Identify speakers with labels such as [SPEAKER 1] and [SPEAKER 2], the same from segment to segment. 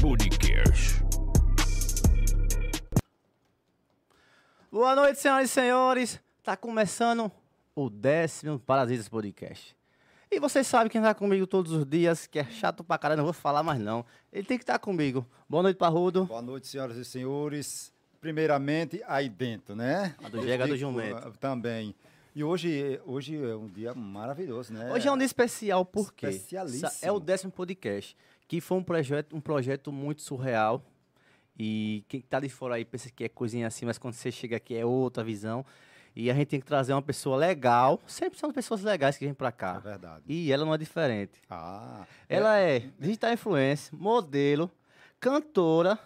[SPEAKER 1] Bodycares.
[SPEAKER 2] Boa noite, senhoras e senhores. Tá começando o décimo Parasitas Podcast. E vocês sabem quem tá comigo todos os dias, que é chato pra caralho, não vou falar mais não. Ele tem que estar comigo. Boa noite, Parrudo.
[SPEAKER 3] Boa noite, senhoras e senhores. Primeiramente, aí dentro, né?
[SPEAKER 2] A do Diego, a do Jumento.
[SPEAKER 3] Ah, Também. E hoje, hoje é um dia maravilhoso, né?
[SPEAKER 2] Hoje é um dia especial, porque
[SPEAKER 3] Especialíssimo.
[SPEAKER 2] é o décimo podcast, que foi um projeto, um projeto muito surreal. E quem tá de fora aí pensa que é coisinha assim, mas quando você chega aqui é outra visão. E a gente tem que trazer uma pessoa legal. Sempre são pessoas legais que vêm pra
[SPEAKER 3] É
[SPEAKER 2] cá.
[SPEAKER 3] verdade.
[SPEAKER 2] E ela não é diferente.
[SPEAKER 3] Ah,
[SPEAKER 2] Ela é digital influencer, modelo, cantora,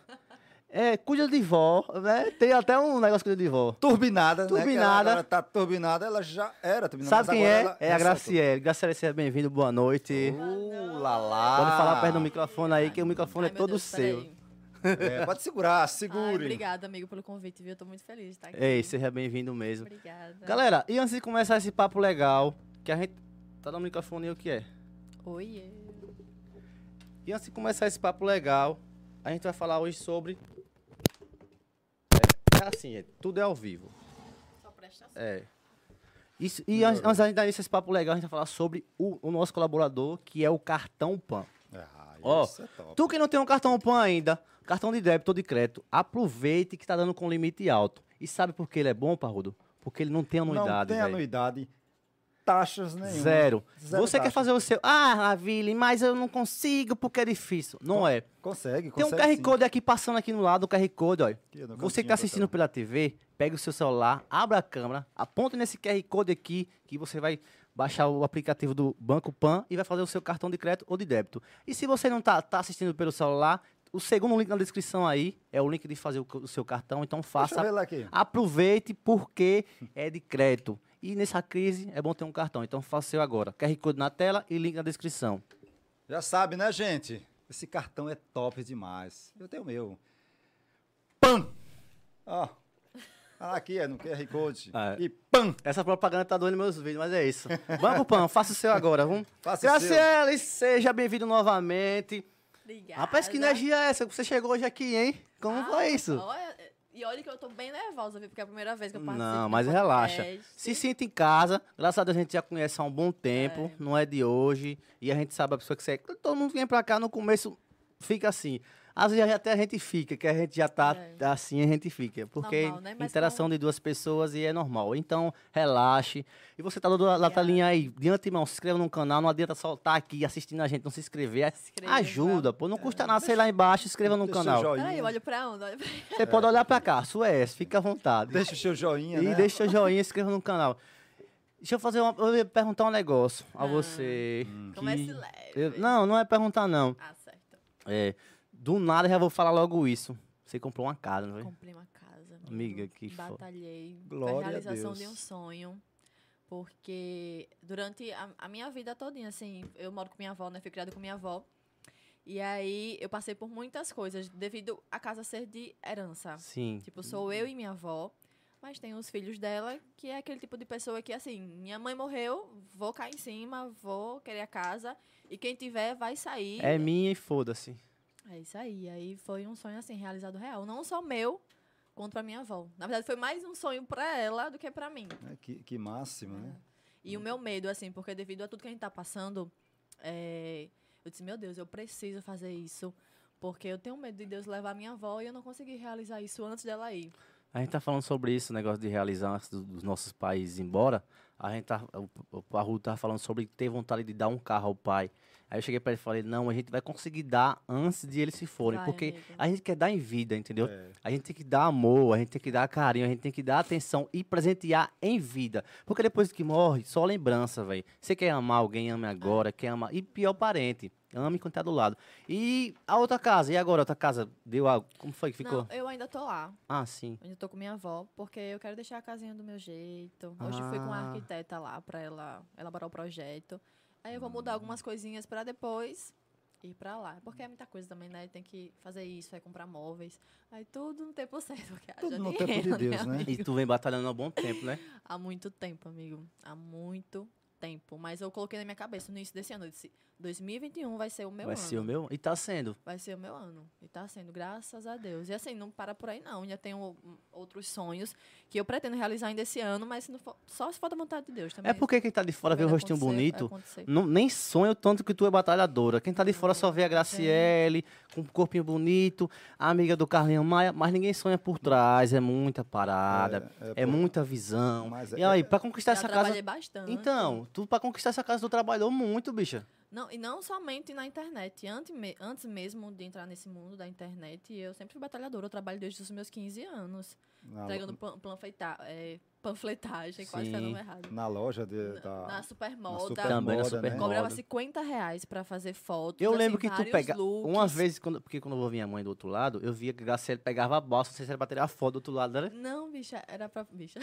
[SPEAKER 2] é, cuida de vó, né? Tem até um negócio cuida de vó.
[SPEAKER 3] turbinada, né? Que ela
[SPEAKER 2] Turbinada.
[SPEAKER 3] agora tá turbinada, ela já era turbinada.
[SPEAKER 2] Sabe
[SPEAKER 3] mas
[SPEAKER 2] quem
[SPEAKER 3] agora
[SPEAKER 2] é?
[SPEAKER 3] ela
[SPEAKER 2] É a
[SPEAKER 3] ressaltou.
[SPEAKER 2] Graciele. Graciele, seja bem-vindo, boa noite.
[SPEAKER 3] Uh, lá, lá.
[SPEAKER 2] Pode falar perto do microfone aí, que o microfone
[SPEAKER 4] Ai,
[SPEAKER 2] é
[SPEAKER 4] meu
[SPEAKER 2] todo
[SPEAKER 4] Deus,
[SPEAKER 2] seu.
[SPEAKER 4] peraí.
[SPEAKER 3] É, pode segurar,
[SPEAKER 4] Ai,
[SPEAKER 3] segure.
[SPEAKER 4] obrigada, amigo, pelo convite, viu? Eu tô muito feliz de estar aqui.
[SPEAKER 2] Ei, É seja bem-vindo mesmo.
[SPEAKER 4] Obrigada.
[SPEAKER 2] Galera, e antes de começar esse papo legal, que a gente. Tá no microfone aí o que é?
[SPEAKER 4] Oi.
[SPEAKER 2] E antes de começar esse papo legal, a gente vai falar hoje sobre. É, é assim, gente, tudo é ao vivo.
[SPEAKER 4] Só presta atenção.
[SPEAKER 2] É. Isso, e antes, antes da gente dar início a esse papo legal, a gente vai falar sobre o, o nosso colaborador, que é o Cartão PAN.
[SPEAKER 3] Ah,
[SPEAKER 2] Ó,
[SPEAKER 3] isso é top.
[SPEAKER 2] Tu que não tem um cartão PAN ainda, cartão de débito ou de crédito, aproveite que tá dando com limite alto. E sabe por que ele é bom, Parrudo? Porque ele não tem
[SPEAKER 3] Não
[SPEAKER 2] anuidade,
[SPEAKER 3] tem
[SPEAKER 2] velho.
[SPEAKER 3] anuidade, taxas nenhuma.
[SPEAKER 2] Zero.
[SPEAKER 3] Zero
[SPEAKER 2] Você quer
[SPEAKER 3] taxa.
[SPEAKER 2] fazer o seu, ah, Ravile, mas eu não consigo porque é difícil. Não é.
[SPEAKER 3] Consegue,
[SPEAKER 2] Tem um
[SPEAKER 3] consegue.
[SPEAKER 2] QR
[SPEAKER 3] sim.
[SPEAKER 2] Code aqui passando aqui no lado, o QR Code, olha.
[SPEAKER 3] Aqui,
[SPEAKER 2] Você que
[SPEAKER 3] no cantinho
[SPEAKER 2] está
[SPEAKER 3] do
[SPEAKER 2] assistindo pela TV, pega o seu celular, abra a câmera, aponta nesse QR Code aqui que você vai baixar o aplicativo do Banco Pan e vai fazer o seu cartão de crédito ou de débito. E se você não está assistindo pelo celular, o segundo link na descrição aí é o link de fazer o, c- o seu cartão, então
[SPEAKER 3] Deixa eu ver
[SPEAKER 2] faça.
[SPEAKER 3] lá aqui.
[SPEAKER 2] Aproveite porque é de crédito. E nessa crise é bom ter um cartão, então faça o seu agora. QR Code na tela e link na descrição.
[SPEAKER 3] Já sabe, né, gente? Esse cartão é top demais. Eu tenho o meu. PAN! Ó. Ah, aqui é no QR Code.
[SPEAKER 2] Ah, é.
[SPEAKER 3] E PAN!
[SPEAKER 2] Essa propaganda tá doendo meus vídeos, mas é isso. Banco Pan, faça o seu agora, vamos?
[SPEAKER 3] Faça o
[SPEAKER 2] Graciele, seja bem-vindo novamente.
[SPEAKER 4] Obrigada.
[SPEAKER 2] Rapaz, que energia é essa que você chegou hoje aqui, hein? Como
[SPEAKER 4] Ah,
[SPEAKER 2] foi isso?
[SPEAKER 4] olha, e olha que eu tô bem nervosa, viu? Porque é a primeira vez que eu participo.
[SPEAKER 2] Não,
[SPEAKER 4] do
[SPEAKER 2] mas relaxa.
[SPEAKER 4] podcast.
[SPEAKER 2] Se sinta em casa. Graças a Deus a gente já conhece há um bom tempo, não é de hoje. E a gente sabe a pessoa que você é. Todo mundo que vem pra cá no começo fica assim. Às vezes até a gente fica, que a gente já tá
[SPEAKER 4] É.
[SPEAKER 2] assim, a gente fica. Porque
[SPEAKER 4] Normal, né? Mas
[SPEAKER 2] interação de duas pessoas e é normal. Então, relaxe. E você tá do outro lado da telinha aí, de antemão, se inscreva no canal. Não adianta só estar aqui assistindo a gente, não se inscrever.
[SPEAKER 4] inscreva.
[SPEAKER 2] Ajuda, pô. Não custa nada, sei lá embaixo, inscreva no
[SPEAKER 3] É. Deixa o
[SPEAKER 2] canal.
[SPEAKER 3] joinha. É.
[SPEAKER 4] Peraí, olha pra onde? Olha pra...
[SPEAKER 2] Você pode olhar pra cá, Suécia, fica à vontade.
[SPEAKER 3] Deixa o seu joinha,
[SPEAKER 2] e
[SPEAKER 3] né?
[SPEAKER 2] deixa seu joinha, se inscreva no canal. Deixa eu fazer uma. Eu ia perguntar um negócio
[SPEAKER 3] Ah.
[SPEAKER 2] a você.
[SPEAKER 3] Hum.
[SPEAKER 2] que-
[SPEAKER 4] Comece leve.
[SPEAKER 2] Eu- não, não é perguntar, não.
[SPEAKER 4] Ah, certo.
[SPEAKER 2] É, do nada já vou falar logo isso. Você comprou uma casa, não é?
[SPEAKER 4] Comprei uma casa.
[SPEAKER 2] Amiga, que fo-
[SPEAKER 4] Batalhei
[SPEAKER 3] Glória a
[SPEAKER 4] pra realização
[SPEAKER 3] Deus.
[SPEAKER 4] de um sonho. Porque durante a, a minha vida todinha, assim, eu moro com minha avó, né? Fui criada com minha avó. E aí eu passei por muitas coisas devido a casa ser de herança.
[SPEAKER 2] Sim.
[SPEAKER 4] Tipo, sou eu e minha avó, mas tem os filhos dela, que é aquele tipo de pessoa que, assim, minha mãe morreu, vou cair em cima, vou querer a casa, e quem tiver vai sair.
[SPEAKER 2] É minha e foda-se.
[SPEAKER 4] É isso aí. Aí foi um sonho, assim, realizado real. Não só meu, quanto pra minha avó. Na verdade, foi mais um sonho pra ela do que pra mim.
[SPEAKER 3] É, Que, que máximo, né?
[SPEAKER 4] E o meu medo, assim, porque devido a tudo que a gente tá passando, é, eu disse, meu Deus, eu preciso fazer isso. Porque eu tenho medo de Deus levar minha avó e eu não consegui realizar isso antes dela ir.
[SPEAKER 2] A gente tá falando sobre isso, o negócio de realizar antes do- dos nossos pais ir embora. A gente tá, o, o Parrudo tava falando sobre ter vontade de dar um carro ao pai. Aí eu cheguei pra ele e falei, não, a gente vai conseguir dar antes de eles se forem.
[SPEAKER 4] Vai, é.
[SPEAKER 2] porque
[SPEAKER 4] amigo.
[SPEAKER 2] a gente quer dar em vida, entendeu?
[SPEAKER 3] É.
[SPEAKER 2] A gente tem que dar amor, a gente tem que dar carinho, a gente tem que dar atenção e presentear em vida. Porque depois que morre, só lembrança, velho. Você quer amar alguém, ame agora, quer amar. E pior parente, ame quando tá do lado. E a outra casa, e agora a outra casa? Deu algo? Como foi que ficou?
[SPEAKER 4] Não, eu ainda tô lá.
[SPEAKER 2] Ah, sim.
[SPEAKER 4] Ainda tô com minha avó, porque eu quero deixar a casinha do meu jeito. Hoje fui com
[SPEAKER 2] Ah.
[SPEAKER 4] a arquiteta lá pra ela elaborar o projeto. Aí eu vou
[SPEAKER 3] Hum.
[SPEAKER 4] mudar algumas coisinhas pra depois ir pra lá. Porque é muita coisa também, né? Tem que fazer isso, aí comprar móveis. Aí tudo no tempo certo, porque haja
[SPEAKER 3] Tudo no tempo
[SPEAKER 4] dinheiro,
[SPEAKER 3] de Deus, né?
[SPEAKER 2] E tu vem batalhando há um bom tempo, né?
[SPEAKER 4] Há muito tempo, amigo. Há muito tempo. Mas eu coloquei na minha cabeça no início desse ano. Eu disse, 2021 vai ser o meu
[SPEAKER 2] Vai
[SPEAKER 4] ano.
[SPEAKER 2] ser o meu? E tá sendo.
[SPEAKER 4] Vai ser o meu ano. E tá sendo, graças a Deus. E assim, não para por aí, não. Ainda tenho hum, outros sonhos que eu pretendo realizar ainda esse ano, mas se não for- só se for da vontade de Deus também.
[SPEAKER 2] É porque quem tá de fora vê o
[SPEAKER 4] Vai
[SPEAKER 2] rostinho
[SPEAKER 4] acontecer, vai
[SPEAKER 2] bonito,
[SPEAKER 4] acontecer.
[SPEAKER 2] Não- nem sonho tanto que tu é batalhadora. Quem tá de fora só vê a Graciele, com um corpinho bonito, a amiga do Carlinhos Maia, mas ninguém sonha por trás. É muita parada, é,
[SPEAKER 3] pô,
[SPEAKER 2] muita visão.
[SPEAKER 3] Mas
[SPEAKER 2] e
[SPEAKER 3] é-
[SPEAKER 2] aí, pra conquistar
[SPEAKER 4] Já
[SPEAKER 2] essa
[SPEAKER 4] trabalhei
[SPEAKER 2] casa.
[SPEAKER 4] bastante.
[SPEAKER 2] Então, tu pra conquistar essa casa, tu trabalhou muito, bicha.
[SPEAKER 4] Não, e não somente na internet. Antes, me- antes mesmo de entrar nesse mundo da internet, eu sempre fui batalhadora. Eu trabalho desde os meus 15 anos.
[SPEAKER 3] na,
[SPEAKER 4] entregando pan, panfleita- é, panfletagem, quase que é o
[SPEAKER 2] Tá Sim. Tá.
[SPEAKER 4] nome errado.
[SPEAKER 3] na loja de,
[SPEAKER 4] Na,
[SPEAKER 3] da.
[SPEAKER 4] na
[SPEAKER 3] na
[SPEAKER 4] Supermoda.
[SPEAKER 3] Super
[SPEAKER 2] Também na
[SPEAKER 3] Moda,
[SPEAKER 2] Super
[SPEAKER 3] né?
[SPEAKER 2] Moda.
[SPEAKER 4] Cobrava 50 reais pra fazer fotos.
[SPEAKER 2] Eu
[SPEAKER 4] assim,
[SPEAKER 2] lembro que tu
[SPEAKER 4] vários
[SPEAKER 2] pega
[SPEAKER 4] looks.
[SPEAKER 2] uma vez, quando, porque quando eu vou minha mãe do outro lado, eu via que Graciele pegava a balsa, não sei se era pra tirar a foto do outro lado, né?
[SPEAKER 4] Não, bicha, era pra. Bicha,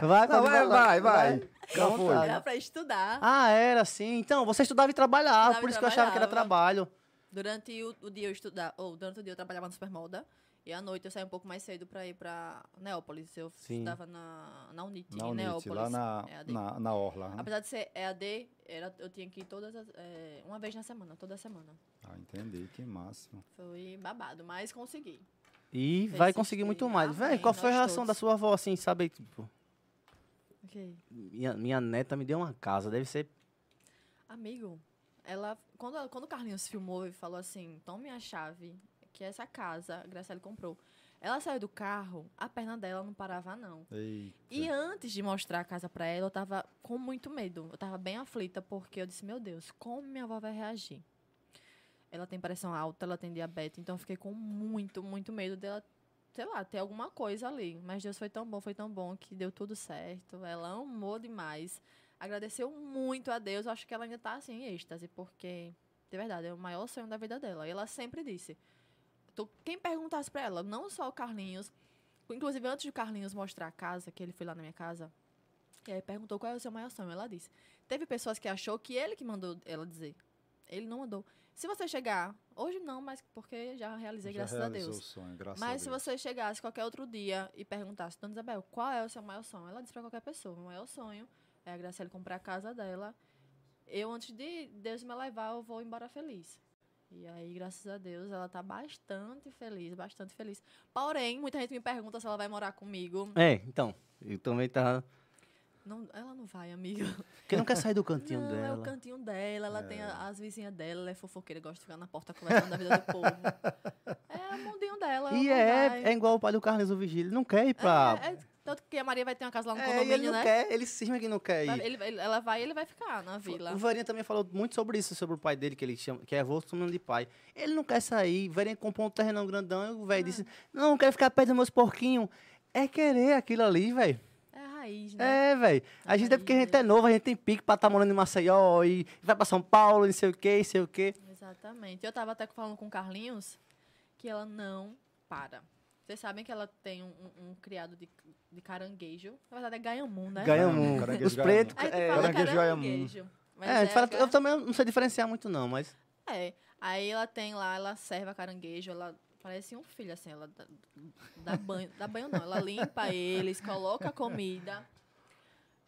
[SPEAKER 2] Vai,
[SPEAKER 3] Não,
[SPEAKER 2] pode
[SPEAKER 3] vai,
[SPEAKER 2] falar.
[SPEAKER 3] vai, vai. Já
[SPEAKER 2] Fica à
[SPEAKER 3] foi.
[SPEAKER 2] vontade.
[SPEAKER 4] era pra estudar.
[SPEAKER 2] Ah, era assim. Então, você estudava e trabalhava,
[SPEAKER 4] Estudava e
[SPEAKER 2] por isso que eu achava que era trabalho.
[SPEAKER 4] Durante o, o dia eu estudava, ou durante o dia eu trabalhava na Supermoda. E à noite eu saía um pouco mais cedo pra ir pra Neópolis. Eu
[SPEAKER 2] Sim.
[SPEAKER 4] estudava na, na Unite,
[SPEAKER 3] Na
[SPEAKER 4] em
[SPEAKER 3] Unite,
[SPEAKER 4] Neópolis.
[SPEAKER 3] lá na,
[SPEAKER 4] É, AD.
[SPEAKER 3] na, na Orla. né?
[SPEAKER 4] Apesar de ser EAD, era, eu tinha que ir todas as, é, uma vez na semana, toda semana.
[SPEAKER 3] Ah, entendi, que máximo.
[SPEAKER 4] Foi babado, mas consegui.
[SPEAKER 2] E
[SPEAKER 4] Fez
[SPEAKER 2] vai conseguir
[SPEAKER 4] sentido.
[SPEAKER 2] muito mais. Véi,
[SPEAKER 4] Amém,
[SPEAKER 2] qual foi a
[SPEAKER 4] nós
[SPEAKER 2] reação da
[SPEAKER 4] todos.
[SPEAKER 2] sua avó, assim, sabe? Tipo,
[SPEAKER 4] Ok.
[SPEAKER 2] minha, minha neta me deu uma casa, deve ser.
[SPEAKER 4] Amigo, ela. Quando, ela- quando o Carlinhos filmou e falou assim: tome a chave, que essa casa, a Graciele comprou. Ela saiu do carro, a perna dela não parava, não.
[SPEAKER 3] Eita.
[SPEAKER 4] E antes de mostrar a casa pra ela, eu tava com muito medo. Eu tava bem aflita, porque eu disse: meu Deus, como minha avó vai reagir? Ela tem pressão alta, ela tem diabetes, então eu fiquei com muito, muito medo dela, sei lá, ter alguma coisa ali. Mas Deus foi tão bom, foi tão bom que deu tudo certo. Ela amou demais agradeceu muito a Deus. Eu acho que ela ainda tá assim, em êxtase, porque, de verdade, é o maior sonho da vida dela. E ela sempre disse. tu- quem perguntasse pra ela, não só o Carlinhos, inclusive antes do Carlinhos mostrar a casa, que ele foi lá na minha casa, e aí perguntou qual é o seu maior sonho. Ela disse. Teve pessoas que achou que ele que mandou ela dizer. Ele não mandou. Se você chegar, hoje não, mas porque já realizei,
[SPEAKER 3] Já
[SPEAKER 4] graças a
[SPEAKER 3] realizou
[SPEAKER 4] Deus.
[SPEAKER 3] o sonho, graças a
[SPEAKER 4] Mas
[SPEAKER 3] Deus.
[SPEAKER 4] se você chegasse qualquer outro dia e perguntasse, Dona Isabel, qual é o seu maior sonho? Ela disse pra qualquer pessoa, meu maior sonho é a Graciela comprar a casa dela. Eu, antes de Deus me levar, eu vou embora feliz. E aí, graças a Deus, ela tá bastante feliz, bastante feliz. Porém, muita gente me pergunta se ela vai morar comigo.
[SPEAKER 2] É, então. Eu também tava.
[SPEAKER 4] Não, ela não vai, amigo.
[SPEAKER 2] Porque não quer sair do cantinho
[SPEAKER 4] Não, é o
[SPEAKER 2] dela. É.
[SPEAKER 4] cantinho dela, ela tem a- as vizinhas dela, ela é fofoqueira, gosta de ficar na porta conversando da vida do povo. É o mundinho dela. ela
[SPEAKER 2] E
[SPEAKER 4] não
[SPEAKER 2] é,
[SPEAKER 4] vai.
[SPEAKER 2] é igual o pai do Carlos o Vigílio. Ele não quer ir pra.
[SPEAKER 4] É, é, tanto que a Maria vai ter uma casa lá no
[SPEAKER 2] É, e ele
[SPEAKER 4] condomínio,
[SPEAKER 2] não
[SPEAKER 4] né?
[SPEAKER 2] quer, ele cisma que não quer
[SPEAKER 4] Tá,
[SPEAKER 2] ir.
[SPEAKER 4] ele- ele- ela vai e ele vai ficar na vila.
[SPEAKER 2] O Varinha também falou muito sobre isso, sobre o pai dele, que ele chama, que é avô chamando de pai. Ele não quer sair, o Varinha comprou um terrenão grandão, e o
[SPEAKER 4] Ah.
[SPEAKER 2] velho disse, não, eu quero ficar perto dos meus porquinhos. É querer aquilo ali, velho.
[SPEAKER 4] É Uhum. a raiz, né?
[SPEAKER 2] É, velho. A gente é porque a gente é novo, a gente tem pique pra estar morando em Maceió e vai pra São Paulo, não sei o quê, não sei o quê.
[SPEAKER 4] Exatamente. Eu tava até falando com o Carlinhos que ela não para. Vocês sabem que ela tem um, um- um criado de, de caranguejo. Na verdade é ganhamu, né?
[SPEAKER 2] Ganhamos.
[SPEAKER 3] Caranguejo
[SPEAKER 2] Os pretos.
[SPEAKER 4] Aí tu
[SPEAKER 2] é,
[SPEAKER 4] fala
[SPEAKER 3] caranguejo,
[SPEAKER 4] caranguejo.
[SPEAKER 3] ganhamu.
[SPEAKER 4] mas
[SPEAKER 2] é, a gente fala-
[SPEAKER 4] ga-
[SPEAKER 2] eu também não sei diferenciar muito, não, mas.
[SPEAKER 4] É. Aí ela tem lá, ela serva caranguejo, ela parece um filho, assim, ela dá, dá banho. Dá banho não, ela limpa eles, coloca a comida.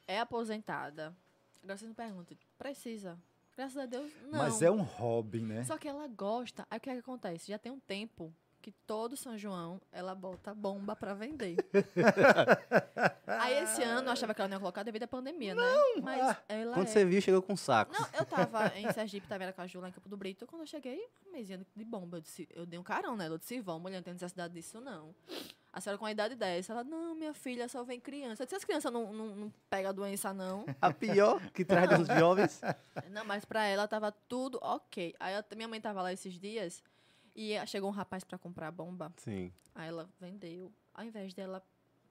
[SPEAKER 4] É aposentada. Agora vocês me perguntam, precisa? Graças a Deus, não.
[SPEAKER 3] Mas é um hobby, né?
[SPEAKER 4] Só que ela gosta. Aí o que, é que acontece? Já tem um tempo que todo São João ela bota bomba pra vender. Aí esse ano eu achava que ela não ia colocar devido à pandemia, né? Mas ela
[SPEAKER 2] Quando
[SPEAKER 4] é.
[SPEAKER 2] você viu, chegou com um saco.
[SPEAKER 4] Não, eu tava em Sergipe, tava em Aracaju, lá em Campo do Brito. Quando eu cheguei, a mesinha de bomba. Eu, disse, eu dei um carão nela. Eu disse, vão, mulher, não tem necessidade disso, não. A senhora com a idade dessa, ela, não, minha filha, só vem criança. Eu disse, as crianças não, não, não pegam a doença, não.
[SPEAKER 2] A pior que traz dos jovens.
[SPEAKER 4] Não, mas pra ela tava tudo ok. Aí eu- minha mãe tava lá esses dias e eh, chegou um rapaz pra comprar a bomba.
[SPEAKER 2] Sim.
[SPEAKER 4] Aí ela vendeu. Ao invés dela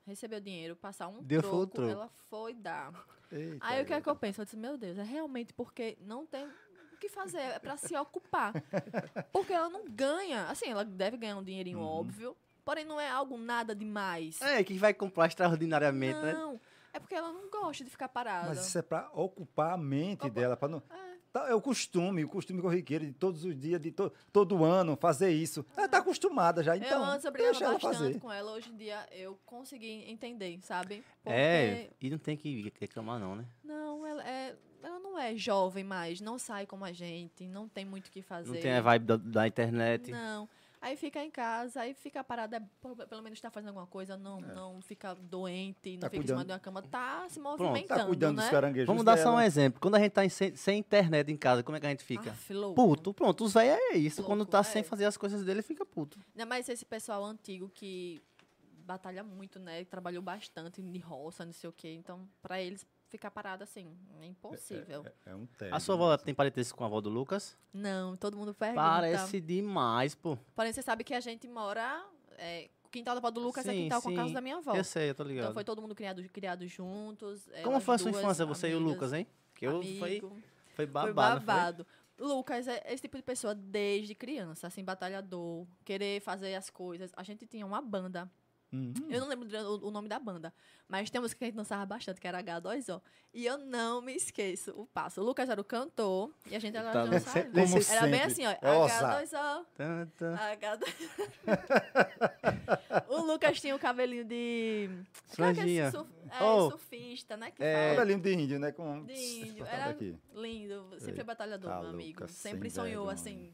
[SPEAKER 4] receber o dinheiro, passar um
[SPEAKER 2] Deu foi o
[SPEAKER 4] troco,
[SPEAKER 2] troco.
[SPEAKER 4] ela foi dar.
[SPEAKER 3] Eita,
[SPEAKER 2] tá
[SPEAKER 4] Aí o que é que eu penso? Eu disse, meu Deus, é realmente porque não tem o que fazer, é pra se ocupar. Porque ela não ganha. Assim, ela deve ganhar um dinheirinho, óbvio. Porém, não é algo nada demais.
[SPEAKER 2] Uhum. É, que vai comprar extraordinariamente, né?
[SPEAKER 4] não. É porque ela não gosta de ficar parada.
[SPEAKER 3] Mas isso é pra ocupar a mente
[SPEAKER 4] Opa.
[SPEAKER 3] dela, pra não.
[SPEAKER 4] É.
[SPEAKER 3] Tá, é o costume, o costume corriqueiro de todos os dias, de to- todo ano, fazer isso. Ela tá acostumada já, então
[SPEAKER 4] Ah. eu antes eu brigava
[SPEAKER 3] deixa ela
[SPEAKER 4] bastante
[SPEAKER 3] fazer. Tá
[SPEAKER 4] com ela, hoje em dia eu consegui entender, sabe?
[SPEAKER 2] É,
[SPEAKER 4] Porque-
[SPEAKER 2] e não tem que reclamar, não, né?
[SPEAKER 4] Não, ela, é- ela não é jovem mais, não sai como a gente, não tem muito o que fazer.
[SPEAKER 2] Não tem a vibe da, da internet.
[SPEAKER 4] Não. Aí fica em casa, aí fica parada, pô, pelo menos tá fazendo alguma coisa, não,
[SPEAKER 2] É.
[SPEAKER 4] não fica doente, não
[SPEAKER 3] Tá
[SPEAKER 4] fica em cima
[SPEAKER 3] cuidando.
[SPEAKER 4] de uma cama, tá se
[SPEAKER 2] Pronto.
[SPEAKER 4] movimentando,
[SPEAKER 3] tá cuidando
[SPEAKER 4] né?
[SPEAKER 3] dos caranguejos
[SPEAKER 2] Vamos dar só um
[SPEAKER 3] dela.
[SPEAKER 2] exemplo. Quando a gente tá em- sem, sem internet em casa, como é que a gente fica?
[SPEAKER 4] Aff, Ah, louco.
[SPEAKER 2] Puto, pronto, os velhos é isso.
[SPEAKER 4] Louco,
[SPEAKER 2] Quando tá
[SPEAKER 4] é.
[SPEAKER 2] sem fazer as coisas dele, fica puto.
[SPEAKER 4] Ainda mais esse pessoal antigo que batalha muito, né? Trabalhou bastante de roça, não sei o quê. Então, pra eles ficar parado assim, é impossível.
[SPEAKER 3] É um
[SPEAKER 2] a sua avó tem parentesco com a avó do Lucas?
[SPEAKER 4] Não, todo mundo pergunta.
[SPEAKER 2] Parece demais, pô.
[SPEAKER 4] Porém, você sabe que a gente mora. É, o quintal da avó do Lucas é
[SPEAKER 2] Sim,
[SPEAKER 4] quintal com a
[SPEAKER 2] sim.
[SPEAKER 4] casa da minha avó.
[SPEAKER 2] Eu sei, eu tô ligado.
[SPEAKER 4] Então foi todo mundo criado, criado juntos. é,
[SPEAKER 2] Como
[SPEAKER 4] nós
[SPEAKER 2] foi a sua
[SPEAKER 4] duas
[SPEAKER 2] infância, você e o
[SPEAKER 4] amigas,
[SPEAKER 2] Lucas, hein? Que eu
[SPEAKER 4] amigo.
[SPEAKER 2] foi, foi
[SPEAKER 4] Foi
[SPEAKER 2] babado. não foi?
[SPEAKER 4] babado. Lucas é esse tipo de pessoa desde criança, assim, batalhador, querer fazer as coisas. A gente tinha uma banda.
[SPEAKER 3] Uhum.
[SPEAKER 4] Eu não lembro direito o, o nome da banda, mas tem uma música que a gente dançava bastante, que era H2O. E eu não me esqueço o passo. O Lucas era o cantor e a gente era
[SPEAKER 2] Tá,
[SPEAKER 4] os
[SPEAKER 2] né?
[SPEAKER 4] dançarinos.
[SPEAKER 3] Como
[SPEAKER 4] Era
[SPEAKER 3] sempre,
[SPEAKER 4] bem assim, ó.
[SPEAKER 3] é ousado.
[SPEAKER 4] H2O.
[SPEAKER 2] Tan,
[SPEAKER 4] Ah,
[SPEAKER 2] tan.
[SPEAKER 4] H2O. o Lucas tinha o cabelinho de. Aquela que
[SPEAKER 2] Franjinha.
[SPEAKER 4] é surf- é,
[SPEAKER 2] Oh.
[SPEAKER 4] surfista, né? Que
[SPEAKER 2] É.
[SPEAKER 4] fala.
[SPEAKER 3] Olha lindo de índio, né? Com...
[SPEAKER 4] De índio.
[SPEAKER 3] Botando
[SPEAKER 4] Era um
[SPEAKER 3] aqui.
[SPEAKER 4] lindo. Sempre foi
[SPEAKER 3] Eita,
[SPEAKER 4] batalhador, meu
[SPEAKER 3] tá louca,
[SPEAKER 4] amigo.
[SPEAKER 3] sem
[SPEAKER 4] Sempre sonhou,
[SPEAKER 3] vergonha.
[SPEAKER 4] assim.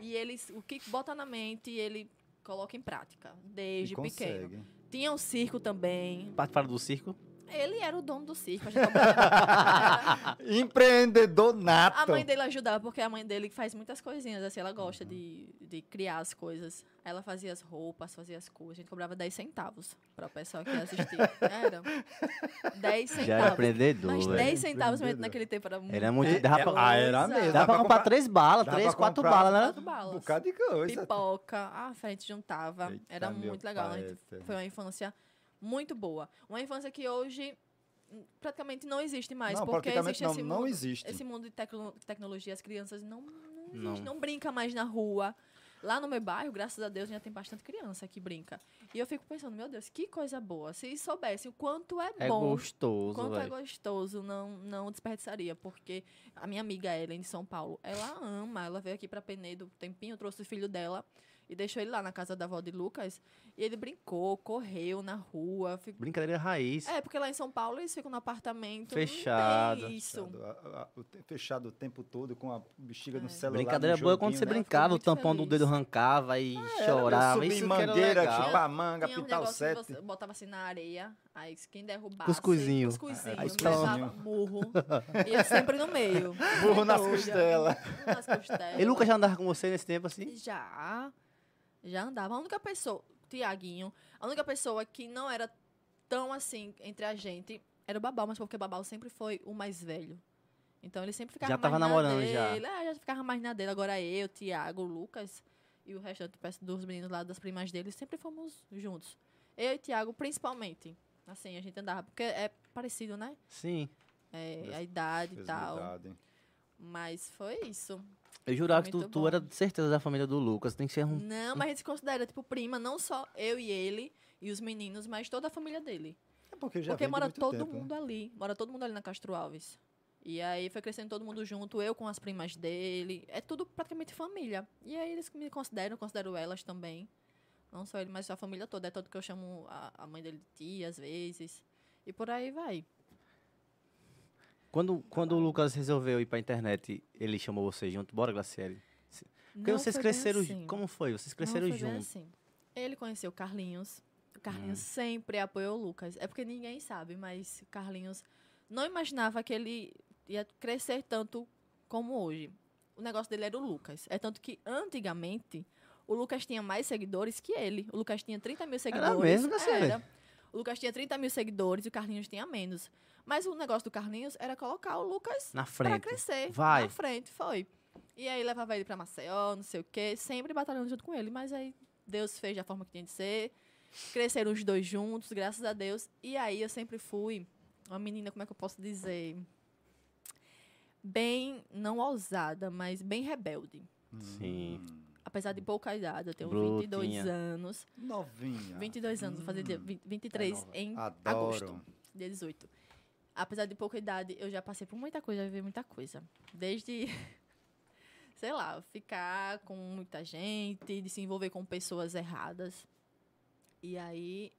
[SPEAKER 4] E ele, o que bota na mente, ele coloca em prática.
[SPEAKER 3] E
[SPEAKER 4] Desde pequeno.
[SPEAKER 3] consegue.
[SPEAKER 4] Tinha um circo também.
[SPEAKER 2] Parte para do circo.
[SPEAKER 4] Ele era o dono do circo. A, gente acompanhava.
[SPEAKER 3] Empreendedor nato.
[SPEAKER 4] A mãe dele ajudava, porque a mãe dele faz muitas coisinhas, assim, ela
[SPEAKER 3] Uhum.
[SPEAKER 4] gosta de, de criar as coisas. Ela fazia as roupas, fazia as coisas. A gente cobrava 10 centavos pra o pessoal que ia assistir. Era. 10 centavos.
[SPEAKER 2] Já era aprendedor,
[SPEAKER 4] Mas
[SPEAKER 2] velho.
[SPEAKER 4] 10 centavos
[SPEAKER 3] né? Empreendedor.
[SPEAKER 4] naquele tempo era muito.
[SPEAKER 2] Era muito-
[SPEAKER 4] pouco.
[SPEAKER 2] dava pra-
[SPEAKER 3] Ah, era mesmo.
[SPEAKER 2] Dá pra comprar três balas,
[SPEAKER 3] dá
[SPEAKER 2] três,
[SPEAKER 3] pra
[SPEAKER 2] quatro
[SPEAKER 3] comprar-
[SPEAKER 2] balas,
[SPEAKER 4] Quatro
[SPEAKER 2] né?
[SPEAKER 4] balas.
[SPEAKER 3] Um bocado de coisa.
[SPEAKER 4] Pipoca. Ah, a gente juntava.
[SPEAKER 3] Eita,
[SPEAKER 4] era
[SPEAKER 3] meu
[SPEAKER 4] muito legal. A
[SPEAKER 3] pai é
[SPEAKER 4] gente-
[SPEAKER 3] eterno.
[SPEAKER 4] foi uma infância muito boa. Uma infância que hoje hum, praticamente não existe mais.
[SPEAKER 3] não,
[SPEAKER 4] porque
[SPEAKER 3] praticamente
[SPEAKER 4] existe
[SPEAKER 3] não,
[SPEAKER 4] esse
[SPEAKER 3] não
[SPEAKER 4] mundo.
[SPEAKER 3] existe.
[SPEAKER 4] Esse mundo de tecno- tecnologia, as crianças não, não, existe,
[SPEAKER 2] Não.
[SPEAKER 4] não. brincam mais na rua. Lá no meu bairro, graças a Deus, já tem bastante criança que brinca. E eu fico pensando, meu Deus, que coisa boa. Se soubesse o quanto é,
[SPEAKER 2] É
[SPEAKER 4] bom, o
[SPEAKER 2] gostoso,
[SPEAKER 4] quanto é
[SPEAKER 2] velho.
[SPEAKER 4] gostoso, não, não desperdiçaria. Porque a minha amiga Ellen, de São Paulo, ela ama. Ela veio aqui pra Penedo um tempinho, trouxe o filho dela e deixou ele lá na casa da avó de Lucas. E ele brincou, correu na rua. fi-
[SPEAKER 2] Brincadeira raiz.
[SPEAKER 4] É, porque lá em São Paulo eles ficam no apartamento. não tem
[SPEAKER 2] Fechado.
[SPEAKER 4] isso.
[SPEAKER 3] Fechado, Tá a- a- o te- Fechado o tempo todo com a bexiga no
[SPEAKER 4] É.
[SPEAKER 3] celular.
[SPEAKER 2] Brincadeira
[SPEAKER 3] no
[SPEAKER 2] boa é quando
[SPEAKER 3] joguinho,
[SPEAKER 2] você
[SPEAKER 3] né?
[SPEAKER 2] brincava, o
[SPEAKER 4] muito
[SPEAKER 2] tampão do
[SPEAKER 4] feliz.
[SPEAKER 2] dedo arrancava e
[SPEAKER 3] Ah, Era, meu, tipo,
[SPEAKER 2] chorava.
[SPEAKER 3] subir
[SPEAKER 2] Isso que era
[SPEAKER 3] mangueira,
[SPEAKER 2] legal.
[SPEAKER 3] chupar manga,
[SPEAKER 4] Tinha um
[SPEAKER 3] pitar o
[SPEAKER 4] negócio que
[SPEAKER 3] sete.
[SPEAKER 4] você botava assim na areia, aí quem derrubasse...
[SPEAKER 2] Cuscuzinho. É,
[SPEAKER 4] Cuscuzinho.
[SPEAKER 3] Aí
[SPEAKER 4] levava
[SPEAKER 3] pronto.
[SPEAKER 4] murro. e eu sempre no meio.
[SPEAKER 3] Burro nas
[SPEAKER 4] Doida.
[SPEAKER 3] costelas.
[SPEAKER 4] Burro nas costelas.
[SPEAKER 2] E Lucas já andava com você nesse tempo assim?
[SPEAKER 4] Já. Já andava. A única pessoa, Tiaguinho, a única pessoa que não era tão assim entre a gente era o Babal, mas porque o Babal sempre foi o mais velho. Então ele sempre ficava
[SPEAKER 2] Já tava
[SPEAKER 4] mais
[SPEAKER 2] namorando,
[SPEAKER 4] na
[SPEAKER 2] já.
[SPEAKER 4] dele. É, já ficava mais na dele. Agora eu, Tiago, Lucas e o restante do pe- dos meninos lá das primas dele sempre fomos juntos. Eu e Tiago, principalmente. Assim, a gente andava, porque é parecido, né?
[SPEAKER 2] Sim.
[SPEAKER 4] É,
[SPEAKER 3] Mesmo-
[SPEAKER 4] a idade e
[SPEAKER 3] Fez
[SPEAKER 4] tal.
[SPEAKER 3] maldade, hein?
[SPEAKER 4] Mas foi isso.
[SPEAKER 2] Eu jurava que tu,
[SPEAKER 4] Muito
[SPEAKER 2] tu
[SPEAKER 4] bom. Hum.
[SPEAKER 2] era de certeza da família do Lucas. Tem que ser um.
[SPEAKER 4] Não, mas a gente se considera, tipo, prima, não só eu e ele e os meninos, mas toda a família dele.
[SPEAKER 3] É porque já
[SPEAKER 4] Porque
[SPEAKER 3] vem de
[SPEAKER 4] mora
[SPEAKER 3] muito
[SPEAKER 4] todo
[SPEAKER 3] tempo, né?
[SPEAKER 4] mundo ali. Mora todo mundo ali na Castro Alves. E aí foi crescendo todo mundo junto, eu com as primas dele. É tudo praticamente família. E aí eles me consideram, considero elas também. Não só ele, mas a família toda. É tanto que eu chamo a, a mãe dele de tia, às vezes. E por aí vai.
[SPEAKER 2] Quando, quando o Lucas resolveu ir pra internet, ele chamou você junto. Bora, Glaciele. Porque
[SPEAKER 4] Não
[SPEAKER 2] vocês
[SPEAKER 4] foi bem
[SPEAKER 2] cresceram.
[SPEAKER 4] assim.
[SPEAKER 2] Como foi? Vocês
[SPEAKER 4] Não,
[SPEAKER 2] cresceram
[SPEAKER 4] foi bem
[SPEAKER 2] juntos.
[SPEAKER 4] assim. Ele conheceu o Carlinhos. O Carlinhos
[SPEAKER 2] É.
[SPEAKER 4] sempre apoiou o Lucas. É porque ninguém sabe, mas o Carlinhos não imaginava que ele ia crescer tanto como hoje. O negócio dele era o Lucas. É tanto que antigamente o Lucas tinha mais seguidores que ele. O Lucas tinha 30 mil seguidores.
[SPEAKER 2] mesmo, Cassiane?
[SPEAKER 4] Era. O Lucas tinha 30 mil seguidores e o Carlinhos tinha menos. Mas o negócio do Carlinhos era colocar o Lucas
[SPEAKER 2] Na
[SPEAKER 4] assim. Pra
[SPEAKER 2] frente.
[SPEAKER 4] crescer.
[SPEAKER 2] Vai.
[SPEAKER 4] Na frente, foi. E aí levava ele pra Maceió, não sei o quê, sempre batalhando junto com ele. Mas aí Deus fez da forma que tinha de ser. Cresceram os dois juntos, graças a Deus. E aí eu sempre fui uma menina, como é que eu posso dizer? Bem, não ousada, mas bem rebelde.
[SPEAKER 2] Sim.
[SPEAKER 3] Hum,
[SPEAKER 4] Apesar de pouca idade, eu tenho
[SPEAKER 2] Brutinha.
[SPEAKER 4] 22 anos.
[SPEAKER 3] Novinha.
[SPEAKER 4] 22 anos, vou fazer dia
[SPEAKER 3] Hum.
[SPEAKER 4] vi- 23
[SPEAKER 2] É nova.
[SPEAKER 4] em
[SPEAKER 3] Adoro.
[SPEAKER 4] agosto, dia 18. apesar de pouca idade, eu já passei por muita coisa, já vivi muita coisa. Desde, sei lá, ficar com muita gente, de se envolver com pessoas erradas. E aí,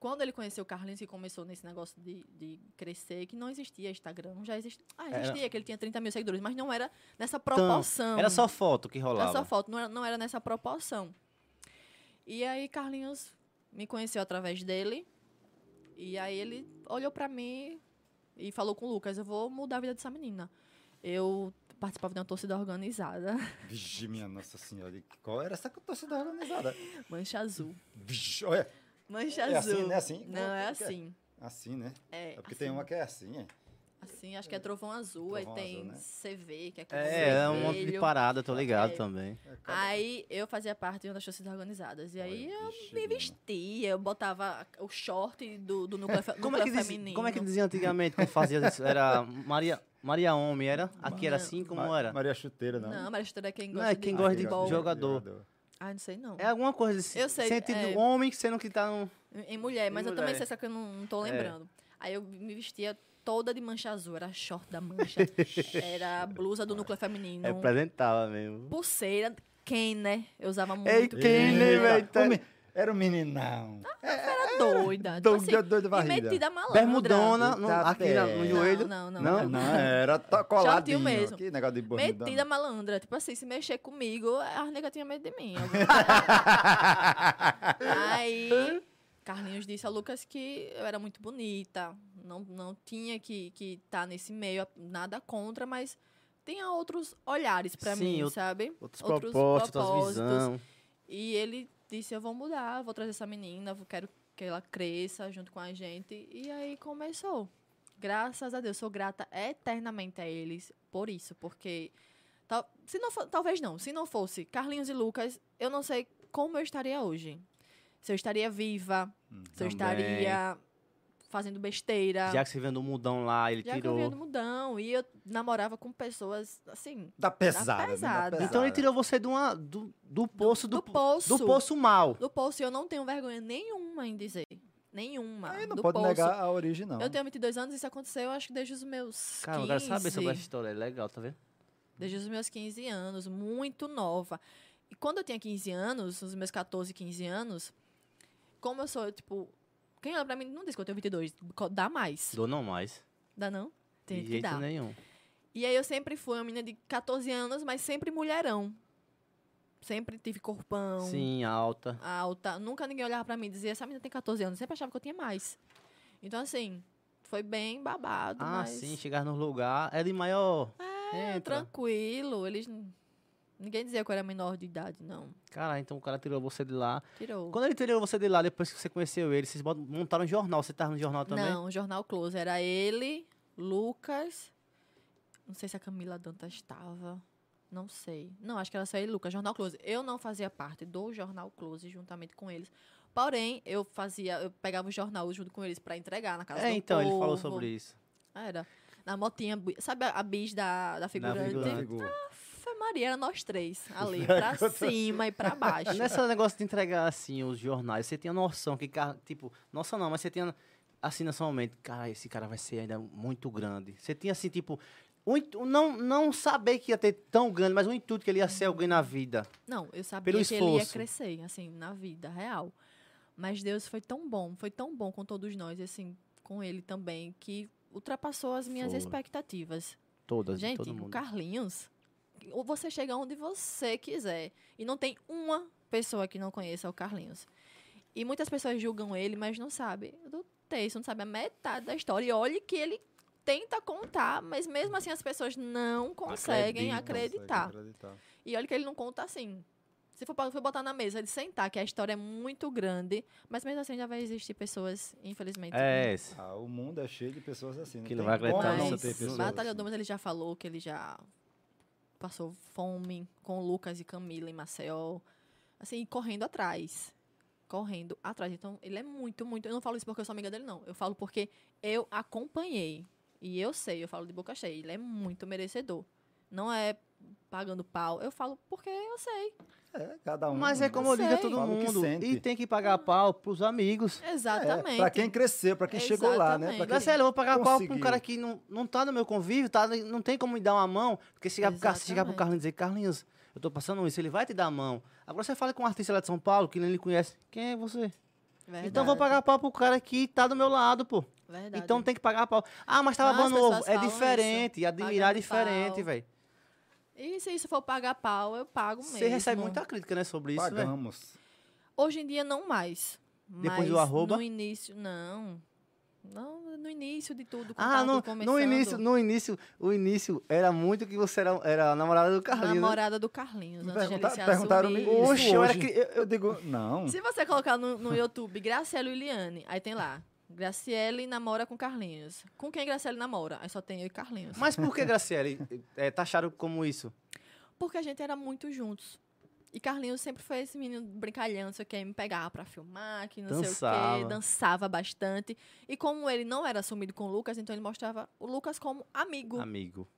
[SPEAKER 4] quando ele conheceu o Carlinhos e começou nesse negócio de, de crescer, que não existia Instagram, já existia. Ah,
[SPEAKER 2] Era-
[SPEAKER 4] existia, que ele tinha 30 mil seguidores, mas não era nessa proporção.
[SPEAKER 2] Era só foto que rolava.
[SPEAKER 4] Era só foto, não era, não era nessa proporção. E aí Carlinhos me conheceu através dele. E aí ele olhou pra mim e falou com o Lucas, eu vou mudar a vida dessa menina. Eu participava de uma torcida organizada,
[SPEAKER 3] Vixe, minha Nossa Senhora. e Qual era essa torcida organizada?
[SPEAKER 4] mancha azul.
[SPEAKER 3] Vixe, olha.
[SPEAKER 4] Mancha
[SPEAKER 3] É assim,
[SPEAKER 4] azul.
[SPEAKER 3] né? Assim?
[SPEAKER 4] Não, é
[SPEAKER 3] Como é que é?
[SPEAKER 4] assim.
[SPEAKER 3] Assim, né?
[SPEAKER 4] É,
[SPEAKER 3] É porque tem
[SPEAKER 4] assim.
[SPEAKER 3] uma que é assim, é.
[SPEAKER 4] Assim, acho que é trovão azul,
[SPEAKER 3] Trovão
[SPEAKER 4] aí tem
[SPEAKER 3] azul, né?
[SPEAKER 4] CV, que é com
[SPEAKER 2] É, é um monte de
[SPEAKER 4] vermelho.
[SPEAKER 2] parada, tô ligado
[SPEAKER 4] É.
[SPEAKER 2] também.
[SPEAKER 3] É, cada-
[SPEAKER 4] Aí eu fazia parte de uma das torcidas organizadas. E aí
[SPEAKER 3] Olha,
[SPEAKER 4] eu
[SPEAKER 3] vixe,
[SPEAKER 4] me
[SPEAKER 3] menina.
[SPEAKER 4] vestia, eu botava o short do, do núcleo, fe-
[SPEAKER 2] Como é,
[SPEAKER 4] núcleo
[SPEAKER 2] que diz-
[SPEAKER 4] feminino.
[SPEAKER 2] como é que dizia antigamente quando fazia isso? Era Maria, Maria Homem, era? Aqui era
[SPEAKER 4] Não.
[SPEAKER 2] assim, como
[SPEAKER 3] Ma-
[SPEAKER 2] era?
[SPEAKER 3] Maria Chuteira, não.
[SPEAKER 4] Não, mas é quem
[SPEAKER 2] Não,
[SPEAKER 4] gosta
[SPEAKER 2] é
[SPEAKER 4] de
[SPEAKER 2] quem
[SPEAKER 3] Ah,
[SPEAKER 2] gosta de
[SPEAKER 3] aquele
[SPEAKER 4] futebol.
[SPEAKER 2] jogo. jogador.
[SPEAKER 4] Ah, não sei não.
[SPEAKER 2] É alguma coisa desse
[SPEAKER 4] Eu sei,
[SPEAKER 2] sentido
[SPEAKER 4] é.
[SPEAKER 2] homem que você não que tá no...
[SPEAKER 4] Em- Em mulher, mas
[SPEAKER 2] Em
[SPEAKER 4] eu também
[SPEAKER 2] mulher.
[SPEAKER 4] sei, só que eu não, não tô
[SPEAKER 2] É.
[SPEAKER 4] lembrando. Aí eu me vestia toda de mancha azul, era short da mancha, era a blusa do núcleo feminino,
[SPEAKER 2] É, apresentava mesmo.
[SPEAKER 4] pulseira, quem, né? Eu usava muito.
[SPEAKER 2] Ei, É Quem nem
[SPEAKER 3] Eita,
[SPEAKER 2] vai tá-
[SPEAKER 3] o me- Era um meninão.
[SPEAKER 4] Era Tá doida.
[SPEAKER 3] Doido,
[SPEAKER 4] tipo assim,
[SPEAKER 3] doido de
[SPEAKER 4] e
[SPEAKER 3] varrida.
[SPEAKER 4] metida malandra. É.
[SPEAKER 2] Bermudona, no-
[SPEAKER 3] Eita,
[SPEAKER 2] aqui na- no
[SPEAKER 3] pera.
[SPEAKER 2] joelho.
[SPEAKER 4] Não, não,
[SPEAKER 2] não.
[SPEAKER 4] não.
[SPEAKER 3] Não, era to-
[SPEAKER 4] Shortinho
[SPEAKER 3] coladinho.
[SPEAKER 4] mesmo.
[SPEAKER 3] Que negócio de bonito.
[SPEAKER 4] Metida malandra. Tipo assim, se mexer comigo, as negas tinham medo de mim.
[SPEAKER 3] Tá
[SPEAKER 4] Aí, Carlinhos disse a Lucas que eu era muito bonita, não, não tinha que estar que tá nesse meio, nada contra, mas tinha outros olhares pra
[SPEAKER 2] Sim,
[SPEAKER 4] mim,
[SPEAKER 2] outro-
[SPEAKER 4] sabe?
[SPEAKER 2] Outros,
[SPEAKER 4] Outros
[SPEAKER 2] propósitos, outras
[SPEAKER 4] propósitos.
[SPEAKER 2] visões.
[SPEAKER 4] E ele disse, eu vou mudar, vou trazer essa menina, vou- quero que ela cresça junto com a gente. E aí começou. Graças a Deus, sou grata eternamente a eles por isso, porque tal- se não fo- talvez não, se não fosse Carlinhos e Lucas, eu não sei como eu estaria hoje. Se eu estaria viva, se eu
[SPEAKER 2] Hum, Também.
[SPEAKER 4] estaria fazendo besteira.
[SPEAKER 2] Já que você vendo o mudão lá, ele
[SPEAKER 4] tá. já que eu
[SPEAKER 2] tirou.
[SPEAKER 4] vinha do mudão e eu namorava com pessoas assim,
[SPEAKER 3] Da pesada. né? Da
[SPEAKER 4] pesada.
[SPEAKER 2] Então ele tirou você de uma, do, do poço do,
[SPEAKER 4] do
[SPEAKER 2] po-
[SPEAKER 4] poço.
[SPEAKER 2] do poço mal.
[SPEAKER 4] Do poço, e eu não tenho vergonha nenhuma em dizer. Nenhuma.
[SPEAKER 3] Aí Ah, não
[SPEAKER 4] do
[SPEAKER 3] pode
[SPEAKER 4] poço.
[SPEAKER 3] negar a origem, não.
[SPEAKER 4] Eu tenho 22 anos e isso aconteceu, acho que desde os meus.
[SPEAKER 2] Cara,
[SPEAKER 4] 15,
[SPEAKER 2] eu quero saber sobre essa história. É legal, tá vendo?
[SPEAKER 4] Desde os meus 15 anos, muito nova. E quando eu tinha 15 anos, os meus 14, 15 anos, como eu sou, tipo. Quem olha pra mim não diz que eu tenho 22, co- dá mais.
[SPEAKER 2] Dou não mais.
[SPEAKER 4] Dá não? Tem
[SPEAKER 2] de
[SPEAKER 4] que
[SPEAKER 2] jeito
[SPEAKER 4] dar.
[SPEAKER 2] nenhum.
[SPEAKER 4] E aí eu sempre fui uma menina de 14 anos, mas sempre mulherão. Sempre tive corpão.
[SPEAKER 2] Sim, alta.
[SPEAKER 4] alta. Nunca ninguém olhava pra mim e dizia, essa menina tem 14 anos. Sempre achava que eu tinha mais. Então, assim, foi bem babado,
[SPEAKER 2] Ah,
[SPEAKER 4] mas...
[SPEAKER 2] sim, chegar no lugar. É de maior.
[SPEAKER 4] é,
[SPEAKER 2] Entra.
[SPEAKER 4] tranquilo. Eles... n- Ninguém dizia que eu era menor de idade, não.
[SPEAKER 2] Cara, então o cara tirou você de lá.
[SPEAKER 4] Tirou.
[SPEAKER 2] Quando ele tirou você de lá, depois que você conheceu ele, vocês bot- montaram um jornal. Você tava no jornal também?
[SPEAKER 4] Não, o Jornal Close. Era ele, Lucas... Não sei se a Camila Dantas estava... Não sei. Não, acho que era só ele, e Lucas. Jornal Close. Eu não fazia parte do Jornal Close juntamente com eles. Porém, eu fazia, eu pegava o jornal junto com eles pra entregar na casa
[SPEAKER 2] É,
[SPEAKER 4] do
[SPEAKER 2] então, ele falou
[SPEAKER 4] povo.
[SPEAKER 2] sobre isso.
[SPEAKER 4] Ah, Era. Na motinha, bu- sabe a, a bis da, da figurante?
[SPEAKER 3] Tá.
[SPEAKER 2] figurante.
[SPEAKER 4] Foi Maria, era nós três ali, pra cima e pra baixo.
[SPEAKER 2] Nesse negócio de entregar, assim, os jornais, você tinha noção que, cara, tipo, noção não, mas você tinha, assim, na sua mente, cara, esse cara vai ser ainda muito grande. Você tinha, assim, tipo, um intu- não, não saber que ia ter tão grande, mas um intuito que ele ia
[SPEAKER 4] Uhum.
[SPEAKER 2] ser alguém na vida.
[SPEAKER 4] Não, eu sabia
[SPEAKER 2] Pelo
[SPEAKER 4] que ele ia
[SPEAKER 2] esforço.
[SPEAKER 4] crescer, assim, na vida real. Mas Deus foi tão bom, foi tão bom com todos nós, assim, com ele também, que ultrapassou as minhas
[SPEAKER 2] Foi.
[SPEAKER 4] expectativas.
[SPEAKER 2] Todas, de
[SPEAKER 4] Gente,
[SPEAKER 2] todo
[SPEAKER 4] o
[SPEAKER 2] mundo.
[SPEAKER 4] Carlinhos, ou você chega onde você quiser. E não tem uma pessoa que não conheça o Carlinhos. E muitas pessoas julgam ele, mas não sabe do texto, não sabe a metade da história. E olhe que ele tenta contar, mas mesmo assim as pessoas não conseguem acreditar. E olha que ele não conta assim. Se for, pra- for botar na mesa de sentar, que a história é muito grande, mas mesmo assim já vai existir pessoas, infelizmente.
[SPEAKER 2] É, esse.
[SPEAKER 3] Ah, o mundo é cheio de pessoas assim. Não
[SPEAKER 2] Que
[SPEAKER 3] tem
[SPEAKER 2] não vai
[SPEAKER 3] como
[SPEAKER 2] acreditar,
[SPEAKER 3] não
[SPEAKER 2] não.
[SPEAKER 3] ter pessoas
[SPEAKER 4] Batalha do
[SPEAKER 3] assim.
[SPEAKER 4] Mas ele já falou que ele já passou fome com Lucas e Camila em Maceió. Assim, correndo atrás. Correndo atrás. Então, ele é muito, muito. Eu não falo isso porque eu sou amiga dele, não. Eu falo porque eu acompanhei. E eu sei, eu falo de boca cheia. Ele é muito merecedor. Não é pagando pau. Eu falo porque eu sei.
[SPEAKER 3] É, cada um.
[SPEAKER 2] Mas é como eu digo a
[SPEAKER 4] sei.
[SPEAKER 2] todo
[SPEAKER 3] Fala o que
[SPEAKER 2] mundo.
[SPEAKER 3] sente.
[SPEAKER 2] E tem que pagar pau pros amigos.
[SPEAKER 4] Exatamente.
[SPEAKER 3] É, pra quem cresceu, pra quem chegou lá, né? Pra
[SPEAKER 4] Exatamente.
[SPEAKER 2] Dá
[SPEAKER 3] quem...
[SPEAKER 2] sério, eu vou pagar pau pra um
[SPEAKER 3] conseguiu.
[SPEAKER 2] cara que não, não tá no meu convívio, tá, não tem como me dar uma mão. Porque chegar pro, cara, se chegar pro
[SPEAKER 4] Exatamente.
[SPEAKER 2] Carlinhos e dizer, Carlinhos, eu tô passando isso, ele vai te dar a mão. Agora você fala com um artista lá de São Paulo que nem ele conhece. Quem é você? Então eu vou pagar pau pro cara que tá do meu lado, pô.
[SPEAKER 4] Verdade.
[SPEAKER 2] Então tem que pagar pau. Ah, mas tava
[SPEAKER 4] Ah, as
[SPEAKER 2] bando ovo.
[SPEAKER 4] pessoas
[SPEAKER 2] É
[SPEAKER 4] falam
[SPEAKER 2] diferente,
[SPEAKER 4] isso.
[SPEAKER 2] admirar é
[SPEAKER 4] Pagando
[SPEAKER 2] diferente,
[SPEAKER 4] pau.
[SPEAKER 2] velho.
[SPEAKER 4] E se isso for pagar pau, eu pago mesmo.
[SPEAKER 2] Você recebe muita crítica, né, sobre isso, velho.
[SPEAKER 3] Pagamos.
[SPEAKER 4] Hoje em dia não mais.
[SPEAKER 2] Depois
[SPEAKER 4] Mas
[SPEAKER 2] do arroba?
[SPEAKER 4] No início, não. Não, no início de tudo. quando
[SPEAKER 2] Ah,
[SPEAKER 4] Tipo, tava
[SPEAKER 2] no,
[SPEAKER 4] tudo
[SPEAKER 2] no
[SPEAKER 4] começando,
[SPEAKER 2] início, no início, o início era muito que você era, era a namorada do Carlinhos. né?
[SPEAKER 4] Namorada do Carlinhos.
[SPEAKER 3] Me
[SPEAKER 4] Antes de ele
[SPEAKER 3] pergunta-
[SPEAKER 4] se
[SPEAKER 3] perguntaram-me
[SPEAKER 4] assumir.
[SPEAKER 3] isso
[SPEAKER 2] Oxe, eu era
[SPEAKER 3] hoje.
[SPEAKER 2] cri- eu-
[SPEAKER 3] Eu digo, não.
[SPEAKER 4] Se você colocar no, no YouTube Graciela e Liane, aí tem lá. Graciele namora com Carlinhos. Com quem Graciele namora? Aí só tem eu e Carlinhos.
[SPEAKER 2] Mas por que, Graciele, é, taxaram como isso?
[SPEAKER 4] Porque a gente era muito juntos. E Carlinhos sempre foi esse menino brincalhão, não sei o que, me pegava pra filmar, que não sei o
[SPEAKER 2] Dançava.
[SPEAKER 4] quê, dançava bastante. E como ele não era assumido com o Lucas, então ele mostrava o Lucas como amigo,
[SPEAKER 2] Amigo.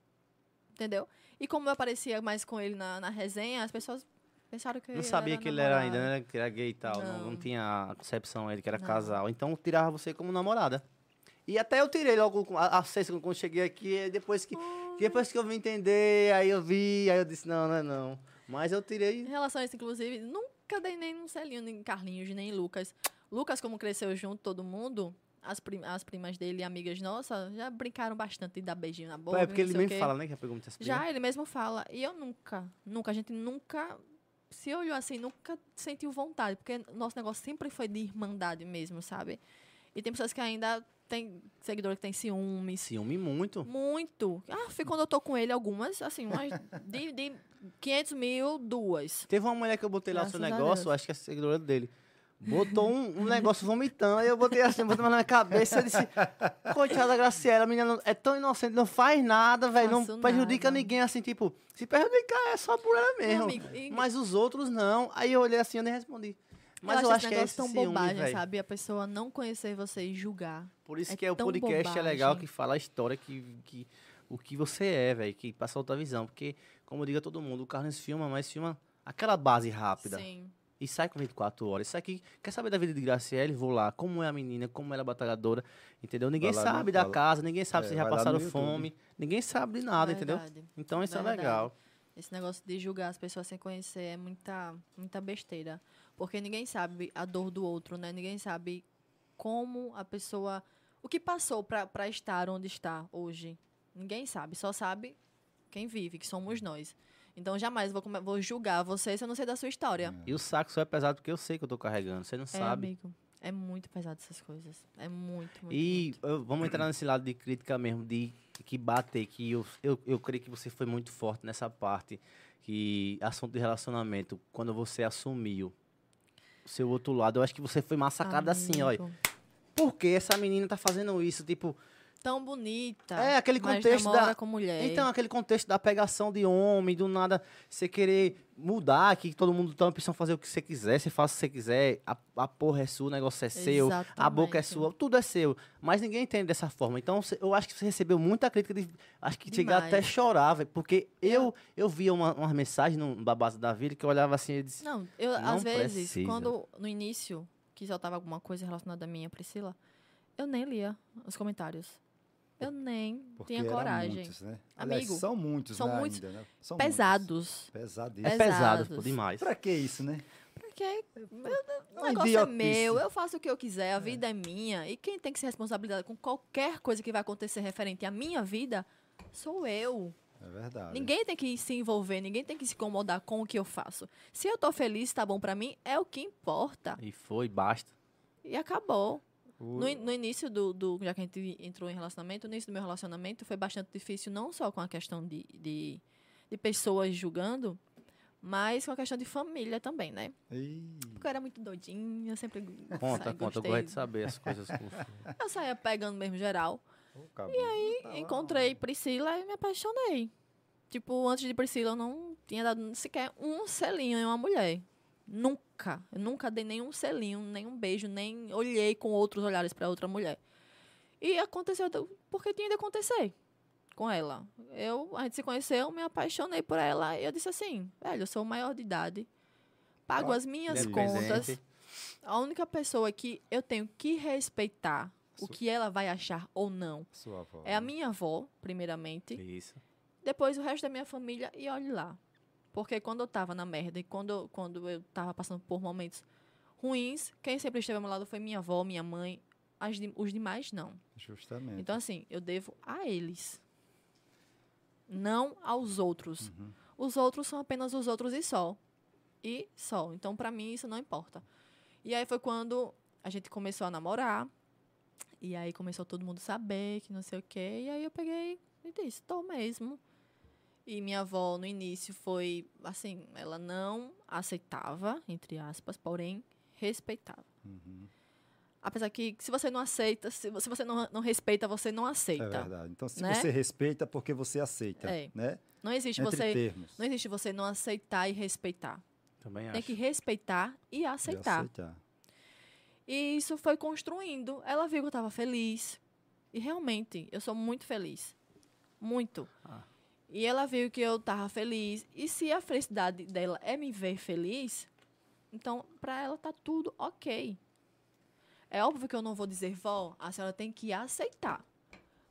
[SPEAKER 4] entendeu? E como eu aparecia mais com ele na, na resenha, as pessoas pensaram que
[SPEAKER 2] Não sabia que ele era ainda, né? Que era gay e tal. Não,
[SPEAKER 4] É, Não.
[SPEAKER 2] não tinha a concepção ele que era
[SPEAKER 4] Não.
[SPEAKER 2] casal. Então tirava você como namorada. E até eu tirei logo com- a, a sexta quando cheguei aqui, e depois que. Depois que eu vim entender, aí eu vi, aí eu disse, não, não é não. Mas eu
[SPEAKER 4] Em
[SPEAKER 2] tirei.
[SPEAKER 4] relação a isso, inclusive, nunca dei nem um selinho nem em Carlinhos, nem em Lucas. Lucas, como cresceu junto todo mundo, as, prim- as primas dele e amigas nossas já brincaram bastante de dar beijinho na boca.
[SPEAKER 2] é porque
[SPEAKER 4] não
[SPEAKER 2] ele
[SPEAKER 4] sei o
[SPEAKER 2] mesmo
[SPEAKER 4] quê.
[SPEAKER 2] fala, né? Que já pegou muitas
[SPEAKER 4] Já, ele mesmo fala. E eu nunca, nunca, a gente nunca se olhou assim, nunca sentiu vontade, porque nosso negócio sempre foi de irmandade mesmo, sabe? E tem pessoas que ainda tem seguidor que tem ciúmes.
[SPEAKER 2] Ciúme muito.
[SPEAKER 4] Muito. Ah, fico quando eu tô com ele algumas, assim, umas de, de 500 mil, duas.
[SPEAKER 2] Teve uma mulher que eu botei lá o seu
[SPEAKER 4] Graças a
[SPEAKER 2] negócio,
[SPEAKER 4] Deus.
[SPEAKER 2] acho que é seguidora dele. Botou um, um negócio vomitando, aí eu botei assim, botei mais na minha cabeça, eu disse, coitada da Graciela, a menina não- é tão inocente, não faz nada, velho, não
[SPEAKER 4] Faço
[SPEAKER 2] prejudica
[SPEAKER 4] nada.
[SPEAKER 2] ninguém, assim, tipo, se prejudicar é só por ela mesmo,
[SPEAKER 4] amigo, e-
[SPEAKER 2] mas os outros não, aí eu olhei assim, eu nem respondi. Mas eu, acho que é esse
[SPEAKER 4] tão
[SPEAKER 2] ciúme,
[SPEAKER 4] bobagem,
[SPEAKER 2] velho.
[SPEAKER 4] sabe? A pessoa não conhecer você e julgar.
[SPEAKER 2] Por isso
[SPEAKER 4] É
[SPEAKER 2] que é o
[SPEAKER 4] tão
[SPEAKER 2] podcast é legal
[SPEAKER 4] bobagem.
[SPEAKER 2] que fala a história que, que o que você é, velho, que passa outra visão, porque como eu digo a todo mundo, o Carlos filma, mas filma aquela base rápida.
[SPEAKER 4] Sim.
[SPEAKER 2] E sai com 24 horas. Isso aqui, quer saber da vida de Graciele? Vou lá. Como é a menina, como ela é batalhadora, entendeu? Ninguém
[SPEAKER 3] Vai lá no-
[SPEAKER 2] sabe da
[SPEAKER 3] vai lá-
[SPEAKER 2] casa, ninguém sabe
[SPEAKER 3] É,
[SPEAKER 2] se já
[SPEAKER 3] vai lá no
[SPEAKER 2] passaram
[SPEAKER 3] YouTube.
[SPEAKER 2] fome, ninguém sabe de nada, entendeu?
[SPEAKER 4] é Verdade.
[SPEAKER 2] Então isso é
[SPEAKER 4] Verdade.
[SPEAKER 2] legal.
[SPEAKER 4] Esse negócio de julgar as pessoas sem conhecer é muita, muita besteira. Porque ninguém sabe a dor do outro, né? Ninguém sabe como a pessoa. O que passou pra pra estar onde está hoje. Ninguém sabe. Só sabe quem vive, que somos nós. Então jamais vou, come- vou julgar você se eu não sei da sua história.
[SPEAKER 2] E o saco só é pesado porque eu sei que eu tô carregando, você não
[SPEAKER 4] É,
[SPEAKER 2] sabe.
[SPEAKER 4] amigo. É muito pesado essas coisas. É muito, muito.
[SPEAKER 2] E
[SPEAKER 4] muito.
[SPEAKER 2] eu- vamos entrar nesse lado de crítica mesmo, de que bater, que eu, eu, eu creio que você foi muito forte nessa parte, que assunto de relacionamento, quando você assumiu o seu outro lado, eu acho que você foi massacrada assim, olha.
[SPEAKER 4] Amigo.
[SPEAKER 2] Por que essa menina tá fazendo isso? Tipo,
[SPEAKER 4] Tão bonita.
[SPEAKER 2] É, aquele
[SPEAKER 4] mas
[SPEAKER 2] contexto
[SPEAKER 4] namora
[SPEAKER 2] da-
[SPEAKER 4] com mulher.
[SPEAKER 2] Então, aquele contexto da pegação de homem, do nada você querer mudar, que todo mundo tem a opção de fazer o que você quiser, você faz o que você quiser, a, a porra é sua, o negócio é seu, a boca é
[SPEAKER 4] Exatamente.
[SPEAKER 2] sua, tudo é seu. Mas ninguém entende dessa forma. Então, cê- eu acho que você recebeu muita crítica, de, acho que chegar
[SPEAKER 4] Demais. É.
[SPEAKER 2] até chorar, velho, porque eu,
[SPEAKER 4] Eu-
[SPEAKER 2] eu via uma- umas mensagens no Babás da Vida que eu olhava assim e disse,
[SPEAKER 4] Não, eu
[SPEAKER 2] Não
[SPEAKER 4] às vezes,
[SPEAKER 2] precisa.
[SPEAKER 4] quando no início que soltava alguma coisa relacionada a mim, e a Priscila, eu nem lia os comentários. Eu nem
[SPEAKER 3] Porque
[SPEAKER 4] tinha
[SPEAKER 3] eram
[SPEAKER 4] coragem.
[SPEAKER 3] Muitos, né? Aliás,
[SPEAKER 4] Amigo,
[SPEAKER 3] são muitos,
[SPEAKER 4] são
[SPEAKER 3] né,
[SPEAKER 4] muitos
[SPEAKER 3] ainda, né? São muitos.
[SPEAKER 4] Pesados.
[SPEAKER 2] é
[SPEAKER 3] Pesadíssimo.
[SPEAKER 4] Pesados.
[SPEAKER 2] pesado, pô, demais.
[SPEAKER 3] Pra que isso, né?
[SPEAKER 4] Porque o
[SPEAKER 3] uma
[SPEAKER 4] negócio é
[SPEAKER 3] idiotice.
[SPEAKER 4] meu, eu faço o que eu quiser, a vida é minha. E quem tem que se responsabilizar com qualquer coisa que vai acontecer referente à minha vida sou eu.
[SPEAKER 3] É verdade.
[SPEAKER 4] Ninguém tem que se envolver, ninguém tem que se incomodar com o que eu faço. Se eu tô feliz, tá bom pra mim, é o que importa.
[SPEAKER 2] E foi, basta.
[SPEAKER 4] E acabou.
[SPEAKER 3] O-
[SPEAKER 4] No, in- no início do, do- Já que a gente entrou em relacionamento, no início do meu relacionamento foi bastante difícil, não só com a questão de, de, de pessoas julgando, mas com a questão de família também, né?
[SPEAKER 3] Ih,
[SPEAKER 4] Porque eu era muito doidinha, eu sempre. go-
[SPEAKER 2] Conta,
[SPEAKER 4] saí-
[SPEAKER 2] conta, eu
[SPEAKER 4] gostei.
[SPEAKER 2] gosto de saber as coisas. como foi.
[SPEAKER 4] Eu saía pegando mesmo geral.
[SPEAKER 3] o cabelo tá lá.
[SPEAKER 4] Encontrei Priscila e me apaixonei. Tipo, antes de Priscila, eu não tinha dado sequer um selinho em uma mulher. Nunca. Eu nunca dei nenhum selinho, nenhum beijo, nem olhei com outros olhares pra outra mulher. E aconteceu do- porque tinha de acontecer com ela. Eu, a gente se conheceu, me apaixonei por ela e eu disse assim, velho, eu sou maior de idade. pago as minhas contas.
[SPEAKER 2] Independente.
[SPEAKER 4] A única pessoa que eu tenho que respeitar o
[SPEAKER 3] Su-
[SPEAKER 4] que ela vai achar ou não
[SPEAKER 3] Sua avó.
[SPEAKER 4] é a minha avó, primeiramente.
[SPEAKER 2] Isso.
[SPEAKER 4] depois o resto da minha família e olhe lá. Porque quando eu tava na merda e quando, quando eu tava passando por momentos ruins, quem sempre esteve ao meu lado foi minha avó, minha mãe, as de- os demais não.
[SPEAKER 3] né? Justamente.
[SPEAKER 4] Então, assim, eu devo a eles, não aos outros.
[SPEAKER 3] Uhum,
[SPEAKER 4] Os outros são apenas os outros e só. E só. Então, pra mim, isso não importa. E aí foi quando a gente começou a namorar. E aí começou todo mundo saber que não sei o quê. E aí eu peguei e disse, tô mesmo. E minha avó, no início, foi assim: ela não aceitava, entre aspas, porém respeitava.
[SPEAKER 3] Uhum.
[SPEAKER 4] Apesar que, se você não aceita, se você, se você não, não respeita, você não
[SPEAKER 3] É
[SPEAKER 4] aceita.
[SPEAKER 3] verdade. Então, se
[SPEAKER 4] né?
[SPEAKER 3] você respeita, porque você aceita,
[SPEAKER 4] É.
[SPEAKER 3] né?
[SPEAKER 4] não existe
[SPEAKER 3] Entre
[SPEAKER 4] você.
[SPEAKER 3] termos.
[SPEAKER 4] Não existe você não aceitar e respeitar.
[SPEAKER 2] Também
[SPEAKER 4] Tem
[SPEAKER 2] acho.
[SPEAKER 4] que respeitar e
[SPEAKER 3] De
[SPEAKER 4] aceitar.
[SPEAKER 3] aceitar.
[SPEAKER 4] E isso foi construindo. Ela viu que eu tava feliz. E realmente, eu sou muito feliz. Muito.
[SPEAKER 2] Ah.
[SPEAKER 4] E ela viu que eu tava feliz. E se a felicidade dela é me ver feliz, então pra ela tá tudo ok. É óbvio que eu não vou dizer, vó, a senhora tem que aceitar.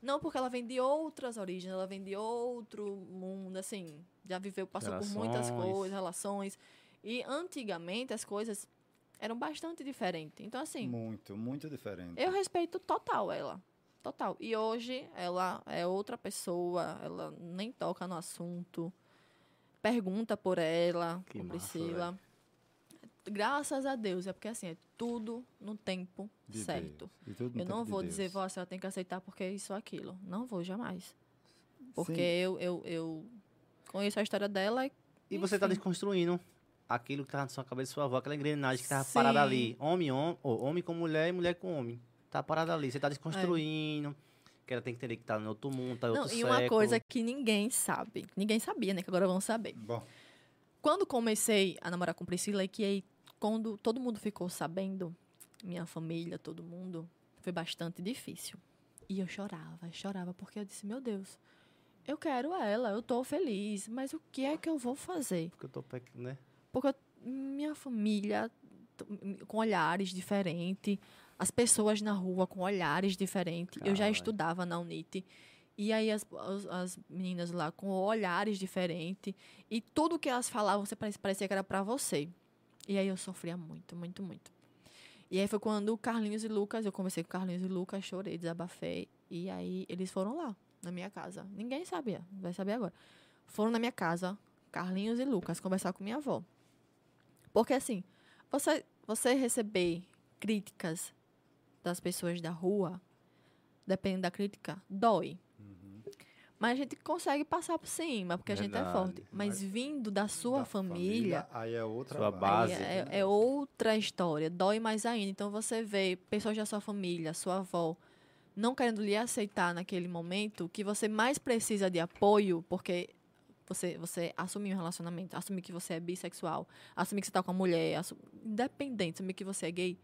[SPEAKER 4] Não, porque ela vem de outras origens, ela vem de outro mundo, assim. Já viveu, passou por muitas
[SPEAKER 2] Relações.
[SPEAKER 4] coisas, relações. E antigamente as coisas eram bastante diferentes. Então, assim,
[SPEAKER 3] Muito, muito diferente.
[SPEAKER 4] eu respeito total ela. Total. E hoje ela é outra pessoa, ela nem toca no assunto. Pergunta por ela,
[SPEAKER 2] Que
[SPEAKER 4] por
[SPEAKER 2] massa,
[SPEAKER 4] Priscila. Graças a Deus, é porque assim, é tudo no tempo
[SPEAKER 3] De
[SPEAKER 4] certo.
[SPEAKER 3] Deus. E tudo no
[SPEAKER 4] Eu não
[SPEAKER 3] tempo de
[SPEAKER 4] vou dizer,
[SPEAKER 3] Deus.
[SPEAKER 4] vó, a senhora tem que aceitar porque é isso ou aquilo. Não vou jamais.
[SPEAKER 3] Sim,
[SPEAKER 4] Porque eu, eu, eu conheço a história dela e
[SPEAKER 2] E você está
[SPEAKER 4] Enfim.
[SPEAKER 2] desconstruindo aquilo que estava na sua cabeça de sua avó, aquela engrenagem que estava
[SPEAKER 4] Sim.
[SPEAKER 2] parada ali. Homem, hom ou homem com mulher e mulher com homem. Tá parada ali. Você está desconstruindo. Que ela tem que entender que tá no outro mundo, tá em
[SPEAKER 4] Não,
[SPEAKER 2] outro
[SPEAKER 4] e
[SPEAKER 2] século.
[SPEAKER 4] uma coisa que ninguém sabe. Ninguém sabia, né? Que agora vão saber.
[SPEAKER 3] Bom,
[SPEAKER 4] Quando comecei a namorar com Priscila, e que aí, quando todo mundo ficou sabendo, minha família, todo mundo, foi bastante difícil. E eu chorava, chorava, porque eu disse, meu Deus, eu quero ela, eu tô feliz, mas o que é que eu vou fazer?
[SPEAKER 2] Porque eu tô pe- né?
[SPEAKER 4] Porque eu- minha família t- com olhares diferentes, as pessoas na rua com olhares diferentes. Eu já
[SPEAKER 2] Caralho.
[SPEAKER 4] estudava na UNIT. E aí as, as, as meninas lá com olhares diferentes. E tudo que elas falavam você parecia, parecia que era pra você. E aí eu sofria muito, muito, muito. E aí foi quando o Carlinhos e Lucas, eu conversei com o Carlinhos e Lucas, chorei, desabafei. E aí eles foram lá, na minha casa. Ninguém sabia, vai saber agora. Foram na minha casa, Carlinhos e Lucas, conversar com minha avó. Porque assim, você, você receber críticas das pessoas da rua, dependendo da crítica, dói. Mas a gente consegue passar por cima, porque a gente é
[SPEAKER 2] Verdade.
[SPEAKER 4] forte. Mas vindo da sua
[SPEAKER 3] da
[SPEAKER 4] família,
[SPEAKER 3] Aí é outra né?
[SPEAKER 2] Sua
[SPEAKER 4] aí
[SPEAKER 2] base.
[SPEAKER 4] é, é outra história, dói mais ainda. Então você vê pessoas da sua família, sua avó, não querendo lhe aceitar naquele momento que você mais precisa de apoio, porque você, você assumir um relacionamento, assumir que você é bissexual, assumir que você tá com uma mulher, assu- independente, assumir que você é gay,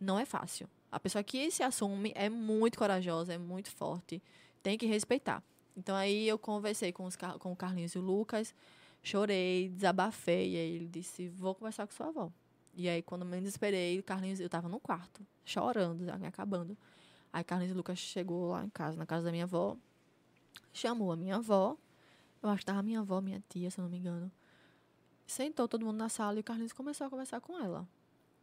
[SPEAKER 4] não é fácil. A pessoa que se assume é muito corajosa, é muito forte, tem que respeitar. Então aí eu conversei com, os, Car- com o Carlinhos e o Lucas, chorei, desabafei, e aí ele disse, vou conversar com sua avó. E aí quando eu menos esperei, o Carlinhos, eu tava no quarto, chorando, já me acabando. Aí Carlinhos e Lucas chegou lá em casa, na casa da minha avó, chamou a minha avó, eu acho que tava minha avó, minha tia, se eu não me engano. Sentou todo mundo na sala e o Carlinhos começou a conversar com ela.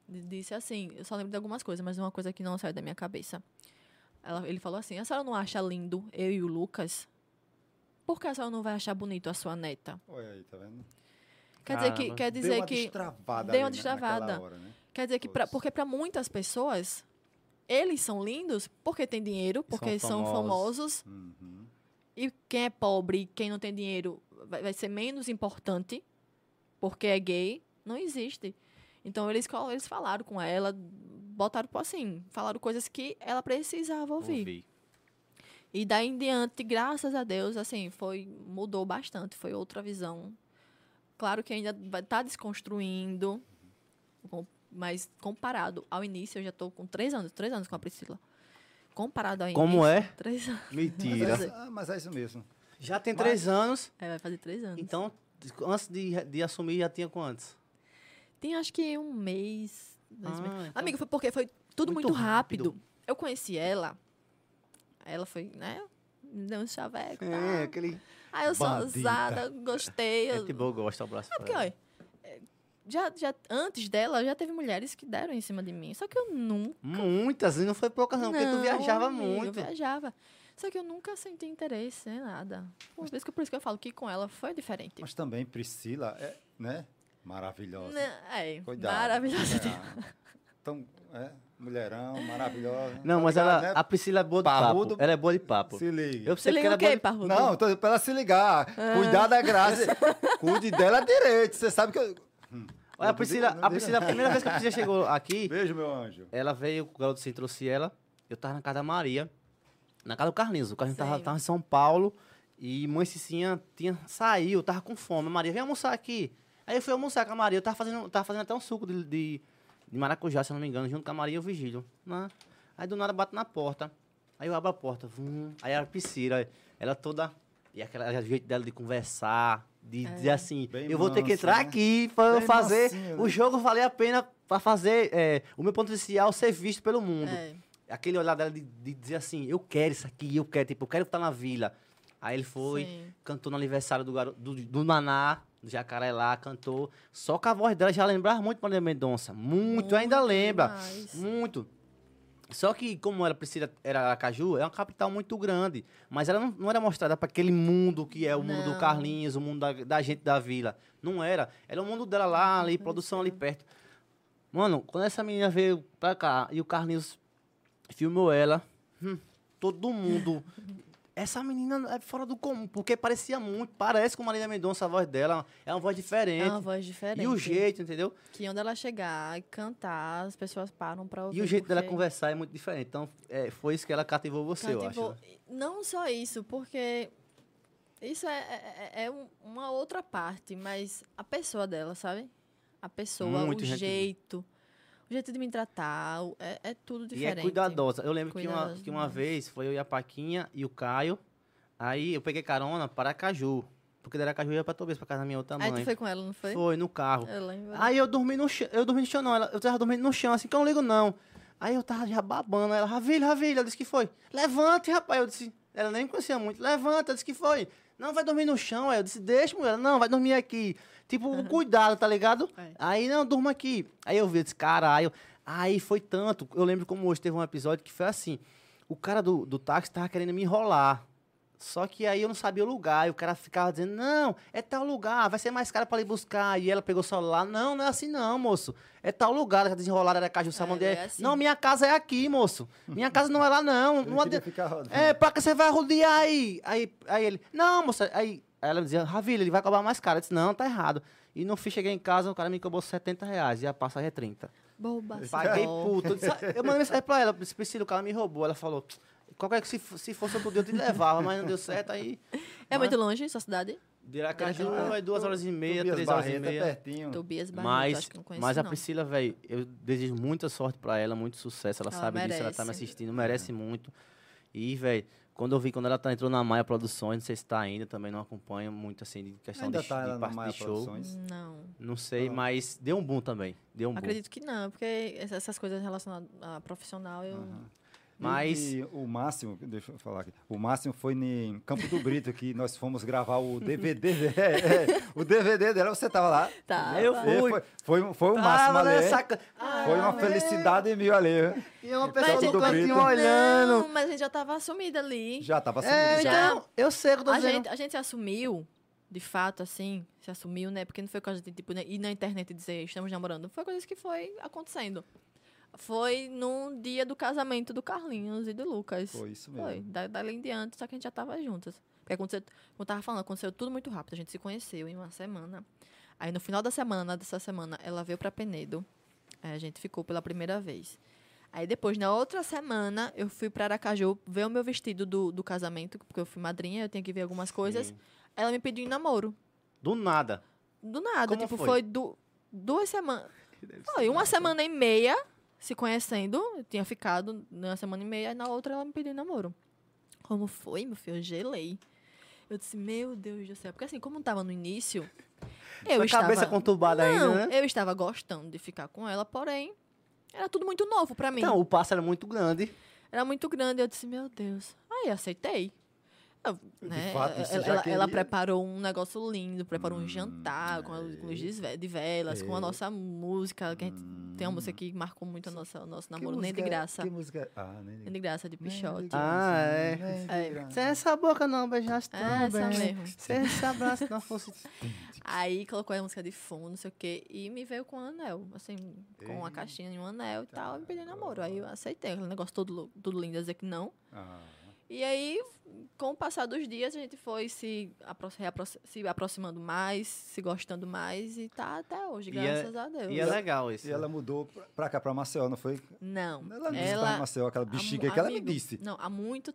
[SPEAKER 4] D- Disse assim, eu só lembro de algumas coisas, mas uma coisa que não saiu da minha cabeça. Ela- ele falou assim, a senhora não acha lindo eu e o Lucas? Por que a senhora não vai achar bonito a sua neta?
[SPEAKER 3] Olha aí, tá vendo?
[SPEAKER 4] Quer dizer que,
[SPEAKER 2] Caramba.
[SPEAKER 4] quer
[SPEAKER 3] Deu
[SPEAKER 4] dizer
[SPEAKER 3] uma
[SPEAKER 4] que,
[SPEAKER 3] destravada.
[SPEAKER 4] deu uma
[SPEAKER 3] ali na- naquela
[SPEAKER 4] destravada.
[SPEAKER 3] hora, né?
[SPEAKER 4] quer dizer que pra,
[SPEAKER 3] Pois.
[SPEAKER 4] porque para muitas pessoas eles são lindos porque têm dinheiro, porque são
[SPEAKER 2] famosos.
[SPEAKER 4] famosos
[SPEAKER 3] Uhum.
[SPEAKER 4] E quem é pobre, quem não tem dinheiro, vai, vai ser menos importante porque é gay. Não existe. Então eles, col- eles falaram com ela, botaram pô, assim, falaram coisas que ela precisava ouvir.
[SPEAKER 2] Ouvi.
[SPEAKER 4] E daí em diante, graças a Deus, assim, foi mudou bastante, foi outra visão. Claro que ainda está desconstruindo, com- mas comparado ao início, eu já estou com três anos, três anos com a Priscila. Comparado ao
[SPEAKER 2] Como
[SPEAKER 4] início,
[SPEAKER 2] é?
[SPEAKER 4] Três anos.
[SPEAKER 3] Mas,
[SPEAKER 2] Mentira.
[SPEAKER 4] Mas-
[SPEAKER 3] é- ah, mas é isso mesmo.
[SPEAKER 2] Já tem três anos.
[SPEAKER 4] É, vai fazer três anos.
[SPEAKER 2] Então, antes de, de assumir, já tinha quantos?
[SPEAKER 4] Tem acho que um mês. Dois
[SPEAKER 2] Ah,
[SPEAKER 4] meses.
[SPEAKER 2] então-
[SPEAKER 4] Amigo, foi porque foi tudo
[SPEAKER 2] Muito
[SPEAKER 4] muito,
[SPEAKER 2] rápido.
[SPEAKER 4] rápido. Eu conheci ela. Ela foi, né? Me deu um chaveco.
[SPEAKER 2] É,
[SPEAKER 4] tá?
[SPEAKER 2] aquele.
[SPEAKER 4] Aí eu sou
[SPEAKER 3] Bandida.
[SPEAKER 4] ousada, gostei.
[SPEAKER 2] É
[SPEAKER 4] Eu...
[SPEAKER 2] que bom, eu gosto, abraço.
[SPEAKER 4] Porque, olha, é, já, já, antes dela, já teve mulheres que deram em cima de mim. Só que eu nunca.
[SPEAKER 2] Muitas, e não foi poucas, não, porque tu viajava
[SPEAKER 4] amigo, Eu
[SPEAKER 2] muito.
[SPEAKER 4] viajava. Só que eu nunca senti interesse em nada. Por isso que, por isso que eu falo que com ela foi diferente.
[SPEAKER 3] Mas também Priscila é, né? Maravilhosa.
[SPEAKER 4] Né, É,
[SPEAKER 3] Cuidado.
[SPEAKER 4] maravilhosa.
[SPEAKER 3] Mulherão. Então, é, mulherão, maravilhosa.
[SPEAKER 2] Não,
[SPEAKER 3] Tá
[SPEAKER 2] mas
[SPEAKER 3] ligado,
[SPEAKER 2] ela,
[SPEAKER 3] né?
[SPEAKER 2] a Priscila é boa de
[SPEAKER 3] Parrudo.
[SPEAKER 2] papo. Ela é boa de papo.
[SPEAKER 3] Se liga.
[SPEAKER 2] Eu
[SPEAKER 4] Você
[SPEAKER 2] sei que
[SPEAKER 4] liga
[SPEAKER 2] ela é
[SPEAKER 4] o
[SPEAKER 2] boa
[SPEAKER 4] quê,
[SPEAKER 2] de...
[SPEAKER 4] Parrudo?
[SPEAKER 3] Não, eu tô pra ela se ligar. Cuidar da Grazi. Cuide dela direito. Você sabe que eu...
[SPEAKER 2] Hum. Olha, a Priscila,
[SPEAKER 3] Não
[SPEAKER 2] a
[SPEAKER 3] diga-
[SPEAKER 2] Priscila, a primeira vez que a Priscila chegou aqui,
[SPEAKER 3] Beijo, meu anjo.
[SPEAKER 2] ela veio, o garoto se trouxe ela. Eu tava na casa da Maria, na casa do Carlinhos. O Carlinhos tava,
[SPEAKER 4] Sei.
[SPEAKER 2] tava em São Paulo e mãe Cicinha tinha, saiu, tava com fome. A Maria, vem almoçar aqui. Aí eu fui almoçar com a Maria. Eu tava fazendo, tava fazendo até um suco de, de, de maracujá, se eu não me engano, junto com a Maria e o Vigílio. né? Aí do nada bate na porta. Aí eu abro a porta. vum. Aí a Priscila, ela toda. E aquele jeito dela de conversar, de dizer assim:
[SPEAKER 3] É. Bem
[SPEAKER 2] eu vou ter que
[SPEAKER 3] mansa,
[SPEAKER 2] entrar
[SPEAKER 3] né?
[SPEAKER 2] aqui pra eu
[SPEAKER 3] Bem
[SPEAKER 2] fazer
[SPEAKER 3] mansinha,
[SPEAKER 2] o
[SPEAKER 3] né?
[SPEAKER 2] jogo valer a pena pra fazer é, o meu potencial ser visto pelo mundo.
[SPEAKER 4] É.
[SPEAKER 2] Aquele olhar dela de, de dizer assim, eu quero isso aqui, eu quero, tipo, eu quero estar na vila. Aí ele foi,
[SPEAKER 4] Sim.
[SPEAKER 2] cantou no aniversário do, garo, do, do Naná, do Jacaré lá, cantou. Só que a voz dela já lembrava muito Maria Mendonça. Muito, ainda lembra.
[SPEAKER 4] demais.
[SPEAKER 2] Muito. Só que, como era Priscila, era Aracaju, é uma capital muito grande. Mas ela não, não era mostrada para aquele mundo que é o mundo do
[SPEAKER 4] Não.
[SPEAKER 2] Carlinhos, o mundo da, da gente da vila. Não era. Era o mundo dela lá, ali, produção ali perto. Mano, quando essa menina veio pra cá e o Carlinhos filmou ela, hum, todo mundo. Essa menina é fora do comum, porque parecia muito, parece com Marília Mendonça a voz dela. É uma voz diferente.
[SPEAKER 4] É uma voz diferente.
[SPEAKER 2] e o jeito, entendeu?
[SPEAKER 4] Que onde ela chegar e cantar, as pessoas param pra ouvir.
[SPEAKER 2] E o jeito dela
[SPEAKER 4] porque
[SPEAKER 2] conversar é muito diferente. Então, é, foi isso que ela cativou você, eu
[SPEAKER 4] cativou-
[SPEAKER 2] acho.
[SPEAKER 4] Então, tipo,
[SPEAKER 2] né?
[SPEAKER 4] Não só isso, porque isso é, é- é- é um- uma outra parte, mas a pessoa dela, sabe? A pessoa,
[SPEAKER 2] Muito
[SPEAKER 4] o
[SPEAKER 2] gente-
[SPEAKER 4] jeito. O jeito de me tratar, o- é, é tudo diferente.
[SPEAKER 2] E é cuidadosa. Eu lembro que uma,
[SPEAKER 4] Cuidadosa
[SPEAKER 2] que uma
[SPEAKER 4] demais.
[SPEAKER 2] vez foi eu e a Paquinha e o Caio. Aí eu peguei carona para Aracaju. Porque da Aracaju eu ia pra Tobias, pra casa da minha outra mãe.
[SPEAKER 4] Aí tu foi com ela, não foi?
[SPEAKER 2] Foi, no carro.
[SPEAKER 4] Eu lembro.
[SPEAKER 2] Aí eu dormi no chão, eu dormi no chão não, ela- eu tava dormindo no chão, assim, que eu não ligo não. Aí eu tava já babando, ela, Ravilha, Ravilha, eu disse que foi. Levante, rapaz, eu disse, ela nem me conhecia muito, levanta, eu disse que foi. Não, vai dormir no chão, aí eu disse, deixa, mulher, ela, não, vai dormir aqui. Tipo, cuidado, tá ligado?
[SPEAKER 4] É.
[SPEAKER 2] Aí, não, durma aqui. Aí eu vi, eu disse, caralho. Aí foi tanto, eu lembro como hoje teve um episódio que foi assim, o cara do, do táxi tava querendo me enrolar. Só que aí eu não sabia o lugar, e o cara ficava dizendo, não, é tal lugar, vai ser mais caro pra ir buscar. E ela pegou o celular, não, não é assim não, moço. É tal lugar, ela já desenrolada, era Caju Samandé.
[SPEAKER 4] é assim.
[SPEAKER 2] Não, minha casa é aqui, moço. Minha casa não é lá, não.
[SPEAKER 3] Ele
[SPEAKER 2] Não
[SPEAKER 3] queria
[SPEAKER 2] ade-
[SPEAKER 3] ficar rodando.
[SPEAKER 2] É, pra que você vai rodear aí? Aí, aí ele, não, moça. Aí, aí ela dizia, Ravilha, ele vai cobrar mais caro. Eu disse, não, tá errado. E no fim, cheguei em casa, o cara me cobrou 70 reais e a passagem é 30.
[SPEAKER 4] Boba.
[SPEAKER 2] Paguei
[SPEAKER 4] só.
[SPEAKER 2] puto. Eu, disse, "Ah", eu mandei mensagem pra ela, disse, Priscila, o cara me roubou. Ela falou, qualquer que se, fo- se fosse outro dia eu te levava, mas não deu certo, aí...
[SPEAKER 4] É muito longe sua cidade?
[SPEAKER 2] De Aracaju
[SPEAKER 4] Aracaju.
[SPEAKER 2] é duas horas e meia,
[SPEAKER 3] Tobias
[SPEAKER 2] três horas e
[SPEAKER 3] Barreto é
[SPEAKER 2] meia.
[SPEAKER 3] pertinho.
[SPEAKER 4] Tobias Barreto,
[SPEAKER 2] Mas,
[SPEAKER 4] acho que não conheço
[SPEAKER 2] mas a
[SPEAKER 4] não.
[SPEAKER 2] Priscila, velho, eu desejo muita sorte pra ela, muito sucesso. Ela,
[SPEAKER 4] Ela
[SPEAKER 2] sabe disso, ela tá me
[SPEAKER 4] merece.
[SPEAKER 2] assistindo, merece muito. E, velho, quando eu vi, quando ela tá, entrou na Maia Produções, não sei se tá ainda, também não acompanho muito, assim, de questão
[SPEAKER 3] Ainda
[SPEAKER 2] de,
[SPEAKER 3] tá
[SPEAKER 2] de
[SPEAKER 3] ela na
[SPEAKER 2] parte
[SPEAKER 3] Maia
[SPEAKER 2] de show.
[SPEAKER 3] Produções.
[SPEAKER 4] Não.
[SPEAKER 2] Não sei,
[SPEAKER 3] Não.
[SPEAKER 2] mas deu um boom também. Deu um boom.
[SPEAKER 4] Acredito que não, porque ess- essas coisas relacionadas a profissional, eu...
[SPEAKER 3] Aham.
[SPEAKER 2] Mas-
[SPEAKER 3] E o Máximo, deixa eu falar aqui. O Máximo foi em Campo do Brito que nós fomos gravar o DVD dela. É, é, o DVD dela, você tava lá.
[SPEAKER 4] Tá.
[SPEAKER 2] Eu
[SPEAKER 3] É,
[SPEAKER 2] fui.
[SPEAKER 3] Foi, foi, um- foi o Máximo
[SPEAKER 2] Tava
[SPEAKER 3] ali.
[SPEAKER 2] nessa ca- Ah,
[SPEAKER 3] Foi uma
[SPEAKER 2] meu.
[SPEAKER 3] felicidade mil ali.
[SPEAKER 2] E uma
[SPEAKER 3] Mas
[SPEAKER 2] pessoa
[SPEAKER 3] gente-
[SPEAKER 2] do cantinho
[SPEAKER 3] Brito.
[SPEAKER 2] olhando.
[SPEAKER 4] Não, mas a gente já tava assumida ali.
[SPEAKER 3] Já tava
[SPEAKER 2] É,
[SPEAKER 3] subindo.
[SPEAKER 4] Já.
[SPEAKER 2] então, eu sei o que eu tô
[SPEAKER 4] A
[SPEAKER 2] dizendo.
[SPEAKER 4] gente, a gente se assumiu, de fato, assim, se assumiu, né? Porque não foi coisa de, tipo, né, ir na internet e dizer, estamos namorando. Foi coisa que foi acontecendo. Foi num dia do casamento do Carlinhos e do Lucas.
[SPEAKER 3] Foi isso mesmo.
[SPEAKER 4] Foi, da, dali em diante, só que a gente já tava juntas. Porque aconteceu, como eu tava falando, aconteceu tudo muito rápido. A gente se conheceu em uma semana. Aí no final da semana, na dessa semana, ela veio pra Penedo. Aí a gente ficou pela primeira vez. Aí depois, na outra semana, eu fui pra Aracaju ver o meu vestido do, do casamento, porque eu fui madrinha, eu tinha que ver algumas coisas. Ela me pediu em namoro.
[SPEAKER 2] Do nada.
[SPEAKER 4] Do nada.
[SPEAKER 2] Como
[SPEAKER 4] tipo,
[SPEAKER 2] foi?
[SPEAKER 4] foi, du- duas semanas. Foi uma semana e meia se conhecendo. Eu tinha ficado uma semana e meia, e na outra ela me pediu em namoro. Como foi, meu filho? Eu gelei. Eu disse, meu Deus do céu. Porque assim, como tava no início, Eu
[SPEAKER 2] Sua
[SPEAKER 4] estava...
[SPEAKER 2] cabeça conturbada
[SPEAKER 4] não,
[SPEAKER 2] ainda, né?
[SPEAKER 4] eu estava gostando de ficar com ela, porém, era tudo muito novo pra mim.
[SPEAKER 2] Então, o passo era muito grande.
[SPEAKER 4] Era muito grande. Eu disse, meu Deus. Aí aceitei. Eu, né,
[SPEAKER 3] fato, você
[SPEAKER 4] ela,
[SPEAKER 3] já
[SPEAKER 4] ela- ela
[SPEAKER 3] queria.
[SPEAKER 4] preparou um negócio lindo, preparou
[SPEAKER 3] Hum,
[SPEAKER 4] um jantar com a
[SPEAKER 3] aí. É.
[SPEAKER 4] luz de ve- de velas, com a
[SPEAKER 3] Ei.
[SPEAKER 4] nossa música, que a gente tem uma música que marcou muito a nossa, o nosso namoro, nem de graça.
[SPEAKER 3] Que Hum. música? Ah, nem de
[SPEAKER 4] Nem de graça, de pichote.
[SPEAKER 2] Ah, é. assim.
[SPEAKER 3] Nem de
[SPEAKER 4] É.
[SPEAKER 3] graça.
[SPEAKER 2] Sem essa boca não beijasse tão
[SPEAKER 4] É, essa
[SPEAKER 2] bem.
[SPEAKER 4] mesmo.
[SPEAKER 2] Sem esse abraço não fosse...
[SPEAKER 4] Aí colocou a música de fundo, não sei o quê, e me veio com um anel, assim, com uma
[SPEAKER 3] Eita.
[SPEAKER 4] caixinha e um anel e tal, e me pediu namoro. Aí eu aceitei, aquele negócio todo, lou- todo lindo, dizer que não.
[SPEAKER 3] Ah,
[SPEAKER 4] E aí, com o passar dos dias, a gente foi se, apro- reapro- se aproximando mais, se gostando mais, e tá até hoje,
[SPEAKER 2] E
[SPEAKER 4] graças a Deus.
[SPEAKER 2] E é legal isso.
[SPEAKER 3] E ela mudou pra- pra cá, pra Maceió, não foi?
[SPEAKER 4] Não,
[SPEAKER 2] é
[SPEAKER 3] Ela disse
[SPEAKER 2] tá
[SPEAKER 3] pra
[SPEAKER 4] ela...
[SPEAKER 3] Maceió, aquela
[SPEAKER 4] há mu-
[SPEAKER 3] bexiga que ela me
[SPEAKER 4] amigo,
[SPEAKER 3] disse.
[SPEAKER 4] Não, há muito...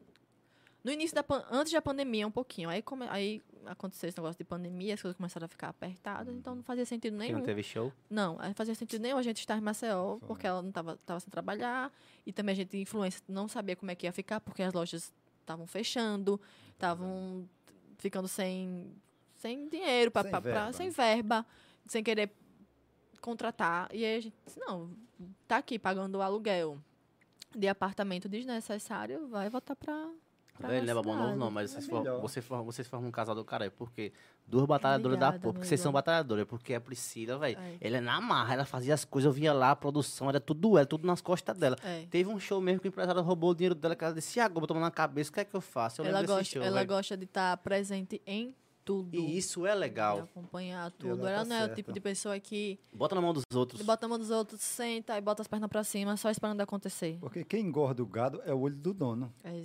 [SPEAKER 4] No início da... pan- Antes da pandemia, um pouquinho. Aí, come- aí aconteceu esse negócio de pandemia, as coisas começaram a ficar apertadas, então não fazia sentido
[SPEAKER 2] Uhum. Que
[SPEAKER 4] nenhum.
[SPEAKER 2] não teve show.
[SPEAKER 4] Não, aí não fazia sentido nenhum a gente estar em Maceió,
[SPEAKER 3] Foi.
[SPEAKER 4] porque ela não estava tava sem trabalhar. E também a gente, influência, não sabia como é que ia ficar, porque as lojas estavam fechando, estavam ficando sem, sem dinheiro, pra,
[SPEAKER 3] Sem
[SPEAKER 4] sem, pra,
[SPEAKER 3] verba,
[SPEAKER 4] verba. sem verba, sem querer contratar. E aí a gente disse, não, tá aqui pagando o aluguel de apartamento desnecessário, vai voltar pra. pra
[SPEAKER 2] Tá
[SPEAKER 4] né?
[SPEAKER 2] Ele leva bom novo
[SPEAKER 4] cidade.
[SPEAKER 2] não, mas vocês,
[SPEAKER 3] É
[SPEAKER 2] for-
[SPEAKER 3] melhor.
[SPEAKER 2] vocês, for- vocês formam um casal do caralho. Por quê? Duas batalhadoras da
[SPEAKER 4] Obrigada,
[SPEAKER 2] porra. Porque vocês são
[SPEAKER 4] amigo.
[SPEAKER 2] batalhadoras. Porque a Priscila, velho,
[SPEAKER 4] Ai.
[SPEAKER 2] ela é na marra. Ela fazia as coisas, eu vinha lá, a produção, era tudo ela, tudo nas costas dela.
[SPEAKER 4] É.
[SPEAKER 2] Teve um show mesmo que o empresário roubou o dinheiro dela, que ela disse, agora vou tomar na cabeça, o que é que eu faço? Eu
[SPEAKER 4] Ela,
[SPEAKER 2] lembro desse
[SPEAKER 4] gosta,
[SPEAKER 2] show,
[SPEAKER 4] ela
[SPEAKER 2] velho.
[SPEAKER 4] gosta de estar presente em tudo.
[SPEAKER 2] E isso é
[SPEAKER 4] de
[SPEAKER 2] legal.
[SPEAKER 4] acompanhar tudo.
[SPEAKER 3] tá
[SPEAKER 4] Ela não é
[SPEAKER 3] certa.
[SPEAKER 4] o tipo de pessoa que
[SPEAKER 2] Bota na mão dos outros.
[SPEAKER 4] bota a mão dos outros, senta e bota as pernas pra cima, só esperando acontecer.
[SPEAKER 3] Porque quem engorda o gado é o olho do dono.
[SPEAKER 4] É,
[SPEAKER 3] Aprendam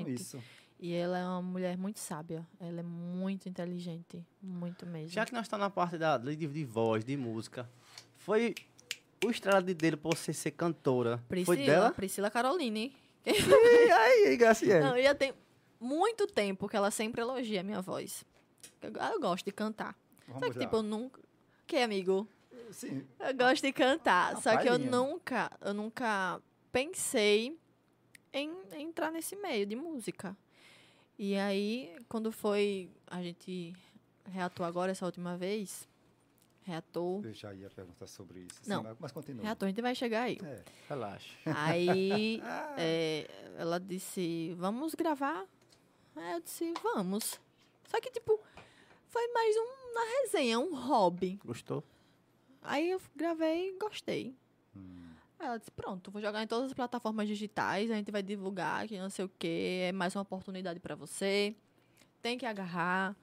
[SPEAKER 4] exatamente.
[SPEAKER 3] isso.
[SPEAKER 4] E ela é uma mulher muito sábia. Ela é muito inteligente. Muito mesmo.
[SPEAKER 2] Já que nós estamos na parte da, de, de voz, de música, foi o estrada de dele pra você ser cantora. Foi
[SPEAKER 4] Priscila,
[SPEAKER 2] dela?
[SPEAKER 4] Priscila Caroline.
[SPEAKER 2] E aí, Graciela?
[SPEAKER 4] Não, já tem muito tempo que ela sempre elogia a minha voz. Eu, eu gosto de cantar.
[SPEAKER 3] Vamos
[SPEAKER 4] só que,
[SPEAKER 3] lá.
[SPEAKER 4] tipo, eu nunca. Que, amigo?
[SPEAKER 3] Sim,
[SPEAKER 4] Eu gosto de cantar.
[SPEAKER 3] Ah,
[SPEAKER 4] só que eu
[SPEAKER 3] palhinha.
[SPEAKER 4] nunca, eu nunca pensei em entrar nesse meio de música. E aí, quando foi. A gente reatou agora essa última vez. Reatou.
[SPEAKER 3] eu já ia perguntar sobre isso. sim,
[SPEAKER 4] um Não.
[SPEAKER 3] mas- mas continua.
[SPEAKER 4] Reatou, a gente vai chegar aí.
[SPEAKER 3] É.
[SPEAKER 2] Relaxa.
[SPEAKER 4] Aí é, ela disse, vamos gravar? Aí eu disse, vamos. Só que, tipo, foi mais um- uma resenha, um hobby.
[SPEAKER 2] Gostou?
[SPEAKER 4] Aí eu gravei e gostei.
[SPEAKER 3] Hum.
[SPEAKER 4] Aí Ela disse, pronto, vou jogar em todas as plataformas digitais, a gente vai divulgar, que não sei o quê, é mais uma oportunidade pra você. Tem que agarrar,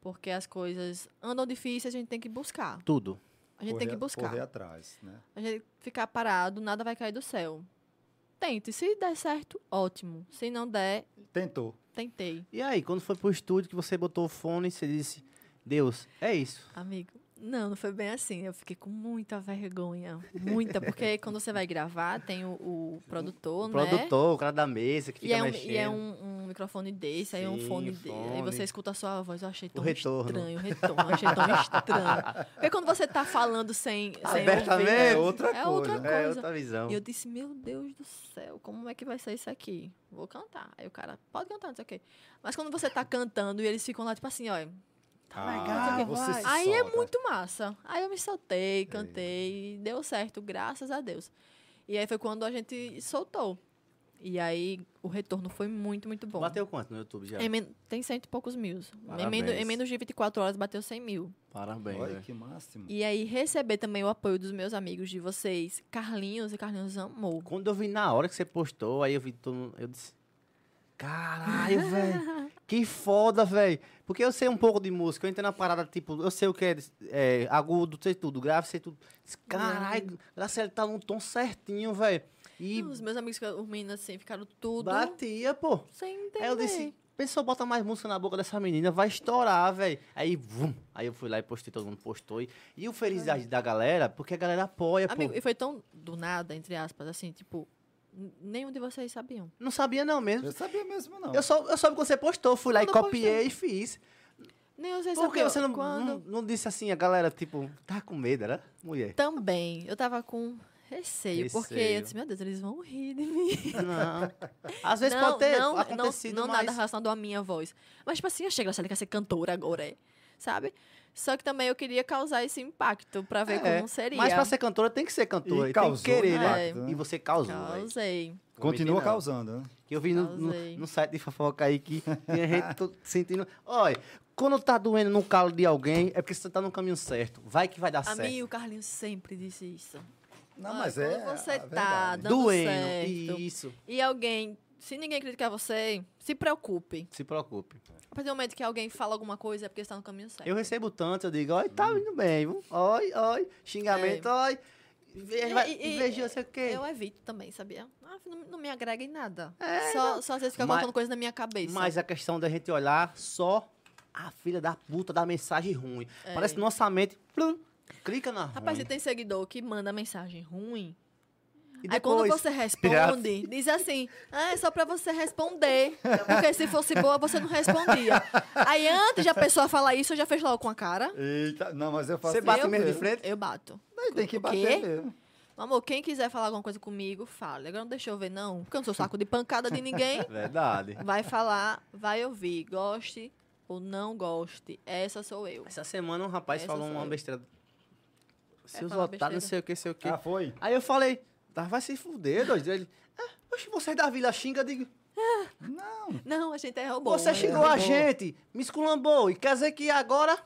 [SPEAKER 4] porque as coisas andam difíceis, a gente tem que buscar.
[SPEAKER 2] Tudo.
[SPEAKER 4] A gente tem
[SPEAKER 3] Correr-
[SPEAKER 4] que buscar.
[SPEAKER 3] Correr atrás, né?
[SPEAKER 4] A gente ficar parado, nada vai cair do céu. Tente, se der certo, ótimo. Se não der,
[SPEAKER 3] Tentou.
[SPEAKER 4] tentei,
[SPEAKER 2] E aí, quando foi pro estúdio que você botou o fone, você disse, Deus, é isso.
[SPEAKER 4] amigo. Não, não foi bem assim. Eu fiquei com muita vergonha. Muita, porque quando você vai gravar, tem o, o produtor,
[SPEAKER 2] o
[SPEAKER 4] né?
[SPEAKER 2] produtor, o cara da mesa que
[SPEAKER 4] E
[SPEAKER 2] fica
[SPEAKER 4] é, um,
[SPEAKER 2] mexendo.
[SPEAKER 4] e é um, um microfone desse, aí é um
[SPEAKER 2] Sim,
[SPEAKER 4] fone, desse. Aí
[SPEAKER 2] fone.
[SPEAKER 4] você escuta a sua voz. Eu achei tão
[SPEAKER 2] retorno.
[SPEAKER 4] estranho. O retorno. Eu achei tão estranho. Porque quando você tá falando sem. sem
[SPEAKER 2] Abertamente.
[SPEAKER 4] ouvir,
[SPEAKER 2] É
[SPEAKER 3] outra
[SPEAKER 4] É outra
[SPEAKER 3] coisa.
[SPEAKER 4] coisa.
[SPEAKER 2] É outra visão.
[SPEAKER 4] E eu disse, meu Deus do céu, como é que vai ser isso aqui? Vou cantar. Aí o cara, pode cantar, não sei o quê. Mas quando você tá cantando e eles ficam lá, tipo assim, ó.
[SPEAKER 3] Ah,
[SPEAKER 2] legal,
[SPEAKER 3] você
[SPEAKER 2] vai.
[SPEAKER 3] se
[SPEAKER 4] Aí é
[SPEAKER 3] solta.
[SPEAKER 4] muito massa. Aí eu me soltei, cantei, e deu certo, graças a Deus. E aí foi quando a gente soltou. E aí o retorno foi muito, muito bom. É
[SPEAKER 2] Bateu quanto no YouTube já?
[SPEAKER 4] Em men- Tem cento e poucos mil. Em, men-
[SPEAKER 2] Parabéns.
[SPEAKER 4] em menos de 24 horas bateu 100 mil.
[SPEAKER 2] Parabéns,
[SPEAKER 3] Olha
[SPEAKER 2] velho.
[SPEAKER 3] que máximo.
[SPEAKER 4] E aí receber também o apoio dos meus amigos, de vocês. Carlinhos, e Carlinhos amou.
[SPEAKER 2] Quando eu vi na hora que você postou, aí eu vi todo mundo, eu disse, caralho, velho, que foda, velho. Porque eu sei um pouco de música, eu entrei na parada, tipo, eu sei o que é, é, agudo, sei tudo, grave, sei tudo. Disse, Caralho, Graciela tá num tom certinho, velho. E
[SPEAKER 4] Os meus amigos, ficaram- os meninos, assim, ficaram tudo
[SPEAKER 2] batia, pô.
[SPEAKER 4] sem entender.
[SPEAKER 2] Aí eu disse, pessoal, bota mais música na boca dessa menina, vai estourar, velho. Aí, vum, aí eu fui lá e postei, todo mundo postou. E, e o felicidade da galera, porque a galera apoia,
[SPEAKER 4] Amigo,
[SPEAKER 2] "É, pô.
[SPEAKER 4] e foi tão do nada, entre aspas, assim, tipo, n- nenhum de vocês sabiam.
[SPEAKER 2] Não sabia não mesmo.
[SPEAKER 3] Eu sabia mesmo, não.
[SPEAKER 2] Eu, só, eu soube que você postou, fui lá e
[SPEAKER 4] Quando eu
[SPEAKER 2] copiei e fiz.
[SPEAKER 4] Nem vocês
[SPEAKER 2] Por que
[SPEAKER 4] sabiam.
[SPEAKER 2] você não,
[SPEAKER 4] Quando...
[SPEAKER 2] não, não disse assim, a galera, tipo, tá com medo, era? Mulher.
[SPEAKER 4] Também, eu tava com receio, porque
[SPEAKER 2] Receio.
[SPEAKER 4] eu disse, meu Deus, eles vão rir de mim.
[SPEAKER 2] Não. Às vezes pode ter acontecido,
[SPEAKER 4] não, não
[SPEAKER 2] mas...
[SPEAKER 4] nada relacionado à minha voz. Mas, tipo assim, achei Graciela quer ser cantora agora, é. sabe? Só que também eu queria causar esse impacto pra ver
[SPEAKER 2] É,
[SPEAKER 4] como seria. É.
[SPEAKER 2] Mas pra ser cantora tem que ser cantora.
[SPEAKER 3] E
[SPEAKER 2] E tem que
[SPEAKER 3] causou
[SPEAKER 2] querer, né?
[SPEAKER 3] impacto, né?
[SPEAKER 2] E você causou. velho.
[SPEAKER 4] Causei.
[SPEAKER 3] Continua
[SPEAKER 2] Não.
[SPEAKER 3] causando, né?
[SPEAKER 2] Que eu vi no, no,
[SPEAKER 4] Causei.
[SPEAKER 2] no site de fofoca aí que tinha gente tô sentindo. Olha, quando tá doendo no calo de alguém, é porque você tá no caminho certo. Vai que vai dar
[SPEAKER 4] A
[SPEAKER 2] Tá certo.
[SPEAKER 4] mim o Carlinhos sempre disse isso.
[SPEAKER 3] Não,
[SPEAKER 4] Ai,
[SPEAKER 3] mas
[SPEAKER 4] quando
[SPEAKER 3] é.
[SPEAKER 4] Ah, você
[SPEAKER 3] a
[SPEAKER 4] tá
[SPEAKER 3] verdade.
[SPEAKER 4] dando
[SPEAKER 2] doendo.
[SPEAKER 4] certo.
[SPEAKER 2] Isso.
[SPEAKER 4] E alguém, se ninguém criticar você, se preocupe.
[SPEAKER 2] Se preocupe.
[SPEAKER 4] A partir do momento que alguém fala alguma coisa, é porque está no caminho certo.
[SPEAKER 2] Eu recebo tanto, eu digo, olha, tá indo bem, viu? Olha, olha, xingamento, olha.
[SPEAKER 4] E- e-
[SPEAKER 2] Veja, não sei o quê.
[SPEAKER 4] Eu evito também, sabia? Ah, não, não me agrega em nada. só, só às vezes fica
[SPEAKER 2] É, Mas-
[SPEAKER 4] colocando coisa na minha cabeça.
[SPEAKER 2] Mas é a questão da gente olhar só a filha da puta da mensagem ruim. Parece que nossa mente plum, clica na
[SPEAKER 4] É. Rapaz,
[SPEAKER 2] ruim.
[SPEAKER 4] se tem seguidor que manda mensagem ruim.
[SPEAKER 2] E
[SPEAKER 4] Aí quando
[SPEAKER 2] depois,
[SPEAKER 4] você responde, diz assim: ah, é só pra você responder. Porque se fosse boa, você não respondia. Aí antes de a pessoa falar isso, eu já fez logo com a cara.
[SPEAKER 3] Eita, não, mas eu faço
[SPEAKER 2] Você bate
[SPEAKER 3] isso
[SPEAKER 2] mesmo de
[SPEAKER 3] mesmo.
[SPEAKER 2] frente?
[SPEAKER 4] Eu bato.
[SPEAKER 3] Não, Tem que
[SPEAKER 4] O quê?
[SPEAKER 3] bater mesmo.
[SPEAKER 4] Amor, quem quiser falar alguma coisa comigo, fala. Agora não deixa eu ver, não. Porque eu não sou saco de pancada de ninguém.
[SPEAKER 2] Verdade.
[SPEAKER 4] Vai falar, vai ouvir. Goste ou não goste. Essa sou eu.
[SPEAKER 2] Essa semana um rapaz
[SPEAKER 4] Essa
[SPEAKER 2] falou
[SPEAKER 4] sou
[SPEAKER 2] uma
[SPEAKER 4] eu. É
[SPEAKER 2] besteira. Seus
[SPEAKER 4] falar
[SPEAKER 2] otários, não
[SPEAKER 4] besteira.
[SPEAKER 2] sei o que, sei o que.
[SPEAKER 3] Ah, foi?
[SPEAKER 2] Aí eu falei, tá, vai se fuder, doido. Ele, ah, oxe, você é da Vila Xinga, eu digo,
[SPEAKER 3] Não.
[SPEAKER 4] Não, a gente é robô.
[SPEAKER 2] você
[SPEAKER 4] né?
[SPEAKER 2] xingou a gente, me esculambou, e quer dizer que agora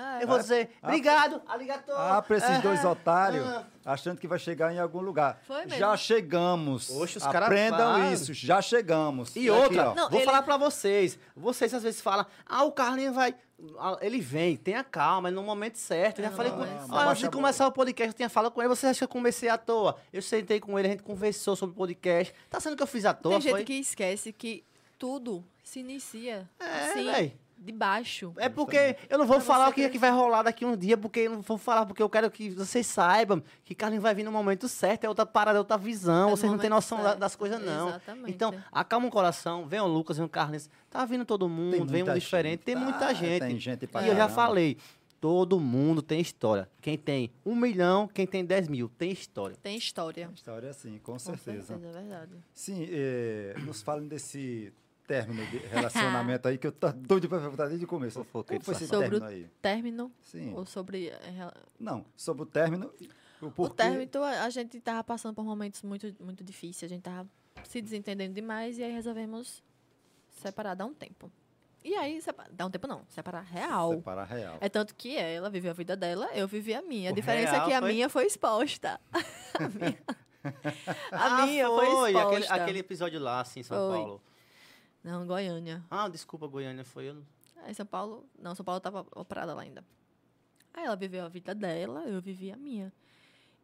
[SPEAKER 4] Ah,
[SPEAKER 2] eu vou
[SPEAKER 3] Ah,
[SPEAKER 2] dizer,
[SPEAKER 3] ah,
[SPEAKER 2] obrigado, arigato.
[SPEAKER 3] Ah, pra esses
[SPEAKER 2] ah,
[SPEAKER 3] dois otários,
[SPEAKER 2] ah.
[SPEAKER 3] achando que vai chegar em algum lugar.
[SPEAKER 4] Foi mesmo.
[SPEAKER 3] Já chegamos.
[SPEAKER 2] Oxe, os caras
[SPEAKER 3] Aprendam
[SPEAKER 2] falam.
[SPEAKER 3] isso, já chegamos.
[SPEAKER 2] E outra,
[SPEAKER 3] ó.
[SPEAKER 4] Não,
[SPEAKER 2] vou
[SPEAKER 4] ele-
[SPEAKER 2] falar pra vocês. Vocês às vezes falam, ah, o Carlinhos vai. ah, Ele vem, tenha calma, é no momento certo. Eu já
[SPEAKER 4] Não,
[SPEAKER 2] falei
[SPEAKER 4] não,
[SPEAKER 2] com
[SPEAKER 4] é
[SPEAKER 2] ele.
[SPEAKER 4] assim.
[SPEAKER 2] Olha, antes
[SPEAKER 3] Abaixa
[SPEAKER 2] de
[SPEAKER 3] a boca.
[SPEAKER 2] começar o podcast, eu tinha falado com ele. Você acha que eu comecei à toa? Eu sentei com ele, a gente conversou sobre o podcast. Tá sendo que eu fiz à toa?
[SPEAKER 4] Tem gente
[SPEAKER 2] foi?
[SPEAKER 4] que esquece que tudo se inicia
[SPEAKER 2] É,
[SPEAKER 4] assim,
[SPEAKER 2] véi.
[SPEAKER 4] de baixo.
[SPEAKER 2] É porque eu não vou
[SPEAKER 4] Pra
[SPEAKER 2] falar
[SPEAKER 4] você
[SPEAKER 2] o que, é
[SPEAKER 4] crescer.
[SPEAKER 2] que vai rolar daqui um dia, porque eu não vou falar, porque eu quero que vocês saibam que Carlinhos vai vir no momento certo, é outra parada, é outra visão,
[SPEAKER 4] É no
[SPEAKER 2] vocês não têm
[SPEAKER 4] momento
[SPEAKER 2] noção da-
[SPEAKER 4] certo.
[SPEAKER 2] das coisas, não.
[SPEAKER 4] Exatamente.
[SPEAKER 2] Então, acalma o coração, venham o Lucas, venham o Carlinhos, tá vindo todo mundo, vem um
[SPEAKER 3] muita
[SPEAKER 2] diferente,
[SPEAKER 3] gente,
[SPEAKER 2] tem
[SPEAKER 3] tá?
[SPEAKER 2] muita gente.
[SPEAKER 3] Tem gente pra
[SPEAKER 2] E eu já
[SPEAKER 3] caramba.
[SPEAKER 2] falei, todo mundo tem história. Quem tem um milhão, quem tem dez mil, tem história.
[SPEAKER 4] Tem história.
[SPEAKER 3] A história é assim, com
[SPEAKER 4] Com
[SPEAKER 3] certeza.
[SPEAKER 4] é verdade.
[SPEAKER 3] Sim, eh, nos falem desse término de relacionamento aí que eu tô doido pra perguntar desde o começo. Como
[SPEAKER 2] Fofoqueiro
[SPEAKER 3] foi esse
[SPEAKER 4] safado.
[SPEAKER 3] término
[SPEAKER 4] Sobre
[SPEAKER 3] aí?
[SPEAKER 4] Término
[SPEAKER 3] Sim.
[SPEAKER 4] ou sobre. é, rela-
[SPEAKER 3] Não, sobre o término. O,
[SPEAKER 4] O
[SPEAKER 3] porquê-
[SPEAKER 4] término, a a gente tava passando por momentos muito, muito difíceis, a gente tava se desentendendo demais e aí resolvemos separar, dar um tempo. E aí, sepa- dar um tempo não, separar real.
[SPEAKER 3] Separar real.
[SPEAKER 4] É tanto que ela viveu a vida dela, eu vivi a minha. A
[SPEAKER 2] O
[SPEAKER 4] diferença é
[SPEAKER 2] real
[SPEAKER 4] que a
[SPEAKER 2] foi-
[SPEAKER 4] minha foi exposta. A minha, a
[SPEAKER 2] Ah,
[SPEAKER 4] minha foi, exposta.
[SPEAKER 2] aquele, aquele episódio lá, assim, em São
[SPEAKER 4] Foi.
[SPEAKER 2] Paulo.
[SPEAKER 4] Não, Goiânia.
[SPEAKER 2] Ah, desculpa, Goiânia, foi eu. não-
[SPEAKER 4] Aí São Paulo. Não, São Paulo tava operada lá ainda. Aí ela viveu a vida dela, eu vivi a minha.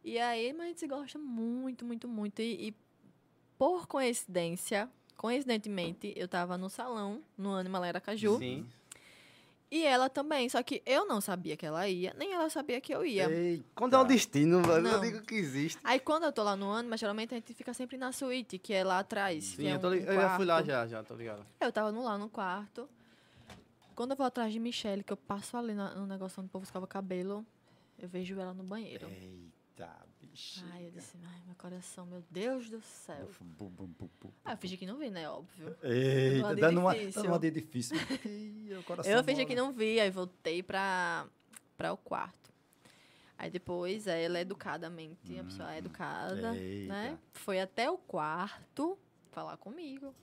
[SPEAKER 4] E aí, mas a gente se gosta muito, muito, muito. E, e por coincidência, coincidentemente, eu tava no salão, no Anima Lá em Aracaju.
[SPEAKER 2] Sim.
[SPEAKER 4] E ela também, só que eu não sabia que ela ia, nem ela sabia que eu ia.
[SPEAKER 3] Eita.
[SPEAKER 2] Quando é o destino, mano, eu
[SPEAKER 4] Não.
[SPEAKER 2] digo que existe.
[SPEAKER 4] Aí quando eu tô lá no ano, mas geralmente a gente fica sempre na suíte, que é lá atrás. que
[SPEAKER 2] Sim,
[SPEAKER 4] é
[SPEAKER 2] eu, tô
[SPEAKER 4] um- um
[SPEAKER 2] li- eu já fui lá
[SPEAKER 4] quarto.
[SPEAKER 2] já, já, tô ligado.
[SPEAKER 4] Eu tava no, lá no quarto. Quando eu vou atrás de Michelle, que eu passo ali na- no negócio onde o povo escova cabelo, eu vejo ela no banheiro.
[SPEAKER 3] Eita, bicho.
[SPEAKER 4] Ai, eu disse, ai, meu coração, meu Deus do céu.
[SPEAKER 3] Bum, bum, bum, bum.
[SPEAKER 4] Ah, eu fingi que não vi, né? Óbvio.
[SPEAKER 3] Eita,
[SPEAKER 4] Uma de
[SPEAKER 3] dando uma,
[SPEAKER 4] difícil.
[SPEAKER 3] dando uma de difícil. Ih, o coração
[SPEAKER 4] Eu fingi
[SPEAKER 3] mole.
[SPEAKER 4] que não vi, aí voltei pra, pra o quarto. Aí depois é, ela educadamente, a pessoa é educada, né?
[SPEAKER 3] Eita.
[SPEAKER 4] Foi até o quarto falar comigo.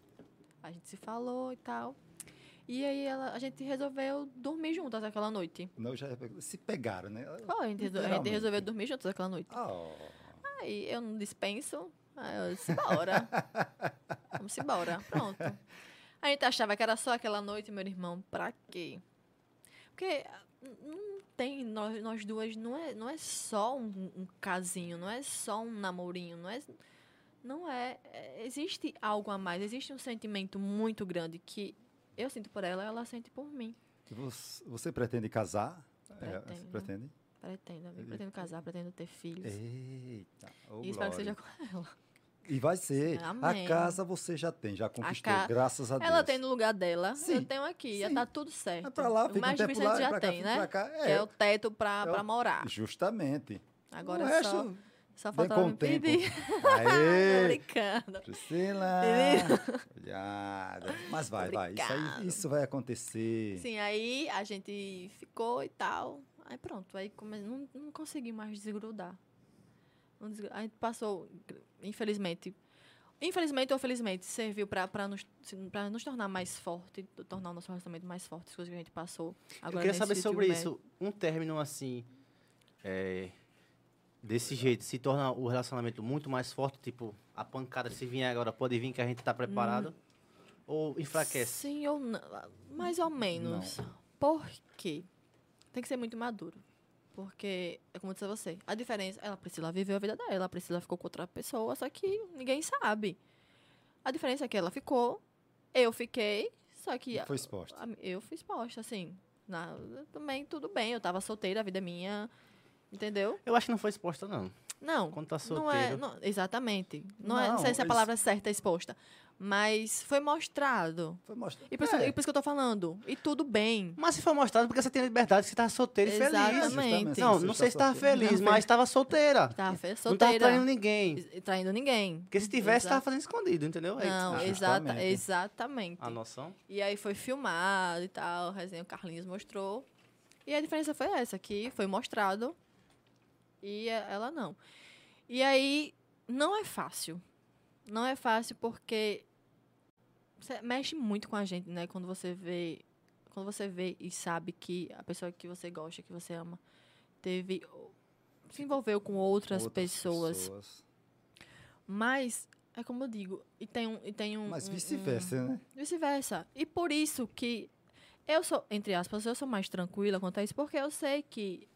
[SPEAKER 4] A gente se falou e tal. E aí ela, a gente resolveu dormir juntas aquela noite.
[SPEAKER 3] Não, já se pegaram, né?
[SPEAKER 4] Ó, é a, gente, resol- a gente
[SPEAKER 3] Literalmente.
[SPEAKER 4] resolveu dormir juntos aquela noite.
[SPEAKER 3] Ah, ó.
[SPEAKER 4] Aí eu não dispenso. Aí eu disse, bora. Vamos embora. Pronto. A gente achava que era só aquela noite, meu irmão. Pra quê? Porque ah, n- não tem, nós, nós duas, não é, não é só um, um casinho, não é só um namorinho, não é. Não é, é- Existe algo a mais, existe um sentimento muito grande que eu sinto por ela, ela sente por mim.
[SPEAKER 3] Você, você pretende casar? É, você
[SPEAKER 4] Pretendo.
[SPEAKER 3] pretende?
[SPEAKER 4] Pretendo, amigo, pretendo casar, pretendo ter filhos.
[SPEAKER 3] Eita. Uhum. ô,
[SPEAKER 4] e espero
[SPEAKER 3] glória.
[SPEAKER 4] que seja com ela.
[SPEAKER 3] E vai ser.
[SPEAKER 4] Amém.
[SPEAKER 3] A casa você já tem, já conquistou,
[SPEAKER 4] ca-
[SPEAKER 3] graças a Deus.
[SPEAKER 4] Ela tem no lugar dela,
[SPEAKER 3] Sim,
[SPEAKER 4] eu tenho aqui, já
[SPEAKER 3] sim.
[SPEAKER 4] tá tudo certo.
[SPEAKER 3] É pra lá, fica
[SPEAKER 4] Mais
[SPEAKER 3] um
[SPEAKER 4] de
[SPEAKER 3] tempo
[SPEAKER 4] 1.100
[SPEAKER 3] lá,
[SPEAKER 4] já
[SPEAKER 3] pra cá,
[SPEAKER 4] tem,
[SPEAKER 3] fica
[SPEAKER 4] né?
[SPEAKER 3] pra cá.
[SPEAKER 4] Que é
[SPEAKER 3] É,
[SPEAKER 4] o teto pra,
[SPEAKER 3] É o-
[SPEAKER 4] pra morar.
[SPEAKER 3] justamente.
[SPEAKER 4] Agora
[SPEAKER 3] o
[SPEAKER 4] é
[SPEAKER 3] resto,
[SPEAKER 4] só. Só
[SPEAKER 3] Vem
[SPEAKER 4] faltava
[SPEAKER 3] com
[SPEAKER 4] me
[SPEAKER 3] o tempo.
[SPEAKER 4] pedir. Tô
[SPEAKER 3] Aê!
[SPEAKER 4] brincando.
[SPEAKER 3] Priscila! Olhada. Mas vai, vai. Isso,
[SPEAKER 4] Obrigado.
[SPEAKER 3] aí, isso vai acontecer.
[SPEAKER 4] Sim, aí a gente ficou e tal. Aí pronto, aí come... não, não consegui mais desgrudar. Não desgru- Aí passou, infelizmente. Infelizmente ou felizmente, serviu pra, pra, nos, pra nos tornar mais forte, tornar o nosso relacionamento mais forte, as coisas que a gente passou.
[SPEAKER 2] eu queria
[SPEAKER 4] nesse
[SPEAKER 2] saber
[SPEAKER 4] último
[SPEAKER 2] sobre
[SPEAKER 4] mês.
[SPEAKER 2] isso. Um término assim, é, desse jeito, se torna o relacionamento muito mais forte? Tipo, a pancada, se vier agora, pode vir que a gente tá preparado?
[SPEAKER 4] Hum.
[SPEAKER 2] Ou enfraquece?
[SPEAKER 4] Sim ou não. Mais ou menos. Por quê? Tem que ser muito maduro. Porque, é como eu disse a você, a diferença... Ela, Priscila, viveu a vida dela. A Priscila ficou com outra pessoa, só que ninguém sabe. A diferença é que ela ficou, eu fiquei, só que... a-
[SPEAKER 3] Foi exposta.
[SPEAKER 4] a- eu fui exposta, assim. Na, também, tudo bem. Eu tava solteira, a vida é minha. Entendeu?
[SPEAKER 2] Eu acho que não foi exposta, não.
[SPEAKER 4] Não.
[SPEAKER 2] Quando tá solteiro.
[SPEAKER 4] Não é, não- exatamente. Não, é, não sei
[SPEAKER 3] Não,
[SPEAKER 4] se a
[SPEAKER 3] eles-
[SPEAKER 4] palavra certa é exposta. Mas foi mostrado.
[SPEAKER 3] Foi mostrado.
[SPEAKER 4] E por, isso,
[SPEAKER 3] É.
[SPEAKER 4] e por isso que eu tô falando. E tudo bem.
[SPEAKER 2] Mas se foi mostrado porque você tem liberdade, que você tá solteira e feliz.
[SPEAKER 4] Exatamente.
[SPEAKER 3] Justamente,
[SPEAKER 2] Não,
[SPEAKER 3] você
[SPEAKER 2] não
[SPEAKER 3] já
[SPEAKER 2] sei se tá tava
[SPEAKER 3] solteiro.
[SPEAKER 2] feliz,
[SPEAKER 4] Não,
[SPEAKER 2] mas estava solteira.
[SPEAKER 4] Tá, fe-
[SPEAKER 2] Não tava
[SPEAKER 4] solteira.
[SPEAKER 2] traindo ninguém.
[SPEAKER 4] e- e traindo ninguém.
[SPEAKER 2] Porque se tivesse, tá
[SPEAKER 4] Exato.
[SPEAKER 2] tava fazendo escondido, entendeu? Aí,
[SPEAKER 4] Não,
[SPEAKER 3] Ah,
[SPEAKER 4] exata,
[SPEAKER 3] justamente.
[SPEAKER 4] exatamente.
[SPEAKER 2] A noção.
[SPEAKER 4] E aí foi filmado e tal, a resenha o Carlinhos mostrou. E a diferença foi essa, que foi mostrado e e- ela não. E aí não é fácil. Não é fácil porque cê mexe muito com a gente, né? Quando você vê, quando você vê e sabe que a pessoa que você gosta, que você ama, teve se envolveu com outras, pessoas. Mas é como eu digo, e tem um e tem um
[SPEAKER 3] Mas
[SPEAKER 4] um- um-
[SPEAKER 3] vice-versa, né?
[SPEAKER 4] vice-versa. E por isso que eu sou, entre aspas, eu sou mais tranquila quanto a isso, porque eu sei que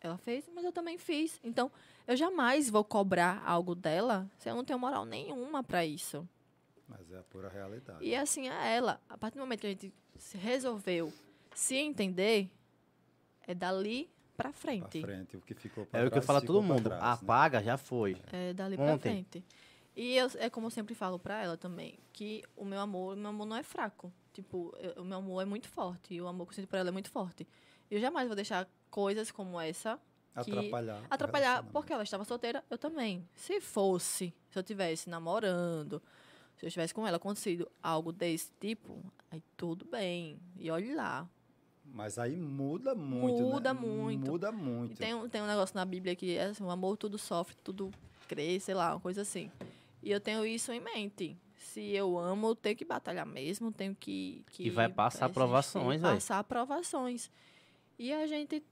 [SPEAKER 4] ela fez, mas eu também fiz. Então, eu jamais vou cobrar algo dela se eu não tenho moral nenhuma pra isso.
[SPEAKER 3] Mas é a pura realidade.
[SPEAKER 4] E assim é ela. A partir do momento que a gente se resolveu se entender, é dali pra
[SPEAKER 3] Pra
[SPEAKER 4] frente.
[SPEAKER 3] frente, o que ficou pra
[SPEAKER 2] É o que eu
[SPEAKER 3] trás,
[SPEAKER 2] falo a todo
[SPEAKER 3] ficou pra
[SPEAKER 2] mundo.
[SPEAKER 3] trás, né?
[SPEAKER 2] Apaga, já foi.
[SPEAKER 4] É dali pra
[SPEAKER 2] Ontem.
[SPEAKER 4] frente. E eu, é como eu sempre falo pra ela também, que o meu amor, o meu amor não é fraco. Tipo, eu- o meu amor é muito forte. E o amor que eu sinto por ela é muito forte. Eu jamais vou deixar coisas como essa que-
[SPEAKER 3] Atrapalhar. o
[SPEAKER 4] atrapalhar,
[SPEAKER 3] relacionamento.
[SPEAKER 4] porque ela estava solteira, eu também. Se fosse, se eu tivesse namorando, se eu estivesse com ela, acontecido algo desse tipo, aí tudo bem. E olha lá.
[SPEAKER 3] Mas aí muda muito. né?
[SPEAKER 4] Muda muito.
[SPEAKER 3] Muda
[SPEAKER 4] E
[SPEAKER 3] muito.
[SPEAKER 4] tem, um- tem um negócio na Bíblia que é assim, o amor tudo sofre, tudo crê, sei lá, uma coisa assim. E eu tenho isso em mente. Se eu amo, eu tenho que batalhar mesmo, tenho que... que
[SPEAKER 2] E vai passar
[SPEAKER 4] persistir,
[SPEAKER 2] provações, véi.
[SPEAKER 4] Passar aprovações. E a gente,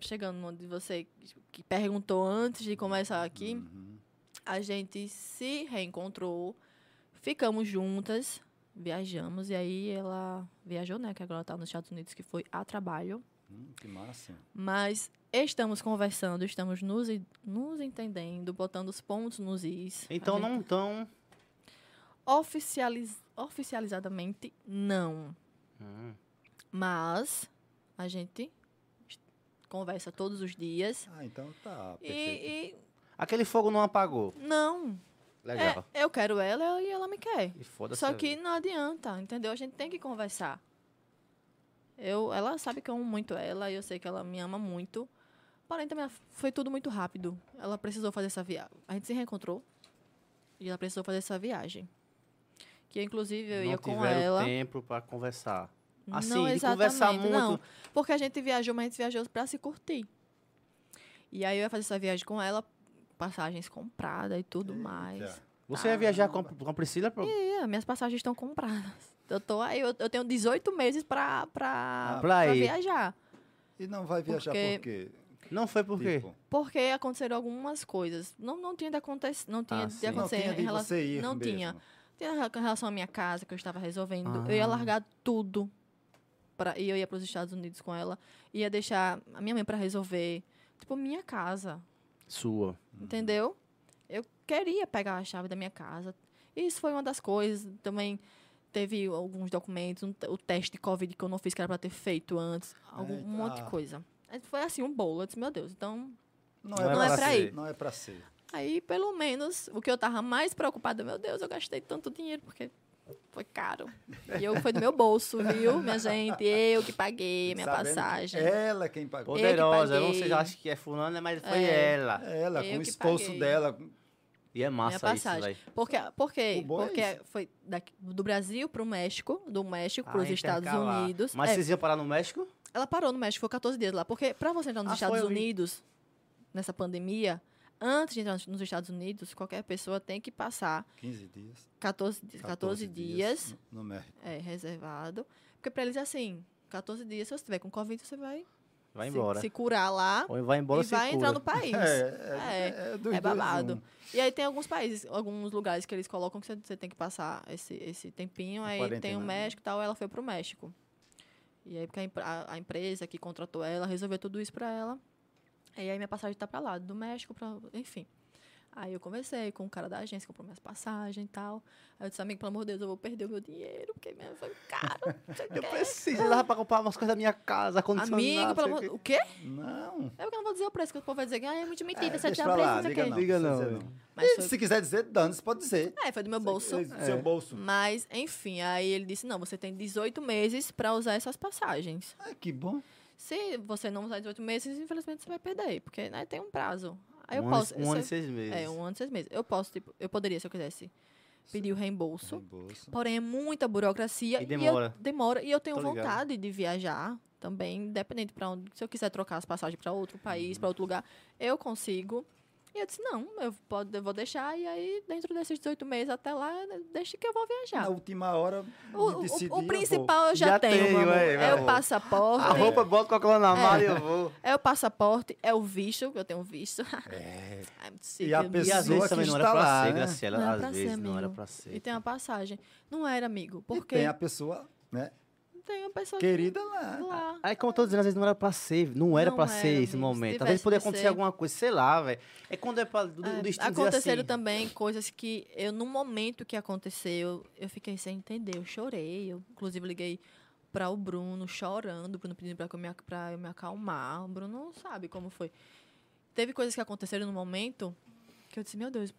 [SPEAKER 4] chegando onde você que perguntou antes de começar aqui,
[SPEAKER 2] Hum.
[SPEAKER 3] Uhum.
[SPEAKER 4] a gente se reencontrou, ficamos juntas, viajamos, e aí ela viajou, né, que agora ela tá nos Estados Unidos, que foi a trabalho.
[SPEAKER 3] Hum, que massa.
[SPEAKER 4] Mas estamos conversando, estamos nos, en- nos entendendo, botando os pontos nos is.
[SPEAKER 2] Então
[SPEAKER 4] A gente-
[SPEAKER 2] não tão.
[SPEAKER 4] Oficializ, oficializadamente, não.
[SPEAKER 2] Hum.
[SPEAKER 4] Mas a gente est- conversa todos os dias.
[SPEAKER 3] Ah, então tá. Perfeito.
[SPEAKER 4] E, e
[SPEAKER 2] Aquele fogo não apagou.
[SPEAKER 4] não.
[SPEAKER 2] Legal.
[SPEAKER 4] É, eu quero ela e ela me quer.
[SPEAKER 2] E foda-se.
[SPEAKER 4] É. Só
[SPEAKER 2] a
[SPEAKER 4] que
[SPEAKER 2] vida.
[SPEAKER 4] não adianta, entendeu? A gente tem que conversar. Eu, ela sabe que eu amo muito ela e eu sei que ela me ama muito. Porém, também foi tudo muito rápido. Ela precisou fazer essa viagem. A gente se reencontrou e ela precisou fazer essa viagem. Que, inclusive, eu
[SPEAKER 2] não
[SPEAKER 4] ia com
[SPEAKER 2] tiveram
[SPEAKER 4] ela.
[SPEAKER 2] tempo pra conversar. Assim,
[SPEAKER 4] não
[SPEAKER 2] de conversar
[SPEAKER 4] exatamente,
[SPEAKER 2] muito.
[SPEAKER 4] Não, porque a gente viajou, mas a gente viajou pra se curtir. E aí eu ia fazer essa viagem com ela, passagens compradas e tudo mais.
[SPEAKER 3] Eita.
[SPEAKER 2] Você
[SPEAKER 4] Ah,
[SPEAKER 2] ia viajar com a, com a Priscila? Pra...
[SPEAKER 4] É, minhas passagens estão compradas. Eu, tô, aí, eu, eu tenho 18 meses pra, pra,
[SPEAKER 2] Ah, pra
[SPEAKER 4] pra
[SPEAKER 2] ir.
[SPEAKER 4] viajar.
[SPEAKER 3] E não vai viajar
[SPEAKER 4] Porque-
[SPEAKER 3] por quê?
[SPEAKER 2] Não foi por quê?
[SPEAKER 3] Tipo,
[SPEAKER 4] Porque aconteceram algumas coisas. Não, não tinha de acontecer. Não tinha
[SPEAKER 2] Ah,
[SPEAKER 4] de
[SPEAKER 2] sim.
[SPEAKER 3] não
[SPEAKER 4] acontecer
[SPEAKER 3] tinha
[SPEAKER 4] em
[SPEAKER 3] de
[SPEAKER 4] relação.
[SPEAKER 3] você ir
[SPEAKER 4] não
[SPEAKER 3] mesmo.
[SPEAKER 4] tinha. Tinha rela- com relação à minha casa que eu estava resolvendo.
[SPEAKER 2] Ah.
[SPEAKER 4] Eu ia largar tudo. Pra, e eu ia para os Estados Unidos com ela. Ia deixar a minha mãe pra resolver. Tipo, minha casa.
[SPEAKER 2] Sua.
[SPEAKER 4] Entendeu? Eu queria pegar a chave da minha casa. Isso foi uma das coisas. Também teve alguns documentos, um te- o teste de Covid que eu não fiz, que era pra ter feito antes. Algum, um
[SPEAKER 3] Eita.
[SPEAKER 4] monte de coisa. Aí Foi assim, um bolo. Eu disse, meu Deus, então...
[SPEAKER 3] Não,
[SPEAKER 2] Não
[SPEAKER 3] é,
[SPEAKER 2] é
[SPEAKER 3] pra
[SPEAKER 2] pra
[SPEAKER 3] ser.
[SPEAKER 4] ir.
[SPEAKER 3] Não é pra ser.
[SPEAKER 4] Aí, pelo menos, o que eu tava mais preocupada, meu Deus, eu gastei tanto dinheiro, porque Foi caro. E eu foi do meu bolso, viu, minha gente? Eu que paguei minha
[SPEAKER 3] Tá Sabendo que é?
[SPEAKER 4] passagem.
[SPEAKER 3] Ela quem pagou.
[SPEAKER 4] que
[SPEAKER 2] Poderosa,
[SPEAKER 4] paguei.
[SPEAKER 2] você já acha que é fulana, mas foi
[SPEAKER 4] É.
[SPEAKER 2] ela.
[SPEAKER 3] Ela,
[SPEAKER 4] Eu
[SPEAKER 3] com o
[SPEAKER 4] que
[SPEAKER 3] esforço
[SPEAKER 4] paguei.
[SPEAKER 3] dela.
[SPEAKER 2] E é massa
[SPEAKER 4] Minha
[SPEAKER 2] isso,
[SPEAKER 4] passagem.
[SPEAKER 2] velho.
[SPEAKER 4] Porque, porque,
[SPEAKER 3] O bom é
[SPEAKER 4] porque
[SPEAKER 3] isso.
[SPEAKER 4] foi daqui- do Brasil pro México, do México pros
[SPEAKER 2] Ah,
[SPEAKER 4] Estados
[SPEAKER 2] intercalar.
[SPEAKER 4] Unidos.
[SPEAKER 2] Mas
[SPEAKER 4] É,
[SPEAKER 2] vocês iam parar no México?
[SPEAKER 4] Ela parou no México, foi 14 dias lá. Porque pra você entrar nos
[SPEAKER 2] Ah,
[SPEAKER 4] Estados
[SPEAKER 2] foi, eu vi.
[SPEAKER 4] Unidos, nessa pandemia, antes de entrar nos- nos Estados Unidos, qualquer pessoa tem que passar
[SPEAKER 3] 15 dias.
[SPEAKER 4] 14, di- 14 dias
[SPEAKER 3] No, no México.
[SPEAKER 4] é, reservado. Porque pra eles é assim, 14 dias, se você tiver com Covid, você vai
[SPEAKER 2] Vai
[SPEAKER 4] se,
[SPEAKER 2] embora.
[SPEAKER 4] se curar lá
[SPEAKER 2] Ou vai embora
[SPEAKER 4] e vai entrar no país. É,
[SPEAKER 3] dos dois,
[SPEAKER 4] é babado.
[SPEAKER 3] um.
[SPEAKER 4] E aí tem alguns países, alguns lugares que eles colocam que você- você tem que passar esse, esse tempinho.
[SPEAKER 3] A
[SPEAKER 4] Aí tem
[SPEAKER 3] quarentena,
[SPEAKER 4] o
[SPEAKER 3] né?
[SPEAKER 4] México e tal, ela foi pro México. E aí porque a, empre- a- a empresa que contratou ela resolveu tudo isso pra ela. E aí minha passagem tá pra lá, do México pra... Enfim. Aí eu conversei com o cara da agência, comprou minhas passagens e tal. Aí eu disse, amigo, pelo amor de Deus, eu vou perder o meu dinheiro, porque minha foi caro. não sei o
[SPEAKER 2] Eu
[SPEAKER 4] quê."
[SPEAKER 2] preciso, dava pra comprar umas coisas da minha casa, condicionado.
[SPEAKER 4] Amigo, pelo amor...
[SPEAKER 2] de
[SPEAKER 4] O quê?
[SPEAKER 3] Não.
[SPEAKER 4] É porque eu não vou dizer o preço, que o povo vai dizer que ah, é muito mentira,
[SPEAKER 3] É,
[SPEAKER 4] você
[SPEAKER 3] deixa
[SPEAKER 4] tinha
[SPEAKER 3] pra
[SPEAKER 4] preço,
[SPEAKER 3] lá,
[SPEAKER 4] não sei o
[SPEAKER 3] diga
[SPEAKER 2] Diga
[SPEAKER 3] não.
[SPEAKER 4] quê.
[SPEAKER 3] precisa
[SPEAKER 2] não,
[SPEAKER 3] dizer
[SPEAKER 2] hein.
[SPEAKER 4] Mas
[SPEAKER 3] E
[SPEAKER 4] foi-
[SPEAKER 3] Se quiser dizer, dane-se, pode dizer.
[SPEAKER 4] É, foi do meu bolso.
[SPEAKER 3] É, Seu bolso.
[SPEAKER 4] Mas, enfim, aí ele disse: não, você tem 18 meses pra usar essas passagens.
[SPEAKER 3] Ah, que bom.
[SPEAKER 4] Se você não usar 18 meses, infelizmente você vai perder, porque né, tem um prazo. Aí eu
[SPEAKER 2] um
[SPEAKER 4] posso.
[SPEAKER 2] Ano, um ano e
[SPEAKER 4] se-
[SPEAKER 2] seis meses.
[SPEAKER 4] É, um ano e seis meses. Eu posso, tipo, eu poderia, se eu quisesse, pedir o reembolso.
[SPEAKER 3] Reembolso.
[SPEAKER 4] Porém, é muita burocracia.
[SPEAKER 2] E
[SPEAKER 4] eu-
[SPEAKER 2] demora.
[SPEAKER 4] demora. E eu tenho
[SPEAKER 2] Tô ligado.
[SPEAKER 4] vontade de viajar também, independente para onde. Se eu quiser trocar as passagens para outro país,
[SPEAKER 2] Uhum.
[SPEAKER 4] pra para outro lugar, eu consigo. E eu disse, não, eu, pode, eu vou deixar. E aí, dentro desses 18 meses até lá, deixa que eu vou
[SPEAKER 3] Na
[SPEAKER 4] viajar.
[SPEAKER 3] última hora,
[SPEAKER 4] O, o-
[SPEAKER 3] me
[SPEAKER 4] o-
[SPEAKER 3] decidi,
[SPEAKER 4] o
[SPEAKER 3] eu vou.
[SPEAKER 4] principal eu já,
[SPEAKER 2] Já
[SPEAKER 4] tenho,
[SPEAKER 2] tenho,
[SPEAKER 4] meu amor.
[SPEAKER 2] é, meu
[SPEAKER 4] É,
[SPEAKER 2] amor.
[SPEAKER 4] o passaporte.
[SPEAKER 2] A roupa, bota qualquer coisa na mala e eu vou.
[SPEAKER 4] É o passaporte, é o visto, que eu tenho visto.
[SPEAKER 3] É,
[SPEAKER 4] Ai, muito chique,
[SPEAKER 3] E a
[SPEAKER 4] meu
[SPEAKER 2] E às
[SPEAKER 3] Pessoa
[SPEAKER 2] vezes
[SPEAKER 3] que
[SPEAKER 2] também não era
[SPEAKER 3] está
[SPEAKER 2] pra
[SPEAKER 3] lá,
[SPEAKER 2] ser,
[SPEAKER 3] né?
[SPEAKER 2] Graciela.
[SPEAKER 4] Não era
[SPEAKER 2] às
[SPEAKER 4] pra ser,
[SPEAKER 2] vezes não era
[SPEAKER 4] amigo.
[SPEAKER 2] pra ser.
[SPEAKER 4] E tem uma passagem. Não era, amigo.
[SPEAKER 3] e
[SPEAKER 4] Porque
[SPEAKER 3] tem a pessoa né,
[SPEAKER 4] tem uma pessoa que-
[SPEAKER 3] querida lá.
[SPEAKER 4] lá.
[SPEAKER 2] Aí, como eu tô dizendo, às vezes não era pra ser, não era
[SPEAKER 4] Não é,
[SPEAKER 2] pra
[SPEAKER 4] era,
[SPEAKER 2] ser esse
[SPEAKER 4] amigo. Se
[SPEAKER 2] momento. Às
[SPEAKER 4] tivesse
[SPEAKER 2] vezes podia
[SPEAKER 4] que
[SPEAKER 2] acontecer
[SPEAKER 4] ser-
[SPEAKER 2] alguma coisa, sei lá, velho. É quando é pra, do, do
[SPEAKER 4] É,
[SPEAKER 2] destino dizer
[SPEAKER 4] aconteceram
[SPEAKER 2] assim,
[SPEAKER 4] também coisas que eu, no momento que aconteceu, eu fiquei sem entender, eu chorei. Eu, inclusive, liguei para o Bruno chorando, o Bruno pedindo para eu, me ac- pra eu me acalmar. O Bruno não sabe como foi. Teve coisas que aconteceram no momento que eu disse, meu Deus,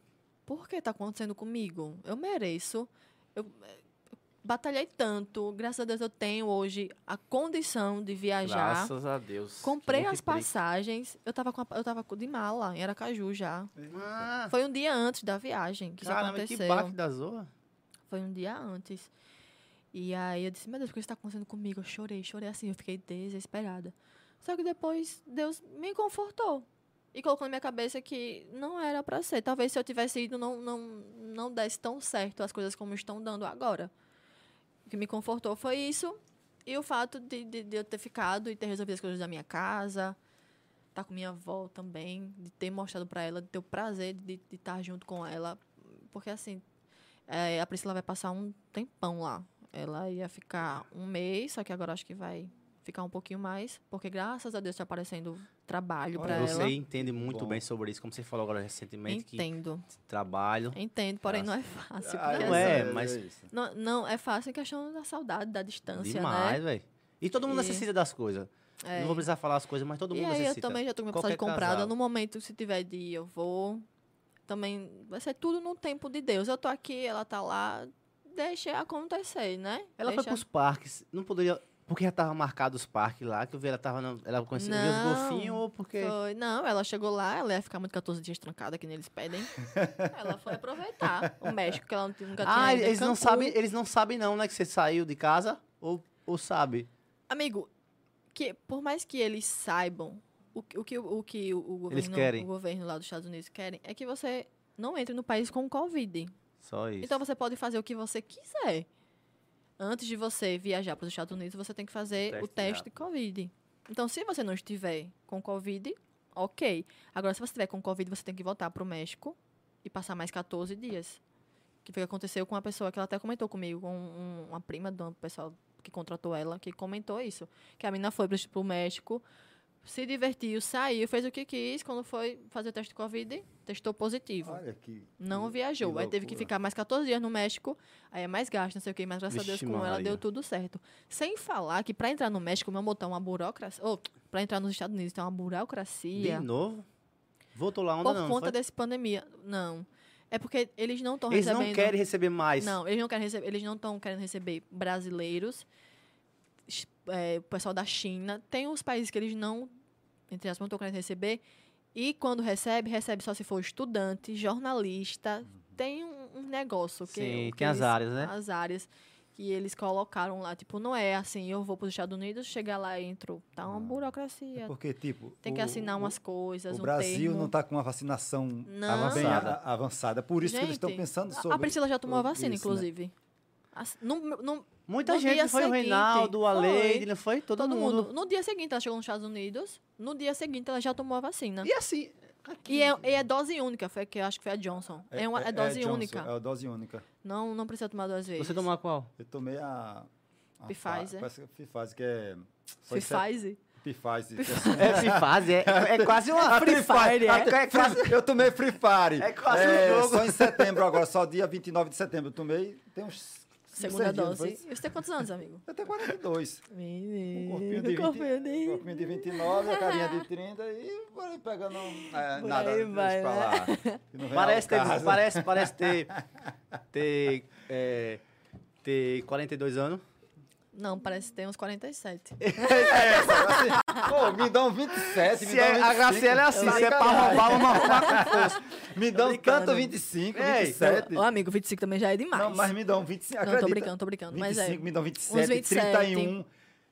[SPEAKER 4] por que tá acontecendo comigo? Eu mereço. Eu, eh, eu batalhei tanto. Graças a Deus eu tenho hoje a condição de viajar.
[SPEAKER 2] Graças a Deus. que
[SPEAKER 4] Comprei as
[SPEAKER 2] multiplica.
[SPEAKER 4] passagens. Eu tava, com a- eu tava com- de mala em Aracaju já.
[SPEAKER 2] Ah,
[SPEAKER 4] Foi um dia antes da viagem que
[SPEAKER 2] caramba,
[SPEAKER 4] isso
[SPEAKER 2] que
[SPEAKER 4] aconteceu.
[SPEAKER 2] baque da zoa.
[SPEAKER 4] Foi um dia antes. E aí eu disse, meu Deus, o que está acontecendo comigo? Eu chorei, chorei assim, eu fiquei desesperada. Só que depois Deus me confortou. E colocou na minha cabeça que não era pra ser. Talvez se eu tivesse ido, não, não, não desse tão certo as coisas como estão dando agora. O que me confortou foi isso. E o fato de, de, de eu ter ficado e ter resolvido as coisas da minha casa, estar com minha avó também, de ter mostrado pra ela, de ter o prazer de estar junto com ela. Porque assim, é, a Priscila vai passar um tempão lá. Ela ia ficar um mês, só que agora acho que vai ficar um pouquinho mais, porque graças a Deus está aparecendo trabalho
[SPEAKER 3] Olha,
[SPEAKER 4] pra
[SPEAKER 2] Você
[SPEAKER 4] ela.
[SPEAKER 2] entende muito
[SPEAKER 3] Bom.
[SPEAKER 2] bem sobre isso, como você falou agora recentemente,
[SPEAKER 4] Entendo,
[SPEAKER 2] que trabalho.
[SPEAKER 4] entendo, porém não é fácil.
[SPEAKER 3] Ah,
[SPEAKER 4] porque
[SPEAKER 2] não é,
[SPEAKER 4] assim,
[SPEAKER 2] mas-
[SPEAKER 3] isso.
[SPEAKER 4] Não, não, é fácil em questão da saudade, da distância,
[SPEAKER 2] Demais,
[SPEAKER 4] né?
[SPEAKER 2] velho. E todo mundo
[SPEAKER 4] E-
[SPEAKER 2] necessita das coisas.
[SPEAKER 4] É.
[SPEAKER 2] Não vou precisar falar as coisas, mas todo
[SPEAKER 4] e
[SPEAKER 2] mundo
[SPEAKER 4] aí
[SPEAKER 2] necessita.
[SPEAKER 4] eu também já tô com minha
[SPEAKER 2] Qualquer
[SPEAKER 4] passagem comprada.
[SPEAKER 2] casal.
[SPEAKER 4] No momento, se tiver de ir, eu vou. Também vai ser tudo no tempo de Deus. Eu tô aqui, ela tá lá. Deixa acontecer, né?
[SPEAKER 2] Ela foi
[SPEAKER 4] Deixa...
[SPEAKER 2] pros parques, não poderia... Porque já tava marcado os parques lá, que eu vi ela tava... na- Ela conhecia
[SPEAKER 4] Não.
[SPEAKER 2] os golfinhos ou porque...
[SPEAKER 4] Foi. Não, ela chegou lá, ela ia ficar muito 14 dias trancada, que nem eles pedem. ela foi aproveitar o México, que ela nunca tinha
[SPEAKER 2] Ah,
[SPEAKER 4] ido,
[SPEAKER 2] eles não,
[SPEAKER 4] Cancún.
[SPEAKER 2] sabem, eles não sabem não, né? Que você saiu de casa ou, ou sabe?
[SPEAKER 4] Amigo, que por mais que eles saibam o, que- o que o, que o, o
[SPEAKER 2] Eles
[SPEAKER 4] governo,
[SPEAKER 2] querem.
[SPEAKER 4] o governo lá dos Estados Unidos querem é que você não entre no país com Covid.
[SPEAKER 2] Só isso.
[SPEAKER 4] Então você pode fazer o que você quiser. Antes de você viajar para os Estados Unidos, você tem que fazer
[SPEAKER 2] Teste
[SPEAKER 4] o teste de
[SPEAKER 2] rápido.
[SPEAKER 4] Covid. Então, se você não estiver com Covid, ok. Agora, se você estiver com Covid, você tem que voltar para o México e passar mais 14 dias. Que foi o que aconteceu com uma pessoa que ela até comentou comigo, com um- uma prima do pessoal que contratou ela, que comentou isso. Que a menina foi para o México, se divertiu, saiu, fez o que quis. Quando foi fazer o teste de Covid, testou positivo.
[SPEAKER 3] Olha que.
[SPEAKER 4] Não
[SPEAKER 2] Hum,
[SPEAKER 3] que-
[SPEAKER 4] viajou. aí teve que
[SPEAKER 3] loucura.
[SPEAKER 4] ficar mais 14 dias no México. Aí é mais gasto, não sei o quê. Mas graças a
[SPEAKER 2] Vixe,
[SPEAKER 4] Deus, com ela,
[SPEAKER 2] Maria.
[SPEAKER 4] deu tudo certo. Sem falar que pra entrar no México, meu botar uma burocracia... Ou, pra entrar nos Estados Unidos, tem uma
[SPEAKER 2] De
[SPEAKER 4] burocracia.
[SPEAKER 2] novo? Voltou lá onda
[SPEAKER 4] por
[SPEAKER 2] não, não
[SPEAKER 4] conta
[SPEAKER 2] foi?
[SPEAKER 4] dessa pandemia. Não. É porque eles não estão
[SPEAKER 2] Eles
[SPEAKER 4] recebendo.
[SPEAKER 2] não querem receber mais.
[SPEAKER 4] Não, eles não querem receber. Eles não estão querendo receber brasileiros, ch- é, o pessoal da China. Tem uns países que eles não, entre aspas, não estão querendo receber. E quando recebe, recebe só se for estudante, jornalista. Tem um, um negócio que,
[SPEAKER 2] Sim,
[SPEAKER 4] que
[SPEAKER 2] tem as
[SPEAKER 4] eles-
[SPEAKER 2] áreas, né?
[SPEAKER 4] As áreas que eles colocaram lá. Tipo, não é assim, eu vou para os Estados Unidos, chegar lá e entro. Tá uma
[SPEAKER 3] Ah,
[SPEAKER 4] burocracia.
[SPEAKER 3] Porque, tipo.
[SPEAKER 4] Tem que
[SPEAKER 3] o-
[SPEAKER 4] assinar
[SPEAKER 3] o-
[SPEAKER 4] umas coisas,
[SPEAKER 3] O
[SPEAKER 4] um
[SPEAKER 3] Brasil
[SPEAKER 4] termo.
[SPEAKER 3] não está com uma vacinação
[SPEAKER 4] Não.
[SPEAKER 3] avançada.
[SPEAKER 2] Avançada.
[SPEAKER 3] avançada. Por isso que eles estão
[SPEAKER 4] Gente,
[SPEAKER 3] pensando
[SPEAKER 4] a-
[SPEAKER 3] sobre.
[SPEAKER 4] A Priscila já tomou a
[SPEAKER 3] tá sobre
[SPEAKER 4] vacina,
[SPEAKER 3] isso, né?
[SPEAKER 4] inclusive. As- no, no-
[SPEAKER 2] Muita
[SPEAKER 4] No
[SPEAKER 2] gente,
[SPEAKER 4] dia
[SPEAKER 2] foi o
[SPEAKER 4] seguinte,
[SPEAKER 2] Reinaldo, a Leide, não foi? Todo,
[SPEAKER 4] todo
[SPEAKER 2] mundo.
[SPEAKER 4] mundo. No dia seguinte, ela chegou nos Estados Unidos. No dia seguinte, ela já tomou a vacina.
[SPEAKER 2] E assim,
[SPEAKER 4] E é, e é dose única, foi que eu acho que foi a Johnson. É, uma, é dose
[SPEAKER 3] Johnson,
[SPEAKER 4] única.
[SPEAKER 3] É a dose única.
[SPEAKER 4] Não, não precisa tomar duas vezes.
[SPEAKER 2] você tomou a qual?
[SPEAKER 3] Eu tomei a. a
[SPEAKER 4] Pfizer.
[SPEAKER 3] fa- parece que é Pfizer, que é.
[SPEAKER 4] Free Pfizer?
[SPEAKER 3] Pfizer.
[SPEAKER 2] É Free Fase, é, é quase uma Free Fire, é.
[SPEAKER 3] né? Até-
[SPEAKER 2] é quase...
[SPEAKER 3] Eu tomei Free Fire.
[SPEAKER 2] É quase um jogo.
[SPEAKER 3] Só em setembro agora, só dia 29 de setembro. Eu tomei, tem uns.
[SPEAKER 4] Segunda
[SPEAKER 3] seis dias, não foi?
[SPEAKER 4] dose. E você tem quantos anos, amigo?
[SPEAKER 3] Eu tenho 42. Um
[SPEAKER 4] Menino.
[SPEAKER 3] corpinho de, 20, um corpinho de 29, a carinha de 30 e por aí pegando é,
[SPEAKER 4] Por
[SPEAKER 3] nada
[SPEAKER 4] aí
[SPEAKER 3] deixa
[SPEAKER 4] vai,
[SPEAKER 3] pra
[SPEAKER 4] né?
[SPEAKER 3] lá.
[SPEAKER 2] É
[SPEAKER 3] que não vem
[SPEAKER 2] Parece
[SPEAKER 3] ao
[SPEAKER 2] ter,
[SPEAKER 3] caso.
[SPEAKER 2] parece, parece ter, ter, é, ter 42 anos.
[SPEAKER 4] Não, parece que tem uns 47.
[SPEAKER 3] Então, assim, Pô, me dão 27, me
[SPEAKER 2] Se
[SPEAKER 3] dão
[SPEAKER 2] é,
[SPEAKER 3] 25.
[SPEAKER 2] a Graciela é assim, se é pra roubar, vamos arrumar com força.
[SPEAKER 3] Me dão
[SPEAKER 2] brincando.
[SPEAKER 3] tanto 25,
[SPEAKER 2] Ei,
[SPEAKER 3] 27.
[SPEAKER 4] Ô, amigo, 25 também já é demais.
[SPEAKER 3] Não, mas me dão 25,
[SPEAKER 4] Não,
[SPEAKER 3] acredita?
[SPEAKER 4] tô brincando, tô brincando.
[SPEAKER 3] 25,
[SPEAKER 4] Mas é.
[SPEAKER 3] me dão 27,
[SPEAKER 4] 27.
[SPEAKER 3] 31.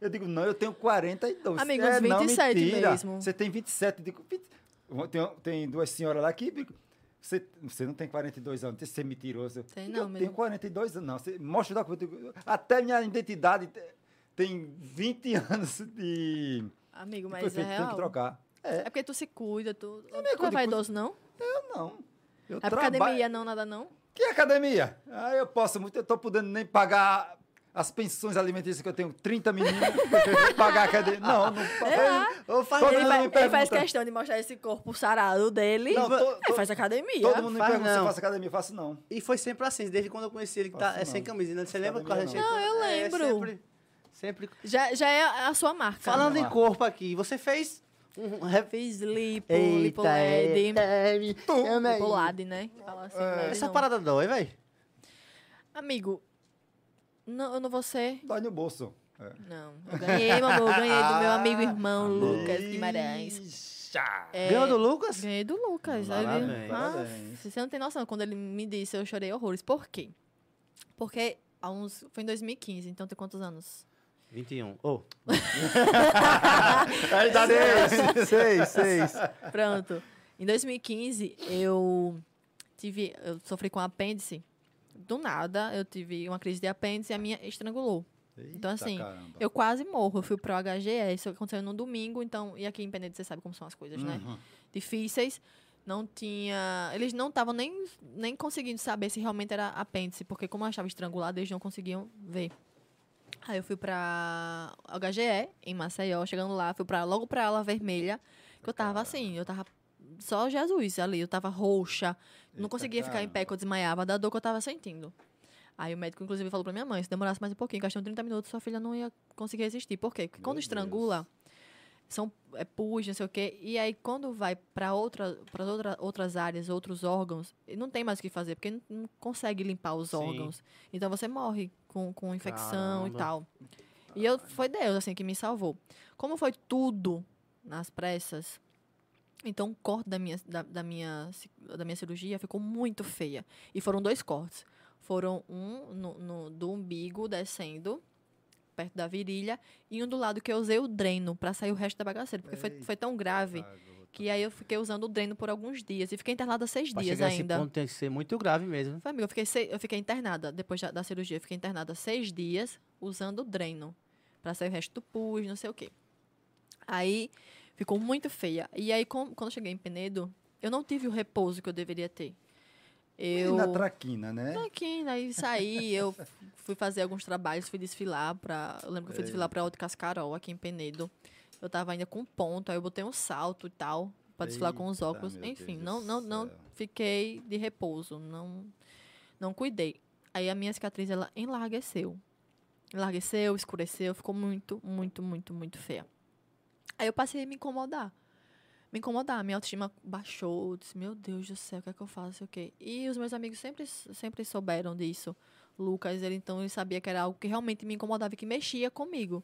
[SPEAKER 3] Eu digo, não, eu tenho 42.
[SPEAKER 4] Amigo,
[SPEAKER 3] é,
[SPEAKER 4] uns
[SPEAKER 3] não,
[SPEAKER 4] 27
[SPEAKER 3] mentira.
[SPEAKER 4] mesmo.
[SPEAKER 3] Você tem 27. Eu digo, "Vinte- Uma- tem, tem duas senhoras lá que... digo, Você, você não tem 42 anos, você é mentiroso. Eu,
[SPEAKER 4] Tem
[SPEAKER 3] "Eu
[SPEAKER 4] não,
[SPEAKER 3] tenho
[SPEAKER 4] menino."
[SPEAKER 3] 42 anos, não. Você mostra o documento. Eu digo, Até minha identidade te- tem 20 anos de...
[SPEAKER 4] Amigo,
[SPEAKER 3] que
[SPEAKER 4] mas
[SPEAKER 3] foi
[SPEAKER 4] é
[SPEAKER 3] feito, tem que
[SPEAKER 4] real.
[SPEAKER 3] trocar.
[SPEAKER 4] É porque tu se cuida, tu.
[SPEAKER 3] minha
[SPEAKER 4] Tu
[SPEAKER 3] cuida-
[SPEAKER 4] é vaidoso, não?
[SPEAKER 3] Eu não. Eu
[SPEAKER 4] É porque
[SPEAKER 3] traba-
[SPEAKER 4] academia, não, nada não.
[SPEAKER 3] Que academia? Ah, eu posso muito, eu tô podendo nem pagar as pensões alimentícias que eu tenho, 30 meninos, pagar a academia. Não, não eu, eu faço,
[SPEAKER 4] Ele,
[SPEAKER 3] todo
[SPEAKER 4] fa-
[SPEAKER 3] mundo me
[SPEAKER 4] ele faz
[SPEAKER 3] pergunta,
[SPEAKER 4] questão de mostrar esse corpo sarado dele.
[SPEAKER 3] Não, tô-
[SPEAKER 4] Ele
[SPEAKER 3] tô-
[SPEAKER 4] faz academia.
[SPEAKER 3] todo mundo me
[SPEAKER 2] Faz
[SPEAKER 3] pergunta se eu
[SPEAKER 2] não.
[SPEAKER 3] faço academia, eu faço não.
[SPEAKER 2] E foi sempre assim, desde quando eu conheci ele, que tá
[SPEAKER 3] Faço
[SPEAKER 2] é sem
[SPEAKER 3] não.
[SPEAKER 2] camisinha. Você lembra
[SPEAKER 3] Faço
[SPEAKER 2] quando a
[SPEAKER 3] não.
[SPEAKER 2] gente...
[SPEAKER 4] Não, eu
[SPEAKER 2] É,
[SPEAKER 4] lembro.
[SPEAKER 2] sempre- sempre
[SPEAKER 4] Já, já é a sua marca.
[SPEAKER 2] Falando em
[SPEAKER 3] Marco.
[SPEAKER 2] corpo aqui, você fez um rap...
[SPEAKER 4] Fiz lipo,
[SPEAKER 2] Eita, é.
[SPEAKER 4] lipoled,
[SPEAKER 2] eita, ama aí.
[SPEAKER 4] lipolade, né? Que fala assim, led
[SPEAKER 2] É, Essa
[SPEAKER 4] não.
[SPEAKER 2] parada dói, velho.
[SPEAKER 4] Amigo, não, eu não vou ser...
[SPEAKER 3] Dói no bolso. É.
[SPEAKER 4] Não, eu ganhei, meu amor, ganhei do meu
[SPEAKER 2] Ah,
[SPEAKER 4] amigo e irmão
[SPEAKER 2] amor.
[SPEAKER 4] Lucas Guimarães.
[SPEAKER 3] Ixá.
[SPEAKER 4] É,
[SPEAKER 2] Ganhou do Lucas?
[SPEAKER 4] Ganhei do Lucas. Aí
[SPEAKER 2] Parabéns,
[SPEAKER 4] ele,
[SPEAKER 3] parabéns.
[SPEAKER 4] "Ah, você não tem noção, quando ele me disse, eu chorei horrores. Por quê? Porque há uns, foi em 2015, então tem quantos anos?
[SPEAKER 2] 21. Oh.
[SPEAKER 3] Aí dá Deus.
[SPEAKER 2] Seis, seis.
[SPEAKER 4] Pronto. Em 2015, eu tive. Eu sofri com um apêndice. Do nada, eu tive uma crise de apêndice e a minha estrangulou. Então, assim, Eu quase morro. Eu fui pro HGE. Isso aconteceu no domingo, então. E aqui em Penedo, você sabe como são as coisas,
[SPEAKER 3] Hum.
[SPEAKER 4] né?
[SPEAKER 3] Uhum.
[SPEAKER 4] Difíceis. Não tinha. Eles não estavam nem, nem conseguindo saber se realmente era apêndice, porque como eu achava estrangulado, eles não conseguiam ver. Aí eu fui pra HGE, em Maceió, chegando lá, fui pra, logo pra ala vermelha, que eu tava assim, eu tava só Jesus ali, eu tava roxa, não
[SPEAKER 3] Eita
[SPEAKER 4] conseguia ficar em pé, que eu desmaiava da dor que eu tava sentindo. Aí o médico, inclusive, falou pra minha mãe, se demorasse mais um pouquinho, questão de 30 minutos, sua filha não ia conseguir resistir. Por quê? Porque
[SPEAKER 3] Meu
[SPEAKER 4] quando
[SPEAKER 3] Deus.
[SPEAKER 4] estrangula, são é pus, não sei o quê, e aí quando vai pra outra, pras outra, outras áreas, outros órgãos, não tem mais o que fazer, porque não, não consegue limpar os
[SPEAKER 2] Sim.
[SPEAKER 4] órgãos. Então você morre com, com infecção
[SPEAKER 2] Caramba.
[SPEAKER 4] e tal. E eu, foi Deus, assim, que me salvou. Como foi tudo nas pressas, então o corte da minha, da, da minha, ci- da minha cirurgia ficou muito feia. E foram dois cortes. Foram um no, no- do umbigo descendo, perto da virilha, e um do lado que eu usei o dreno pra sair o resto da bagaceira. Porque foi, foi tão grave que aí eu fiquei usando o dreno por alguns dias. E fiquei internada seis
[SPEAKER 2] tá Pra
[SPEAKER 4] dias
[SPEAKER 2] chegar nesse
[SPEAKER 4] ainda.
[SPEAKER 2] ponto tem que ser muito grave mesmo.
[SPEAKER 4] Foi, amigo, eu fiquei, sei- eu fiquei internada, depois da, da cirurgia, eu fiquei internada seis dias usando o dreno pra sair o resto do pus, não sei o quê. Aí ficou muito feia. E aí, com- quando eu cheguei em Penedo, eu não tive o repouso que eu deveria ter.
[SPEAKER 3] E
[SPEAKER 4] Eu.
[SPEAKER 3] na traquina, né?
[SPEAKER 4] Aqui, daí saí, eu fui fazer alguns trabalhos, fui desfilar pra. Eu lembro que eu fui desfilar pra Alto Cascarol, aqui em Penedo. Eu tava ainda com ponto, aí eu botei um salto e tal, pra desfilar com os
[SPEAKER 3] Eita,
[SPEAKER 4] óculos.
[SPEAKER 3] meu Deus
[SPEAKER 4] Enfim,
[SPEAKER 3] do
[SPEAKER 4] não, não, não
[SPEAKER 3] céu.
[SPEAKER 4] fiquei de repouso, não, não cuidei. Aí a minha cicatriz, ela enlargueceu. Enlargueceu, escureceu, ficou muito, muito, muito, muito feia. Aí eu passei a me incomodar. me incomodar. Minha autoestima baixou. Eu disse, meu Deus do céu, o que é que eu faço? Não sei o quê. E os meus amigos sempre, sempre souberam disso. Lucas, ele então ele sabia que era algo que realmente me incomodava e que mexia comigo.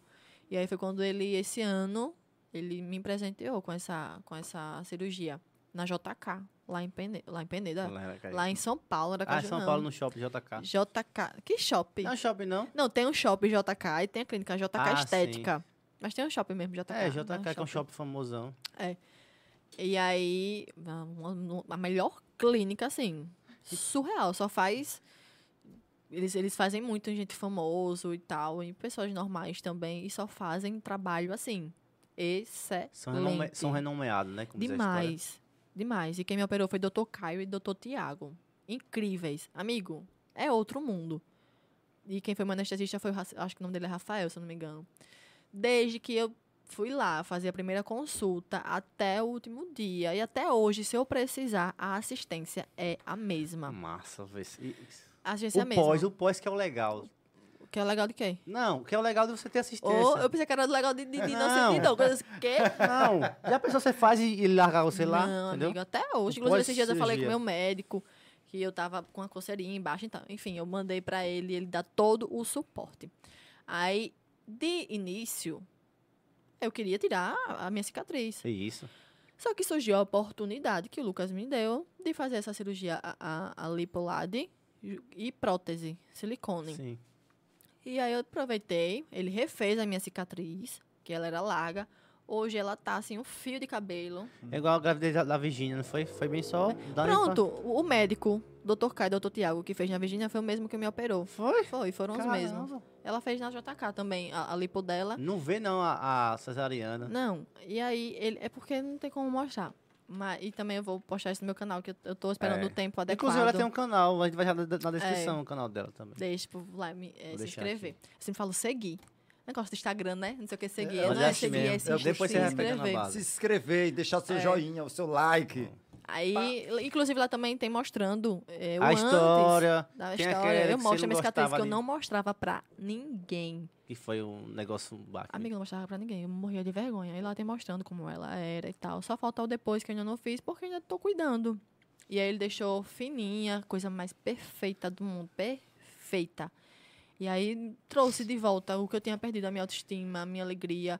[SPEAKER 4] E aí foi quando ele, esse ano, ele me presenteou com essa, com essa cirurgia na JK, lá em, Pene, lá em Peneda. Lá, em São Paulo, era
[SPEAKER 2] Ah, São Paulo no shopping JK.
[SPEAKER 4] JK. Que shopping?
[SPEAKER 2] Não é shopping, não.
[SPEAKER 4] Não, tem um shopping JK e tem a clínica JK
[SPEAKER 2] Ah,
[SPEAKER 4] Estética. Mas tem um shopping mesmo, JK.
[SPEAKER 2] É,
[SPEAKER 4] não
[SPEAKER 2] JK, que é um shopping famosão.
[SPEAKER 4] E aí, a- uma- a melhor clínica, assim, surreal. Só faz... Eles, eles fazem muito em gente famoso e tal, e pessoas normais também, e só fazem trabalho, assim, excelente.
[SPEAKER 2] São, renome... São renomeados, né? Como diz a história.
[SPEAKER 4] Demais. Demais. E quem me operou foi Dr. Caio e Dr. Tiago. Incríveis. Amigo, é outro mundo. E quem foi meu anestesista foi, o Ra- acho que o nome dele é Rafael, se eu não me engano. Desde que eu fui lá fazer a primeira consulta até o último dia. E até hoje, se eu precisar, a assistência é a mesma.
[SPEAKER 2] Ah, Massa, vê se- e-
[SPEAKER 4] A assistência é a
[SPEAKER 2] Hum. O
[SPEAKER 4] mesma.
[SPEAKER 2] pós, o pós que é o legal.
[SPEAKER 4] O que é legal de quê?
[SPEAKER 2] Não, o que é o legal de você ter assistência. É,
[SPEAKER 4] Ou eu pensei que era legal de, de, de não,
[SPEAKER 2] Não.
[SPEAKER 4] sentir dor. Eu disse, quê?
[SPEAKER 2] Não, já pensou você faz e, e largar você lá?
[SPEAKER 4] Não,
[SPEAKER 2] entendeu?
[SPEAKER 4] amigo, até hoje. Inclusive, esses dias eu falei com
[SPEAKER 2] pós-cirurgia.
[SPEAKER 4] meu médico que eu tava com a coceirinha embaixo. Então, enfim, eu mandei pra ele, ele dá todo o suporte. Aí, de início, eu queria tirar a minha cicatriz.
[SPEAKER 2] É isso.
[SPEAKER 4] Só que surgiu a oportunidade que o Lucas me deu de fazer essa cirurgia, a, a, a lipolade e prótese, silicone.
[SPEAKER 2] Sim.
[SPEAKER 4] E aí eu aproveitei, ele refez a minha cicatriz, que ela era larga. Hoje ela tá assim, um fio de cabelo.
[SPEAKER 2] É igual a gravidez da, da Virgínia, não foi? Foi bem só. dar ali
[SPEAKER 4] Pronto, o o médico, Dr. Caio, Dr. Tiago, que fez na Virgínia, foi o mesmo que me operou. Foi? Foi, foram
[SPEAKER 2] pra-
[SPEAKER 4] os mesmos.
[SPEAKER 2] Caramba.
[SPEAKER 4] Ela fez na JK também, a, a lipo dela.
[SPEAKER 2] Não vê, não, a, a cesariana.
[SPEAKER 4] Não, e aí, ele, é porque não tem como mostrar. Mas, e também eu vou postar isso no meu canal, que eu, eu tô esperando
[SPEAKER 2] É.
[SPEAKER 4] o tempo adequado. É.
[SPEAKER 2] Inclusive, ela tem um canal, a gente vai já na, na descrição o canal dela também.
[SPEAKER 4] Deixa pro lá me, eh,
[SPEAKER 2] Vou
[SPEAKER 4] se
[SPEAKER 2] deixar
[SPEAKER 4] inscrever. Eu sempre falo seguir. Negócio do Instagram, né? Não sei o que seguir.
[SPEAKER 3] É,
[SPEAKER 4] É, não
[SPEAKER 3] é
[SPEAKER 4] é
[SPEAKER 3] assim
[SPEAKER 4] seguir,
[SPEAKER 2] mesmo.
[SPEAKER 4] é se,
[SPEAKER 2] Eu-
[SPEAKER 4] inscre-
[SPEAKER 2] depois
[SPEAKER 4] se
[SPEAKER 2] você repete na
[SPEAKER 4] inscrever.
[SPEAKER 2] base.
[SPEAKER 3] Se inscrever e deixar seu
[SPEAKER 4] É.
[SPEAKER 3] joinha, o seu like.
[SPEAKER 4] Aí, inclusive, lá também tem mostrando eh, o
[SPEAKER 2] a
[SPEAKER 4] antes.
[SPEAKER 2] história,
[SPEAKER 4] da
[SPEAKER 2] Tem aquela
[SPEAKER 4] história.
[SPEAKER 2] que
[SPEAKER 4] Eu
[SPEAKER 2] você
[SPEAKER 4] mostro a
[SPEAKER 2] não
[SPEAKER 4] minha cicatriz que
[SPEAKER 2] gostava
[SPEAKER 4] eu
[SPEAKER 2] ali.
[SPEAKER 4] não mostrava pra ninguém.
[SPEAKER 2] que foi um negócio bacana.
[SPEAKER 4] Amiga, eu não mostrava pra ninguém. Eu morria de vergonha. E lá tem mostrando como ela era e tal. Só falta o depois que eu ainda não fiz, porque eu ainda tô cuidando. E aí ele deixou fininha, coisa mais perfeita do mundo. Perfeita. E aí trouxe de volta o que eu tinha perdido, a minha autoestima, a minha alegria.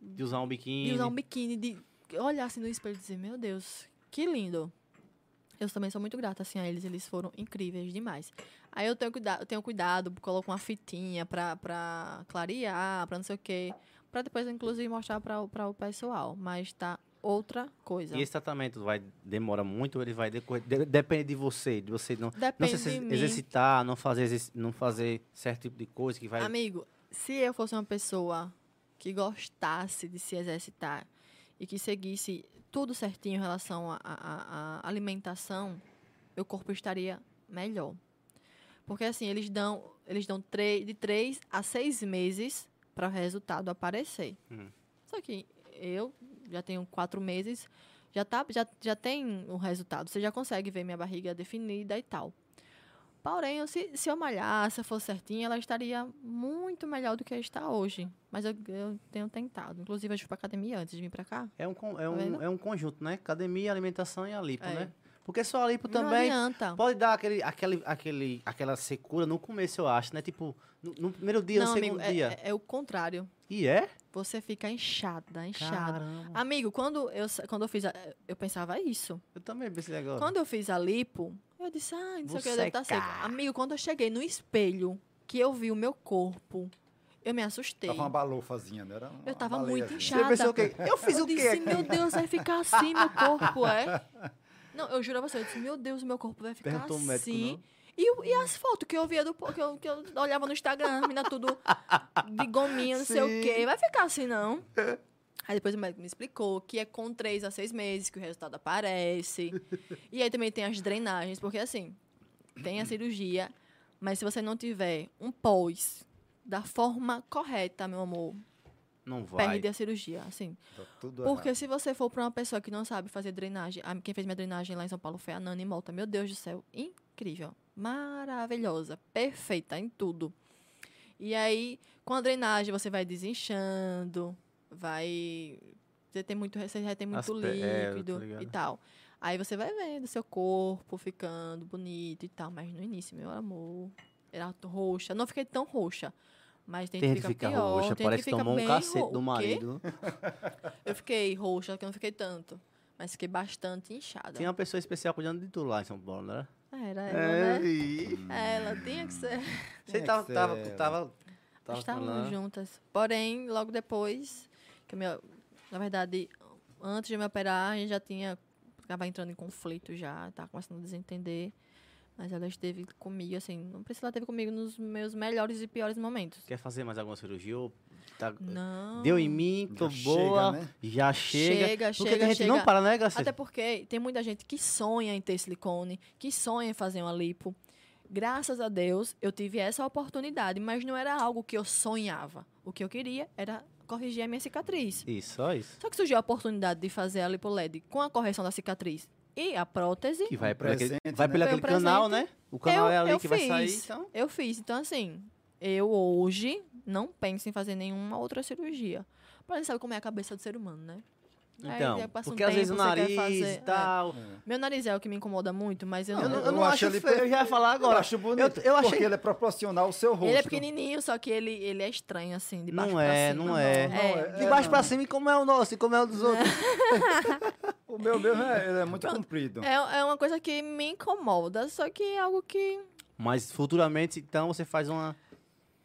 [SPEAKER 2] de usar um biquíni.
[SPEAKER 4] E usar um biquíni, de olhar assim no espelho e dizer, meu Deus, que lindo. Eu também sou muito grata, assim, a eles. Eles foram incríveis demais. Aí eu tenho, cuida eu tenho cuidado, coloco uma fitinha pra, pra clarear, pra não sei o quê. Pra depois, inclusive, mostrar pra, o- pra o pessoal. Mas tá outra coisa.
[SPEAKER 2] E esse tratamento vai, demora muito ou ele vai decorrer? de- depende de você, de você não, não
[SPEAKER 4] Depende
[SPEAKER 2] se ex-
[SPEAKER 4] de mim.
[SPEAKER 2] exercitar, não fazer, exerc- não fazer certo tipo de coisa que vai...
[SPEAKER 4] Amigo, se eu fosse uma pessoa que gostasse de se exercitar e que seguisse tudo certinho em relação à- à à- à alimentação, meu corpo estaria melhor. Porque assim, eles dão, eles dão tre- de três a seis meses para o resultado aparecer.
[SPEAKER 2] Hum.
[SPEAKER 4] Só que eu já tenho quatro meses, já, tá, já, já tem o resultado. Você já consegue ver minha barriga definida e tal. Porém, eu- se, se eu malhar, se eu for certinha, ela estaria muito melhor do que está hoje. Mas eu, eu tenho tentado. Inclusive, eu fui pra academia antes de vir pra cá.
[SPEAKER 2] É um, con- é,
[SPEAKER 4] Tá
[SPEAKER 2] um,
[SPEAKER 4] vendo?
[SPEAKER 2] é um conjunto, né? Academia, alimentação e a lipo,
[SPEAKER 4] É.
[SPEAKER 2] né? Porque só a lipo
[SPEAKER 4] Não
[SPEAKER 2] também
[SPEAKER 4] adianta.
[SPEAKER 2] pode dar aquele, aquele, aquele, aquela secura no começo, eu acho, né? Tipo, no, no primeiro dia,
[SPEAKER 4] Não,
[SPEAKER 2] no
[SPEAKER 4] amigo,
[SPEAKER 2] segundo
[SPEAKER 4] é,
[SPEAKER 2] dia.
[SPEAKER 4] é- é o contrário.
[SPEAKER 2] E é?
[SPEAKER 4] Você fica inchada, inchada.
[SPEAKER 2] Caramba.
[SPEAKER 4] Amigo, quando eu, sa- quando eu fiz a, Eu pensava isso.
[SPEAKER 2] Eu também pensei agora.
[SPEAKER 4] Quando eu fiz a lipo, eu disse, ah, não sei
[SPEAKER 2] Vou
[SPEAKER 4] o que, eu devo estar
[SPEAKER 2] secar.
[SPEAKER 4] seca. Amigo, quando eu cheguei no espelho, que eu vi o meu corpo, eu me assustei.
[SPEAKER 3] Tava uma balofazinha, não era? uma
[SPEAKER 4] Eu tava muito
[SPEAKER 3] baleiazinha.
[SPEAKER 4] inchada.
[SPEAKER 2] pensou o quê? Eu fiz o quê
[SPEAKER 4] disse,
[SPEAKER 2] aqui?
[SPEAKER 4] meu Deus, vai ficar assim meu corpo, é? Não, eu juro a você, eu disse, meu Deus, meu corpo vai ficar
[SPEAKER 3] um
[SPEAKER 2] Perguntou o médico,
[SPEAKER 4] assim. E, o- e as fotos que eu via do po- que eu, que eu olhava no Instagram, menina tudo de gominha, não sei
[SPEAKER 2] Sim.
[SPEAKER 4] o quê. Vai ficar assim, não. Aí depois o médico me explicou que é com três a seis meses que o resultado aparece. E aí também tem as drenagens, porque assim, tem a cirurgia, mas se você não tiver um pós da forma correta, meu amor,
[SPEAKER 2] Não vai.
[SPEAKER 4] perde a cirurgia, assim.
[SPEAKER 3] Tá tudo
[SPEAKER 4] Porque
[SPEAKER 3] errado.
[SPEAKER 4] se você for pra uma pessoa que não sabe fazer drenagem, a- quem fez minha drenagem lá em São Paulo foi a Nani Mota. Meu Deus do céu, incrível, maravilhosa, perfeita em tudo. E aí, com a drenagem, você vai desinchando, vai você tem muito, você já tem muito
[SPEAKER 2] Aspe- é, eu tô
[SPEAKER 4] líquido
[SPEAKER 2] ligado.
[SPEAKER 4] e tal. Aí você vai vendo seu corpo ficando bonito e tal. Mas no início, meu amor, era roxa. Não fiquei tão roxa. Mas tem,
[SPEAKER 2] Tem
[SPEAKER 4] que
[SPEAKER 2] gente que
[SPEAKER 4] ficar
[SPEAKER 2] fica
[SPEAKER 4] pior.
[SPEAKER 2] roxa,
[SPEAKER 4] tem gente
[SPEAKER 2] parece que
[SPEAKER 4] que fica
[SPEAKER 2] tomou um
[SPEAKER 4] bem
[SPEAKER 2] cacete
[SPEAKER 4] ro-
[SPEAKER 2] do
[SPEAKER 4] o quê?
[SPEAKER 2] marido.
[SPEAKER 4] Eu fiquei roxa, que eu não fiquei tanto. Mas fiquei bastante inchada.
[SPEAKER 2] Tinha É. uma pessoa especial cuidando de tu lá em São Paulo, né? não era?
[SPEAKER 4] Ah, Era
[SPEAKER 3] É,
[SPEAKER 4] ela, né?
[SPEAKER 2] e-
[SPEAKER 4] Ela tinha que ser.
[SPEAKER 2] Você
[SPEAKER 3] que
[SPEAKER 2] tava,
[SPEAKER 3] ser
[SPEAKER 2] tava,
[SPEAKER 3] ela.
[SPEAKER 2] tava, tava
[SPEAKER 4] é, Estávamos
[SPEAKER 2] falando.
[SPEAKER 4] juntas. Porém, logo depois, que eu me, na verdade, antes de eu me operar, a gente já tinha. Estava entrando em conflito já, estava começando a desentender. Mas ela esteve comigo, assim, não precisa esteve comigo nos meus melhores e piores momentos.
[SPEAKER 2] Quer fazer mais alguma cirurgia? Ou tá-
[SPEAKER 4] Não.
[SPEAKER 2] Deu em mim, tô
[SPEAKER 3] Já chega,
[SPEAKER 2] boa,
[SPEAKER 3] né?
[SPEAKER 2] já chega.
[SPEAKER 4] Chega,
[SPEAKER 2] Porque
[SPEAKER 4] chega,
[SPEAKER 2] a gente
[SPEAKER 4] chega.
[SPEAKER 2] não para, né, Gacete?
[SPEAKER 4] Até porque tem muita gente que sonha em ter silicone, que sonha em fazer uma lipo. Graças a Deus, eu tive essa oportunidade, mas não era algo que eu sonhava. O que eu queria era corrigir a minha cicatriz.
[SPEAKER 2] Isso, só isso.
[SPEAKER 4] Só que surgiu a oportunidade de fazer a lipoled com a correção da cicatriz e a prótese.
[SPEAKER 2] Que vai,
[SPEAKER 3] Um
[SPEAKER 2] por aquele,
[SPEAKER 3] presente,
[SPEAKER 2] vai
[SPEAKER 3] né?
[SPEAKER 2] pelo
[SPEAKER 4] Foi um
[SPEAKER 2] aquele canal, né? O canal é ali que vai sair, então...
[SPEAKER 4] Eu fiz. Então, assim, eu hoje não penso em fazer nenhuma outra cirurgia. Mas sabe como é a cabeça do ser humano, né? Aí,
[SPEAKER 2] Então,
[SPEAKER 4] já passa um
[SPEAKER 2] porque às vezes o
[SPEAKER 4] tempo, você quer
[SPEAKER 2] nariz
[SPEAKER 4] fazer-
[SPEAKER 2] e tal...
[SPEAKER 3] É.
[SPEAKER 4] Meu nariz é o que me incomoda muito, mas eu
[SPEAKER 2] Eu
[SPEAKER 4] não.
[SPEAKER 2] não,
[SPEAKER 3] eu
[SPEAKER 2] eu não
[SPEAKER 3] acho
[SPEAKER 2] acho
[SPEAKER 3] ele
[SPEAKER 2] feio,
[SPEAKER 3] pe-
[SPEAKER 2] eu já ia falar
[SPEAKER 3] Agora, eu
[SPEAKER 2] agora.
[SPEAKER 3] acho bonito.
[SPEAKER 2] eu- eu achei-
[SPEAKER 3] Porque ele é proporcional ao seu rosto.
[SPEAKER 4] Ele é pequenininho, só que ele, ele é estranho, assim, de baixo
[SPEAKER 2] Não
[SPEAKER 4] pra
[SPEAKER 2] é,
[SPEAKER 4] cima.
[SPEAKER 2] não é.
[SPEAKER 3] É.
[SPEAKER 2] De baixo
[SPEAKER 3] não.
[SPEAKER 2] pra cima, e como é o nosso, e como é o dos outros.
[SPEAKER 3] O meu mesmo é, ele é muito comprido.
[SPEAKER 4] É, é uma coisa que me incomoda, só que é algo que.
[SPEAKER 2] Mas futuramente, então, você faz uma...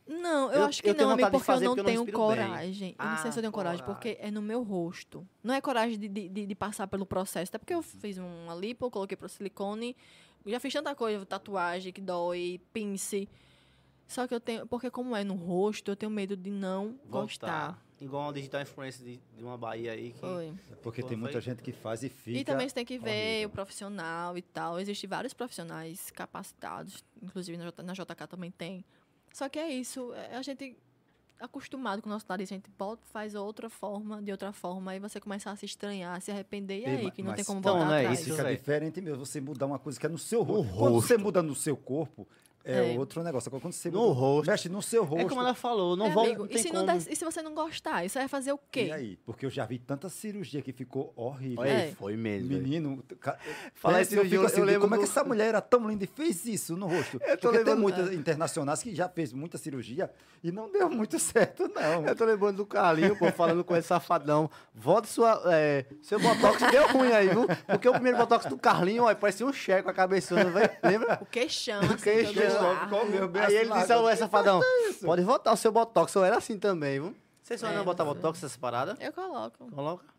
[SPEAKER 4] Não, eu,
[SPEAKER 2] Eu-
[SPEAKER 4] acho que
[SPEAKER 2] eu tenho
[SPEAKER 4] não, amigo,
[SPEAKER 2] vontade de
[SPEAKER 4] porque eu
[SPEAKER 2] fazer
[SPEAKER 4] não
[SPEAKER 2] porque eu não
[SPEAKER 4] tenho
[SPEAKER 2] respiro bem.
[SPEAKER 4] coragem. Eu não sei se eu
[SPEAKER 2] Ah,
[SPEAKER 4] tenho coragem,
[SPEAKER 2] coragem.
[SPEAKER 4] porque é no meu rosto. Não é coragem de, de, de- de passar pelo processo, até porque eu fiz uma lipo, coloquei pro silicone, já fiz tanta coisa, tatuagem que dói, pince. Só que eu tenho. Porque como é no rosto, eu tenho medo de não
[SPEAKER 2] Voltar.
[SPEAKER 4] gostar.
[SPEAKER 2] Igual uma digital influencer de, de uma Bahia aí. Que...
[SPEAKER 4] Foi.
[SPEAKER 3] Porque tem muita gente que faz e fica.
[SPEAKER 4] E também você tem que ver
[SPEAKER 3] horrível.
[SPEAKER 4] o profissional e tal. Existem vários profissionais capacitados, inclusive na, J- na JK também tem. Só que é isso, é- a gente acostumado com o nosso nariz, a gente bota- faz outra forma, de outra forma, aí você começa a se estranhar, a se arrepender, e
[SPEAKER 3] Ei,
[SPEAKER 4] aí
[SPEAKER 3] ma-
[SPEAKER 4] que não tem
[SPEAKER 3] mas
[SPEAKER 4] como
[SPEAKER 2] então,
[SPEAKER 4] voltar
[SPEAKER 2] né,
[SPEAKER 4] atrás. É,
[SPEAKER 2] isso-
[SPEAKER 3] Fica
[SPEAKER 2] velho.
[SPEAKER 3] é diferente mesmo. Você mudar uma coisa que é no seu rosto.
[SPEAKER 2] No
[SPEAKER 3] Quando você
[SPEAKER 2] rosto.
[SPEAKER 3] muda no seu corpo, é,
[SPEAKER 4] É.
[SPEAKER 3] outro negócio. Agora, quando você
[SPEAKER 2] No
[SPEAKER 3] muda-
[SPEAKER 2] rosto.
[SPEAKER 3] mexe no seu rosto.
[SPEAKER 2] É como ela falou, não
[SPEAKER 4] É,
[SPEAKER 2] volta,
[SPEAKER 4] amigo,
[SPEAKER 2] não
[SPEAKER 4] e,
[SPEAKER 2] tem
[SPEAKER 4] se
[SPEAKER 2] como.
[SPEAKER 4] não der- e se você não gostar, isso vai fazer o
[SPEAKER 3] E
[SPEAKER 4] quê?
[SPEAKER 3] aí? Porque eu já vi tanta cirurgia que ficou horrível.
[SPEAKER 2] Olha aí,
[SPEAKER 4] É.
[SPEAKER 2] foi mesmo. velho.
[SPEAKER 3] Menino, ca-
[SPEAKER 2] Falar
[SPEAKER 3] pensa,
[SPEAKER 2] em cirurgia, eu
[SPEAKER 3] digo,
[SPEAKER 2] lembro
[SPEAKER 3] como é que
[SPEAKER 2] do-
[SPEAKER 3] essa mulher era tão linda e fez isso no rosto?
[SPEAKER 2] Eu tô
[SPEAKER 3] Porque tem
[SPEAKER 2] lembrando-
[SPEAKER 3] muitas internacionais que já fez muita cirurgia e não deu muito certo, não.
[SPEAKER 2] Eu tô lembrando do Carlinho, pô, falando com esse safadão. Vote sua. é, seu botox deu ruim aí, viu? Porque o primeiro botox do Carlinho, ó, parecia um cheque com a cabeçona, velho. Lembra?
[SPEAKER 4] O queixão, assim, todo
[SPEAKER 2] queixão,
[SPEAKER 4] largo.
[SPEAKER 3] ficou meu bem
[SPEAKER 2] Aí
[SPEAKER 3] assim,
[SPEAKER 2] ele disse
[SPEAKER 3] largo.
[SPEAKER 2] ao é, safadão: pode votar o seu botox. Eu era assim também, viu? Vocês só
[SPEAKER 4] É,
[SPEAKER 2] não botar
[SPEAKER 4] mas-
[SPEAKER 2] botox essas paradas?
[SPEAKER 4] Eu coloco.
[SPEAKER 2] Coloca.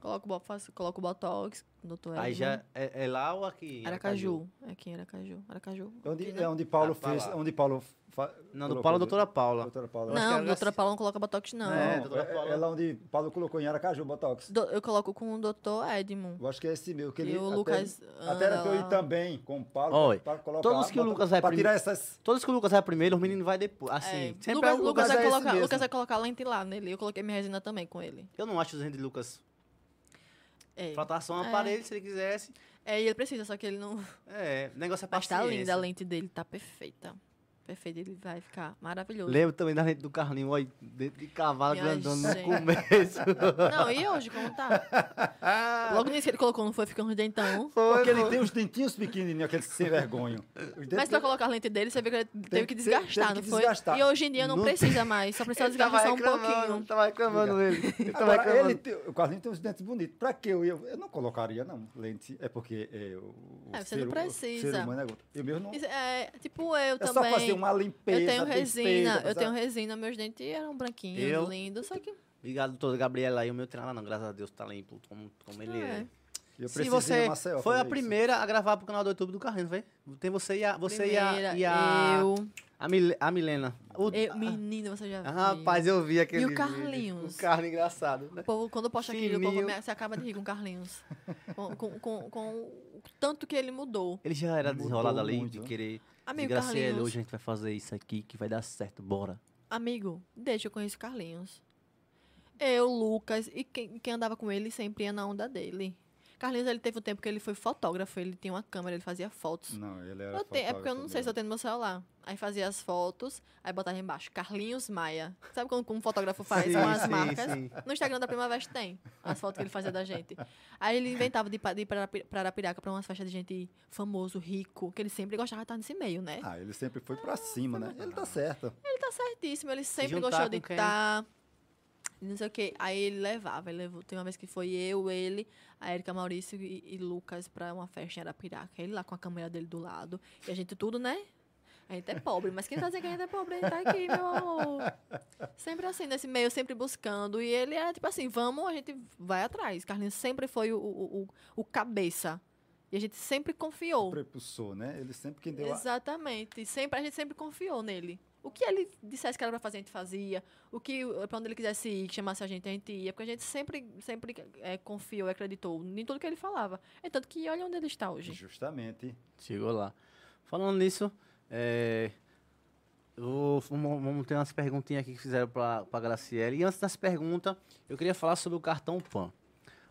[SPEAKER 4] Coloco, o bo- faço, coloco o Botox, doutor
[SPEAKER 2] Aí
[SPEAKER 4] Edman.
[SPEAKER 2] já é, é lá ou aqui? em
[SPEAKER 4] Aracaju. É aqui em Aracaju. Aracaju.
[SPEAKER 3] É Onde,
[SPEAKER 4] Aqui, né?
[SPEAKER 3] é onde Paulo
[SPEAKER 2] Dá pra
[SPEAKER 3] fez.
[SPEAKER 2] lá.
[SPEAKER 3] Onde Paulo fa-
[SPEAKER 2] Não, do
[SPEAKER 3] colocou
[SPEAKER 2] Paulo,
[SPEAKER 3] o dedo.
[SPEAKER 2] doutora Paula.
[SPEAKER 3] Doutora Paula.
[SPEAKER 2] acho que
[SPEAKER 4] Não,
[SPEAKER 2] era
[SPEAKER 4] doutora
[SPEAKER 2] assim.
[SPEAKER 4] Paula não coloca Botox, não.
[SPEAKER 2] É,
[SPEAKER 3] Não,
[SPEAKER 2] doutora
[SPEAKER 3] é,
[SPEAKER 2] Paula.
[SPEAKER 3] é lá onde Paulo colocou em Aracaju, Botox.
[SPEAKER 4] Do- eu coloco com o doutor Edmund.
[SPEAKER 3] Eu acho que é esse meu. Que ele
[SPEAKER 4] E o
[SPEAKER 3] até-
[SPEAKER 4] Lucas
[SPEAKER 3] Até era
[SPEAKER 4] anda
[SPEAKER 3] pra eu ir
[SPEAKER 4] lá.
[SPEAKER 3] também com o Paulo.
[SPEAKER 2] Oi,
[SPEAKER 3] pra- pra colocar,
[SPEAKER 2] todos que o
[SPEAKER 3] bota-
[SPEAKER 2] Lucas vai
[SPEAKER 3] Pra tirar
[SPEAKER 2] prim-
[SPEAKER 3] essas.
[SPEAKER 2] Todos que o Lucas vai primeiro, os meninos vai depois.
[SPEAKER 4] É,
[SPEAKER 2] Assim, sempre
[SPEAKER 4] Lucas,
[SPEAKER 2] é o Lucas.
[SPEAKER 4] Lucas,
[SPEAKER 3] é
[SPEAKER 4] vai
[SPEAKER 3] esse
[SPEAKER 4] colocar,
[SPEAKER 3] mesmo.
[SPEAKER 4] Lucas vai colocar lente lá nele. Eu coloquei minha resina também com ele.
[SPEAKER 2] Eu não acho os rentes de Lucas.
[SPEAKER 4] É.
[SPEAKER 2] Faltava só um
[SPEAKER 4] É.
[SPEAKER 2] aparelho se ele quisesse.
[SPEAKER 4] É, e ele precisa, só que ele não.
[SPEAKER 2] É, o negócio é
[SPEAKER 4] Mas
[SPEAKER 2] paciência.
[SPEAKER 4] tá linda a lente dele, tá perfeita. Perfeita, ele vai ficar maravilhoso.
[SPEAKER 2] Lembro também da lente do Carlinho, ó, dentro de cavalo
[SPEAKER 4] Minha
[SPEAKER 2] grandão no
[SPEAKER 4] gente.
[SPEAKER 2] começo.
[SPEAKER 4] Não, e hoje, como tá? Logo nisso que ele colocou, não foi ficando uns dentão.
[SPEAKER 3] Porque ele tem os dentinhos pequenininhos, né, aqueles sem vergonha. Os
[SPEAKER 4] Mas tá
[SPEAKER 3] dentinhos-
[SPEAKER 4] pra colocar a lente dele, você vê que ele teve
[SPEAKER 3] Teve-
[SPEAKER 4] que
[SPEAKER 3] teve-
[SPEAKER 4] desgastar,
[SPEAKER 3] teve que
[SPEAKER 4] não foi?
[SPEAKER 3] desgastar.
[SPEAKER 4] E hoje em dia não,
[SPEAKER 2] Não-
[SPEAKER 4] precisa mais, só precisa desgastar só um pouquinho.
[SPEAKER 2] tava reclamando ele. Ele tava
[SPEAKER 3] Agora,
[SPEAKER 2] reclamando.
[SPEAKER 3] ele tem- o Carlinho tem os dentes bonitos. Pra que eu ia? Eu não colocaria, não, lente. É porque é, o, o
[SPEAKER 4] É, você não
[SPEAKER 3] o
[SPEAKER 4] precisa.
[SPEAKER 3] ser humano é outro. Eu mesmo não.
[SPEAKER 4] Isso É, tipo eu
[SPEAKER 3] É
[SPEAKER 4] também.
[SPEAKER 3] só fazer uma limpeza.
[SPEAKER 4] Eu tenho
[SPEAKER 3] tempero,
[SPEAKER 4] resina, eu
[SPEAKER 3] sabe?
[SPEAKER 4] tenho resina, meus dentes eram branquinhos,
[SPEAKER 2] Eu-
[SPEAKER 4] lindos, só que.
[SPEAKER 2] Obrigado, doutor Gabriela aí. O meu treinador, não, graças a Deus, tá limpo, como, como ele
[SPEAKER 4] É.
[SPEAKER 2] é.
[SPEAKER 3] Eu
[SPEAKER 2] Se
[SPEAKER 3] precisei
[SPEAKER 2] você
[SPEAKER 3] em Maceió
[SPEAKER 2] foi a
[SPEAKER 3] fazer isso.
[SPEAKER 2] primeira a gravar pro canal do YouTube do Carlinho, foi? Tem você e a, você e a,
[SPEAKER 4] Primeira,
[SPEAKER 2] e a,
[SPEAKER 4] eu,
[SPEAKER 2] a, Mil- a Milena. O-
[SPEAKER 4] eu. Menino, você já
[SPEAKER 2] Ah,
[SPEAKER 4] viu.
[SPEAKER 2] rapaz, eu vi aquele
[SPEAKER 4] E o
[SPEAKER 2] vídeo.
[SPEAKER 4] Carlinhos?
[SPEAKER 2] O Carlinho engraçado, né?
[SPEAKER 4] O povo, quando eu posto aquilo, o povo
[SPEAKER 2] Fininho.
[SPEAKER 4] me, você acaba de rir com o Carlinhos. com, com, com, com o tanto que ele mudou.
[SPEAKER 2] Ele já era
[SPEAKER 3] Mudou
[SPEAKER 2] desenrolado ali
[SPEAKER 3] muito,
[SPEAKER 2] de
[SPEAKER 3] né?
[SPEAKER 2] querer.
[SPEAKER 4] Amigo,
[SPEAKER 2] desgraçar é ele,
[SPEAKER 4] Carlinhos.
[SPEAKER 2] hoje a gente vai fazer isso aqui que vai dar certo, bora.
[SPEAKER 4] Amigo, deixa eu conhecer o Carlinhos. Eu, Lucas e quem, quem andava com ele sempre ia na onda dele. Carlinhos, ele teve um tempo que ele foi fotógrafo, ele tinha uma câmera, ele fazia fotos.
[SPEAKER 3] Não, ele era
[SPEAKER 4] Eu te- é porque eu
[SPEAKER 3] fotógrafo
[SPEAKER 4] não sei se eu
[SPEAKER 3] mesmo.
[SPEAKER 4] tenho no meu celular. Aí fazia as fotos, aí botava embaixo, Carlinhos Maia. Sabe como, como um fotógrafo faz
[SPEAKER 2] Sim,
[SPEAKER 4] com as
[SPEAKER 2] sim,
[SPEAKER 4] marcas?
[SPEAKER 2] sim.
[SPEAKER 4] No Instagram da Primavest tem as fotos que ele fazia da gente. Aí ele inventava de, pa- de ir pra Arapi- pra Arapiraca pra umas festas de gente famoso, rico, que ele sempre gostava de estar nesse meio, né?
[SPEAKER 3] Ah, ele sempre foi pra cima, né? Ele tá certo.
[SPEAKER 4] Ele tá certíssimo, ele sempre
[SPEAKER 2] juntar
[SPEAKER 4] gostou de
[SPEAKER 2] com quem?
[SPEAKER 4] estar. Não sei o que. Aí ele levava, ele levou. Tem uma vez que foi eu, ele, a Erika Maurício e, e Lucas pra uma festa em Arapiraca. Ele lá com a câmera dele do lado. E a gente tudo, né? A gente é pobre, mas quem tá dizendo que a gente é pobre, a gente tá aqui, meu amor. Sempre assim, nesse meio, sempre buscando. E ele era tipo assim, vamos, a gente vai atrás. Carlinhos sempre foi o, o, o- o cabeça. E a gente sempre
[SPEAKER 3] O
[SPEAKER 4] confiou.
[SPEAKER 3] prepulsor, né? Ele sempre quem deu a...
[SPEAKER 4] Exatamente. Sempre, a gente sempre confiou nele. O que ele dissesse que era pra fazer, a gente fazia. O que, eh, pra onde ele quisesse ir, que chamasse a gente, a gente ia. Porque a gente sempre, sempre eh, confiou e acreditou em tudo que ele falava. É tanto que olha onde ele está hoje.
[SPEAKER 3] Justamente.
[SPEAKER 2] Chegou lá. Falando nisso, é, eu vou- vamos, vamos ter umas perguntinhas aqui que fizeram pra, pra Graciela. E antes das perguntas, eu queria falar sobre o cartão PAN.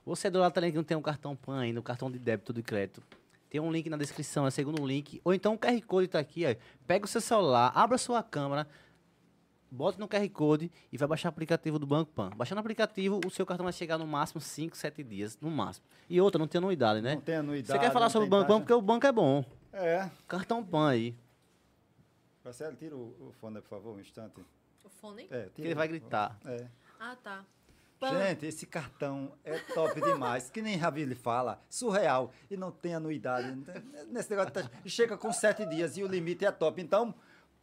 [SPEAKER 2] Você é do lado também que não tem um cartão PAN ainda, um cartão de débito de crédito. Tem um link na descrição, é o segundo link. Ou então o QR Code tá aqui, ó. Pega o seu celular, abra a sua câmera, bota no QR Code e vai baixar o aplicativo do Banco PAN. Baixando o aplicativo, o seu cartão vai chegar no máximo 5, 7 dias, no máximo. E outra, não tem anuidade, né?
[SPEAKER 3] Não tem anuidade.
[SPEAKER 2] Você quer falar
[SPEAKER 3] não
[SPEAKER 2] sobre o
[SPEAKER 3] tem
[SPEAKER 2] Banco Pan
[SPEAKER 3] taxa.
[SPEAKER 2] porque o banco é bom.
[SPEAKER 3] É.
[SPEAKER 2] Cartão PAN aí.
[SPEAKER 3] Marcelo, tira o, o fone, por favor, um instante.
[SPEAKER 4] O fone?
[SPEAKER 3] É, tira.
[SPEAKER 2] Que ele vai gritar.
[SPEAKER 3] É.
[SPEAKER 4] Ah, tá.
[SPEAKER 3] Gente, esse cartão é top demais. que nem Ravi ele fala, surreal. E não tem anuidade. não tem- Nesse negócio tá- chega com sete dias e o limite é top. Então,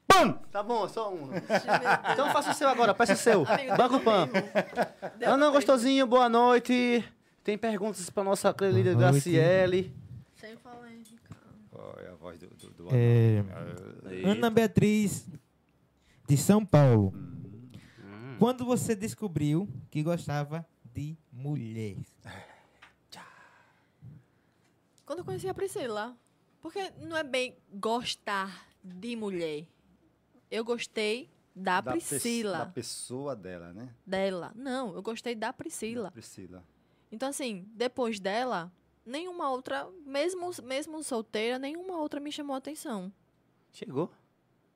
[SPEAKER 3] PAM!
[SPEAKER 2] Tá bom, só um. Então faça o seu agora, peça o seu.
[SPEAKER 4] Amigo,
[SPEAKER 2] Banco Pan.
[SPEAKER 4] Deu
[SPEAKER 2] Ana
[SPEAKER 4] pra ver.
[SPEAKER 2] Gostosinho, boa noite. Tem perguntas pra nossa querida Graciele.
[SPEAKER 4] Sem falar, hein, cara.
[SPEAKER 3] Olha a voz do... do, do
[SPEAKER 5] É, Ana Beatriz, de São Paulo. Quando você descobriu que gostava de mulher?
[SPEAKER 4] Quando eu conheci a Priscila. Porque não é bem gostar de mulher. Eu gostei da,
[SPEAKER 3] da pes-
[SPEAKER 4] Ah, Priscila.
[SPEAKER 3] Da pessoa dela, né?
[SPEAKER 4] Dela. Não, eu gostei da Priscila.
[SPEAKER 3] Da Priscila.
[SPEAKER 4] Então, assim, depois dela, nenhuma outra, mesmo, mesmo solteira, nenhuma outra me chamou a atenção.
[SPEAKER 2] Chegou.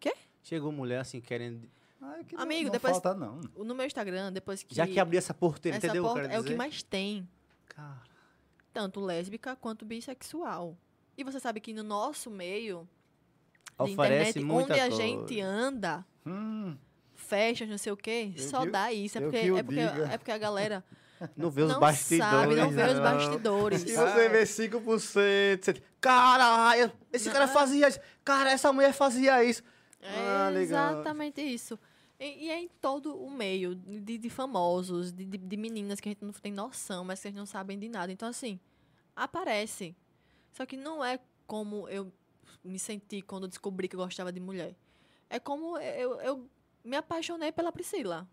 [SPEAKER 4] Quê?
[SPEAKER 2] Chegou mulher assim, querendo.
[SPEAKER 3] Ah, é que
[SPEAKER 4] Amigo,
[SPEAKER 3] não, não
[SPEAKER 4] depois-
[SPEAKER 3] falta, não.
[SPEAKER 4] No meu Instagram, depois que.
[SPEAKER 2] Já que abriu essa porteira,
[SPEAKER 4] essa
[SPEAKER 2] entendeu?
[SPEAKER 4] porta
[SPEAKER 2] eu quero
[SPEAKER 4] é o que
[SPEAKER 2] dizer?
[SPEAKER 4] mais tem.
[SPEAKER 2] Cara,
[SPEAKER 4] Tanto lésbica quanto bissexual. E você sabe que no nosso meio de
[SPEAKER 2] oferece
[SPEAKER 4] internet,
[SPEAKER 2] muita
[SPEAKER 4] onde a
[SPEAKER 2] coisa.
[SPEAKER 4] gente anda,
[SPEAKER 3] Hum,
[SPEAKER 4] festas, não sei o quê,
[SPEAKER 3] Eu
[SPEAKER 4] só
[SPEAKER 3] que-
[SPEAKER 4] dá isso. É
[SPEAKER 3] eu
[SPEAKER 4] porque,
[SPEAKER 3] que o
[SPEAKER 4] é, porque,
[SPEAKER 3] diga.
[SPEAKER 4] é porque a galera
[SPEAKER 2] Não vê os
[SPEAKER 4] não
[SPEAKER 2] bastidores.
[SPEAKER 4] sabe, não vê os
[SPEAKER 2] não.
[SPEAKER 4] bastidores.
[SPEAKER 2] Se você vê 5%, você... caralho, esse cara fazia isso. Cara, essa mulher fazia isso. Ah,
[SPEAKER 4] É
[SPEAKER 2] legal.
[SPEAKER 4] exatamente isso. E, e é em todo o meio, de, de famosos, de, de- de meninas que a gente não tem noção, mas que a gente não sabem de nada. Então, assim, aparece. Só que não é como eu me senti quando descobri que eu gostava de mulher. É como eu, eu me apaixonei pela Priscila.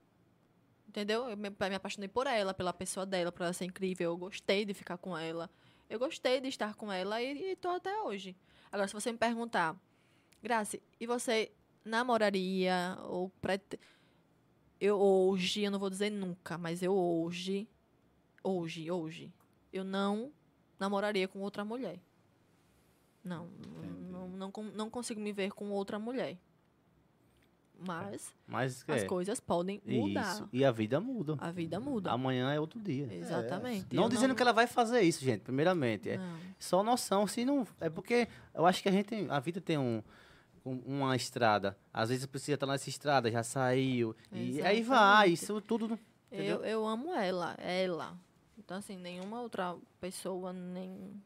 [SPEAKER 4] Entendeu? Eu me, me apaixonei por ela, pela pessoa dela, por ela ser incrível. Eu gostei de ficar com ela. Eu gostei de estar com ela e, e tô até hoje. Agora, se você me perguntar, Grace, e você namoraria ou prete... eu hoje, eu não vou dizer nunca, mas eu hoje, hoje, hoje, eu não namoraria com outra mulher. Não,
[SPEAKER 3] Entendi.
[SPEAKER 4] não, não, con- não consigo me ver com outra mulher. Mas
[SPEAKER 2] Mas
[SPEAKER 4] as
[SPEAKER 2] é,
[SPEAKER 4] coisas podem mudar.
[SPEAKER 2] Isso. E a vida muda.
[SPEAKER 4] A vida muda.
[SPEAKER 2] Amanhã é outro dia.
[SPEAKER 4] Exatamente.
[SPEAKER 2] Não
[SPEAKER 4] Eu
[SPEAKER 2] dizendo que ela vai fazer isso, gente, primeiramente. É
[SPEAKER 4] Não.
[SPEAKER 2] só noção. Se não. É porque eu acho que a gente. tem- A vida tem um. um- Uma estrada. Às vezes precisa estar nessa estrada, já saiu. E aí vai,
[SPEAKER 4] Exatamente.
[SPEAKER 2] isso tudo. não- Entendeu?
[SPEAKER 4] Eu, eu amo ela, ela. Então, assim, nenhuma outra pessoa, nem.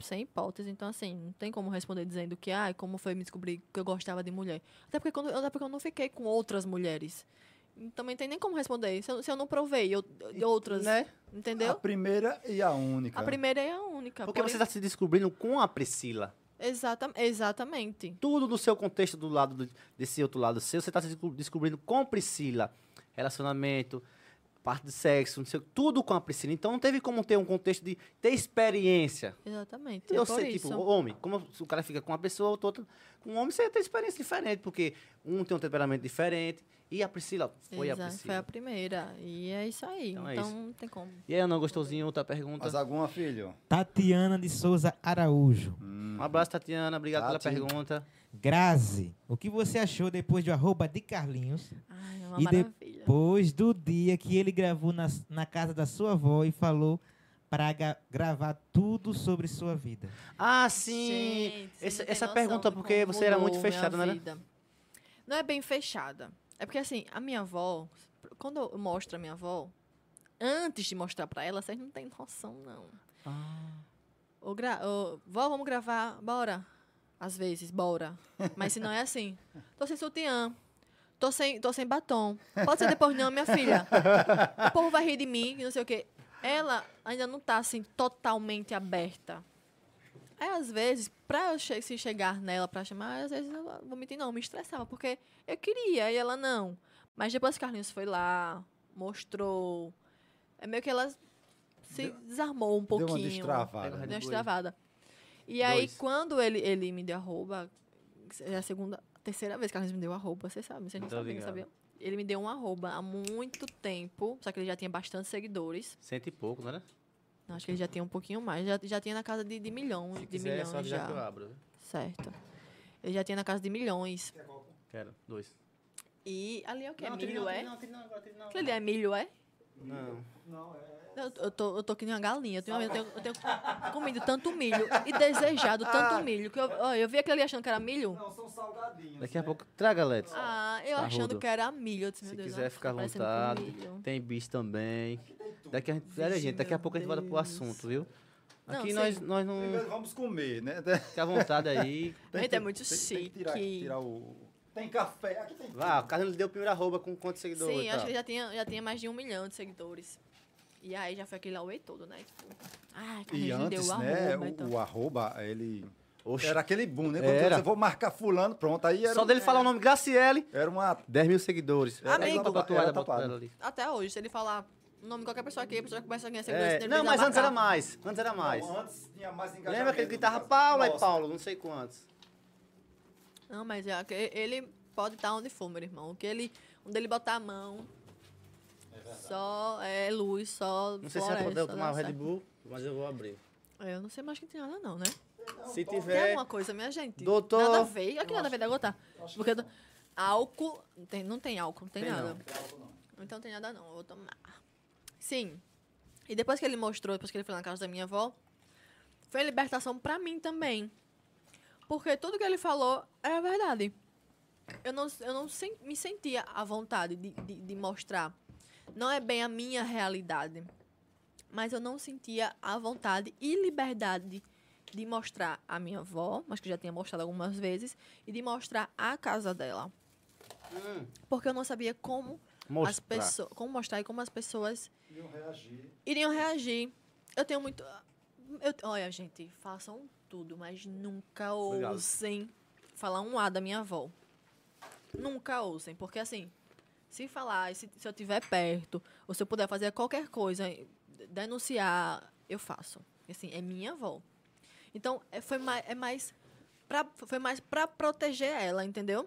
[SPEAKER 4] Sem hipótese. Então, assim, não tem como responder dizendo que, ah, como foi me descobrir que eu gostava de mulher. Até porque, quando, até porque eu não fiquei com outras mulheres. Também tem nem como responder. Se eu, se eu não provei eu- de outras.
[SPEAKER 2] Né?
[SPEAKER 3] a
[SPEAKER 4] Entendeu?
[SPEAKER 3] primeira e a única.
[SPEAKER 4] A primeira é a única.
[SPEAKER 2] Porque
[SPEAKER 4] por
[SPEAKER 2] você tá-
[SPEAKER 4] isso-
[SPEAKER 2] está se descobrindo com a Priscila.
[SPEAKER 4] Exata- Exatamente.
[SPEAKER 2] Tudo do seu contexto do tá lado do- desse outro lado seu, você está se desco- descobrindo com Priscila. Relacionamento, parte de sexo, não sei, o quê, tudo com a Priscila. Então não teve como ter um contexto de ter experiência.
[SPEAKER 4] Exatamente.
[SPEAKER 2] Eu
[SPEAKER 4] é por
[SPEAKER 2] sei,
[SPEAKER 4] isso.
[SPEAKER 2] tipo, homem, como o cara fica com uma pessoa, outro, outro com um homem, você tem experiência diferente, porque um tem um temperamento diferente. E a Priscila foi a
[SPEAKER 4] Exato,
[SPEAKER 2] Priscila.
[SPEAKER 4] Foi a primeira. E é isso aí.
[SPEAKER 2] Então
[SPEAKER 4] Então,
[SPEAKER 2] é
[SPEAKER 4] não tem como.
[SPEAKER 2] E aí, Ana, gostosinho, outra pergunta.
[SPEAKER 3] Mas alguma, filho? Hum,
[SPEAKER 5] Tatiana de Souza Araújo.
[SPEAKER 2] Um abraço, Tatiana. Obrigado
[SPEAKER 3] Tati.
[SPEAKER 2] pela pergunta.
[SPEAKER 5] Grazi, o que você achou depois do arroba de Carlinhos?
[SPEAKER 4] Ai, é uma
[SPEAKER 5] E
[SPEAKER 4] maravilha.
[SPEAKER 5] Depois do dia que ele gravou na, na casa da sua avó e falou para ga- gravar tudo sobre sua vida.
[SPEAKER 2] Ah, sim!
[SPEAKER 4] Gente, vocês
[SPEAKER 2] Essa-
[SPEAKER 4] não têm
[SPEAKER 2] essa
[SPEAKER 4] noção
[SPEAKER 2] pergunta,
[SPEAKER 4] de
[SPEAKER 2] porque
[SPEAKER 4] como
[SPEAKER 2] você era muito
[SPEAKER 4] mudou minha
[SPEAKER 2] fechada, não era?
[SPEAKER 4] é vida. Não é bem fechada. É porque, assim, a minha avó, quando eu mostro a minha avó, antes de mostrar pra ela, vocês não têm noção, não.
[SPEAKER 2] Ah.
[SPEAKER 4] Ô, gra... ô, vó, vamos gravar, bora. Às vezes, bora. Mas se não é assim, tô sem sutiã. Tô sem, tô sem batom. Pode ser depois não, minha filha. O povo vai rir de mim, que não sei o quê. Ela ainda não tá, assim, totalmente aberta. Aí, às vezes, pra eu che- se chegar nela pra chamar, às vezes eu vou mentir, não, me estressava, porque eu queria e ela não. Mas depois o Carlinhos foi lá, mostrou. É meio que ela se desarmou um pouquinho.
[SPEAKER 3] Deu uma
[SPEAKER 2] Pega o
[SPEAKER 3] destravada.
[SPEAKER 4] Deu uma
[SPEAKER 2] Dois.
[SPEAKER 4] estravada. E aí,
[SPEAKER 2] Dois.
[SPEAKER 4] quando ele, ele me deu arroba, é a segunda, terceira vez que Carlinhos me deu arroba, vocês sabem, vocês não
[SPEAKER 2] Tô tá
[SPEAKER 4] sabem,
[SPEAKER 2] ligado.
[SPEAKER 4] sabiam? Ele me deu um arroba há muito tempo, só que ele já tinha bastante seguidores.
[SPEAKER 2] Cento e pouco, não era?
[SPEAKER 4] Não, acho que ele já tinha um pouquinho mais, já, já tinha na casa de, de milhões,
[SPEAKER 2] Se
[SPEAKER 4] Um de
[SPEAKER 2] quiser, é só
[SPEAKER 4] milhões
[SPEAKER 2] avisar que eu
[SPEAKER 4] já.
[SPEAKER 2] abro. viu?
[SPEAKER 4] Certo. Ele já tinha na casa de milhões.
[SPEAKER 2] Quero, dois.
[SPEAKER 4] E ali é o que?
[SPEAKER 2] Não,
[SPEAKER 4] É
[SPEAKER 2] trilha
[SPEAKER 4] milho, é?
[SPEAKER 2] Não, trilha não, agora trilha não.
[SPEAKER 4] Aquilo ali é milho, é?
[SPEAKER 2] Não.
[SPEAKER 4] Eu, eu tô, eu tô que nem uma galinha. Eu tenho, eu tenho- eu tenho comido tanto milho e desejado
[SPEAKER 2] Ah.
[SPEAKER 4] tanto milho. Que eu, ó, eu vi aquele ali achando que era milho.
[SPEAKER 3] Não, são salgadinhos. né?
[SPEAKER 2] Daqui a pouco, traga, Let's.
[SPEAKER 4] Ah, eu
[SPEAKER 2] Parrudo.
[SPEAKER 4] achando que era milho. Eu disse,
[SPEAKER 2] Tá Se
[SPEAKER 4] meu Deus,
[SPEAKER 2] quiser,
[SPEAKER 4] olha,
[SPEAKER 2] fica à
[SPEAKER 4] tá parecendo com
[SPEAKER 2] vontade.
[SPEAKER 4] milho.
[SPEAKER 2] Tem bis também. Daqui a, olha, gente, daqui a pouco a gente volta pro assunto, viu?
[SPEAKER 4] Não,
[SPEAKER 2] Aqui
[SPEAKER 4] sim.
[SPEAKER 2] nós, nós não.
[SPEAKER 3] Primeiro vamos comer, né?
[SPEAKER 2] Fica à vontade aí.
[SPEAKER 4] Gente,
[SPEAKER 3] que-
[SPEAKER 4] é muito
[SPEAKER 3] Tem que tirar,
[SPEAKER 4] chique.
[SPEAKER 3] tirar o... Tem café. Aqui tem
[SPEAKER 2] Vá, Ah, o Carlos deu a primeira arroba com quantos seguidores?
[SPEAKER 4] Sim,
[SPEAKER 2] tá?
[SPEAKER 4] acho que ele já tinha, já tinha mais de um milhão de seguidores. E aí já foi aquele away todo, né? Tipo, ai, que
[SPEAKER 3] E
[SPEAKER 4] a gente
[SPEAKER 3] antes,
[SPEAKER 4] deu o
[SPEAKER 3] né,
[SPEAKER 4] arroba,
[SPEAKER 3] o,
[SPEAKER 4] então.
[SPEAKER 3] o arroba, ele...
[SPEAKER 2] Oxe.
[SPEAKER 3] Era aquele boom, né?
[SPEAKER 2] Era.
[SPEAKER 3] Quando você vou marcar fulano, pronto, aí era,
[SPEAKER 4] um
[SPEAKER 3] um-
[SPEAKER 2] Só dele falar o nome Graciele,
[SPEAKER 3] era uma...
[SPEAKER 2] 10 mil seguidores. É,
[SPEAKER 3] Era
[SPEAKER 2] Pega
[SPEAKER 3] igual
[SPEAKER 2] uma
[SPEAKER 3] a-
[SPEAKER 2] tatuada,
[SPEAKER 3] era
[SPEAKER 2] bota
[SPEAKER 3] tatuada.
[SPEAKER 2] ela ali.
[SPEAKER 4] Até hoje, se ele falar o nome de qualquer pessoa aqui, a pessoa começa a ganhar
[SPEAKER 2] É,
[SPEAKER 4] segurança.
[SPEAKER 2] Não, mas antes era mais. Antes era mais.
[SPEAKER 3] Não, antes tinha mais engajamento.
[SPEAKER 2] Lembra que ele gritava
[SPEAKER 3] no caso.
[SPEAKER 2] Paulo e
[SPEAKER 3] Nossa,
[SPEAKER 2] Paulo, não sei quantos.
[SPEAKER 4] Não, mas é que ele pode estar onde for, meu irmão. O que ele, onde ele botar a mão, só é luz, só
[SPEAKER 2] Não sei se vai
[SPEAKER 4] floresta,
[SPEAKER 2] poder
[SPEAKER 4] dá
[SPEAKER 2] tomar o Red
[SPEAKER 4] certo.
[SPEAKER 2] Bull, mas eu vou abrir.
[SPEAKER 4] É, Eu não sei mais que tem nada não, né?
[SPEAKER 2] Se
[SPEAKER 4] Tem
[SPEAKER 2] tiver.
[SPEAKER 4] alguma coisa, minha gente.
[SPEAKER 2] Doutor-
[SPEAKER 4] Nada a ver. Aqui nada a ver da gota. Porque do- álcool. Tem, não tem álcool, não tem,
[SPEAKER 2] Tem
[SPEAKER 4] nada.
[SPEAKER 2] não.
[SPEAKER 4] Então tem nada não, eu vou tomar. Sim. E depois que ele mostrou, depois que ele foi na casa da minha avó, foi a libertação pra mim também. Porque tudo que ele falou era verdade. Eu não, eu não sen- me sentia à vontade de, de, de mostrar. Não é bem a minha realidade. Mas eu não sentia a vontade e liberdade de mostrar a minha avó, mas que eu já tinha mostrado algumas vezes, e de mostrar a casa dela. Porque eu não sabia como as
[SPEAKER 2] Mostrar.
[SPEAKER 4] pessoas, como mostrar e como as pessoas
[SPEAKER 3] iam reagir.
[SPEAKER 4] iriam reagir. Eu tenho muito. eu- olha, gente, façam tudo, mas nunca
[SPEAKER 2] Obrigado.
[SPEAKER 4] ousem falar um A da minha avó. Nunca ousem, porque assim, se falar, e se, se eu estiver perto, ou se eu puder fazer qualquer coisa, denunciar, eu faço. Assim, é minha avó. Então, é, foi mais, é mais pra, foi mais pra proteger ela, entendeu?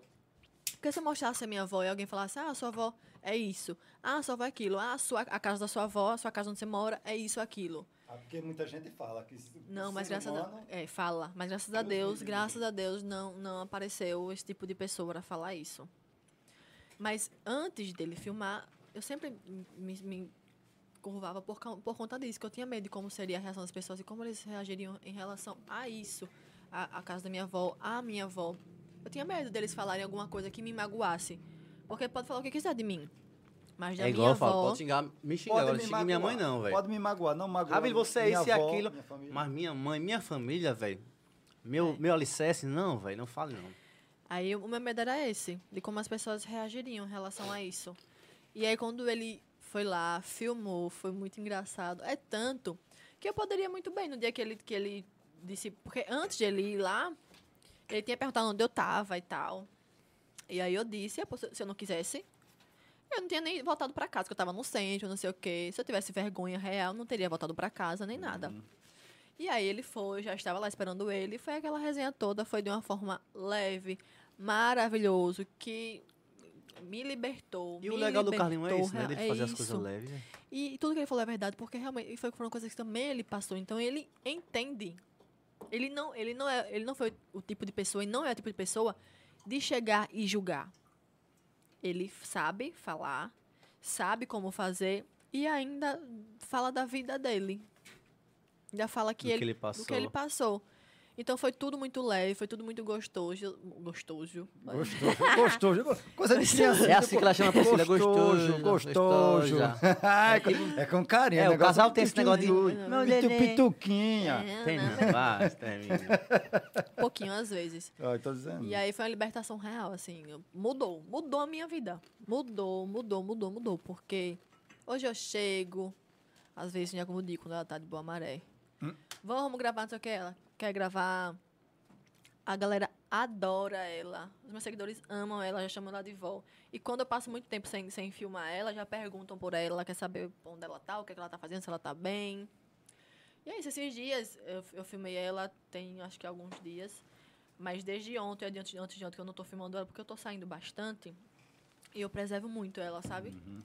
[SPEAKER 4] Porque se eu mostrasse a minha avó e alguém falasse, ah, sua avó é isso, ah, sua avó é aquilo, ah, sua, a casa da sua avó, a sua casa onde você mora é isso, aquilo.
[SPEAKER 3] Ah, Porque muita gente fala que... se-
[SPEAKER 4] Não,
[SPEAKER 3] ser
[SPEAKER 4] mas graças a
[SPEAKER 3] humano-
[SPEAKER 4] é, fala, mas graças a
[SPEAKER 3] Deus me
[SPEAKER 4] Deus,
[SPEAKER 3] livre.
[SPEAKER 4] graças a Deus não não apareceu esse tipo de pessoa para falar isso. Mas antes dele filmar, eu sempre me, me curvava por, cau- por conta disso, que eu tinha medo de como seria a reação das pessoas e como eles reagiriam em relação a isso, a, a casa da minha avó, a minha avó. Eu tinha medo deles falarem alguma coisa que me magoasse, porque pode falar o que quiser de mim, mas da
[SPEAKER 2] É
[SPEAKER 4] minha
[SPEAKER 2] igual eu falo,
[SPEAKER 4] avó.
[SPEAKER 2] pode xingar, me xingar,
[SPEAKER 3] Pode
[SPEAKER 2] agora,
[SPEAKER 3] me
[SPEAKER 2] não xingue minha mãe
[SPEAKER 3] magoar.
[SPEAKER 2] não, velho.
[SPEAKER 3] Pode me magoar, não magoar.
[SPEAKER 2] Rabi, você é
[SPEAKER 3] minha
[SPEAKER 2] isso e
[SPEAKER 3] avó,
[SPEAKER 2] aquilo.
[SPEAKER 3] minha família.
[SPEAKER 2] Mas minha mãe, minha família, velho.
[SPEAKER 4] É.
[SPEAKER 2] Meu, meu alicerce, não, velho, não fale não.
[SPEAKER 4] Aí o meu medo era esse, de como as pessoas reagiriam em relação a isso. E aí quando ele foi lá, filmou, foi muito engraçado. É tanto que eu poderia muito bem no dia que ele, que ele disse. Porque antes de ele ir lá, ele tinha perguntado onde eu tava e tal. E aí eu disse, "Ah, pô, se se eu não quisesse. Eu não tinha nem voltado pra casa, que eu tava no centro, não sei o quê. Se eu tivesse vergonha real, não teria voltado pra casa nem nada.
[SPEAKER 2] Uhum.
[SPEAKER 4] E aí ele foi, eu já estava lá esperando ele. Foi aquela resenha toda, foi de uma forma leve, maravilhoso, que me libertou.
[SPEAKER 2] E o
[SPEAKER 4] me
[SPEAKER 2] legal do
[SPEAKER 4] libertou,
[SPEAKER 2] Carlinho é isso, né?
[SPEAKER 4] real-
[SPEAKER 2] Dele
[SPEAKER 4] é
[SPEAKER 2] fazer as
[SPEAKER 4] isso.
[SPEAKER 2] coisas leves. né?
[SPEAKER 4] E tudo que ele falou é verdade, porque realmente e foi foram coisas que também ele passou. Então ele entende. Ele não, ele não é, ele não foi o tipo de pessoa e não é o tipo de pessoa de chegar e julgar. Ele f- sabe falar, sabe como fazer e ainda fala da vida dele. Ainda fala que
[SPEAKER 2] do
[SPEAKER 4] ele
[SPEAKER 2] que ele
[SPEAKER 4] do
[SPEAKER 2] passou.
[SPEAKER 4] que ele passou. Então foi tudo muito leve, foi tudo muito gostoso, gostoso.
[SPEAKER 3] Gostoso, gostoso. Coisa de criança.
[SPEAKER 2] É assim que ela chama a Priscila, gostoso,
[SPEAKER 3] Gostoso.
[SPEAKER 2] gostosa.
[SPEAKER 3] Ai, com- é com carinho.
[SPEAKER 2] É, o
[SPEAKER 3] negócio
[SPEAKER 2] casal tem esse negócio de-
[SPEAKER 3] Pitu, pituquinha.
[SPEAKER 4] É,
[SPEAKER 2] Tem,
[SPEAKER 4] né?
[SPEAKER 2] vai, termina.
[SPEAKER 4] Um pouquinho às vezes.
[SPEAKER 2] É.
[SPEAKER 3] Ó, eu tô dizendo.
[SPEAKER 4] E aí foi uma libertação real, assim. eu- Mudou, mudou a minha vida. Mudou, mudou, mudou, mudou. Porque hoje eu chego, às vezes me acomodei quando ela tá de boa maré. Vamos gravar, não sei o que ela quer gravar. A galera adora ela. Os meus seguidores amam ela, já chamam ela de vó. E quando eu passo muito tempo sem, sem filmar ela, já perguntam por ela, quer saber onde ela tá, o que, é que ela tá fazendo, se ela tá bem. E é isso, esses dias eu, eu filmei ela, tem acho que alguns dias. Mas desde ontem, adiante de antes de ontem, que eu não tô filmando ela, porque eu tô saindo bastante. E eu preservo muito ela, sabe?
[SPEAKER 2] Uhum.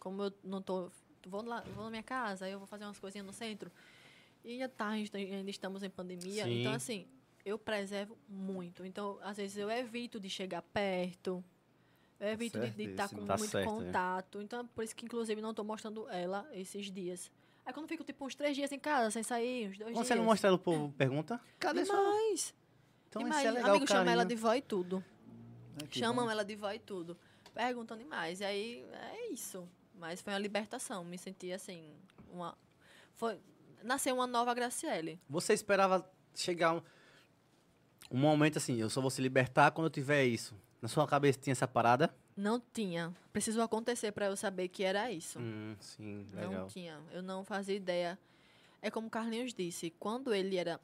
[SPEAKER 4] Como eu não tô. Vou, lá, vou na minha casa, aí eu vou fazer umas coisinhas no centro. E já tá, ainda ainda estamos em pandemia.
[SPEAKER 2] Sim.
[SPEAKER 4] Então, assim, eu preservo muito. Então, às vezes eu evito de chegar perto. Eu evito de- de estar
[SPEAKER 3] certíssimo.
[SPEAKER 4] com
[SPEAKER 2] Tá
[SPEAKER 4] muito
[SPEAKER 2] certo, né?
[SPEAKER 4] contato. Então, é por isso que, inclusive, não tô mostrando ela esses dias. Aí quando eu fico, tipo, uns três dias em casa, sem sair, uns dois
[SPEAKER 2] Quando
[SPEAKER 4] dias.
[SPEAKER 2] você não mostra ela, o povo pergunta, cadê sua...
[SPEAKER 4] Demais.
[SPEAKER 2] Então
[SPEAKER 4] Demais.
[SPEAKER 2] isso é legal,
[SPEAKER 4] Amigo chama ela
[SPEAKER 2] carinho.
[SPEAKER 4] de vó e tudo.
[SPEAKER 3] Ai, né, que
[SPEAKER 4] Chamam
[SPEAKER 3] bom.
[SPEAKER 4] ela de vó e tudo. Perguntam demais. E aí é isso. Mas foi uma libertação. Me senti assim. Uma... Foi... Nasceu uma nova Graciele.
[SPEAKER 2] Você esperava chegar um, um momento assim, eu só vou se libertar quando eu tiver isso. Na sua cabeça tinha essa parada?
[SPEAKER 4] Não tinha. Precisou acontecer pra eu saber que era isso.
[SPEAKER 2] Hum, sim,
[SPEAKER 4] Não
[SPEAKER 2] legal.
[SPEAKER 4] tinha. Eu não fazia ideia. É como o Carlinhos disse, quando ele era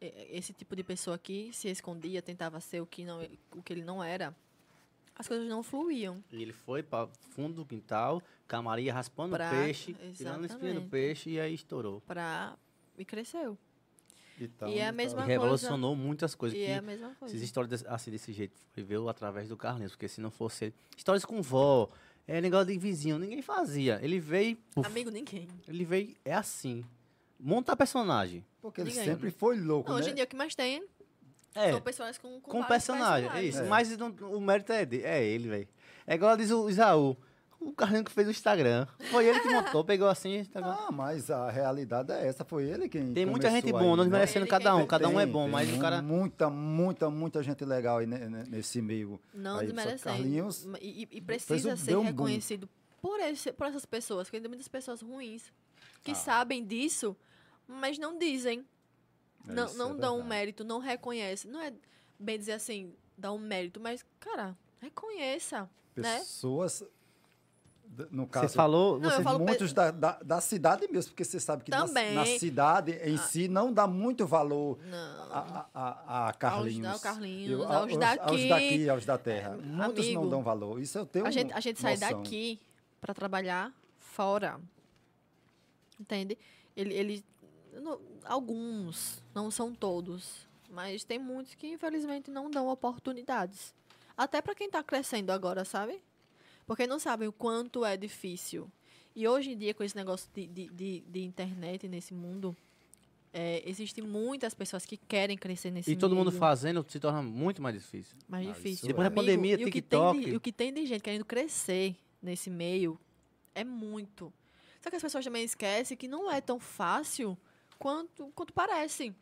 [SPEAKER 4] eh, esse tipo de pessoa que se escondia, tentava ser o que, não, o que ele não era, as coisas não fluíam.
[SPEAKER 2] E ele foi para fundo do quintal, camaria raspando o
[SPEAKER 4] Pra-
[SPEAKER 2] peixe, tirando a espinha do
[SPEAKER 4] exatamente.
[SPEAKER 2] peixe e aí estourou.
[SPEAKER 4] Pra... E cresceu.
[SPEAKER 3] Então,
[SPEAKER 4] e é a
[SPEAKER 3] então,
[SPEAKER 4] mesma-
[SPEAKER 2] E
[SPEAKER 4] Uma
[SPEAKER 2] revolucionou muitas coisas.
[SPEAKER 4] E
[SPEAKER 2] que
[SPEAKER 4] é a mesma coisa.
[SPEAKER 2] Essas histórias desse- assim desse jeito, foi ver através do Carlinhos, porque se não fosse. Histórias com vó, é negócio de vizinho, ninguém fazia. Ele veio. puf,
[SPEAKER 4] Amigo ninguém.
[SPEAKER 2] ele veio. É assim. Montar personagem.
[SPEAKER 3] Porque ele
[SPEAKER 4] Diga aí.
[SPEAKER 3] sempre foi louco,
[SPEAKER 4] Não,
[SPEAKER 3] né?
[SPEAKER 4] hoje em dia o que mais tem
[SPEAKER 2] um É.
[SPEAKER 4] são pessoas com, com,
[SPEAKER 2] Com
[SPEAKER 4] vários
[SPEAKER 2] personagem, é
[SPEAKER 4] personagens.
[SPEAKER 2] isso.
[SPEAKER 3] É.
[SPEAKER 2] Mas não- o mérito é, de, é ele, velho. É igual diz o Isaú. O Carlinhos que fez o Instagram. Foi ele que montou, pegou assim. tá bom.
[SPEAKER 3] Ah, mas a realidade é essa. Foi ele quem
[SPEAKER 2] Tem muita
[SPEAKER 3] começou
[SPEAKER 2] gente
[SPEAKER 3] aí,
[SPEAKER 2] boa, nós
[SPEAKER 3] né?
[SPEAKER 2] merecendo
[SPEAKER 4] Ele
[SPEAKER 2] cada
[SPEAKER 4] quem
[SPEAKER 2] um. Cada um é
[SPEAKER 3] Tem,
[SPEAKER 2] bom,
[SPEAKER 3] tem
[SPEAKER 2] mas o
[SPEAKER 3] mu-
[SPEAKER 2] cara.
[SPEAKER 3] Muita, muita, muita gente legal aí ne- ne- nesse meio.
[SPEAKER 4] Não
[SPEAKER 3] Aí, só
[SPEAKER 4] desmerecendo.
[SPEAKER 3] Carlinhos
[SPEAKER 4] E, e- e precisa
[SPEAKER 3] um-
[SPEAKER 4] ser
[SPEAKER 3] deu um boom.
[SPEAKER 4] reconhecido por, esse, por essas pessoas, porque tem muitas pessoas ruins que
[SPEAKER 3] Ah.
[SPEAKER 4] sabem disso, mas não dizem.
[SPEAKER 3] É,
[SPEAKER 4] não
[SPEAKER 3] isso
[SPEAKER 4] não
[SPEAKER 3] é
[SPEAKER 4] dão um
[SPEAKER 3] verdade.
[SPEAKER 4] mérito, não reconhecem. Não é bem dizer assim, dá um mérito, mas, cara, reconheça. né?
[SPEAKER 3] Pessoas, d- no
[SPEAKER 2] Você
[SPEAKER 3] caso,
[SPEAKER 2] falou.
[SPEAKER 4] Não,
[SPEAKER 2] você-
[SPEAKER 4] eu falo pe-
[SPEAKER 3] muitos da, da, da cidade mesmo, porque você sabe que na,
[SPEAKER 4] Também. Ah.
[SPEAKER 3] na cidade em si não dá muito valor
[SPEAKER 4] Não.
[SPEAKER 3] a, a, a, a Carlinhos.
[SPEAKER 4] ao Carlinhos,
[SPEAKER 3] Eu-
[SPEAKER 4] aos daqui.
[SPEAKER 3] aos daqui, aos da terra. Muitos
[SPEAKER 4] amigo,
[SPEAKER 3] não dão valor. Isso eu tenho
[SPEAKER 4] A gente, a gente sai
[SPEAKER 3] um noção.
[SPEAKER 4] daqui pra trabalhar fora. Entende? Ele, ele- eu não- alguns, não são todos, mas tem muitos que infelizmente não dão oportunidades. Até pra quem tá crescendo agora, sabe? Porque não sabem o quanto é difícil. E hoje em dia, com esse negócio de, de, de, de internet nesse mundo, é, existem muitas pessoas que querem crescer nesse
[SPEAKER 2] E todo mundo
[SPEAKER 4] meio.
[SPEAKER 2] fazendo se torna muito mais difícil.
[SPEAKER 4] Mais
[SPEAKER 3] Ah, isso
[SPEAKER 4] difícil.
[SPEAKER 2] Depois da é. pandemia,
[SPEAKER 4] Amigo, e o que tem
[SPEAKER 2] TikTok.
[SPEAKER 4] de- E o que tem de gente querendo crescer nesse meio é muito. Só que as pessoas também esquecem que não é tão fácil quanto, quanto parece.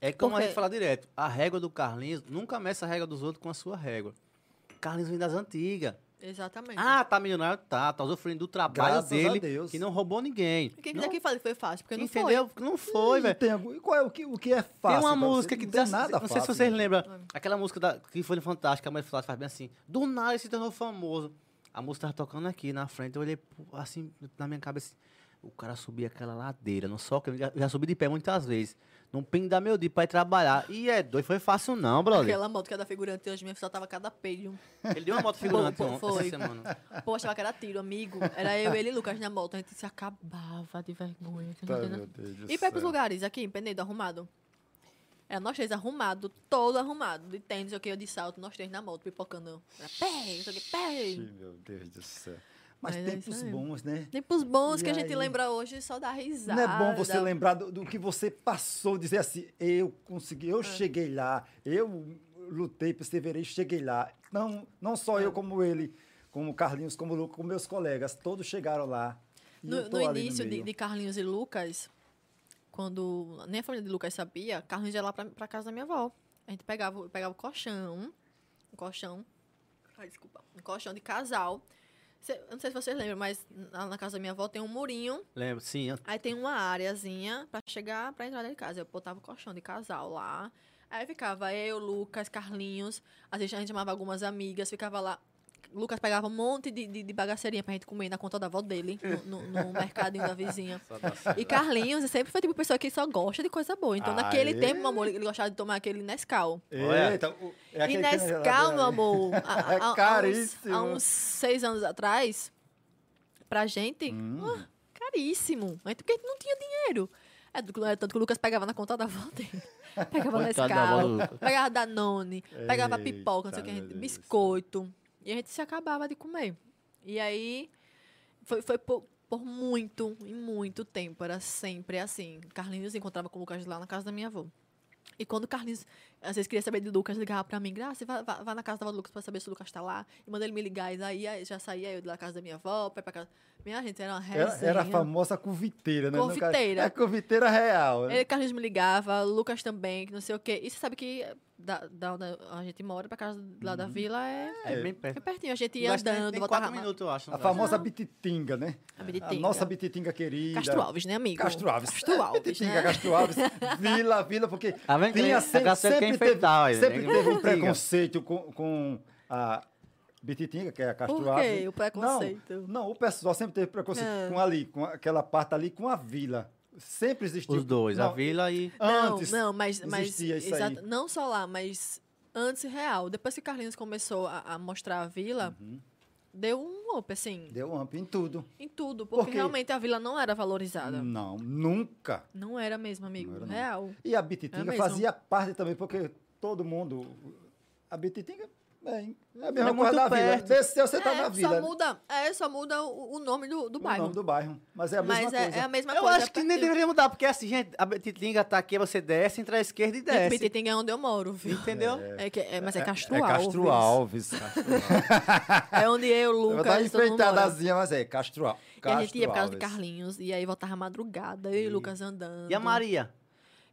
[SPEAKER 2] É como a
[SPEAKER 4] Porque-
[SPEAKER 2] gente fala direto. A régua do Carlinhos nunca meça a régua dos outros com a sua régua. Carlinhos vem das antigas.
[SPEAKER 4] Exatamente.
[SPEAKER 2] Ah, tá milionário? Tá. Tá usufruindo do trabalho
[SPEAKER 3] Graças a
[SPEAKER 2] dele,
[SPEAKER 3] Deus.
[SPEAKER 2] que não roubou ninguém.
[SPEAKER 4] Quem quiser que fale foi fácil, porque não foi. Hum.
[SPEAKER 2] Entendeu? Não foi, velho.
[SPEAKER 3] Tem algum- e qual é o que, o que é
[SPEAKER 2] Tem
[SPEAKER 3] fácil?
[SPEAKER 2] uma
[SPEAKER 3] pra você?
[SPEAKER 2] música que
[SPEAKER 3] não
[SPEAKER 2] diz
[SPEAKER 3] tem
[SPEAKER 2] assim,
[SPEAKER 3] nada
[SPEAKER 2] não sei se
[SPEAKER 3] fácil,
[SPEAKER 2] vocês
[SPEAKER 3] né?
[SPEAKER 2] lembram,
[SPEAKER 4] Hum.
[SPEAKER 2] aquela música da, que foi no Fantástico, a mulher fantástica faz bem assim, do nada ele se tornou famoso. A música tava tocando aqui na frente, eu olhei pô, assim na minha cabeça, O cara subia aquela ladeira, não só que eu já, já subi de pé muitas vezes. Não pinga meu dia pra ir trabalhar. E é doido, foi fácil não, brother.
[SPEAKER 4] Aquela moto que era da figurante hoje mesmo, só tava cada peito.
[SPEAKER 2] Ele deu uma moto figurante
[SPEAKER 4] Pô, pô,
[SPEAKER 2] ontem,
[SPEAKER 4] foi.
[SPEAKER 2] essa semana.
[SPEAKER 4] Pô, achava que era tiro, amigo. Era eu, ele e Lucas na moto. A gente se acabava de vergonha.
[SPEAKER 2] Tá
[SPEAKER 3] Tá,
[SPEAKER 4] você não tem
[SPEAKER 3] né?
[SPEAKER 4] noção. E pra ir pros lugares aqui, em Penedo, arrumado. Era nós três arrumado, todo arrumado, de tênis, ok, eu de salto, nós três na moto, pipocando. Era pé, não sei o que, pé.
[SPEAKER 3] Meu Deus do céu. Mas,
[SPEAKER 4] Mas é isso
[SPEAKER 3] tempos
[SPEAKER 4] aí.
[SPEAKER 3] bons, né?
[SPEAKER 4] Nem pros bons
[SPEAKER 3] E
[SPEAKER 4] que a gente
[SPEAKER 3] aí?
[SPEAKER 4] lembra hoje, só dá risada.
[SPEAKER 3] Não é bom você lembrar do, do que você passou, dizer assim, eu consegui,
[SPEAKER 4] Ah.
[SPEAKER 3] eu cheguei lá, eu lutei, perseverei, cheguei lá. Não, não só
[SPEAKER 4] Ah.
[SPEAKER 3] eu como ele, como o Carlinhos, como o Lucas, como meus colegas, todos chegaram lá. E eu
[SPEAKER 4] No,
[SPEAKER 3] tô
[SPEAKER 4] no
[SPEAKER 3] ali
[SPEAKER 4] início de,
[SPEAKER 3] meio.
[SPEAKER 4] de Carlinhos e Lucas, quando nem a família de Lucas sabia, Carlinhos ia lá pra, pra casa da minha avó. A gente pegava, o- pegava o colchão, um colchão, ai, desculpa, um colchão de casal. Cê- eu não sei se vocês lembram, mas na, na casa da minha avó tem um murinho,
[SPEAKER 2] Lembro, sim. eu-
[SPEAKER 4] aí tem uma areazinha pra chegar, pra entrar dentro de casa. Eu botava o colchão de casal lá. Aí ficava eu, Lucas, Carlinhos, às vezes a gente chamava algumas amigas, ficava lá. Lucas pegava um monte de, de, de bagaceirinha pra gente comer na conta da avó dele, no, no, no mercadinho da vizinha. E Carlinhos sempre foi tipo pessoa que só gosta de coisa boa. Então, naquele
[SPEAKER 3] Aê.
[SPEAKER 4] tempo, meu amor, ele gostava de tomar aquele Nescau.
[SPEAKER 3] Eita, o- é
[SPEAKER 4] e
[SPEAKER 3] aquele que-
[SPEAKER 4] Nescau, meu amor, a- a-
[SPEAKER 3] É
[SPEAKER 4] a- há uns-
[SPEAKER 3] caríssimo.
[SPEAKER 4] Há uns, seis anos atrás, pra gente,
[SPEAKER 3] Hum.
[SPEAKER 4] uah, caríssimo. Mas porque a gente não tinha dinheiro. É, do- é tanto que o Lucas pegava na conta da avó dele. Pegava
[SPEAKER 2] Coitado da avó do
[SPEAKER 4] Nescau,
[SPEAKER 2] Lucas.
[SPEAKER 4] pegava Danone, pegava
[SPEAKER 3] Eita,
[SPEAKER 4] pipoca, não sei o que, a
[SPEAKER 3] meu Deus
[SPEAKER 4] gente-
[SPEAKER 3] do céu.
[SPEAKER 4] biscoito. E a gente se acabava de comer. E aí, foi, foi por, por muito e muito tempo. Era sempre assim. Carlinhos encontrava com o Lucas lá na casa da minha avó. E quando o Carlinhos, às vezes, queria saber de Lucas, ligava pra mim, Graça, vá, vá, vá na casa da avó do Lucas pra saber se o Lucas tá lá. E manda ele me ligar. E daí aí já saía eu da casa da minha avó, pra ir pra casa. Minha gente, era uma
[SPEAKER 3] Era,
[SPEAKER 4] resenha.
[SPEAKER 3] era a famosa conviteira, né?
[SPEAKER 4] Conviteira.
[SPEAKER 3] É a conviteira real. né?
[SPEAKER 4] Ele, Carlinhos me ligava, Lucas também, que não sei o quê. E você sabe que da, da onde a gente mora, pra casa lá
[SPEAKER 3] Uhum.
[SPEAKER 4] da vila, é,
[SPEAKER 2] É bem perto.
[SPEAKER 4] é pertinho. A gente ia
[SPEAKER 2] Não gasta nem-
[SPEAKER 4] andando,
[SPEAKER 2] nem
[SPEAKER 4] botava
[SPEAKER 2] quatro minutos, eu acho. não né?
[SPEAKER 3] A
[SPEAKER 2] gasta.
[SPEAKER 3] famosa bititinga, né?
[SPEAKER 4] A bititinga.
[SPEAKER 3] A nossa bititinga querida.
[SPEAKER 4] Castro Alves, né, amigo?
[SPEAKER 3] Castro Alves. É,
[SPEAKER 4] Castro Alves,
[SPEAKER 3] Bititinga,
[SPEAKER 4] né?
[SPEAKER 3] Castro Alves. Vila, vila, porque
[SPEAKER 2] Tá vendo que
[SPEAKER 3] tinha
[SPEAKER 2] ele- a
[SPEAKER 3] sempre,
[SPEAKER 2] Castro quer
[SPEAKER 3] sempre teve,
[SPEAKER 2] enfeitar, olha, né?
[SPEAKER 3] sempre
[SPEAKER 4] né?
[SPEAKER 2] ninguém
[SPEAKER 3] teve um
[SPEAKER 2] critica.
[SPEAKER 3] preconceito com, com a bititinga, que é a Castro
[SPEAKER 4] Por
[SPEAKER 3] Alves.
[SPEAKER 4] quê? O preconceito?
[SPEAKER 3] Não, não, o pessoal sempre teve preconceito
[SPEAKER 4] É.
[SPEAKER 3] com ali, com aquela parte ali, com a vila. Sempre existiu.
[SPEAKER 2] Os dois, a
[SPEAKER 3] Não,
[SPEAKER 2] vila e...
[SPEAKER 3] Antes.
[SPEAKER 4] não, não, mas, mas
[SPEAKER 3] existia isso aí.
[SPEAKER 4] exata- não só lá, mas antes real. Depois que Carlinhos começou a, a mostrar a vila, deu um up, assim,
[SPEAKER 3] Uhum. Deu um up em tudo.
[SPEAKER 4] em tudo, porque
[SPEAKER 3] quê?
[SPEAKER 4] realmente a vila não era valorizada.
[SPEAKER 3] Não, nunca.
[SPEAKER 4] Não era mesmo, amigo.
[SPEAKER 3] Não era, não.
[SPEAKER 4] real.
[SPEAKER 3] E a bititinga
[SPEAKER 4] É mesmo.
[SPEAKER 3] fazia parte também, porque todo mundo. A bititinga, bem. É a mesma
[SPEAKER 2] É muito
[SPEAKER 3] coisa da
[SPEAKER 2] perto.
[SPEAKER 3] vila. Desceu, você tá
[SPEAKER 4] é,
[SPEAKER 3] na vila.
[SPEAKER 4] Só muda, é, só muda o, o nome do, do
[SPEAKER 3] o
[SPEAKER 4] bairro.
[SPEAKER 3] nome do bairro. Mas é a mesma
[SPEAKER 4] mas
[SPEAKER 3] coisa.
[SPEAKER 4] é, é a mesma
[SPEAKER 2] Eu
[SPEAKER 4] coisa.
[SPEAKER 2] acho que nem deveria mudar, porque assim, gente, a Betitinga tá aqui, você desce, entra à esquerda e desce.
[SPEAKER 4] Bititinga é onde eu moro, viu?
[SPEAKER 2] Entendeu?
[SPEAKER 4] É que- é, mas é, Castro
[SPEAKER 3] É
[SPEAKER 4] Alves.
[SPEAKER 3] Castro Alves.
[SPEAKER 4] É onde eu,
[SPEAKER 3] Eu vou dar uma
[SPEAKER 4] Lucas, todo mundo mora.
[SPEAKER 3] enfeitadazinha, mas é Castro Al- Castro Alves.
[SPEAKER 4] E a gente ia por causa de Carlinhos, e aí voltava madrugada, eu e Lucas andando.
[SPEAKER 2] E a Maria?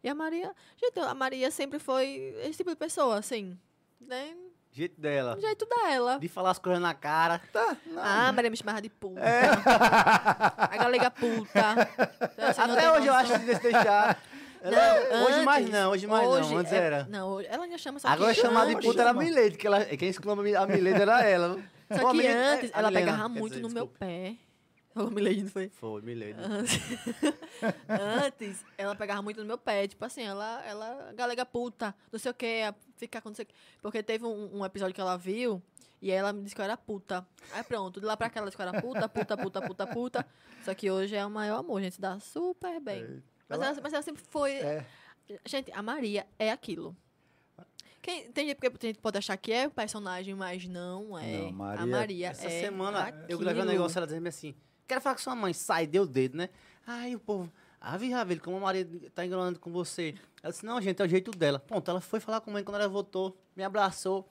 [SPEAKER 4] E a Maria. Gente, a Maria sempre foi esse tipo de pessoa, assim. Né?
[SPEAKER 2] Jeito dela.
[SPEAKER 4] Do jeito dela.
[SPEAKER 2] De falar as coisas na cara.
[SPEAKER 3] Tá, não.
[SPEAKER 4] Ah, a Maria me chamava de puta.
[SPEAKER 2] É.
[SPEAKER 4] a galega puta. Então, assim, não
[SPEAKER 2] Até
[SPEAKER 4] tem
[SPEAKER 2] hoje eu
[SPEAKER 4] noção.
[SPEAKER 2] acho que desse deixar. Ela- é-
[SPEAKER 4] Não,
[SPEAKER 2] hoje mais
[SPEAKER 4] antes-
[SPEAKER 2] não, hoje mais não.
[SPEAKER 4] hoje
[SPEAKER 2] Antes
[SPEAKER 4] é-
[SPEAKER 2] era.
[SPEAKER 4] Não, hoje- ela ainda chama só
[SPEAKER 2] Agora é
[SPEAKER 4] que
[SPEAKER 2] chamar de
[SPEAKER 4] antes-
[SPEAKER 2] puta era a
[SPEAKER 3] chama.
[SPEAKER 2] Milady, que ela, quem exclama a Milady era ela. Ou
[SPEAKER 4] Só
[SPEAKER 2] a
[SPEAKER 4] que
[SPEAKER 2] Milady- é,
[SPEAKER 4] antes,
[SPEAKER 2] a
[SPEAKER 4] ela
[SPEAKER 2] Milena,
[SPEAKER 4] pegava
[SPEAKER 2] quer
[SPEAKER 4] muito
[SPEAKER 2] dizer,
[SPEAKER 4] no meu
[SPEAKER 2] desculpa.
[SPEAKER 4] pé. Ô, Milady, não foi?
[SPEAKER 2] Foi, Milady.
[SPEAKER 4] Antes, antes, ela pegava muito no meu pé, tipo assim, ela, ela galega puta, não sei o que, ficar com não sei o que. Porque teve um, um episódio que ela viu e aí ela me disse que eu era puta. Aí pronto, de lá pra cá ela disse que eu era puta, puta, puta, puta, puta. Só que hoje é o maior amor, a gente se dá super bem. Mas
[SPEAKER 3] É, Ela-
[SPEAKER 4] ela, mas ela sempre foi.
[SPEAKER 3] É.
[SPEAKER 4] Gente, a Maria é aquilo. Quem, tem, gente, porque tem gente que pode achar que é o personagem, mas não é.
[SPEAKER 3] Não, Maria-
[SPEAKER 4] a Maria
[SPEAKER 2] Essa
[SPEAKER 4] é
[SPEAKER 2] semana eu gravei um
[SPEAKER 4] aquilo.
[SPEAKER 2] negócio, ela dizendo assim: quero falar com sua mãe, sai, deu o dedo, né? Aí o povo, Ave Ravelho, como a Maria tá enganando com você. Ela disse: não, gente, é o jeito dela. Pronto, ela foi falar com a mãe quando ela voltou, me abraçou.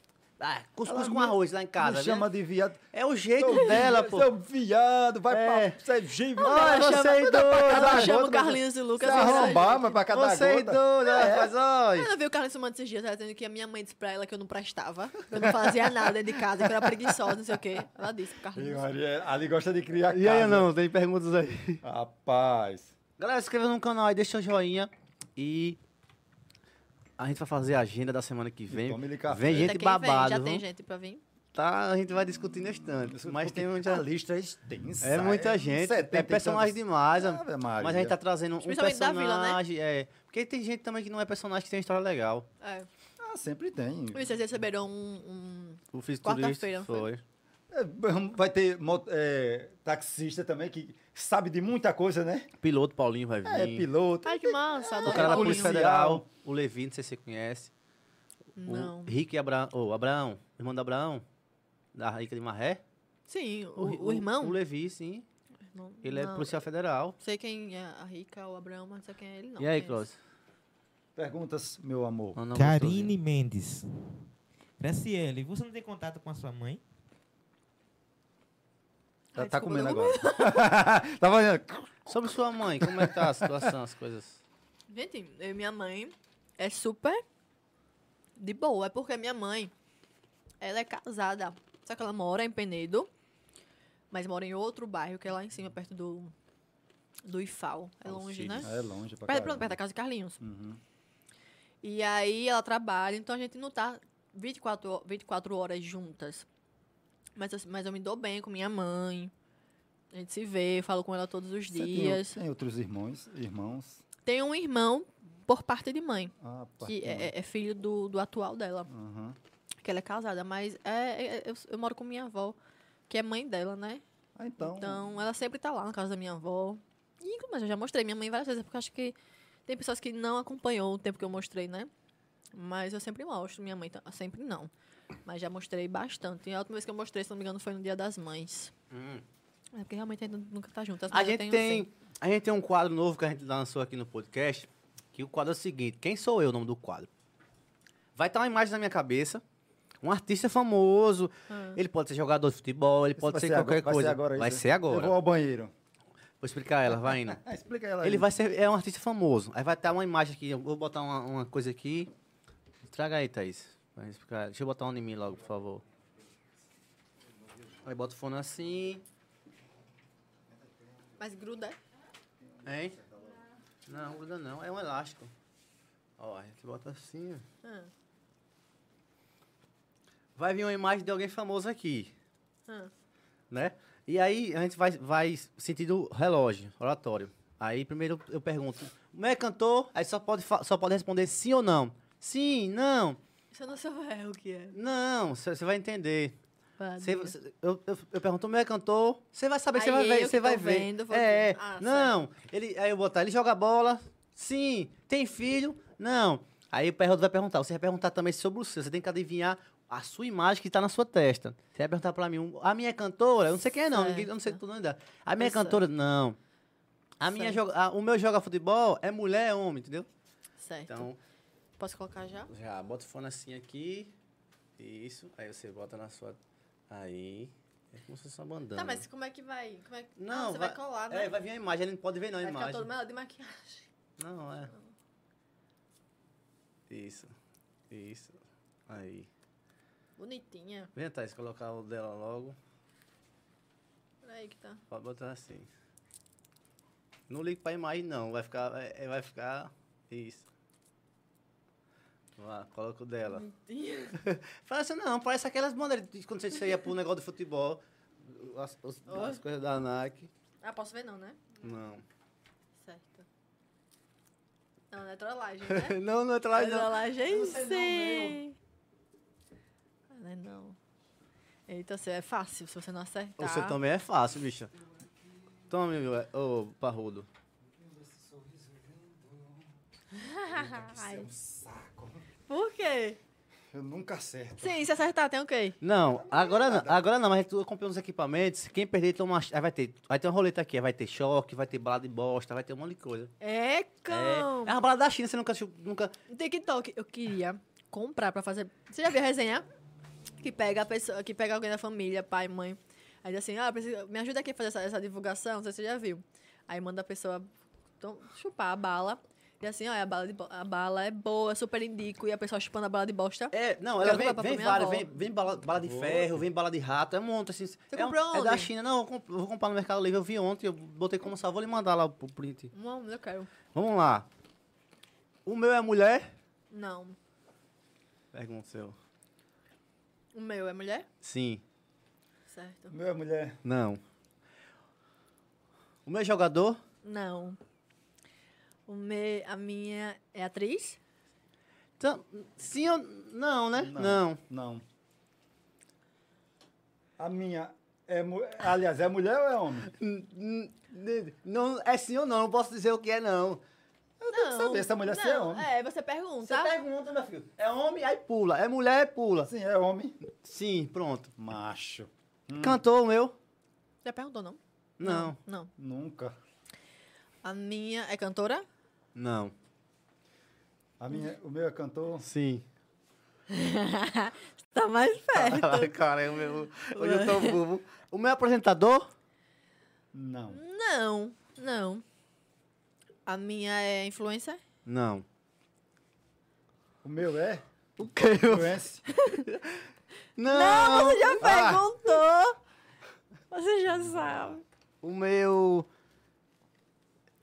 [SPEAKER 2] Ah, cuscuz
[SPEAKER 3] Ela
[SPEAKER 2] com
[SPEAKER 3] me-
[SPEAKER 2] arroz lá em casa.
[SPEAKER 3] Me
[SPEAKER 2] Né?
[SPEAKER 3] chama de viado.
[SPEAKER 2] É o jeito
[SPEAKER 3] Seu
[SPEAKER 2] dela,
[SPEAKER 3] vi-
[SPEAKER 2] pô.
[SPEAKER 3] Seu viado, vai
[SPEAKER 2] É.
[SPEAKER 3] pra... Você é gengibre.
[SPEAKER 2] Olha,
[SPEAKER 4] chama-
[SPEAKER 2] vocês dois,
[SPEAKER 4] Ela
[SPEAKER 2] olha,
[SPEAKER 4] chama o
[SPEAKER 3] outra-
[SPEAKER 4] Carlinhos e o
[SPEAKER 3] Você
[SPEAKER 4] Lucas. e
[SPEAKER 2] um
[SPEAKER 4] ela-
[SPEAKER 3] arrombar, mas pra cada
[SPEAKER 2] vocês
[SPEAKER 3] gota. É.
[SPEAKER 2] dois, olha, é faz
[SPEAKER 4] Eu
[SPEAKER 2] olha.
[SPEAKER 4] não vi o Carlos Sumano esses dias, ela dizendo que a minha mãe disse pra ela que eu não prestava, que eu não fazia nada de casa, que eu era preguiçosa, não sei o quê. Ela disse pro
[SPEAKER 3] Ih,
[SPEAKER 4] Carlinhos.
[SPEAKER 3] Maria, ali gosta de criar casa.
[SPEAKER 2] tem perguntas aí.
[SPEAKER 3] Rapaz.
[SPEAKER 2] Galera, se inscreva no canal aí, deixa o joinha e a gente vai fazer a agenda da semana que vem.
[SPEAKER 3] tome-lhe café.
[SPEAKER 2] Vem gente
[SPEAKER 4] Eita, quem vem?
[SPEAKER 2] babado,
[SPEAKER 4] Já
[SPEAKER 2] viu?
[SPEAKER 4] tem gente pra vir?
[SPEAKER 2] tá, a gente vai discutir na estante. Mas
[SPEAKER 3] Porque
[SPEAKER 2] tem
[SPEAKER 3] um A
[SPEAKER 2] muita,
[SPEAKER 3] lista é extensa.
[SPEAKER 2] é muita gente, é personagem
[SPEAKER 3] Ah,
[SPEAKER 2] demais. am- Mas a gente tá trazendo um
[SPEAKER 4] Principalmente da vila, né?
[SPEAKER 2] personagem. É, porque tem gente também que não é personagem que tem uma história legal.
[SPEAKER 4] É.
[SPEAKER 3] Ah, sempre tem.
[SPEAKER 4] E Vocês receberam um. um-
[SPEAKER 2] O fisiculturista
[SPEAKER 4] Quarta-feira, não
[SPEAKER 2] foi.
[SPEAKER 4] foi?
[SPEAKER 3] É, Vai ter mo- é, taxista também que sabe de muita coisa, né?
[SPEAKER 2] Piloto Paulinho vai vir.
[SPEAKER 3] É piloto.
[SPEAKER 4] Ai, que massa. é
[SPEAKER 2] O
[SPEAKER 4] adorei.
[SPEAKER 2] cara da
[SPEAKER 3] Paulinho.
[SPEAKER 2] Polícia Federal, o Levi, não sei se você conhece.
[SPEAKER 4] Não.
[SPEAKER 2] O Rick e Abra... oh, Abraão, irmão do Abraão, da Rica de Marré.
[SPEAKER 4] Sim, o, o irmão.
[SPEAKER 2] O Levi, sim.
[SPEAKER 4] Irmão?
[SPEAKER 2] Ele é
[SPEAKER 4] Não,
[SPEAKER 2] policial federal.
[SPEAKER 4] Sei quem é a Rica, o Abraão, mas não sei quem é ele, não.
[SPEAKER 2] e aí,
[SPEAKER 4] Conheço.
[SPEAKER 2] Clóvis? um
[SPEAKER 3] Perguntas, meu amor.
[SPEAKER 2] Não, não
[SPEAKER 5] Karine Mendes. Graciele, você não tem contato com a sua mãe?
[SPEAKER 3] Tá,
[SPEAKER 4] Ai,
[SPEAKER 3] tá
[SPEAKER 4] desculpa,
[SPEAKER 3] comendo
[SPEAKER 4] não-
[SPEAKER 3] agora. tá fazendo.
[SPEAKER 2] gostou. Sobre sua mãe, como é que tá a situação, as coisas?
[SPEAKER 4] Gente, eu- minha mãe é super de boa. É porque minha mãe, ela é casada. Só que ela mora em Penedo, mas mora em outro bairro, que é lá em cima, perto do, do IFAL. É longe, né?
[SPEAKER 3] É longe pra
[SPEAKER 4] Perto,
[SPEAKER 3] caramba.
[SPEAKER 4] pronto, tá- perto da casa de Carlinhos.
[SPEAKER 3] Uhum.
[SPEAKER 4] E aí ela trabalha, então a gente não tá 24, ho- 24 horas juntas. Mas eu, mas eu me dou bem com minha mãe. A gente se vê, falo com ela todos os
[SPEAKER 3] Você é tem
[SPEAKER 4] dias.
[SPEAKER 3] o- Tem, outros irmãos, irmãos.
[SPEAKER 4] Tem um irmão por parte de mãe,
[SPEAKER 3] Ah, pá,
[SPEAKER 4] que
[SPEAKER 3] tem- Uhum.
[SPEAKER 4] é, é- é filho do, do atual dela,
[SPEAKER 3] Aham.
[SPEAKER 4] que ela é casada, mas é, é- é- eu, eu moro com minha avó, que é mãe dela, né?
[SPEAKER 3] Ah, então.
[SPEAKER 4] Então ela sempre tá lá na casa da minha avó. E, mas eu já mostrei minha mãe várias vezes, é porque eu acho que tem pessoas que não acompanhou o tempo que eu mostrei, né? Mas eu sempre mostro, minha mãe tá- sempre não. Mas já mostrei bastante. E a última vez que eu mostrei, se não me engano, foi no Dia das Mães. É porque realmente a gente nunca tá junto. As
[SPEAKER 2] Hum. A
[SPEAKER 4] mães eu
[SPEAKER 2] gente,
[SPEAKER 4] tenho
[SPEAKER 2] tem,
[SPEAKER 4] sempre.
[SPEAKER 2] a gente tem um quadro novo que a gente lançou aqui no podcast, que o quadro é o seguinte, quem sou eu, o nome do quadro. Vai estar uma imagem na minha cabeça, um artista famoso, ele pode ser jogador de futebol, ele
[SPEAKER 3] Isso
[SPEAKER 2] pode
[SPEAKER 3] vai
[SPEAKER 2] ser qualquer
[SPEAKER 3] agora-
[SPEAKER 2] coisa.
[SPEAKER 3] Vai ser agora.
[SPEAKER 2] Vai
[SPEAKER 3] isso?
[SPEAKER 2] ser agora.
[SPEAKER 3] Eu vou ao banheiro.
[SPEAKER 2] Vou explicar ela, vai indo.
[SPEAKER 3] Ah, explica ela
[SPEAKER 2] Ele
[SPEAKER 3] aí.
[SPEAKER 2] vai ser, é um artista famoso. Aí vai estar uma imagem aqui, eu vou botar uma, uma coisa aqui. Traga aí, Thaís. Vai explicar. Deixa eu botar um em mim logo, por favor. Aí bota o fone assim.
[SPEAKER 4] Mas gruda. é?
[SPEAKER 2] Hein? Não, gruda não. É um elástico. Ó, a gente bota assim. ó.
[SPEAKER 4] Ah,
[SPEAKER 2] Vai vir uma imagem de alguém famoso aqui,
[SPEAKER 4] ah.
[SPEAKER 2] né? E aí a gente vai, vai sentido relógio, oratório. Aí primeiro eu pergunto, como é cantor? Aí só pode, fa- só pode responder sim ou não. Sim, não,
[SPEAKER 4] Se eu não souber o que é.
[SPEAKER 2] não. Você vai entender.
[SPEAKER 4] Vá,
[SPEAKER 2] Cê-
[SPEAKER 4] diga.
[SPEAKER 2] cê- eu, eu, eu pergunto, meu é cantor, você vai saber, você
[SPEAKER 4] Aí
[SPEAKER 2] vai
[SPEAKER 4] eu
[SPEAKER 2] ver,
[SPEAKER 4] que
[SPEAKER 2] você vai
[SPEAKER 4] tô
[SPEAKER 2] ver.
[SPEAKER 4] vendo, vou
[SPEAKER 2] é,
[SPEAKER 4] ver. Ah,
[SPEAKER 2] não, ele, aí eu botar, ele joga bola, sim, tem filho, não. Aí o pergunto vai perguntar, você vai perguntar também sobre o seu, você tem que adivinhar a sua imagem que tá na sua testa. Você vai perguntar pra mim, um, a minha cantora, eu não sei quem é não, ninguém, eu não sei
[SPEAKER 4] Certo.
[SPEAKER 2] tudo ainda. A minha é
[SPEAKER 4] Tá certo.
[SPEAKER 2] cantora, não. A minha
[SPEAKER 4] Certo.
[SPEAKER 2] joga- a- o meu joga futebol é mulher, é homem, entendeu?
[SPEAKER 4] Certo.
[SPEAKER 2] Então,
[SPEAKER 4] Posso colocar já?
[SPEAKER 2] já bota o fone assim aqui. Isso. Aí você bota na sua. Aí. É como se fosse uma bandana.
[SPEAKER 4] Tá, mas como é que vai? Como é que...
[SPEAKER 2] Não,
[SPEAKER 4] ah, você vai, colar, né?
[SPEAKER 2] É, vai vir a imagem, ele não pode ver não a
[SPEAKER 4] Vai ficar
[SPEAKER 2] imagem.
[SPEAKER 4] todo melado de maquiagem.
[SPEAKER 2] Não, é. Isso. Isso. Aí.
[SPEAKER 4] Bonitinha.
[SPEAKER 2] Vem, Thaís, colocar o dela logo.
[SPEAKER 4] Peraí que tá.
[SPEAKER 2] Pode botar assim. Não liga pra imagem, não. Vai ficar. é- é- vai ficar. Isso. Lá, coloca o dela.
[SPEAKER 4] Bonitinha.
[SPEAKER 2] Parece assim, não, parece aquelas bandeiras de quando você ia pro negócio de futebol. As, as- as coisas da ANAC.
[SPEAKER 4] Ah, posso ver não, né?
[SPEAKER 2] Não.
[SPEAKER 4] Certo. Não, não é trollagem, né?
[SPEAKER 2] não, não é
[SPEAKER 4] Não é
[SPEAKER 2] atrás, não.
[SPEAKER 4] trollagem, sim. Ah, não é não. Eita, você é fácil se você não acertar.
[SPEAKER 2] O seu também é fácil, bicho. Tome, meu, é- ô, parrudo.
[SPEAKER 4] Ai. Por quê?
[SPEAKER 3] Eu nunca acerto.
[SPEAKER 4] Sim, se acertar tem o quê?
[SPEAKER 2] Não, agora não, agora não, mas a gente comprou uns equipamentos. Quem perder, toma. Aí vai ter, vai ter uma roleta aqui, aí vai ter choque, vai ter balada de bosta, vai ter um monte de coisa.
[SPEAKER 4] É,
[SPEAKER 2] É,
[SPEAKER 4] cão.
[SPEAKER 2] é uma balada da China, você nunca. nunca
[SPEAKER 4] TikTok, eu queria comprar pra fazer. Você já viu a resenha? Que pega a pessoa, que pega alguém da família, pai, mãe. Aí diz assim, ah, preciso- me ajuda aqui a fazer essa, essa divulgação, não sei se você já viu. Aí manda a pessoa to- chupar a bala. E assim, ó, a bala, de bo- a bala é boa, super indico. E a pessoa chupando a bala de bosta.
[SPEAKER 2] é, não, ela
[SPEAKER 4] Eu
[SPEAKER 2] vem,
[SPEAKER 4] vou pra
[SPEAKER 2] vem
[SPEAKER 4] minha
[SPEAKER 2] várias,
[SPEAKER 4] avó.
[SPEAKER 2] vem, vem bala, bala de ferro, vem bala de rato, é um monte assim. é, um-
[SPEAKER 4] comprou
[SPEAKER 2] é da
[SPEAKER 4] onde?
[SPEAKER 2] China, não, eu, comp- eu vou comprar no Mercado Livre, eu vi ontem, eu botei como salvo, vou lhe mandar lá pro print.
[SPEAKER 4] Não, eu quero.
[SPEAKER 2] Vamos lá. O meu é mulher?
[SPEAKER 4] Não.
[SPEAKER 2] Pergunta o seu.
[SPEAKER 4] O meu é mulher?
[SPEAKER 2] Sim.
[SPEAKER 4] Certo.
[SPEAKER 3] Meu é mulher.
[SPEAKER 2] Não. O meu é jogador?
[SPEAKER 4] Não. O me, a minha é atriz?
[SPEAKER 2] Tam- Sim ou não, né? Não.
[SPEAKER 3] Não. A minha é. mu- Aliás, é mulher ou é homem?
[SPEAKER 2] N- n- n- Não, é sim ou não, não posso dizer o que é, não.
[SPEAKER 4] Eu
[SPEAKER 3] tenho que saber se a mulher- se é homem.
[SPEAKER 4] É, você pergunta.
[SPEAKER 2] Você pergunta, meu filho. É homem, aí pula. É mulher, pula.
[SPEAKER 3] Sim, é homem.
[SPEAKER 2] Sim, pronto.
[SPEAKER 3] Macho.
[SPEAKER 2] Cantou o meu?
[SPEAKER 4] Já perguntou, não?
[SPEAKER 2] Não.
[SPEAKER 4] Não.
[SPEAKER 3] Nunca.
[SPEAKER 4] A minha é cantora?
[SPEAKER 2] Não. Hum.
[SPEAKER 3] A minha, o meu é cantor.
[SPEAKER 2] Sim.
[SPEAKER 4] Tá mais perto.
[SPEAKER 2] Cara, o meu. Hoje eu tô bobo. O meu é apresentador?
[SPEAKER 3] Não.
[SPEAKER 4] Não, não. A minha é influencer?
[SPEAKER 2] Não.
[SPEAKER 3] O meu é
[SPEAKER 2] O que?
[SPEAKER 3] influencer.
[SPEAKER 2] Não!
[SPEAKER 4] você já
[SPEAKER 2] Ah,
[SPEAKER 4] perguntou. Você já sabe.
[SPEAKER 2] o meu.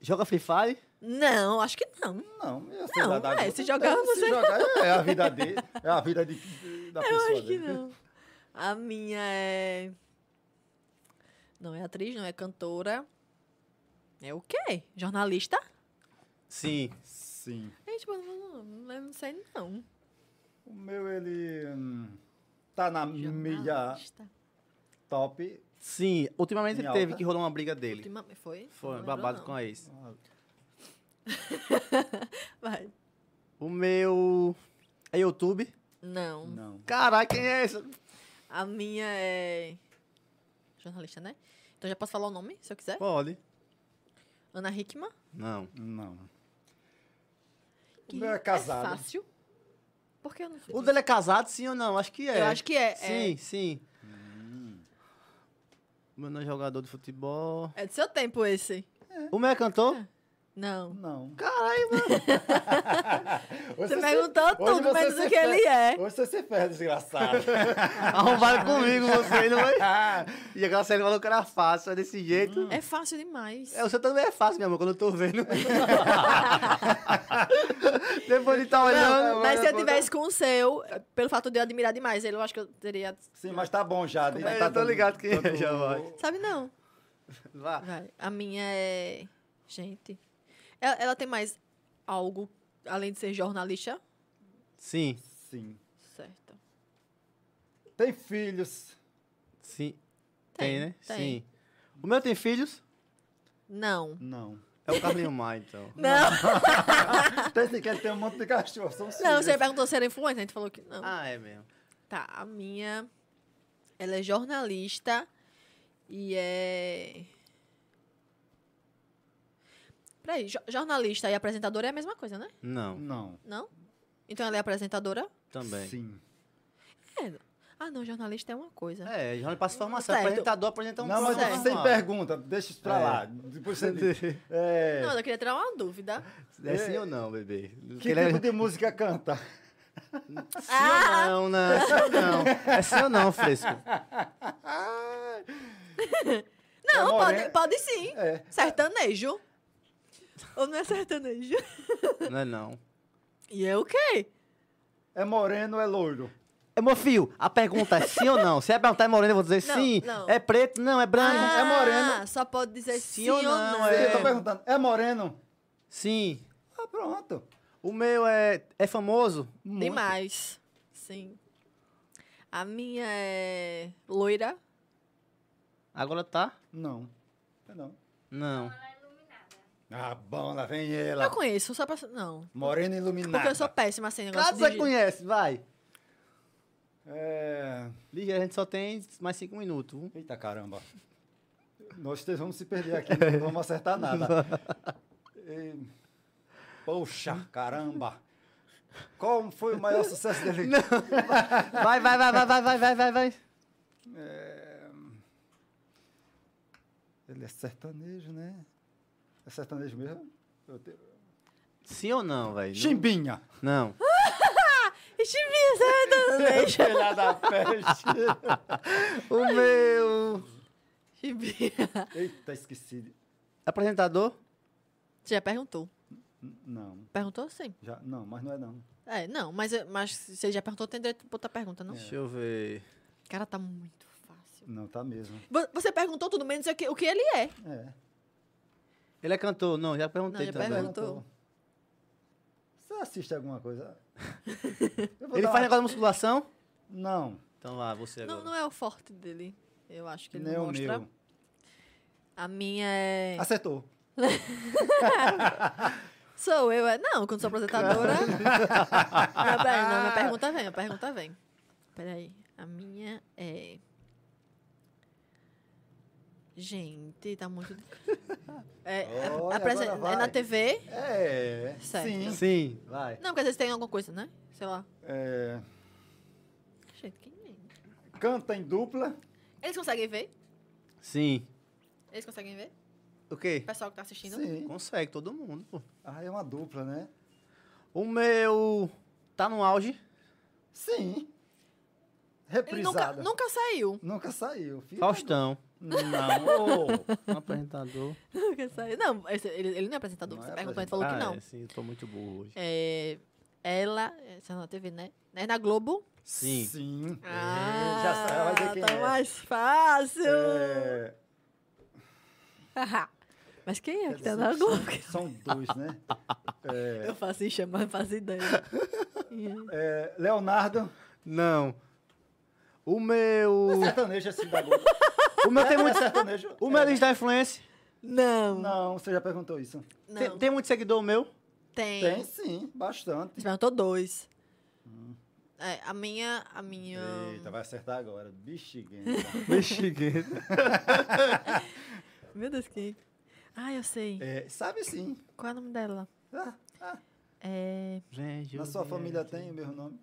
[SPEAKER 2] Joga Free Fire?
[SPEAKER 4] Não, acho que não.
[SPEAKER 3] Não, eu sei
[SPEAKER 4] Não,
[SPEAKER 3] lá da
[SPEAKER 4] é,
[SPEAKER 3] Globo.
[SPEAKER 4] se jogar,
[SPEAKER 3] É,
[SPEAKER 4] você-
[SPEAKER 3] Se jogar, é a vida dele. É a vida de, da pessoa
[SPEAKER 4] Eu acho que
[SPEAKER 3] dele.
[SPEAKER 2] né?
[SPEAKER 4] não. A minha é. Não é atriz, não é cantora. É o quê? Jornalista?
[SPEAKER 2] Sim.
[SPEAKER 3] Sim.
[SPEAKER 4] Gente, mas não, não, eu não sei não.
[SPEAKER 3] O meu, ele. hum, tá na mídia
[SPEAKER 4] Jornalista.
[SPEAKER 3] top.
[SPEAKER 2] Sim. Ultimamente
[SPEAKER 3] Em
[SPEAKER 2] ele teve
[SPEAKER 3] alta?
[SPEAKER 2] que rolou uma briga dele.
[SPEAKER 4] Ultimamente foi?
[SPEAKER 2] Foi,
[SPEAKER 4] Não lembro,
[SPEAKER 2] babado
[SPEAKER 4] não.
[SPEAKER 2] com a ex.
[SPEAKER 4] Vai.
[SPEAKER 2] O meu. É YouTube?
[SPEAKER 4] Não.
[SPEAKER 3] Não.
[SPEAKER 2] Caralho, quem é esse?
[SPEAKER 4] A minha é. Jornalista, né? Então já posso falar o nome, se eu quiser?
[SPEAKER 2] Pode.
[SPEAKER 4] Ana Hickman.
[SPEAKER 2] Não.
[SPEAKER 3] Não.
[SPEAKER 4] que
[SPEAKER 3] meu é casado.
[SPEAKER 4] É fácil. Por que eu não fiz?
[SPEAKER 2] O dele é casado, sim ou não? Acho que é.
[SPEAKER 4] Eu acho que é.
[SPEAKER 2] Sim, sim. Hum. O meu não é jogador de futebol.
[SPEAKER 4] É, é do seu tempo esse.
[SPEAKER 2] O meu é cantor?
[SPEAKER 4] Não.
[SPEAKER 3] Não.
[SPEAKER 2] Caralho, mano.
[SPEAKER 4] Você,
[SPEAKER 3] Hoje
[SPEAKER 4] perguntou
[SPEAKER 3] hoje
[SPEAKER 4] tudo,
[SPEAKER 3] você
[SPEAKER 4] menos
[SPEAKER 3] se
[SPEAKER 4] o que
[SPEAKER 3] fe-
[SPEAKER 4] ele é.
[SPEAKER 3] Hoje você se ferra, desgraçado.
[SPEAKER 2] Arrombaram comigo você, não foi? E agora você falou que era fácil, é desse jeito.
[SPEAKER 4] É fácil demais.
[SPEAKER 2] É, o seu também é fácil, meu amor, quando eu tô vendo. Depois de estar olhando.
[SPEAKER 4] Mas se eu
[SPEAKER 2] depois-
[SPEAKER 4] tivesse com o seu, pelo fato de eu admirar demais ele, eu acho que eu teria.
[SPEAKER 3] Sim, mas tá bom já.
[SPEAKER 2] É,
[SPEAKER 3] tá
[SPEAKER 2] eu tô
[SPEAKER 3] dando-
[SPEAKER 2] ligado que
[SPEAKER 3] dando-
[SPEAKER 2] já vai.
[SPEAKER 4] Sabe não?
[SPEAKER 2] Vá.
[SPEAKER 4] Vai. A minha é. Gente. Ela, ela tem mais algo além de ser jornalista?
[SPEAKER 2] Sim,
[SPEAKER 3] Sim.
[SPEAKER 4] Certo.
[SPEAKER 3] Tem filhos.
[SPEAKER 2] sim.
[SPEAKER 4] Tem,
[SPEAKER 2] Tem, né?
[SPEAKER 4] tem.
[SPEAKER 2] Sim. O meu tem filhos?
[SPEAKER 4] Não.
[SPEAKER 3] Não.
[SPEAKER 2] É o Carlinho Maia, então.
[SPEAKER 4] Não,
[SPEAKER 3] Tem sim, que ele tem um monte de cachorro. São
[SPEAKER 4] não,
[SPEAKER 3] filhos.
[SPEAKER 4] você perguntou se era influencer, a gente falou que não.
[SPEAKER 2] Ah, é mesmo.
[SPEAKER 4] Tá, a minha. Ela é jornalista e é. Peraí, jo- jornalista e apresentadora é a mesma coisa, né?
[SPEAKER 2] Não,
[SPEAKER 3] Não.
[SPEAKER 4] Não? Então ela é apresentadora?
[SPEAKER 2] também.
[SPEAKER 3] Sim.
[SPEAKER 4] É. Ah, não, jornalista é uma coisa.
[SPEAKER 2] É, já passa formação.
[SPEAKER 4] Certo.
[SPEAKER 2] Apresentador, apresenta
[SPEAKER 4] Então
[SPEAKER 2] um
[SPEAKER 3] não, mas
[SPEAKER 4] Certo.
[SPEAKER 2] programa.
[SPEAKER 3] sem pergunta. Deixa isso pra
[SPEAKER 2] É.
[SPEAKER 3] lá. Depois você diz. É.
[SPEAKER 4] Não, eu queria tirar uma dúvida.
[SPEAKER 2] É sim ou não, bebê?
[SPEAKER 3] Que
[SPEAKER 2] Ele é-
[SPEAKER 3] tipo de música canta?
[SPEAKER 2] Sim ou não, não. É sim ou não. É sim ou não, Fresco.
[SPEAKER 4] Não,
[SPEAKER 3] É
[SPEAKER 4] pode,
[SPEAKER 3] morena?
[SPEAKER 4] pode sim.
[SPEAKER 3] É.
[SPEAKER 4] Sertanejo. Ou não é sertanejo?
[SPEAKER 2] Não é não.
[SPEAKER 4] E é o quê?
[SPEAKER 3] É moreno ou é loiro?
[SPEAKER 2] É, meu filho, a pergunta é sim ou não? Se é perguntar é moreno, eu vou dizer
[SPEAKER 4] Não,
[SPEAKER 2] sim.
[SPEAKER 4] não.
[SPEAKER 2] É preto? Não, é branco. É moreno.
[SPEAKER 4] Ah, só pode dizer sim,
[SPEAKER 2] Sim
[SPEAKER 4] ou
[SPEAKER 2] ou
[SPEAKER 4] não.
[SPEAKER 2] não, é.
[SPEAKER 3] Eu tô perguntando. É moreno?
[SPEAKER 2] Sim.
[SPEAKER 3] Ah, pronto.
[SPEAKER 2] O meu é, é famoso?
[SPEAKER 3] Muito.
[SPEAKER 4] Demais. Sim. A minha é loira.
[SPEAKER 2] Agora tá?
[SPEAKER 3] Não. É não.
[SPEAKER 2] Não.
[SPEAKER 3] Ah, bom, lá vem ela.
[SPEAKER 4] Eu conheço, só pra... Não.
[SPEAKER 3] Morena iluminada.
[SPEAKER 4] Porque eu sou péssima assim,
[SPEAKER 2] Claro
[SPEAKER 4] negócio de
[SPEAKER 2] que você
[SPEAKER 4] gíria.
[SPEAKER 2] conhece, vai.
[SPEAKER 3] É...
[SPEAKER 2] Ligeiro, a gente só tem mais cinco minutos. viu?
[SPEAKER 3] Eita caramba. Nós três vamos se perder aqui, não vamos acertar nada. E... Poxa, caramba. Qual foi o maior sucesso dele?
[SPEAKER 2] Vai, vai, vai, vai, vai, vai, vai, vai, vai.
[SPEAKER 3] Ele é sertanejo, né? É sertanejo mesmo? Eu te-
[SPEAKER 2] Sim ou não, velho?
[SPEAKER 3] Chimbinha.
[SPEAKER 2] Não.
[SPEAKER 4] Ixi, minha, você vai dançar.
[SPEAKER 3] Filha da peste.
[SPEAKER 2] O meu.
[SPEAKER 4] Chimbinha.
[SPEAKER 3] Eita, esqueci.
[SPEAKER 2] Apresentador?
[SPEAKER 4] Você já perguntou.
[SPEAKER 3] N- Não,
[SPEAKER 4] Perguntou sim.
[SPEAKER 3] já, não, mas não é não.
[SPEAKER 4] É, não, mas, eu- mas você já perguntou, tem direito pra outra pergunta, não?
[SPEAKER 2] Deixa eu ver.
[SPEAKER 4] Cara, tá muito fácil.
[SPEAKER 3] Não, tá mesmo.
[SPEAKER 4] Vo- Você perguntou tudo menos o que, o que ele é.
[SPEAKER 3] É.
[SPEAKER 2] Ele é cantor? Não, já
[SPEAKER 4] Não,
[SPEAKER 2] perguntei
[SPEAKER 4] já
[SPEAKER 2] também.
[SPEAKER 4] perguntou.
[SPEAKER 3] Né? Então, Você assiste alguma coisa? Eu vou
[SPEAKER 2] Ele
[SPEAKER 3] dar
[SPEAKER 2] faz
[SPEAKER 3] uma-
[SPEAKER 2] negócio de musculação?
[SPEAKER 3] Não,
[SPEAKER 2] Então vá, você agora.
[SPEAKER 4] Não, não é o forte dele. Eu acho que ele
[SPEAKER 3] nem
[SPEAKER 4] não
[SPEAKER 3] é o
[SPEAKER 4] mostra.
[SPEAKER 3] meu.
[SPEAKER 4] A minha é.
[SPEAKER 3] Acertou.
[SPEAKER 4] Sou eu, é. Não, quando sou apresentadora. não, peraí, não, minha pergunta vem, minha pergunta vem. Peraí. A minha é. Gente, tá muito. É,
[SPEAKER 3] Olha,
[SPEAKER 4] apresen-
[SPEAKER 3] agora vai.
[SPEAKER 4] é na TV?
[SPEAKER 3] É.
[SPEAKER 4] Certo.
[SPEAKER 3] Sim.
[SPEAKER 2] Sim, vai.
[SPEAKER 4] Não, porque às vezes tem alguma coisa, né? Sei lá.
[SPEAKER 3] É,
[SPEAKER 4] Gente, quem é?
[SPEAKER 3] Canta em dupla.
[SPEAKER 4] Eles conseguem ver? é.
[SPEAKER 2] Sim.
[SPEAKER 4] Eles conseguem ver?
[SPEAKER 2] O quê?
[SPEAKER 4] O pessoal que tá assistindo?
[SPEAKER 3] Sim.
[SPEAKER 2] Consegue, todo mundo, pô.
[SPEAKER 3] Ah, é uma dupla, né?
[SPEAKER 2] O meu tá no auge.
[SPEAKER 3] Sim.
[SPEAKER 4] Ele nunca,
[SPEAKER 3] Reprisada.
[SPEAKER 4] nunca saiu.
[SPEAKER 3] Nunca saiu. Fica-
[SPEAKER 2] Faustão.
[SPEAKER 3] Não.
[SPEAKER 2] Um apresentador.
[SPEAKER 4] Nunca saiu. Não, esse- ele, ele não é apresentador.
[SPEAKER 3] Não
[SPEAKER 4] você
[SPEAKER 3] é Ah,
[SPEAKER 4] perguntou, ele falou que
[SPEAKER 2] Ah,
[SPEAKER 4] não.
[SPEAKER 2] É, sim, eu tô muito burro hoje.
[SPEAKER 4] É, ela. Essa é na TV, né? É na Globo.
[SPEAKER 2] Sim.
[SPEAKER 3] Sim.
[SPEAKER 4] Ah,
[SPEAKER 3] já sabe, vai ver quem
[SPEAKER 4] tá
[SPEAKER 3] é.
[SPEAKER 4] mais fácil.
[SPEAKER 3] É,
[SPEAKER 4] Mas quem é
[SPEAKER 3] quer
[SPEAKER 4] que tá
[SPEAKER 3] dizer,
[SPEAKER 4] na
[SPEAKER 3] São,
[SPEAKER 4] Globo?
[SPEAKER 3] são dois, né? É,
[SPEAKER 4] Eu faço em chamar, não faço ideia.
[SPEAKER 3] é, Leonardo.
[SPEAKER 2] Não. O meu.
[SPEAKER 3] Sertanejo assim da Globo.
[SPEAKER 2] O meu tem
[SPEAKER 3] É
[SPEAKER 2] muito.
[SPEAKER 3] sertanejo?
[SPEAKER 2] O meu
[SPEAKER 3] É.
[SPEAKER 2] é da influência.
[SPEAKER 4] Não, não.
[SPEAKER 3] Não, você já perguntou isso.
[SPEAKER 2] Tem, tem muito seguidor meu?
[SPEAKER 4] Tem.
[SPEAKER 3] Tem sim, bastante.
[SPEAKER 4] Você perguntou dois. É, a minha. A minha.
[SPEAKER 3] Eita, vai acertar agora. Bexiguinha.
[SPEAKER 2] Mexigueiro.
[SPEAKER 4] Meu Deus, quem? Ah, eu sei.
[SPEAKER 3] É, sabe sim.
[SPEAKER 4] Qual é o nome dela?
[SPEAKER 3] Ah,
[SPEAKER 4] É...
[SPEAKER 3] na sua família tem o meu nome.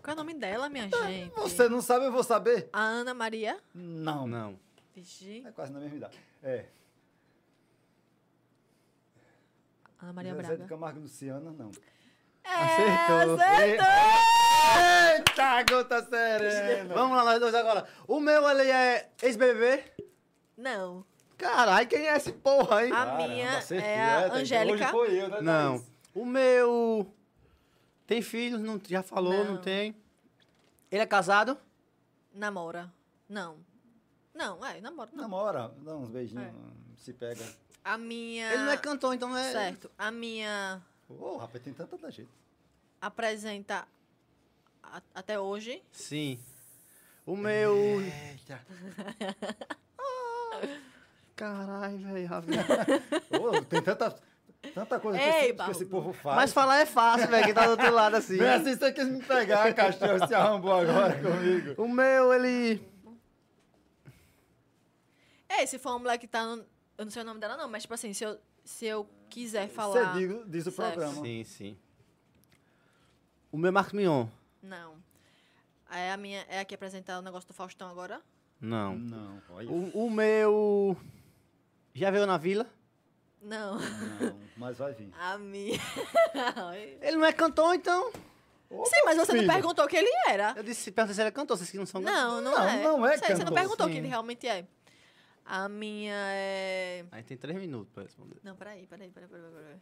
[SPEAKER 4] Qual é o nome dela, minha gente?
[SPEAKER 3] Você não sabe, eu vou saber?
[SPEAKER 4] A Ana Maria?
[SPEAKER 3] Não.
[SPEAKER 2] Não.
[SPEAKER 4] Vigi.
[SPEAKER 3] É quase na mesma idade. É.
[SPEAKER 4] Ana Maria
[SPEAKER 3] José de
[SPEAKER 4] Braga. É,
[SPEAKER 3] Camargo e Luciana, não.
[SPEAKER 2] Acertou.
[SPEAKER 3] Eita, gota serena.
[SPEAKER 2] tá Vamos lá, nós dois agora. O meu, ele é ex-BBB.
[SPEAKER 4] Não.
[SPEAKER 2] Caralho, quem é esse porra, hein?
[SPEAKER 3] Ah,
[SPEAKER 4] A minha é a
[SPEAKER 3] Thaís?
[SPEAKER 4] Angélica.
[SPEAKER 3] Hoje foi eu, né,
[SPEAKER 2] Não.
[SPEAKER 3] Thaís?
[SPEAKER 2] O meu. Tem filhos? Não, já falou, não.
[SPEAKER 4] Não.
[SPEAKER 2] tem. Ele é casado?
[SPEAKER 4] Namora. Não. Não, é, namora. Não.
[SPEAKER 3] Namora, dá uns beijinhos,
[SPEAKER 4] É.
[SPEAKER 3] se pega.
[SPEAKER 4] A minha.
[SPEAKER 2] Ele não é cantor, então não é.
[SPEAKER 4] Certo. A minha
[SPEAKER 3] Ô, rapaz, tem tanta da gente.
[SPEAKER 4] apresenta a- até hoje.
[SPEAKER 2] Sim. O meu.
[SPEAKER 3] Eita.
[SPEAKER 2] Caralho, velho. Rafael.
[SPEAKER 3] Ô, tem tanta, tanta coisa que
[SPEAKER 4] Ei,
[SPEAKER 3] esse- que,
[SPEAKER 4] Paulo.
[SPEAKER 3] esse povo faz.
[SPEAKER 2] Mas falar é fácil, velho, quem tá do outro lado assim.
[SPEAKER 3] Não é assim, você quis me pegar, cachorro, se arrambou agora comigo.
[SPEAKER 2] O meu, ele.
[SPEAKER 4] É, se for uma mulher que tá. no- Eu não sei o nome dela, não, mas tipo assim, se eu, se eu quiser falar.
[SPEAKER 3] Você diz, diz o
[SPEAKER 4] Certo.
[SPEAKER 3] programa.
[SPEAKER 2] Sim, sim. O meu é Marcos Mion.
[SPEAKER 4] Não. É a minha. É a que apresenta o negócio do Faustão agora?
[SPEAKER 2] Não.
[SPEAKER 3] Não, olha.
[SPEAKER 2] O, o meu. Já veio na vila?
[SPEAKER 4] Não.
[SPEAKER 3] Não, mas vai vir.
[SPEAKER 4] A minha.
[SPEAKER 2] Ele não é cantor, então.
[SPEAKER 4] Sim, mas você
[SPEAKER 3] filho.
[SPEAKER 4] não perguntou o que ele era.
[SPEAKER 2] Eu disse, perguntei se ele é cantor, vocês que não são cantores.
[SPEAKER 4] Não, não,
[SPEAKER 3] Não,
[SPEAKER 4] é.
[SPEAKER 3] não é
[SPEAKER 4] Você, você não
[SPEAKER 3] cantor,
[SPEAKER 4] perguntou o
[SPEAKER 2] sim.
[SPEAKER 4] que ele realmente é. A minha é.
[SPEAKER 2] Aí tem três minutos pra responder.
[SPEAKER 4] Não, peraí, peraí, peraí, peraí, peraí.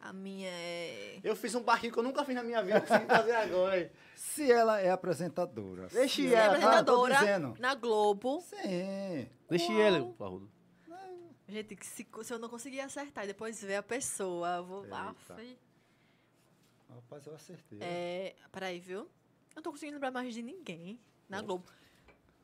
[SPEAKER 4] A minha é.
[SPEAKER 2] Eu fiz um barril que eu nunca fiz na minha vida, eu consegui fazer agora, hein?
[SPEAKER 3] Se ela é apresentadora.
[SPEAKER 2] Deixa ela.
[SPEAKER 3] se
[SPEAKER 2] Ah,
[SPEAKER 4] Minha
[SPEAKER 3] ela-
[SPEAKER 4] é apresentadora
[SPEAKER 3] Ah, tô dizendo.
[SPEAKER 4] na Globo.
[SPEAKER 3] Sim.
[SPEAKER 2] Deixa ele, Parrudo.
[SPEAKER 4] Gente, que se, se eu não conseguir acertar e depois ver a pessoa, eu vou.
[SPEAKER 3] Eita.
[SPEAKER 4] Aff,
[SPEAKER 3] Rapaz, eu acertei.
[SPEAKER 4] é, peraí, viu? Eu não tô conseguindo lembrar mais de ninguém na Globo.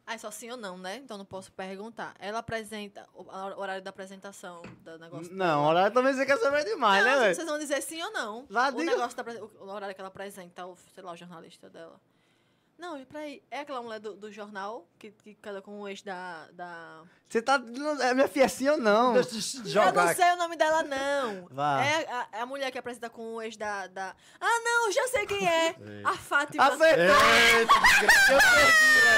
[SPEAKER 4] Ah, é só sim ou não, né? Então não posso perguntar. Ela apresenta o a hor- horário da apresentação do negócio.
[SPEAKER 2] Não, hora também você quer saber demais,
[SPEAKER 4] Não,
[SPEAKER 2] Hum, né, velho?
[SPEAKER 4] vocês vão dizer sim ou não.
[SPEAKER 2] Lá
[SPEAKER 4] o
[SPEAKER 2] diga-
[SPEAKER 4] negócio da, apre- o horário que ela apresenta, o, sei lá, o jornalista dela. Não, e peraí. É aquela mulher do, do jornal que, que casou com o ex da. da...
[SPEAKER 2] Você tá. não- É minha filha assim ou não?
[SPEAKER 3] Deixa eu te
[SPEAKER 4] Eu não
[SPEAKER 3] jogar aqui.
[SPEAKER 4] sei o nome dela, não.
[SPEAKER 2] Vá.
[SPEAKER 4] É a, é a mulher que apresenta com o ex da. da... Ah, não, já sei quem é. a Fátima.
[SPEAKER 2] Acertou!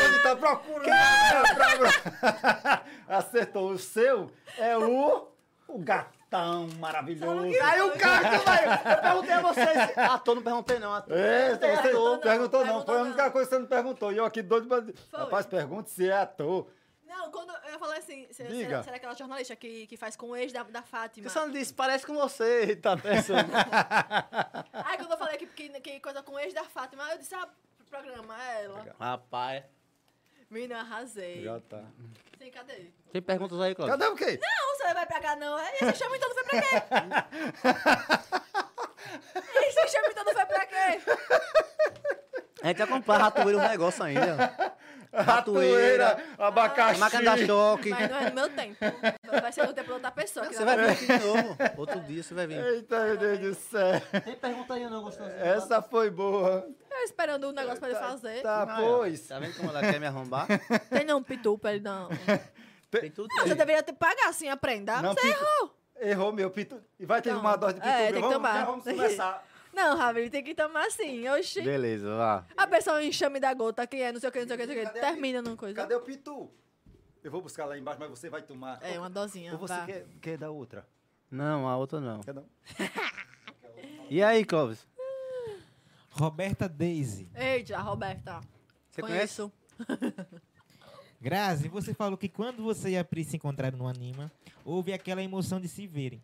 [SPEAKER 3] Ele tá procurando. Acertou. O seu é o, o gatão maravilhoso.
[SPEAKER 2] Aí o cara velho! Eu perguntei a vocês. Ator, Ah, não perguntei não, ator.
[SPEAKER 3] É,
[SPEAKER 2] Perguntei
[SPEAKER 3] você
[SPEAKER 2] ator.
[SPEAKER 3] não, perguntou não,
[SPEAKER 4] perguntou
[SPEAKER 3] foi a única
[SPEAKER 4] não.
[SPEAKER 3] coisa que você não perguntou. E eu aqui doido pra.
[SPEAKER 4] Foi.
[SPEAKER 3] Rapaz, pergunta se é ator.
[SPEAKER 4] Não, quando eu falei assim, se-
[SPEAKER 3] Diga.
[SPEAKER 4] será, será aquela jornalista que, que faz com o ex da, da Fátima?
[SPEAKER 2] Você só não disse, parece com você, tá pensando.
[SPEAKER 4] Aí quando eu falei que, que, que coisa com o ex da Fátima, eu disse, ah, programa é ela.
[SPEAKER 2] Rapaz.
[SPEAKER 4] Menina, arrasei.
[SPEAKER 3] Já tá.
[SPEAKER 4] Sim, cadê?
[SPEAKER 2] Tem perguntas aí, Cláudio?
[SPEAKER 3] Cadê o quê?
[SPEAKER 4] Não, você não vai pra cá, não. Aí Esse chama então não foi pra quê? Esse chama então não foi pra quê?
[SPEAKER 2] A gente vai comprar ratoeira um negócio ainda.
[SPEAKER 3] Ratoeira, abacaxi.
[SPEAKER 2] Máquina É da choque.
[SPEAKER 4] Mas não é no meu tempo. Vai ser no tempo da outra pessoa. que
[SPEAKER 2] Você
[SPEAKER 4] dá
[SPEAKER 2] vai vir aqui de novo. Outro dia você vai vir.
[SPEAKER 3] Eita, meu Deus do céu.
[SPEAKER 2] Tem pergunta aí, não, gostoso?
[SPEAKER 3] Essa foi boa.
[SPEAKER 4] pra- Eu esperando um negócio pra ele fazer.
[SPEAKER 3] Tá, pois.
[SPEAKER 2] Tá vendo como ela quer me arrombar?
[SPEAKER 4] Tem não pitu pra ele, não.
[SPEAKER 2] Tem tudo
[SPEAKER 4] Você
[SPEAKER 2] isso.
[SPEAKER 4] deveria ter pagar assim, aprenda.
[SPEAKER 3] Não,
[SPEAKER 4] você
[SPEAKER 3] pitu-
[SPEAKER 4] errou.
[SPEAKER 3] Errou, meu pitu. E vai ter
[SPEAKER 4] Não.
[SPEAKER 3] uma dose de pitu. meu.
[SPEAKER 4] É, tem que
[SPEAKER 3] vamos,
[SPEAKER 4] tomar.
[SPEAKER 3] já Vamos começar.
[SPEAKER 4] Não, Ravi, tem que tomar assim. Oxi.
[SPEAKER 2] Beleza, vá.
[SPEAKER 4] A pessoa enxame da gota, que é não sei o que, não sei o que, não sei o que.
[SPEAKER 3] Cadê a
[SPEAKER 4] Termina numa coisa.
[SPEAKER 3] Cadê o pitu? Eu vou buscar lá embaixo, mas você vai tomar.
[SPEAKER 4] É, uma dosinha.
[SPEAKER 3] Ou você
[SPEAKER 4] vá.
[SPEAKER 3] quer, quer dar outra?
[SPEAKER 2] Não, a outra não.
[SPEAKER 3] Quer dar...
[SPEAKER 2] E aí, Clóvis?
[SPEAKER 5] Roberta Daisy.
[SPEAKER 4] Eita, Roberta.
[SPEAKER 2] Você conhece?
[SPEAKER 4] Conheço.
[SPEAKER 5] Grazi, você falou que quando você e a Pri se encontraram no Anima, houve aquela emoção de se verem.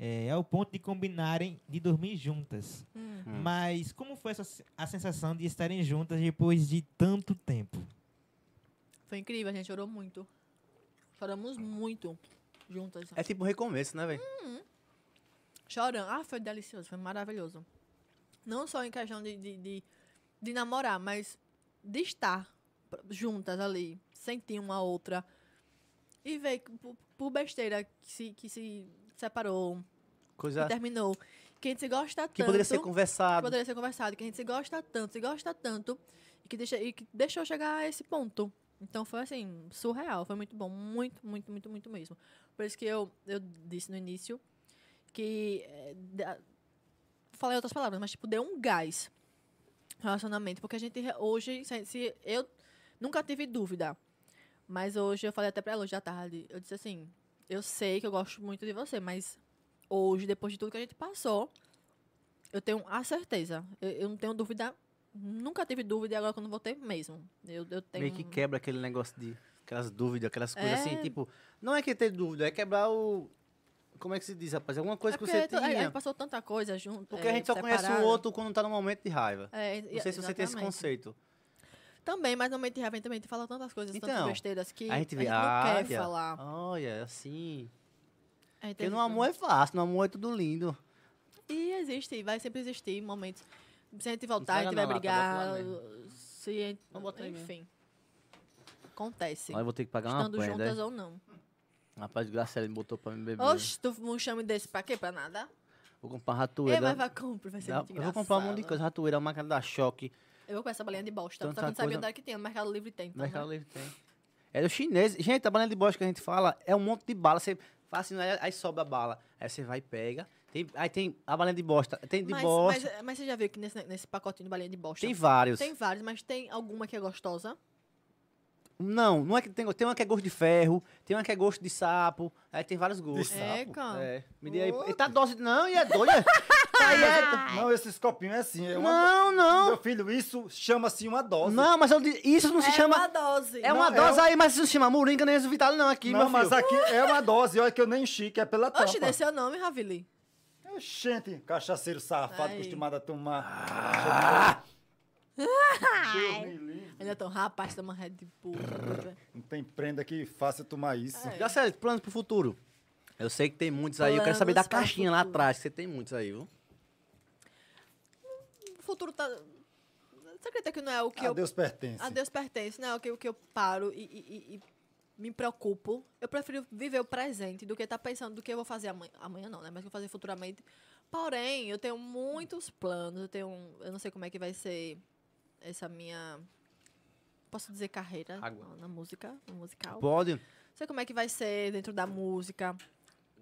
[SPEAKER 5] É, ao ponto de combinarem de dormir juntas.
[SPEAKER 4] Hum.
[SPEAKER 5] Mas como foi essa se- a sensação de estarem juntas depois de tanto tempo?
[SPEAKER 4] Foi incrível, a gente orou muito. Choramos muito juntas.
[SPEAKER 2] É tipo um recomeço, né, velho?
[SPEAKER 4] Chorando. Ah, foi delicioso, foi maravilhoso. Não só em questão de, de, de, de namorar, mas de estar pr- juntas ali, sentir uma a outra. E ver que por, por besteira que se, que se separou, que
[SPEAKER 2] Coisa
[SPEAKER 4] terminou. Que a gente se gosta tanto.
[SPEAKER 2] que poderia ser
[SPEAKER 4] que
[SPEAKER 2] conversado.
[SPEAKER 4] poderia ser conversado, que a gente se gosta tanto, se gosta tanto, e que, deixa, e que deixou chegar a esse ponto. Então foi assim, surreal, foi muito bom, muito, muito, muito, muito mesmo. Por isso que eu, eu disse no início que. eh, da- falei outras palavras, mas tipo, deu um gás no relacionamento. Porque a gente re- hoje, se, se eu nunca tive dúvida. Mas hoje eu falei até pra ela hoje à tarde. Eu disse assim, eu sei que eu gosto muito de você, mas hoje, depois de tudo que a gente passou, eu tenho a certeza. Eu, eu não tenho dúvida. Nunca tive dúvida e agora que eu não vou ter mesmo. Eu, eu tenho.
[SPEAKER 2] Meio que quebra aquele negócio de aquelas dúvidas, aquelas coisas
[SPEAKER 4] É.
[SPEAKER 2] assim, tipo, não é que ter dúvida, é quebrar o como é que se diz, rapaz, alguma coisa
[SPEAKER 4] É
[SPEAKER 2] que
[SPEAKER 4] porque
[SPEAKER 2] você
[SPEAKER 4] tu- a- a
[SPEAKER 2] tinha.
[SPEAKER 4] gente passou tanta coisa junto.
[SPEAKER 2] Porque
[SPEAKER 4] é,
[SPEAKER 2] a gente só conhece
[SPEAKER 4] separado.
[SPEAKER 2] o outro quando tá num momento de raiva.
[SPEAKER 4] É,
[SPEAKER 2] Não sei se você tem esse
[SPEAKER 4] exatamente.
[SPEAKER 2] conceito.
[SPEAKER 4] Também, mas no momento de raiva a gente também fala tantas coisas, tantas
[SPEAKER 2] Então,
[SPEAKER 4] besteiras que
[SPEAKER 2] a gente vê,
[SPEAKER 4] não
[SPEAKER 2] ah,
[SPEAKER 4] quer
[SPEAKER 2] olha,
[SPEAKER 4] falar.
[SPEAKER 2] olha, assim.
[SPEAKER 4] A gente
[SPEAKER 2] Porque no
[SPEAKER 4] evita.
[SPEAKER 2] amor é fácil, no amor é tudo lindo.
[SPEAKER 4] E existe, vai sempre existir momentos. Se a gente voltar, a
[SPEAKER 2] Não
[SPEAKER 4] gente
[SPEAKER 2] pega
[SPEAKER 4] vai
[SPEAKER 2] na
[SPEAKER 4] brigar.
[SPEAKER 2] lata, bota
[SPEAKER 4] Se a gente...
[SPEAKER 2] Vamos botar aí mesmo.
[SPEAKER 4] Enfim. Acontece.
[SPEAKER 2] Olha, eu vou ter que pagar uma
[SPEAKER 4] Estando
[SPEAKER 2] prenda.
[SPEAKER 4] juntas
[SPEAKER 2] hein?
[SPEAKER 4] ou não.
[SPEAKER 2] Rapaz, Graciela me botou pra me beber.
[SPEAKER 4] Oxe, tu um chame desse pra quê? Pra nada?
[SPEAKER 2] Vou comprar
[SPEAKER 4] É,
[SPEAKER 2] ratoeira.
[SPEAKER 4] mas vai comprar, vai ser
[SPEAKER 2] Dá-
[SPEAKER 4] muito
[SPEAKER 2] eu vou
[SPEAKER 4] engraçado.
[SPEAKER 2] comprar um monte de coisa. Ratoeira, máquina da choque.
[SPEAKER 4] Eu vou com essa balinha de bosta.
[SPEAKER 2] Tanta
[SPEAKER 4] só que não sabia
[SPEAKER 2] coisa-
[SPEAKER 4] onde era que tinha. No Mercado Livre tem. Então,
[SPEAKER 2] Mercado
[SPEAKER 4] né?
[SPEAKER 2] Livre tem. É do chinês. Gente, a balinha de bosta que a gente fala é um monte de bala. Você faz assim, aí aí sobra a bala. Aí você vai e pega. Tem- aí tem a balinha de bosta. Tem de
[SPEAKER 4] mas,
[SPEAKER 2] bosta.
[SPEAKER 4] mas, mas você já viu que nesse, nesse pacotinho de balinha de bosta...
[SPEAKER 2] tem vários.
[SPEAKER 4] Tem vários, mas tem alguma que é gostosa.
[SPEAKER 2] Não, não é que tem, tem uma que é gosto de ferro, tem uma que é gosto de sapo, aí tem vários gostos.
[SPEAKER 3] sapo? É,
[SPEAKER 4] cara.
[SPEAKER 2] É. Me dê aí.
[SPEAKER 3] Outro.
[SPEAKER 2] E tá doce. Não, e é doido. aí é.
[SPEAKER 3] Não, esses copinhos é assim. É uma...
[SPEAKER 2] Não, não.
[SPEAKER 3] Meu filho, isso chama-se uma dose.
[SPEAKER 2] Não, mas eu di- isso não se
[SPEAKER 4] é uma
[SPEAKER 2] chama.
[SPEAKER 4] dose.
[SPEAKER 2] É uma
[SPEAKER 3] Não, é
[SPEAKER 2] dose
[SPEAKER 3] um-
[SPEAKER 2] aí, mas isso se chama moringa nem Enzo Vitale, não, aqui,
[SPEAKER 3] Não,
[SPEAKER 2] meu
[SPEAKER 3] mas
[SPEAKER 2] filho.
[SPEAKER 3] aqui é uma dose. Olha que eu nem enchi, que é pela tampa.
[SPEAKER 4] Oxe, desse é o nome, Ravili.
[SPEAKER 3] Gente, cachaceiro safado,
[SPEAKER 4] Aí.
[SPEAKER 3] acostumado a tomar. Ah!
[SPEAKER 4] Ainda tão, rapaz, toma Red Bull.
[SPEAKER 3] Não tem prenda que faça eu tomar isso.
[SPEAKER 4] É.
[SPEAKER 2] Já sério, planos pro futuro. Eu sei que tem muitos aí, eu quero saber da
[SPEAKER 4] Planos para o
[SPEAKER 2] caixinha lá
[SPEAKER 4] futuro.
[SPEAKER 2] atrás, que você tem muitos aí, viu?
[SPEAKER 4] o futuro tá... Você acredita que não é o que
[SPEAKER 3] a
[SPEAKER 4] eu...
[SPEAKER 3] Ah, Deus pertence.
[SPEAKER 4] A Deus pertence, não é o que, o que eu paro e, e- e- e me preocupo. Eu prefiro viver o presente do que estar pensando do que eu vou fazer amanhã. Amanhã não, né? Mas o que eu vou fazer futuramente. Porém, eu tenho muitos planos. Eu tenho... Eu não sei como é que vai ser essa minha... Posso dizer carreira
[SPEAKER 2] Água.
[SPEAKER 4] na- na música, no musical?
[SPEAKER 2] Pode.
[SPEAKER 4] sei como é que vai ser dentro da música.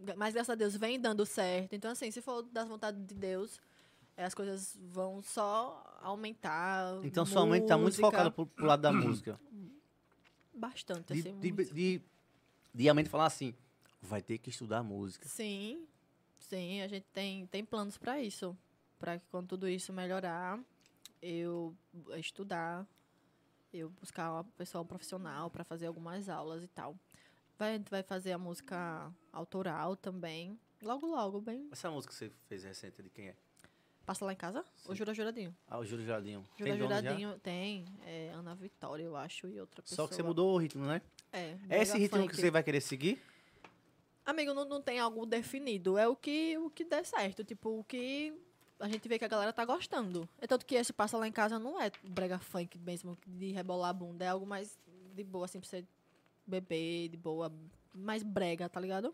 [SPEAKER 4] Gra- Mas graças a Deus vem dando certo. Então, assim, se for da vontade de Deus, eh, as coisas vão só aumentar.
[SPEAKER 2] Então sua mãe tá muito
[SPEAKER 4] música,
[SPEAKER 2] focada pro, pro lado da música.
[SPEAKER 4] Bastante,
[SPEAKER 2] De,
[SPEAKER 4] assim.
[SPEAKER 2] de,
[SPEAKER 4] muito.
[SPEAKER 2] de- de a mente falar assim, vai ter que estudar música.
[SPEAKER 4] Sim, sim, a gente tem, tem planos pra isso. Pra que quando tudo isso melhorar, eu estudar, eu buscar uma pessoa um profissional pra fazer algumas aulas e tal. Vai, a gente vai fazer a música autoral também. Logo, logo, bem.
[SPEAKER 2] Essa música que você fez recente, de quem é?
[SPEAKER 4] Passa lá em casa? Ou Jura Juradinho?
[SPEAKER 2] Ah, o Júlio Juradinho.
[SPEAKER 4] Jura
[SPEAKER 2] dono já?
[SPEAKER 4] Juradinho tem. É, Ana Vitória, eu acho, e outra pessoa.
[SPEAKER 2] Só que você mudou o ritmo, né?
[SPEAKER 4] É.
[SPEAKER 2] É esse
[SPEAKER 4] mega
[SPEAKER 2] ritmo
[SPEAKER 4] funk.
[SPEAKER 2] que você vai querer seguir?
[SPEAKER 4] Amigo, não, não tem algo definido. É o que, o que der certo. Tipo, o que a gente vê que a galera tá gostando. É tanto que esse passa lá em casa não é brega funk mesmo, de rebolar a bunda. É algo mais de boa, assim, pra você beber, de boa. Mais brega, tá ligado?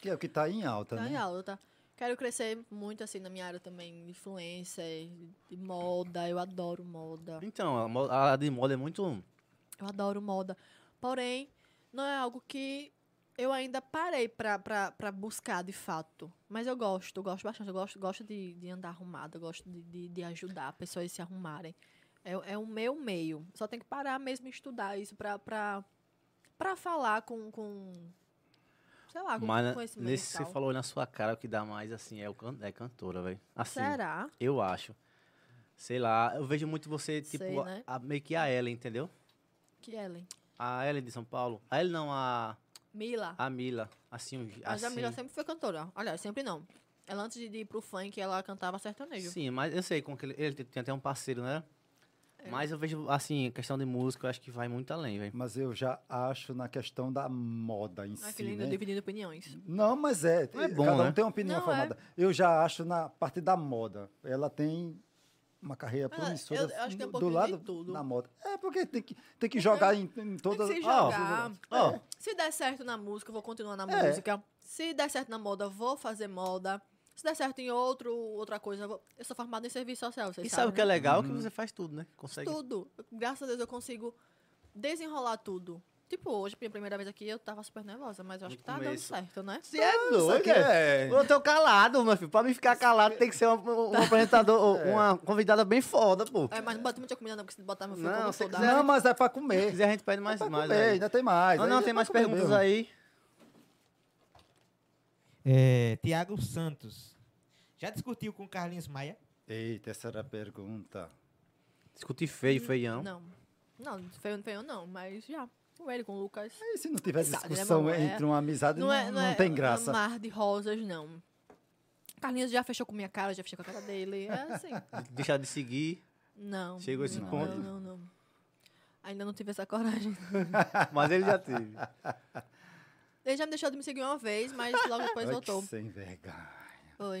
[SPEAKER 3] Que é o que tá em alta,
[SPEAKER 4] Tá
[SPEAKER 3] né?
[SPEAKER 4] em alta. Quero crescer muito, assim, na minha área também. Influencer, de moda. Eu adoro moda.
[SPEAKER 2] Então, a mo- a de moda é muito.
[SPEAKER 4] Eu adoro moda. Porém, não é algo que eu ainda parei pra, pra, pra buscar de fato. Mas eu gosto, eu gosto bastante. Eu gosto, gosto de, de andar arrumada, eu gosto de, de, de ajudar pessoas a se arrumarem. É, é o meu meio. Só tem que parar mesmo e estudar isso pra, pra, pra falar com, com. Sei lá, com
[SPEAKER 2] Mas
[SPEAKER 4] conhecimento.
[SPEAKER 2] nesse
[SPEAKER 4] e
[SPEAKER 2] que você
[SPEAKER 4] tal.
[SPEAKER 2] falou na sua cara, o que dá mais assim é, o can- é cantora, velho. Assim,
[SPEAKER 4] Será?
[SPEAKER 2] eu acho. Sei lá, eu vejo muito você,
[SPEAKER 4] Sei,
[SPEAKER 2] tipo, a-
[SPEAKER 4] né?
[SPEAKER 2] a- meio que a Ellen, entendeu?
[SPEAKER 4] Que Ellen?
[SPEAKER 2] A Ellen de São Paulo. A Ellen não, a,
[SPEAKER 4] Mila.
[SPEAKER 2] a Mila. Assim, um-
[SPEAKER 4] Mas a
[SPEAKER 2] assim.
[SPEAKER 4] Mila sempre foi cantora. Aliás, sempre não. Ela antes de ir pro funk, ela cantava sertanejo.
[SPEAKER 2] Sim, mas eu sei, com aquele, ele tem- tem até um parceiro, né?
[SPEAKER 4] É.
[SPEAKER 2] Mas eu vejo, assim, questão de música, eu acho que vai muito além, velho.
[SPEAKER 3] Mas eu já acho na questão da moda em
[SPEAKER 4] Ai, que
[SPEAKER 3] si,
[SPEAKER 4] lindo,
[SPEAKER 3] né?
[SPEAKER 4] dividindo opiniões.
[SPEAKER 3] Não, mas é.
[SPEAKER 2] Não é bom,
[SPEAKER 3] cada um
[SPEAKER 2] né?
[SPEAKER 3] tem uma opinião
[SPEAKER 4] Não,
[SPEAKER 3] formada. Eu já acho na parte da moda. Ela tem uma carreira
[SPEAKER 4] Mas eu-
[SPEAKER 3] promissora
[SPEAKER 4] eu acho que é um
[SPEAKER 3] do- do
[SPEAKER 4] pouquinho de
[SPEAKER 3] lado
[SPEAKER 4] tudo. É.
[SPEAKER 3] da moda. É porque tem que, tem que jogar em, em todas Ah,
[SPEAKER 4] Tem que se
[SPEAKER 3] Ó,
[SPEAKER 4] jogar.
[SPEAKER 2] Ó,
[SPEAKER 4] Se der certo na música, eu vou continuar na
[SPEAKER 3] É.
[SPEAKER 4] música. Se der certo na moda, eu vou fazer moda. Se der certo em outro, outra coisa, eu, vou... eu sou formada em serviço social, vocês
[SPEAKER 2] e sabe o que é
[SPEAKER 4] né?
[SPEAKER 2] legal?
[SPEAKER 3] Uhum.
[SPEAKER 2] Que você faz tudo, né? Consegue.
[SPEAKER 4] Tudo. Graças a Deus eu consigo desenrolar tudo. Tipo, hoje, minha primeira vez aqui, eu tava super nervosa, mas eu acho
[SPEAKER 2] No
[SPEAKER 4] que tá
[SPEAKER 2] começo.
[SPEAKER 4] dando certo, né?
[SPEAKER 2] Você é
[SPEAKER 3] isso
[SPEAKER 2] doido,
[SPEAKER 3] aqui
[SPEAKER 2] é.
[SPEAKER 3] é.
[SPEAKER 2] Eu tô calado, meu filho. Pra mim ficar calado tem que ser uma- um, apresentador,
[SPEAKER 3] É.
[SPEAKER 2] uma convidada bem foda, pô.
[SPEAKER 4] É, mas não bota muita comida não, porque se botar meu filho,
[SPEAKER 2] Não,
[SPEAKER 4] eu como
[SPEAKER 2] se
[SPEAKER 4] toda.
[SPEAKER 2] quiser-
[SPEAKER 3] Não, mas é pra
[SPEAKER 2] Se
[SPEAKER 3] comer.
[SPEAKER 2] quiser, a gente pede mais.
[SPEAKER 3] É pra
[SPEAKER 2] mais
[SPEAKER 3] comer,
[SPEAKER 2] aí.
[SPEAKER 3] ainda tem mais.
[SPEAKER 2] Não,
[SPEAKER 3] Aí
[SPEAKER 2] não,
[SPEAKER 3] é
[SPEAKER 2] tem
[SPEAKER 3] pra
[SPEAKER 2] mais
[SPEAKER 3] comer
[SPEAKER 2] perguntas
[SPEAKER 3] mesmo.
[SPEAKER 2] aí.
[SPEAKER 5] É, Tiago Santos. Já discutiu com Carlinhos Maia?
[SPEAKER 3] Eita, essa era a pergunta.
[SPEAKER 2] Discutir feio, feião.
[SPEAKER 4] Não. Não, feio, feio não, mas já. Com ele, com o Lucas.
[SPEAKER 3] E se não tiver
[SPEAKER 4] Amizade, né,
[SPEAKER 3] discussão
[SPEAKER 4] bom, é-
[SPEAKER 3] entre uma amizade, não, não tem graça.
[SPEAKER 4] Não é mar de rosas, não. Carlinhos já fechou com minha cara, já fechou com a cara dele. É assim.
[SPEAKER 2] Deixar de seguir.
[SPEAKER 4] Não.
[SPEAKER 2] Chegou esse
[SPEAKER 4] não,
[SPEAKER 2] ponto?
[SPEAKER 4] Não, não, não. Ainda não tive essa coragem.
[SPEAKER 2] Mas ele já teve.
[SPEAKER 4] Ele já me deixou de me seguir uma vez, mas logo depois
[SPEAKER 3] Ai, que
[SPEAKER 4] voltou.
[SPEAKER 3] sem vergonha.
[SPEAKER 4] Foi.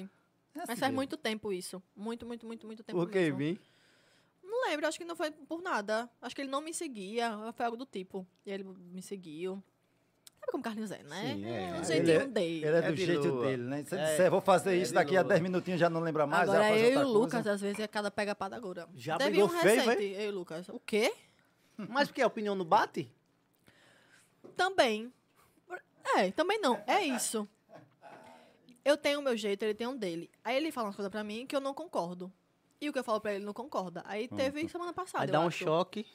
[SPEAKER 3] É assim
[SPEAKER 4] Mas faz
[SPEAKER 3] mesmo.
[SPEAKER 4] muito tempo isso. Muito, muito, muito, muito tempo
[SPEAKER 2] Por que,
[SPEAKER 4] mesmo.
[SPEAKER 2] Bim?
[SPEAKER 4] Não lembro, acho que não foi por nada. Acho que ele não me seguia, foi algo do tipo. E ele me seguiu. Sabe como Carlinhos é, né?
[SPEAKER 2] Sim, é.
[SPEAKER 4] Um
[SPEAKER 2] Ele
[SPEAKER 4] jeitinho
[SPEAKER 3] é- Ele
[SPEAKER 4] dele.
[SPEAKER 3] é,
[SPEAKER 2] É
[SPEAKER 3] do
[SPEAKER 2] de
[SPEAKER 3] jeito
[SPEAKER 2] lua.
[SPEAKER 3] dele, né? Se
[SPEAKER 2] É,
[SPEAKER 3] disser, vou fazer
[SPEAKER 2] é
[SPEAKER 3] isso
[SPEAKER 2] de
[SPEAKER 3] daqui a
[SPEAKER 2] lua.
[SPEAKER 3] 10 minutinhos, já não lembra mais. já
[SPEAKER 4] Agora
[SPEAKER 3] faz
[SPEAKER 4] eu e
[SPEAKER 3] outra
[SPEAKER 4] o
[SPEAKER 3] coisa.
[SPEAKER 4] Lucas, às vezes, é cada pega pra agora.
[SPEAKER 2] Já
[SPEAKER 4] Teve
[SPEAKER 2] brigou
[SPEAKER 4] um
[SPEAKER 2] feio,
[SPEAKER 4] recente, eu e o Lucas. O quê?
[SPEAKER 2] Mas porque a opinião não bate?
[SPEAKER 4] Também. É, também não. É isso. Eu tenho o meu jeito, ele tem um dele. Aí ele fala umas coisas pra mim que eu não concordo. E o que eu falo pra ele ele não concorda. Aí teve semana passada.
[SPEAKER 2] Aí
[SPEAKER 4] eu
[SPEAKER 2] dá um
[SPEAKER 4] acho.
[SPEAKER 2] choque.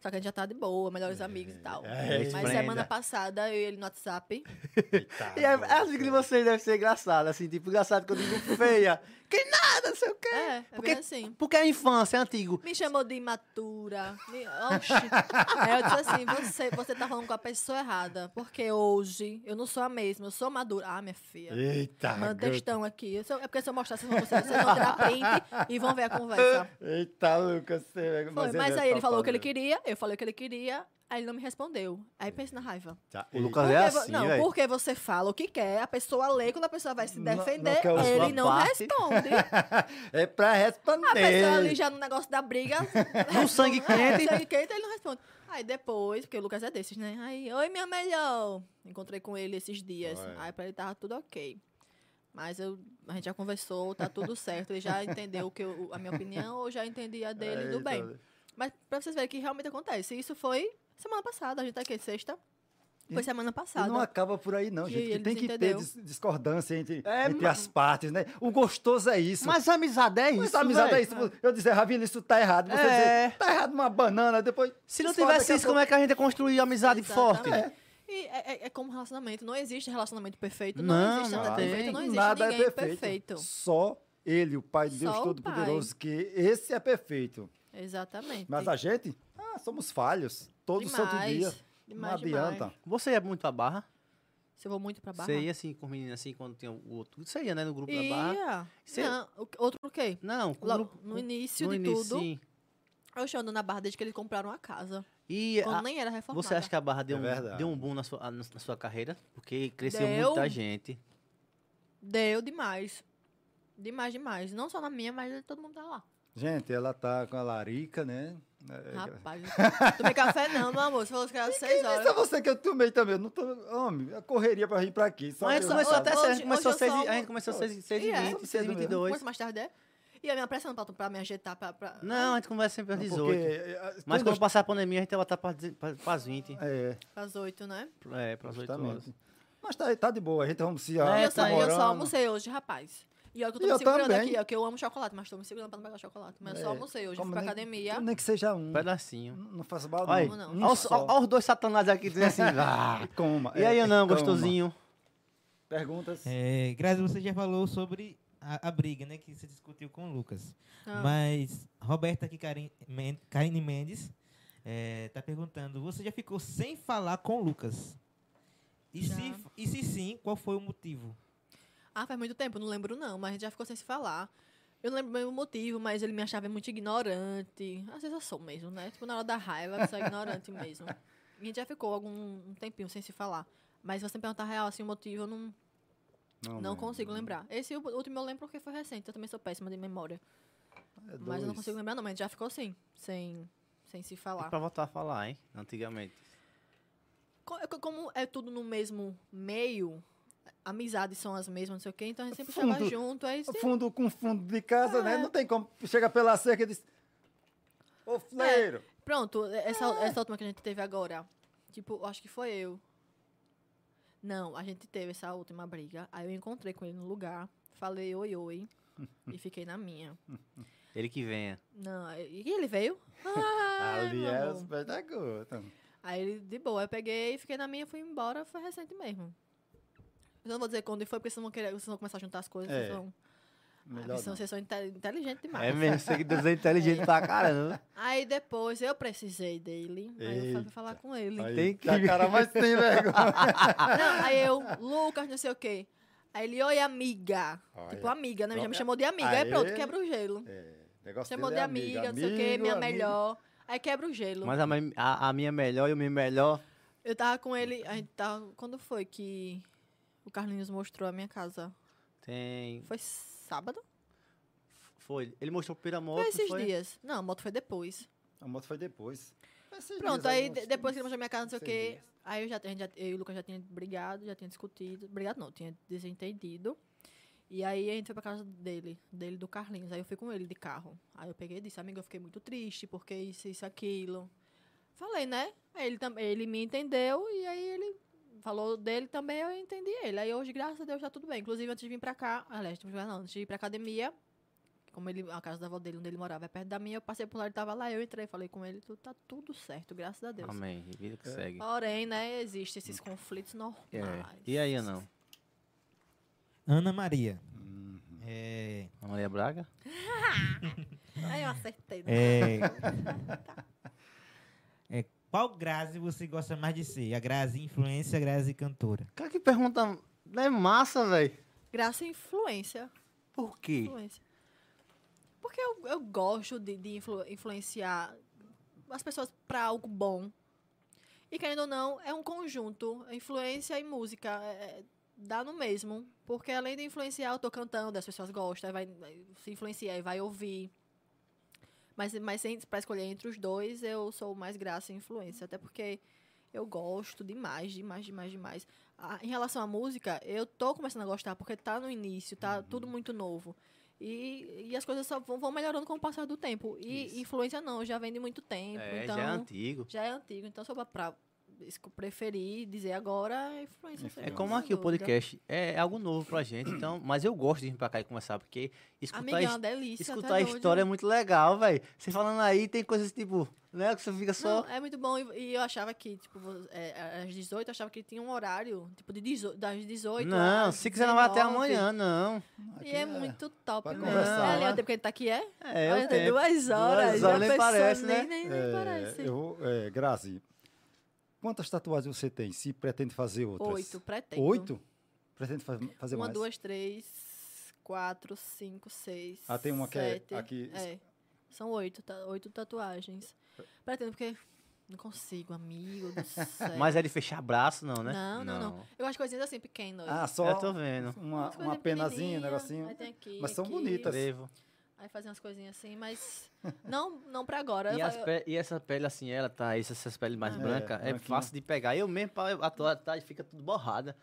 [SPEAKER 4] Só que a gente já tá de boa, melhores amigos e tal.
[SPEAKER 2] é,
[SPEAKER 4] Mas
[SPEAKER 2] esplenda.
[SPEAKER 4] semana passada eu e ele no WhatsApp.
[SPEAKER 3] Eita,
[SPEAKER 2] E é, a, a música de vocês deve ser engraçada, assim, tipo, engraçado que eu digo feia. Que nada, não sei o quê.
[SPEAKER 4] É, é
[SPEAKER 2] porque,
[SPEAKER 4] bem assim.
[SPEAKER 2] Porque a infância é antigo.
[SPEAKER 4] Me chamou de imatura. Me... Oxi. Aí eu disse assim: você, você tá falando com a pessoa errada. Porque hoje eu não sou a mesma, eu sou madura. Ah, minha filha.
[SPEAKER 3] Eita,
[SPEAKER 4] Manda
[SPEAKER 3] gata.
[SPEAKER 4] textão aqui. Eu sou- é porque se eu mostrar pra vocês, vocês vão tirar print e vão ver a conversa.
[SPEAKER 3] Eita, Lucas. você-
[SPEAKER 4] Foi,
[SPEAKER 3] você
[SPEAKER 4] mas
[SPEAKER 3] já
[SPEAKER 4] aí
[SPEAKER 3] tá
[SPEAKER 4] ele falou o que ele
[SPEAKER 3] falando.
[SPEAKER 4] queria, eu falei o que ele queria, aí ele não me respondeu. Aí pensa na raiva.
[SPEAKER 3] Tá,
[SPEAKER 2] O
[SPEAKER 3] e-
[SPEAKER 2] Lucas é
[SPEAKER 4] Porque vo-
[SPEAKER 2] assim,
[SPEAKER 4] não,
[SPEAKER 2] velho.
[SPEAKER 4] porque você fala o que quer, a pessoa lê, quando a pessoa vai se
[SPEAKER 3] Não- não
[SPEAKER 4] defender,
[SPEAKER 3] quer ouvir
[SPEAKER 2] sua
[SPEAKER 4] ele não
[SPEAKER 2] parte.
[SPEAKER 4] responde.
[SPEAKER 3] é pra responder.
[SPEAKER 4] A pessoa é ali já no negócio da briga.
[SPEAKER 2] É. No sangue
[SPEAKER 4] É,
[SPEAKER 2] quente. né?
[SPEAKER 4] sangue quente, ele não responde. Aí depois, porque o Lucas é desses, né? Aí, oi, minha melhor. Encontrei com ele esses dias.
[SPEAKER 3] Olha.
[SPEAKER 4] Aí pra ele tava tudo ok. Mas eu, a gente já conversou, tá tudo certo. Ele já entendeu o que eu- a minha opinião, ou já entendi a dele,
[SPEAKER 3] Eita,
[SPEAKER 4] do
[SPEAKER 2] tá.
[SPEAKER 4] bem. Mas pra vocês verem que realmente acontece. Isso foi semana passada, a gente tá aqui sexta. Foi
[SPEAKER 3] E-
[SPEAKER 4] semana
[SPEAKER 3] E
[SPEAKER 4] passada.
[SPEAKER 3] não acaba por aí, não,
[SPEAKER 4] Que
[SPEAKER 3] gente. que
[SPEAKER 4] eles
[SPEAKER 3] tem que ter
[SPEAKER 4] entendeu.
[SPEAKER 3] dis- discordância entre,
[SPEAKER 2] É,
[SPEAKER 3] entre
[SPEAKER 2] ma-
[SPEAKER 3] as partes, né? O gostoso é isso.
[SPEAKER 2] Mas a amizade é isso,
[SPEAKER 3] Mas a amizade
[SPEAKER 2] velho.
[SPEAKER 3] é isso. Eu dizer, Ravina, isso tá errado. Você
[SPEAKER 2] É.
[SPEAKER 3] dizer, tá errado uma banana, depois.
[SPEAKER 2] Se não
[SPEAKER 3] discorda
[SPEAKER 2] tivesse
[SPEAKER 3] daqui a
[SPEAKER 2] isso, como é que a gente ia construir amizade forte?
[SPEAKER 4] Exatamente. E é, é- é como relacionamento. Não existe relacionamento perfeito. é Não,
[SPEAKER 2] Não,
[SPEAKER 4] existe
[SPEAKER 2] não
[SPEAKER 4] nada
[SPEAKER 2] tem.
[SPEAKER 4] perfeito. Não existe
[SPEAKER 3] Nada
[SPEAKER 4] ninguém
[SPEAKER 3] é perfeito. Só ele, o Pai de Deus
[SPEAKER 4] Só o
[SPEAKER 3] Todo-Poderoso, que esse é perfeito.
[SPEAKER 4] Exatamente.
[SPEAKER 3] Mas a gente, ah, somos falhos. Todo santo
[SPEAKER 4] Demais.
[SPEAKER 3] dia.
[SPEAKER 4] Demais,
[SPEAKER 3] não adianta.
[SPEAKER 4] demais.
[SPEAKER 2] Você ia muito pra barra?
[SPEAKER 4] Se eu vou muito pra barra.
[SPEAKER 2] Você ia assim com os meninos assim quando tinha o outro. Você ia, né? No grupo da barra.
[SPEAKER 4] Ia.
[SPEAKER 2] Cê-
[SPEAKER 4] Não, o- outro o quê?
[SPEAKER 2] Não, com o
[SPEAKER 4] Logo,
[SPEAKER 2] grupo.
[SPEAKER 4] no início de tudo,
[SPEAKER 2] sim.
[SPEAKER 4] eu chego na barra desde que eles compraram a casa.
[SPEAKER 2] E
[SPEAKER 4] Quando
[SPEAKER 2] a-
[SPEAKER 4] nem era reformada.
[SPEAKER 2] você acha que a barra deu,
[SPEAKER 3] É
[SPEAKER 2] um,
[SPEAKER 3] verdade.
[SPEAKER 2] deu um boom na sua, a- na sua carreira? Porque cresceu
[SPEAKER 4] Deu.
[SPEAKER 2] muita gente.
[SPEAKER 4] Deu demais. Demais, demais. Não só na minha, mas de todo mundo tá lá.
[SPEAKER 3] Gente, ela tá com a larica, né? É,
[SPEAKER 4] Rapaz, não tomei café não, meu amor. Se fosse que era seis
[SPEAKER 3] é
[SPEAKER 4] horas.
[SPEAKER 3] só você que eu tomei também. eu Não tô, homem, a correria pra vir pra aqui. Só
[SPEAKER 2] Mas a gente
[SPEAKER 3] eu-
[SPEAKER 2] começou
[SPEAKER 4] hoje-
[SPEAKER 2] até cedo, a gente
[SPEAKER 4] hoje
[SPEAKER 2] começou
[SPEAKER 4] eu
[SPEAKER 2] seis
[SPEAKER 4] sou
[SPEAKER 2] e- a gente
[SPEAKER 4] uma-
[SPEAKER 2] começou seis e-
[SPEAKER 4] E é.
[SPEAKER 2] 6h20, 6h22.
[SPEAKER 4] Quanto mais tarde é? E eu me apressando pra, pra me ajeitar, pra... pra...
[SPEAKER 2] Não, a gente conversa sempre às
[SPEAKER 3] Porque,
[SPEAKER 2] 18.
[SPEAKER 3] é,
[SPEAKER 2] Mas
[SPEAKER 3] quando
[SPEAKER 2] quando passar a pandemia, a gente vai estar para as 20.
[SPEAKER 3] É,
[SPEAKER 4] Às oito, né?
[SPEAKER 2] É, para as 8 horas.
[SPEAKER 3] justamente. Mas tá, tá de boa, a gente vamos se
[SPEAKER 4] e eu, só, eu
[SPEAKER 3] aprimorando.
[SPEAKER 4] só almocei hoje, rapaz. E olha que eu
[SPEAKER 3] É, tá E
[SPEAKER 4] tô me
[SPEAKER 3] eu
[SPEAKER 4] segurando
[SPEAKER 3] também.
[SPEAKER 4] aqui, ó, que eu amo chocolate, mas tô me segurando pra não pegar chocolate. Mas eu só
[SPEAKER 3] É,
[SPEAKER 4] almocei hoje, fui
[SPEAKER 3] como
[SPEAKER 4] pra
[SPEAKER 3] nem-
[SPEAKER 4] academia.
[SPEAKER 3] Nem que seja um.
[SPEAKER 2] Pedacinho.
[SPEAKER 3] Não não faz mal,
[SPEAKER 2] Olha aí.
[SPEAKER 4] Não, não.
[SPEAKER 3] Um
[SPEAKER 2] Olha os,
[SPEAKER 3] só.
[SPEAKER 2] olha os dois satanás aqui dizendo assim, vá.
[SPEAKER 3] Coma,
[SPEAKER 2] E
[SPEAKER 3] é,
[SPEAKER 2] aí, eu não,
[SPEAKER 3] coma.
[SPEAKER 2] gostosinho.
[SPEAKER 3] Perguntas?
[SPEAKER 5] É, Grazi, você já falou sobre a, a briga, né? Que você discutiu com o Lucas.
[SPEAKER 4] Ah.
[SPEAKER 5] Mas Roberta aqui, Karin- Men- Karine Mendes, é, tá perguntando: você já ficou sem falar com o Lucas? E
[SPEAKER 4] Já.
[SPEAKER 5] se, e se sim, qual foi o motivo?
[SPEAKER 4] Ah, faz muito tempo, não lembro não, mas a gente já ficou sem se falar. Eu não lembro bem o motivo, mas ele me achava muito ignorante. Às vezes eu sou mesmo, né? Tipo, na hora da raiva, eu sou ignorante mesmo. E a gente já ficou algum um tempinho sem se falar. Mas se você me perguntar real, assim, o motivo, eu não, não,
[SPEAKER 3] lembro.
[SPEAKER 4] consigo lembrar. Esse u- último eu lembro porque foi recente, eu também sou péssima de memória.
[SPEAKER 3] É
[SPEAKER 4] Mas eu não
[SPEAKER 3] dois.
[SPEAKER 4] consigo lembrar não, mas a gente já ficou assim, sem, sem se falar.
[SPEAKER 2] Para voltar a falar, hein? Antigamente.
[SPEAKER 4] Co- co- Como é tudo no mesmo meio, amizades são as mesmas, não sei o quê, então a gente sempre chega
[SPEAKER 3] Fundo-
[SPEAKER 4] junto, aí se-
[SPEAKER 3] Fundo com fundo de casa,
[SPEAKER 4] É.
[SPEAKER 3] né? Não tem como. Chega pela cerca e diz. Ô, fuleiro!
[SPEAKER 4] É. Pronto, essa,
[SPEAKER 3] É.
[SPEAKER 4] essa última que a gente teve agora. Tipo, eu acho que foi eu. Não, a gente teve essa última briga. Aí eu encontrei com ele no lugar. Falei oi, oi. e fiquei na minha.
[SPEAKER 2] Ele que venha.
[SPEAKER 4] Não, e ele veio. Ai,
[SPEAKER 3] Ali
[SPEAKER 4] Ah, meu
[SPEAKER 3] é
[SPEAKER 4] amor.
[SPEAKER 3] os pés da gota.
[SPEAKER 4] Aí ele, de boa, eu peguei, fiquei na minha, fui embora, foi recente mesmo. Eu não vou dizer quando foi, porque vocês vão, querer, vocês vão começar a juntar as coisas.
[SPEAKER 3] É,
[SPEAKER 4] vocês vão- Ah,
[SPEAKER 3] Melhor.
[SPEAKER 4] vocês, são,
[SPEAKER 3] não.
[SPEAKER 4] vocês são inte- inteligentes demais.
[SPEAKER 2] É mesmo, seguidores é inteligente pra caramba.
[SPEAKER 4] Aí depois eu precisei dele. Aí eu fui
[SPEAKER 3] Eita.
[SPEAKER 4] falar com ele. Ah,
[SPEAKER 3] Aí,
[SPEAKER 2] tá Tem que-
[SPEAKER 3] que. A cara mais tem vergonha.
[SPEAKER 4] Não, aí eu, Lucas, não sei o quê. Aí ele, oi, amiga.
[SPEAKER 3] Olha.
[SPEAKER 4] Tipo, amiga, né? Já me
[SPEAKER 3] Olha.
[SPEAKER 4] chamou de amiga. Aí,
[SPEAKER 3] Aê.
[SPEAKER 4] pronto, quebra o gelo.
[SPEAKER 3] É, negócio
[SPEAKER 4] Chamou de
[SPEAKER 3] dele é
[SPEAKER 4] amiga, não sei o quê,
[SPEAKER 3] amigo,
[SPEAKER 4] minha
[SPEAKER 3] amigo.
[SPEAKER 4] melhor. Aí quebra o gelo.
[SPEAKER 2] Mas a, mãe- a- a minha melhor e o meu melhor.
[SPEAKER 4] Eu tava com ele, a gente tava... Quando foi que o Carlinhos mostrou a minha casa?
[SPEAKER 2] Tem.
[SPEAKER 4] Foi sábado?
[SPEAKER 2] Foi. Ele mostrou o Piramoto.
[SPEAKER 4] Foi esses
[SPEAKER 2] foi?
[SPEAKER 4] dias. Não, a moto foi depois.
[SPEAKER 3] A moto foi depois. Esses dias
[SPEAKER 4] Pronto, aí
[SPEAKER 3] uns-
[SPEAKER 4] de- depois que ele mostrou minha casa, não sei o
[SPEAKER 3] seis
[SPEAKER 4] quê.
[SPEAKER 3] dias.
[SPEAKER 4] Aí eu já, a gente já- eu e o Lucas já tinha brigado, já tinha discutido. Brigado não, tinha desentendido. E aí a gente foi pra casa dele, dele e do Carlinhos. Aí eu fui com ele de carro. Aí eu peguei e disse, amigo, eu fiquei muito triste, porque isso, isso, aquilo. Falei, né? Aí ele, tam- ele me entendeu e aí ele falou dele também, eu entendi ele. Aí hoje, graças a Deus, tá tudo bem. Inclusive, antes de vir pra cá, aliás, não, antes de ir pra academia, como ele, a casa da avó dele, onde ele morava, é perto da minha, eu passei por lá, ele tava lá, eu entrei, falei com ele, tudo, tá tudo certo, graças a Deus.
[SPEAKER 2] Amém. Vida que segue.
[SPEAKER 4] Porém, né, existem esses conflitos normais.
[SPEAKER 2] É. E aí, não?
[SPEAKER 5] Ana Maria. É,
[SPEAKER 2] A Maria Braga?
[SPEAKER 4] Aí eu acertei. né?
[SPEAKER 5] é, é, qual Grazi você gosta mais de ser? A Grazi influência, a Grazi cantora.
[SPEAKER 2] Cara, que pergunta. É massa, velho.
[SPEAKER 4] Graça e influência.
[SPEAKER 2] Por quê?
[SPEAKER 4] influência. Porque eu, eu gosto de, de influ- influenciar as pessoas pra algo bom. E querendo ou não, é um conjunto. Influência e música é- é- dá no mesmo. Porque além de influenciar, eu tô cantando, as pessoas gostam, aí vai, vai- se influenciar e vai ouvir. Mas, mas sem- pra escolher entre os dois, eu sou mais graça e influência. Até porque eu gosto demais, demais, demais, demais. Ah, em relação à música, eu tô começando a gostar, porque tá no início,
[SPEAKER 2] Uhum.
[SPEAKER 4] tá tudo muito novo. E, e as coisas só vão, vão melhorando com o passar do tempo. E
[SPEAKER 2] Isso.
[SPEAKER 4] influência não, já vem de muito tempo.
[SPEAKER 2] É,
[SPEAKER 4] então,
[SPEAKER 2] já é antigo.
[SPEAKER 4] já é antigo, então só pra- pra esco- preferir dizer agora é influência. sem
[SPEAKER 2] É como
[SPEAKER 4] nenhuma
[SPEAKER 2] aqui o
[SPEAKER 4] dúvida.
[SPEAKER 2] podcast é algo novo pra gente, então. Mas eu gosto de vir pra cá e conversar, porque escutar,
[SPEAKER 4] Amiga, é
[SPEAKER 2] his-
[SPEAKER 4] uma delícia.
[SPEAKER 2] escutar
[SPEAKER 4] tá
[SPEAKER 2] a
[SPEAKER 4] doido.
[SPEAKER 2] história é muito legal, velho. Você falando aí, tem coisas tipo, né? Que você fica só.
[SPEAKER 4] Não, é muito bom. E, e eu achava que, tipo, vo- é, às 18, eu achava que tinha um horário, tipo, de 18, das 18
[SPEAKER 2] Não,
[SPEAKER 4] às
[SPEAKER 2] se quiser não vai até
[SPEAKER 4] 19.
[SPEAKER 2] amanhã, não.
[SPEAKER 3] Aqui
[SPEAKER 4] E é, muito top
[SPEAKER 3] pra
[SPEAKER 4] mesmo.
[SPEAKER 3] conversar,
[SPEAKER 4] É, ali,
[SPEAKER 2] né?
[SPEAKER 4] o tempo que a gente tá aqui é?
[SPEAKER 2] É,
[SPEAKER 4] Olha,
[SPEAKER 2] o
[SPEAKER 4] tem
[SPEAKER 2] tempo.
[SPEAKER 4] duas horas.
[SPEAKER 2] horas
[SPEAKER 4] a
[SPEAKER 2] nem
[SPEAKER 4] pessoa
[SPEAKER 2] parece,
[SPEAKER 4] nem,
[SPEAKER 2] né?
[SPEAKER 4] Nem, nem
[SPEAKER 3] É,
[SPEAKER 4] parece.
[SPEAKER 3] Eu, vou- é, Grazi, Quantas tatuagens você tem, se pretende fazer outras?
[SPEAKER 4] Oito, pretendo.
[SPEAKER 3] Oito? Pretende fa- fazer
[SPEAKER 4] Uma,
[SPEAKER 3] mais?
[SPEAKER 4] duas, três, quatro, cinco, seis.
[SPEAKER 3] Ah, tem uma que é
[SPEAKER 4] sete.
[SPEAKER 3] aqui.
[SPEAKER 4] É. São oito, ta- oito tatuagens. Pretendo, porque não consigo, amigo do céu.
[SPEAKER 2] Mas é de fechar braço, não, né?
[SPEAKER 4] Não, não, não. Eu gosto de coisinhas assim, pequenas.
[SPEAKER 3] Ah, só
[SPEAKER 2] Eu tô vendo.
[SPEAKER 3] uma,
[SPEAKER 4] Umas
[SPEAKER 3] uma
[SPEAKER 4] coisinhas
[SPEAKER 3] penazinha, um
[SPEAKER 4] pequenininhas,
[SPEAKER 3] negocinho.
[SPEAKER 4] aí tem aqui,
[SPEAKER 3] mas são
[SPEAKER 4] aqui,
[SPEAKER 3] bonitas.
[SPEAKER 2] Trevo.
[SPEAKER 4] Aí fazer umas coisinhas assim, mas não, não pra agora.
[SPEAKER 2] E,
[SPEAKER 4] Eu-
[SPEAKER 2] as pe- e essa pele assim, ela tá, essa- essas peles mais
[SPEAKER 3] Ah, é,
[SPEAKER 2] brancas, é,
[SPEAKER 3] branquinha.
[SPEAKER 2] fácil de pegar. Eu mesmo, pra atuar, tá, e fica tudo borrada.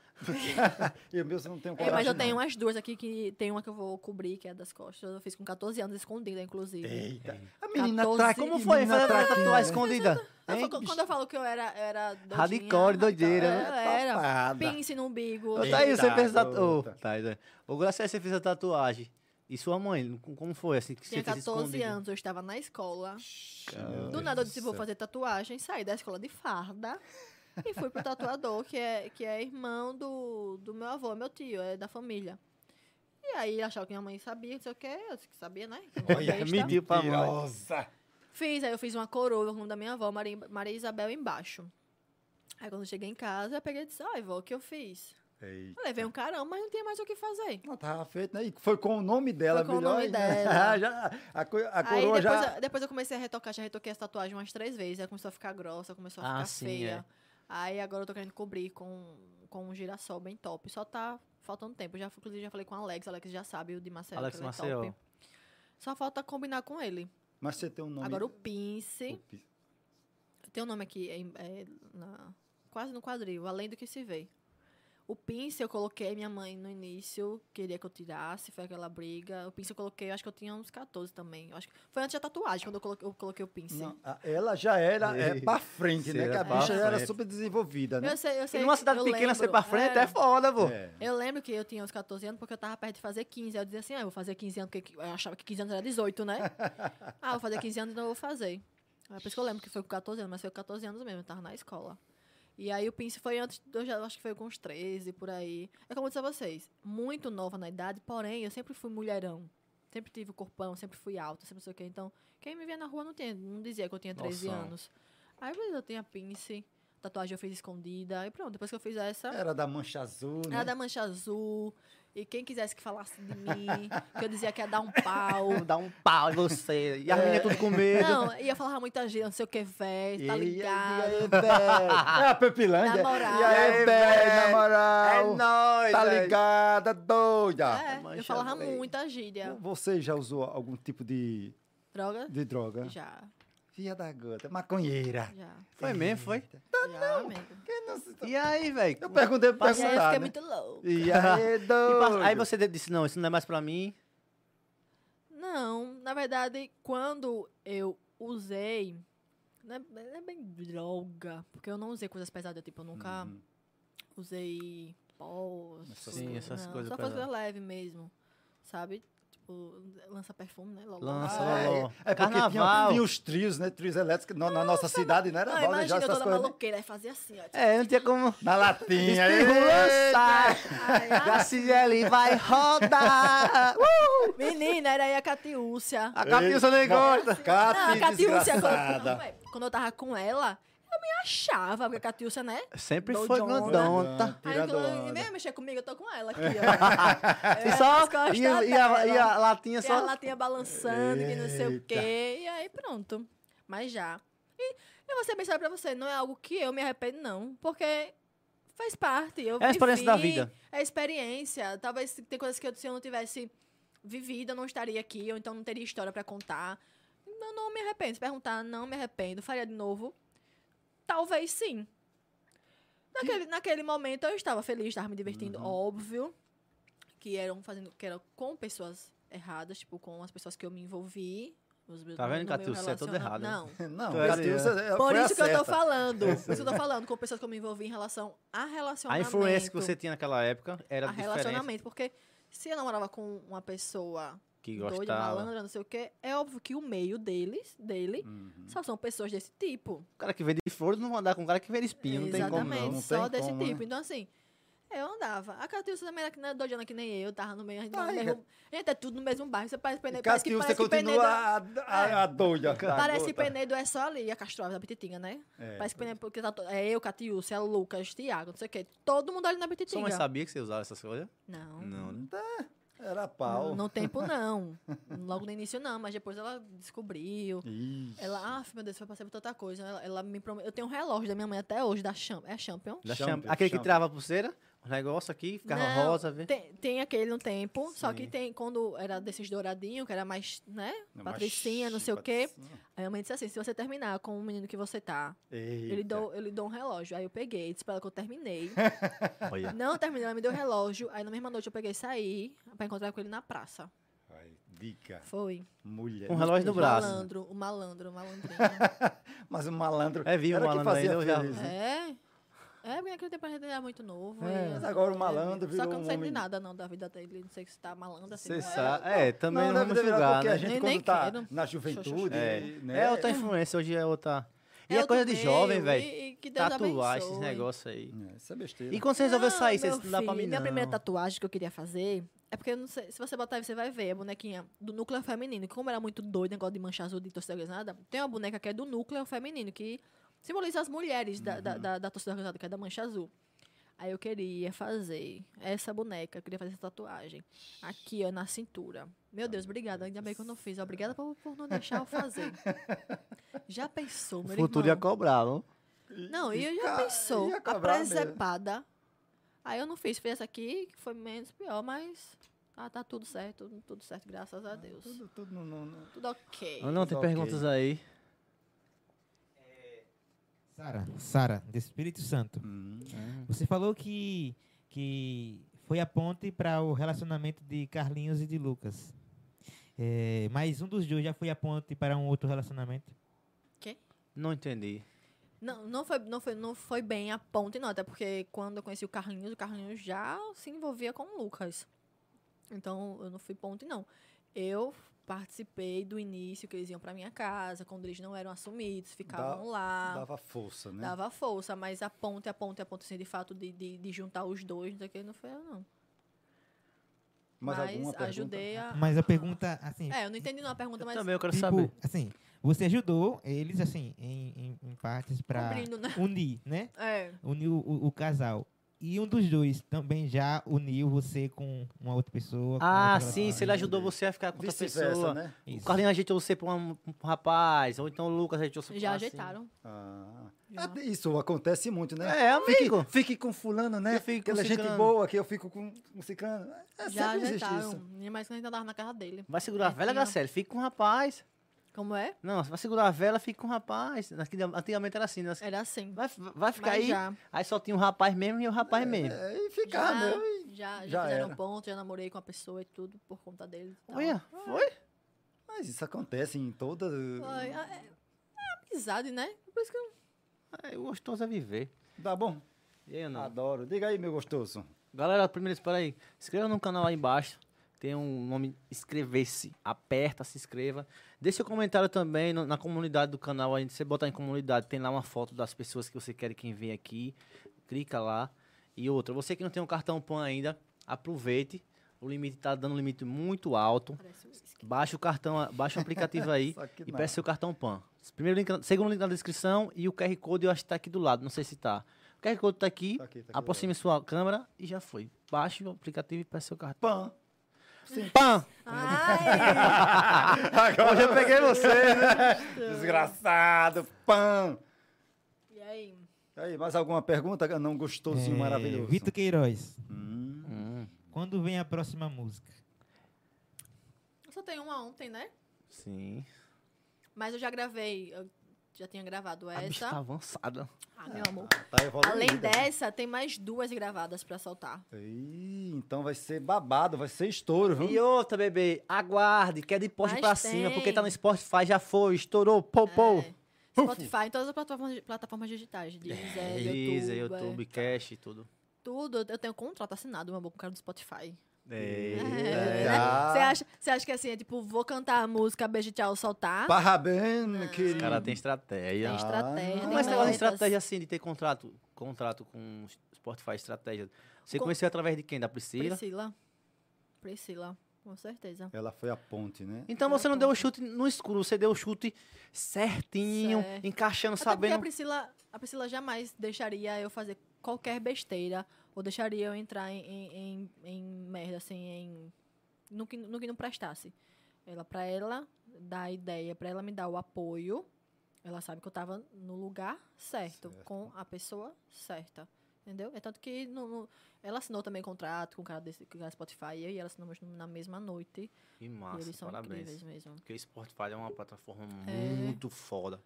[SPEAKER 3] Eu mesmo não tenho
[SPEAKER 4] É,
[SPEAKER 3] coragem.
[SPEAKER 4] mas eu
[SPEAKER 3] não.
[SPEAKER 4] tenho umas duas aqui que tem uma que eu vou cobrir, que é das costas. Eu fiz com 14 anos escondida, inclusive.
[SPEAKER 3] Eita. A menina
[SPEAKER 4] 14.
[SPEAKER 3] atrai.
[SPEAKER 2] Como foi
[SPEAKER 3] menina
[SPEAKER 2] fazer a
[SPEAKER 3] traquina,
[SPEAKER 2] tatuagem
[SPEAKER 3] né?
[SPEAKER 2] escondida?
[SPEAKER 4] Eu
[SPEAKER 2] Hein,
[SPEAKER 4] falo-
[SPEAKER 2] bicho?
[SPEAKER 4] quando eu falo que eu era, eu era doidinha, é,
[SPEAKER 2] Radical e doideira, né?
[SPEAKER 4] Eu era.
[SPEAKER 3] Tapada.
[SPEAKER 4] Pince no umbigo.
[SPEAKER 2] Ô, Thaís, você
[SPEAKER 3] Eita,
[SPEAKER 2] fez tatuagem.
[SPEAKER 3] garota.
[SPEAKER 2] Ô, Graça, você fez a tatuagem. E sua mãe, com- como foi assim? Que
[SPEAKER 4] Tinha
[SPEAKER 2] você fez
[SPEAKER 4] 14
[SPEAKER 2] escondida?
[SPEAKER 4] anos, eu estava na escola.
[SPEAKER 3] Meu
[SPEAKER 4] Do
[SPEAKER 3] Deus
[SPEAKER 4] nada eu disse,
[SPEAKER 3] do
[SPEAKER 4] vou
[SPEAKER 3] céu.
[SPEAKER 4] fazer tatuagem, saí da escola de farda e fui pro tatuador, que é, que é irmão do, do meu avô, meu tio, é da família. E aí achava que minha mãe sabia, não sei o que, eu disse que sabia, né? Que eu não
[SPEAKER 2] Olha,
[SPEAKER 4] era besta.
[SPEAKER 2] mentiu pra mãe.
[SPEAKER 3] Mentirosa.
[SPEAKER 4] Fiz, aí eu fiz uma coroa com o nome da minha avó, Maria, Maria Isabel, embaixo. Aí quando eu cheguei em casa, eu peguei e disse, ai, vó, o que eu fiz?
[SPEAKER 3] Eita.
[SPEAKER 4] Eu levei um carão, mas não tinha mais o que fazer.
[SPEAKER 3] Não, tava feito, né? E foi com o nome dela,
[SPEAKER 4] Foi com o
[SPEAKER 3] melhor.
[SPEAKER 4] nome
[SPEAKER 3] ainda.
[SPEAKER 4] dela.
[SPEAKER 3] já, a, co- a
[SPEAKER 4] aí
[SPEAKER 3] coroa
[SPEAKER 4] depois,
[SPEAKER 3] já.
[SPEAKER 4] eu, depois eu comecei a retocar, já retoquei essa tatuagem umas três vezes. Aí começou a ficar grossa, começou a
[SPEAKER 2] Ah,
[SPEAKER 4] ficar
[SPEAKER 2] sim,
[SPEAKER 4] feia. Aí agora eu tô querendo cobrir com, com um girassol bem top. Só tá faltando tempo. Já, inclusive já falei com o Alex, Alex já sabe, o de Maceió.
[SPEAKER 2] Alex
[SPEAKER 4] que ele é
[SPEAKER 2] Maceió.
[SPEAKER 4] top. Só falta combinar com ele.
[SPEAKER 3] Mas você tem um nome.
[SPEAKER 4] Agora o pince.
[SPEAKER 3] Opi-
[SPEAKER 4] Tem um nome aqui, é, em- é na- quase no quadril, além do que se vê. O pince eu coloquei, minha mãe no início queria que eu tirasse, foi aquela briga. O pince eu coloquei, eu acho que eu tinha uns 14 também. eu acho que- foi antes da tatuagem, quando eu coloquei, eu coloquei o pince.
[SPEAKER 3] Não, a- ela já era é,
[SPEAKER 2] Ei,
[SPEAKER 3] pra frente,
[SPEAKER 2] você
[SPEAKER 3] né? Que
[SPEAKER 2] era
[SPEAKER 3] a
[SPEAKER 2] pra
[SPEAKER 3] bicha já era
[SPEAKER 2] frente.
[SPEAKER 3] super desenvolvida, né?
[SPEAKER 4] Eu sei, eu
[SPEAKER 2] E
[SPEAKER 4] sei.
[SPEAKER 2] numa
[SPEAKER 4] que-
[SPEAKER 2] cidade
[SPEAKER 4] eu
[SPEAKER 2] pequena, você
[SPEAKER 4] lembro,
[SPEAKER 2] pra frente é foda, pô.
[SPEAKER 3] É.
[SPEAKER 4] Eu lembro que eu tinha uns 14 anos, porque eu tava perto de fazer 15. Aí eu dizia assim, ah, eu vou fazer 15 anos, porque eu achava que 15 anos era 18, né? ah, eu vou fazer 15 anos, então eu vou fazer. É por isso que eu lembro que foi com 14 anos, mas foi com 14 anos mesmo, eu tava na escola. E aí o pince foi antes, eu já acho que foi com uns 13, por aí. É como eu disse a vocês, muito nova na idade, porém, eu sempre fui mulherão. Sempre tive o corpão, sempre fui alta, sempre não sei o quê. Então, quem me via na rua não, tinha, não dizia que eu tinha 13
[SPEAKER 2] Noção.
[SPEAKER 4] anos. Aí beleza, eu tinha pince, tatuagem eu fiz escondida, e pronto, depois que eu fiz essa...
[SPEAKER 3] Era da mancha azul, né?
[SPEAKER 4] Era da mancha azul. E quem quisesse que falasse de mim, que eu dizia que ia dar um pau.
[SPEAKER 2] Vou dar um pau em você. E a menina tudo com medo.
[SPEAKER 4] É. Não, ia falar muita gente, não sei o que, véi, tá
[SPEAKER 3] E aí,
[SPEAKER 4] ligado.
[SPEAKER 3] E aí, véi? É a Pepilândia.
[SPEAKER 4] Na moral.
[SPEAKER 3] E aí,
[SPEAKER 2] É,
[SPEAKER 3] véi,
[SPEAKER 2] véi.
[SPEAKER 3] na moral.
[SPEAKER 2] nóis,
[SPEAKER 3] Tá
[SPEAKER 2] velho.
[SPEAKER 3] ligada, doida.
[SPEAKER 4] É,
[SPEAKER 2] mancha
[SPEAKER 4] eu falava
[SPEAKER 2] azul.
[SPEAKER 4] muita gíria.
[SPEAKER 3] Você já usou algum tipo de,
[SPEAKER 4] Droga?
[SPEAKER 3] de droga?
[SPEAKER 4] Já,
[SPEAKER 3] Filha da gota, maconheira.
[SPEAKER 4] já.
[SPEAKER 2] Foi mesmo, foi?
[SPEAKER 4] já, amigo.
[SPEAKER 3] Quem Tá, não se-
[SPEAKER 2] E aí, velho?
[SPEAKER 3] Eu perguntei pra
[SPEAKER 4] E aí eu
[SPEAKER 3] perguntar,
[SPEAKER 4] fiquei
[SPEAKER 3] né?
[SPEAKER 4] muito louco.
[SPEAKER 3] E aí,
[SPEAKER 2] E
[SPEAKER 3] doido.
[SPEAKER 2] passa- Aí você disse, não, isso não é mais pra mim.
[SPEAKER 4] Não, na verdade, quando eu usei. Não é, não é bem droga, porque eu não usei coisas pesadas, tipo, eu nunca.
[SPEAKER 3] Uhum.
[SPEAKER 4] usei pó, essas
[SPEAKER 3] Essas
[SPEAKER 2] Sim,
[SPEAKER 4] coisas.
[SPEAKER 2] essas
[SPEAKER 4] Não,
[SPEAKER 2] coisas
[SPEAKER 4] Só coisa
[SPEAKER 2] pesadas.
[SPEAKER 4] leve mesmo, sabe? Tipo, lança perfume, né? Lolo.
[SPEAKER 2] Lança,
[SPEAKER 3] Ah, é,
[SPEAKER 2] Lolo.
[SPEAKER 3] É porque
[SPEAKER 2] Carnaval.
[SPEAKER 3] tinha, tinha os trios, né? Trios elétricos na, na nossa cidade, não era
[SPEAKER 4] Ah,
[SPEAKER 3] moda já
[SPEAKER 4] imagina, eu
[SPEAKER 3] essas
[SPEAKER 4] toda
[SPEAKER 3] coisas. né?
[SPEAKER 4] maluqueira, aí fazia assim, ó.
[SPEAKER 2] É, não tinha como.
[SPEAKER 3] Na latinha. é. ê,
[SPEAKER 2] Lançar.
[SPEAKER 4] tipo, Ai, ai,
[SPEAKER 2] Graciele vai rodar. Uh,
[SPEAKER 4] menina, era aí a Catiúcia.
[SPEAKER 2] a Capilson nem gosta.
[SPEAKER 4] Não, a
[SPEAKER 3] Cate é
[SPEAKER 4] Catiúcia,
[SPEAKER 3] desgraçada.
[SPEAKER 4] quando, quando eu tava com ela, eu me achava, porque a Catiúcia, né?
[SPEAKER 2] Sempre
[SPEAKER 4] Dou
[SPEAKER 2] foi
[SPEAKER 4] de onda.
[SPEAKER 2] grandonta.
[SPEAKER 4] Aí
[SPEAKER 3] Tira do
[SPEAKER 4] quando
[SPEAKER 3] onda.
[SPEAKER 4] ninguém vai mexer comigo, eu tô com ela aqui, ó.
[SPEAKER 2] E
[SPEAKER 4] É,
[SPEAKER 2] só.
[SPEAKER 4] nas costas
[SPEAKER 2] E, a- e a, e a
[SPEAKER 4] dela.
[SPEAKER 2] latinha
[SPEAKER 4] E a
[SPEAKER 2] só.
[SPEAKER 4] latinha balançando, que não sei o
[SPEAKER 3] Eita.
[SPEAKER 4] quê. E aí pronto. Mas já. E eu vou ser bem séria pra você, não é algo que eu me arrependo, não. Porque faz parte. Eu
[SPEAKER 2] É a experiência da
[SPEAKER 4] vivi,
[SPEAKER 2] vida.
[SPEAKER 4] É a experiência. Talvez tem coisas que eu, se eu não tivesse vivido, eu não estaria aqui, ou então não teria história pra contar. Não, não me arrependo. Se perguntar, não me arrependo. Faria de novo? Talvez sim. Naquele, naquele momento eu estava feliz, estava me divertindo,
[SPEAKER 2] Uhum.
[SPEAKER 4] óbvio. Que eram fazendo. Que era com pessoas erradas, tipo, com as pessoas que eu me envolvi. Os meus,
[SPEAKER 2] Tá vendo,
[SPEAKER 4] no meu
[SPEAKER 2] Catiú? Você é toda
[SPEAKER 4] relaciona-
[SPEAKER 2] errada, né?
[SPEAKER 4] Não.
[SPEAKER 3] Não,
[SPEAKER 2] Então,
[SPEAKER 3] Catiúcia é-
[SPEAKER 4] Por
[SPEAKER 3] foi a
[SPEAKER 4] isso que eu tô
[SPEAKER 3] certa.
[SPEAKER 4] falando. Por isso que eu tô falando, com pessoas que eu me envolvi em relação a
[SPEAKER 2] A
[SPEAKER 4] relacionamento.
[SPEAKER 2] influência que você tinha naquela época era
[SPEAKER 4] é um A
[SPEAKER 2] diferente.
[SPEAKER 4] relacionamento, porque se eu namorava com uma pessoa
[SPEAKER 2] Que
[SPEAKER 4] doida,
[SPEAKER 2] gostava.
[SPEAKER 4] malandra, não sei o quê, é óbvio que o meio deles, dele,
[SPEAKER 2] Hum.
[SPEAKER 3] Uhum.
[SPEAKER 4] só são pessoas desse tipo.
[SPEAKER 2] O cara um que vende flores não vai andar com o cara que vende espinho. Não tem como,
[SPEAKER 4] Exatamente,
[SPEAKER 2] não.
[SPEAKER 3] não
[SPEAKER 4] só
[SPEAKER 3] tem
[SPEAKER 4] desse
[SPEAKER 3] como,
[SPEAKER 4] tipo.
[SPEAKER 3] né?
[SPEAKER 4] Então, assim, Eu andava. A Catilce também era que não era doidona que nem eu, tava no meio. A gente,
[SPEAKER 3] Tá
[SPEAKER 4] tava no
[SPEAKER 3] aí,
[SPEAKER 4] mesmo... gente é tudo no mesmo bairro. Você parece Penedo. Né, Parece que,
[SPEAKER 3] Castilho, você
[SPEAKER 4] parece que
[SPEAKER 3] continua
[SPEAKER 4] Penedo. é-
[SPEAKER 3] a, a, a doida. da
[SPEAKER 4] Parece que
[SPEAKER 3] gota.
[SPEAKER 4] Penedo é só ali, a Castrova da Pititinga, né?
[SPEAKER 3] É.
[SPEAKER 4] Parece que Penedo, porque tá to... é eu, Catiúcia, é Lucas, Tiago, não sei o quê. Todo mundo ali na
[SPEAKER 2] Sua mãe
[SPEAKER 4] Pititinga.
[SPEAKER 2] sabia que você usava essas coisas?
[SPEAKER 4] Não.
[SPEAKER 6] Não, né?
[SPEAKER 3] tá, Era
[SPEAKER 4] No,
[SPEAKER 3] pau.
[SPEAKER 4] no tempo, não. Logo no início, não. Mas depois ela descobriu.
[SPEAKER 3] Ih,
[SPEAKER 4] Ela, ah, meu Deus, foi passei por tanta coisa. Ela, ela me prometeu. Eu tenho um relógio da minha mãe até hoje, da Champ... é Champion.
[SPEAKER 2] Da
[SPEAKER 3] Champion,
[SPEAKER 2] chama- Aquele que
[SPEAKER 3] champion.
[SPEAKER 2] tirava a pulseira, o negócio aqui, ficava
[SPEAKER 4] Não,
[SPEAKER 2] rosa, vê.
[SPEAKER 4] Tem, tem aquele no tempo, só que
[SPEAKER 2] Sim.
[SPEAKER 4] tem quando era desses douradinhos, que era mais, né?
[SPEAKER 3] mas-
[SPEAKER 4] Patricinha, não sei o quê.
[SPEAKER 3] Patricinha.
[SPEAKER 4] Aí a mãe disse assim: se você terminar com o menino que você tá, eu lhe,
[SPEAKER 3] Eita.
[SPEAKER 4] dou, eu lhe dou um relógio. Aí eu peguei, disse pra ela que eu terminei.
[SPEAKER 2] Olha.
[SPEAKER 4] não terminei, ela me deu o relógio. Aí na mesma noite eu peguei e saí pra encontrar com ele na praça.
[SPEAKER 3] Ai, dica.
[SPEAKER 4] Foi.
[SPEAKER 3] Mulher.
[SPEAKER 2] Um relógio no
[SPEAKER 4] O
[SPEAKER 2] braço.
[SPEAKER 4] malandro, o malandro, o malandrinho.
[SPEAKER 3] Mas o malandro.
[SPEAKER 2] É vivo o
[SPEAKER 3] era que
[SPEAKER 2] malandro
[SPEAKER 3] fazia
[SPEAKER 2] ainda, eu já-
[SPEAKER 3] feliz, né?
[SPEAKER 4] é. É, porque naquele tempo a gente era muito novo.
[SPEAKER 3] É,
[SPEAKER 4] e-
[SPEAKER 3] mas agora o malandro
[SPEAKER 4] Só que
[SPEAKER 3] virou
[SPEAKER 4] eu não
[SPEAKER 3] um
[SPEAKER 4] sei de
[SPEAKER 3] homem-
[SPEAKER 4] nada, não, da vida dele. Não sei se tá malandro assim.
[SPEAKER 2] Você
[SPEAKER 4] não é.
[SPEAKER 2] sabe. É, também não,
[SPEAKER 3] não,
[SPEAKER 2] vamos
[SPEAKER 3] deve ter
[SPEAKER 2] julgar,
[SPEAKER 3] porque
[SPEAKER 2] né?
[SPEAKER 3] a gente
[SPEAKER 4] Nem-
[SPEAKER 3] quando
[SPEAKER 4] nem
[SPEAKER 3] tá
[SPEAKER 4] quero.
[SPEAKER 3] na juventude,
[SPEAKER 2] É.
[SPEAKER 3] né?
[SPEAKER 2] É outra influência, hoje é outra. E
[SPEAKER 4] É
[SPEAKER 2] é coisa de
[SPEAKER 4] outro
[SPEAKER 2] jovem,
[SPEAKER 4] meio,
[SPEAKER 2] velho.
[SPEAKER 4] e- e que Deus
[SPEAKER 2] Tatuar
[SPEAKER 4] abençoe.
[SPEAKER 2] esses negócios aí.
[SPEAKER 3] É, Isso é besteira.
[SPEAKER 2] E quando você resolveu
[SPEAKER 4] Não,
[SPEAKER 2] sair, você
[SPEAKER 4] meu
[SPEAKER 2] não dá pra mim,
[SPEAKER 4] filho, Minha
[SPEAKER 2] não.
[SPEAKER 4] primeira tatuagem que eu queria fazer é porque eu não sei, se você botar aí, você vai ver a bonequinha do núcleo feminino. Que como era muito doido, negócio de mancha azul de torcida organizada, tem uma boneca que é do núcleo feminino, que simboliza as mulheres da,
[SPEAKER 2] Uhum.
[SPEAKER 4] da, da, da torcida organizada, que é da mancha azul. Aí eu queria fazer essa boneca, eu queria fazer essa tatuagem. Aqui, ó, na cintura. Meu Deus, obrigada. Ainda bem que eu não fiz. Obrigada por, por não deixar eu fazer. Já pensou,
[SPEAKER 2] O
[SPEAKER 4] meu
[SPEAKER 2] futuro ia
[SPEAKER 4] irmão?
[SPEAKER 2] cobrar, não?
[SPEAKER 4] Não, e eu já
[SPEAKER 3] ca-
[SPEAKER 4] pensou,
[SPEAKER 3] ia
[SPEAKER 4] a
[SPEAKER 3] acabar mesmo.
[SPEAKER 4] presepada. Aí eu não fiz, fiz essa aqui, que foi menos pior, mas ah, tá tudo certo, tudo- tudo certo, graças a Deus.
[SPEAKER 3] Ah, Tudo, tudo no- no- no-
[SPEAKER 4] Tudo ok.
[SPEAKER 2] Não, tem
[SPEAKER 3] Ok.
[SPEAKER 2] perguntas aí.
[SPEAKER 5] Sara, Sara, do Espírito Santo.
[SPEAKER 3] Hum.
[SPEAKER 2] É.
[SPEAKER 5] Você falou que, que foi a ponte para o relacionamento de Carlinhos e de Lucas. É, mas um dos dois já foi a ponte para um outro relacionamento.
[SPEAKER 2] Não entendi.
[SPEAKER 4] Não, não foi, não foi, não foi bem a ponte, não, até porque quando eu conheci o Carlinhos, o Carlinhos já se envolvia com o Lucas. Então eu não fui ponte, não. Eu participei do início que eles iam pra minha casa, quando eles não eram assumidos, ficavam lá.
[SPEAKER 3] Dava força, né?
[SPEAKER 4] Dava força, mas a ponte, a ponte, a ponte, assim, de fato, de, de, de juntar os dois, não sei o que, não foi eu, não.
[SPEAKER 3] Mais
[SPEAKER 4] mas
[SPEAKER 3] alguma pergunta?
[SPEAKER 4] ajudei
[SPEAKER 2] Ah,
[SPEAKER 4] a...
[SPEAKER 5] Mas a pergunta, assim,
[SPEAKER 4] É, eu não entendi não a pergunta, mas...
[SPEAKER 2] Também eu quero
[SPEAKER 5] tipo,
[SPEAKER 2] saber.
[SPEAKER 5] assim, você ajudou eles, assim, em, em, em partes para
[SPEAKER 4] Cobrindo, né?
[SPEAKER 5] unir, né?
[SPEAKER 3] Ah.
[SPEAKER 4] É,
[SPEAKER 5] Uniu o, o casal. E um dos dois também já uniu você com uma outra pessoa. com
[SPEAKER 2] Ah,
[SPEAKER 5] outra
[SPEAKER 2] sim, se ele
[SPEAKER 5] relação.
[SPEAKER 2] ajudou você a ficar com outra
[SPEAKER 3] Vice-versa,
[SPEAKER 2] pessoa.
[SPEAKER 3] né?
[SPEAKER 2] O
[SPEAKER 5] Isso.
[SPEAKER 2] Carlinhos ajeitou você pra um, pra um rapaz, ou então o Lucas ajeitou você pra
[SPEAKER 4] já
[SPEAKER 2] assim.
[SPEAKER 4] ajeitaram.
[SPEAKER 3] Ah.
[SPEAKER 4] Já.
[SPEAKER 3] Ah, Isso acontece muito, né?
[SPEAKER 2] É, amigo.
[SPEAKER 3] Fique, fique com fulano, né?
[SPEAKER 2] Eu fico com
[SPEAKER 3] Aquela gente
[SPEAKER 2] ciclano.
[SPEAKER 3] boa que eu fico com um ciclano. É,
[SPEAKER 4] já tá, um
[SPEAKER 3] sempre existe
[SPEAKER 4] ajeitaram.
[SPEAKER 3] isso.
[SPEAKER 4] Mas quando a gente andava na casa dele.
[SPEAKER 2] Vai segurar a vela,
[SPEAKER 4] Enfim, ó.
[SPEAKER 2] Graciela, fica com o rapaz.
[SPEAKER 4] Como é?
[SPEAKER 2] Não, vai segurar a vela, fica com o rapaz. Naquele- Antigamente era assim, né?
[SPEAKER 4] Era assim.
[SPEAKER 2] Vai, vai ficar
[SPEAKER 4] Mas
[SPEAKER 2] aí.
[SPEAKER 4] já.
[SPEAKER 2] Aí só tinha o rapaz mesmo e o rapaz mesmo.
[SPEAKER 3] É, e
[SPEAKER 4] Já,
[SPEAKER 3] ficar, né?
[SPEAKER 4] já, já,
[SPEAKER 3] já
[SPEAKER 4] fizeram
[SPEAKER 3] era.
[SPEAKER 4] ponto, já namorei com a pessoa e tudo por conta dele. e tal.
[SPEAKER 2] Olha, então, foi?
[SPEAKER 3] Mas isso acontece em toda.
[SPEAKER 4] Foi. É, é, é amizade, né? Por isso que eu...
[SPEAKER 2] É, gostoso é viver.
[SPEAKER 3] Tá bom?
[SPEAKER 2] E aí, não?
[SPEAKER 3] Adoro. Diga aí, meu gostoso.
[SPEAKER 2] Galera, primeiro, espera aí. Inscreva no canal aí embaixo. Tem um nome, inscrever-se. Aperta, se inscreva. Deixe seu comentário também no- na comunidade do canal. Aí, se você botar em comunidade, tem lá uma foto das pessoas que você quer quem vem aqui. Clica lá. E outra, você que não tem um cartão PAN ainda, aproveite. O limite tá dando um limite muito alto.
[SPEAKER 4] Parece um uísque.
[SPEAKER 2] Baixa o cartão, baixa o aplicativo aí
[SPEAKER 3] Só que
[SPEAKER 2] e
[SPEAKER 3] não.
[SPEAKER 2] peça seu cartão PAN. Primeiro link, na- segundo link na descrição e o QR Code eu acho que tá aqui do lado, não sei se tá. O QR Code tá aqui,
[SPEAKER 3] Tá aqui, tá aqui
[SPEAKER 2] aproxime sua câmera e já foi. Baixe o aplicativo e peça seu cartão.
[SPEAKER 3] Pã. Sim.
[SPEAKER 2] PAN!
[SPEAKER 4] Ai,
[SPEAKER 3] Agora eu já peguei você, né? Desgraçado. Pã.
[SPEAKER 4] e aí?
[SPEAKER 3] Aí, mais alguma pergunta? Não gostosinho,
[SPEAKER 5] É,
[SPEAKER 3] maravilhoso.
[SPEAKER 5] Vitor Queiroz,
[SPEAKER 3] Hum.
[SPEAKER 5] quando vem a próxima música?
[SPEAKER 4] Só tem uma ontem, né?
[SPEAKER 2] Sim.
[SPEAKER 4] Mas eu já gravei, eu já tinha gravado
[SPEAKER 2] A bicha tá
[SPEAKER 4] essa.
[SPEAKER 2] avançada.
[SPEAKER 4] Ah, meu amor.
[SPEAKER 3] Tá evoluindo.
[SPEAKER 4] Além dessa, tem mais duas gravadas pra soltar.
[SPEAKER 3] Ih, então vai ser babado, vai ser estouro, viu?
[SPEAKER 2] E outra, bebê, aguarde, que é de poste
[SPEAKER 4] Mas
[SPEAKER 2] pra cima, porque tá
[SPEAKER 4] tem.
[SPEAKER 2] no Spotify, já foi, estourou, pou, pou.
[SPEAKER 4] É, Spotify, em todas as plataformas, plataformas digitais. Deezer,
[SPEAKER 2] É, Deezer,
[SPEAKER 4] é YouTube, é,
[SPEAKER 2] YouTube, Cash e tudo.
[SPEAKER 4] Tudo. Eu- Eu tenho um contrato assinado, meu amor, com o cara do Spotify.
[SPEAKER 3] É.
[SPEAKER 4] É, né? Você acha, você acha que assim, é tipo, vou cantar a música, beijo, tchau, soltar?
[SPEAKER 3] Parabéns,
[SPEAKER 4] ah.
[SPEAKER 2] O
[SPEAKER 3] querido.
[SPEAKER 2] cara tem estratégia.
[SPEAKER 4] Tem estratégia.
[SPEAKER 3] Ah,
[SPEAKER 4] tem
[SPEAKER 2] Como é esse negócio de
[SPEAKER 4] metas.
[SPEAKER 2] estratégia assim, de ter contrato, contrato com Spotify, estratégia? Você
[SPEAKER 4] Com-
[SPEAKER 2] conheceu através de quem? Da Priscila?
[SPEAKER 4] Priscila. Priscila, com certeza.
[SPEAKER 3] Ela foi a ponte, né?
[SPEAKER 2] Então você não deu o chute no escuro, você deu o chute certinho,
[SPEAKER 4] Certo.
[SPEAKER 2] encaixando,
[SPEAKER 4] Até porque a
[SPEAKER 2] sabendo.
[SPEAKER 4] Priscila, a Priscila jamais deixaria eu fazer qualquer besteira ou deixaria eu entrar em, em, em- em merda, assim, em, no, que, no que não prestasse. Ela, pra ela dar a ideia, pra ela me dar o apoio, ela sabe que eu tava no lugar certo,
[SPEAKER 3] Certo.
[SPEAKER 4] com a pessoa certa. Entendeu? É tanto que no, no- ela assinou também contrato com o cara desse com o cara do Spotify e eu e ela assinamos na mesma noite.
[SPEAKER 2] Que
[SPEAKER 4] e
[SPEAKER 2] massa,
[SPEAKER 4] eles são
[SPEAKER 2] parabéns.
[SPEAKER 4] incríveis mesmo.
[SPEAKER 2] Porque o Spotify é uma plataforma
[SPEAKER 4] É.
[SPEAKER 2] muito foda.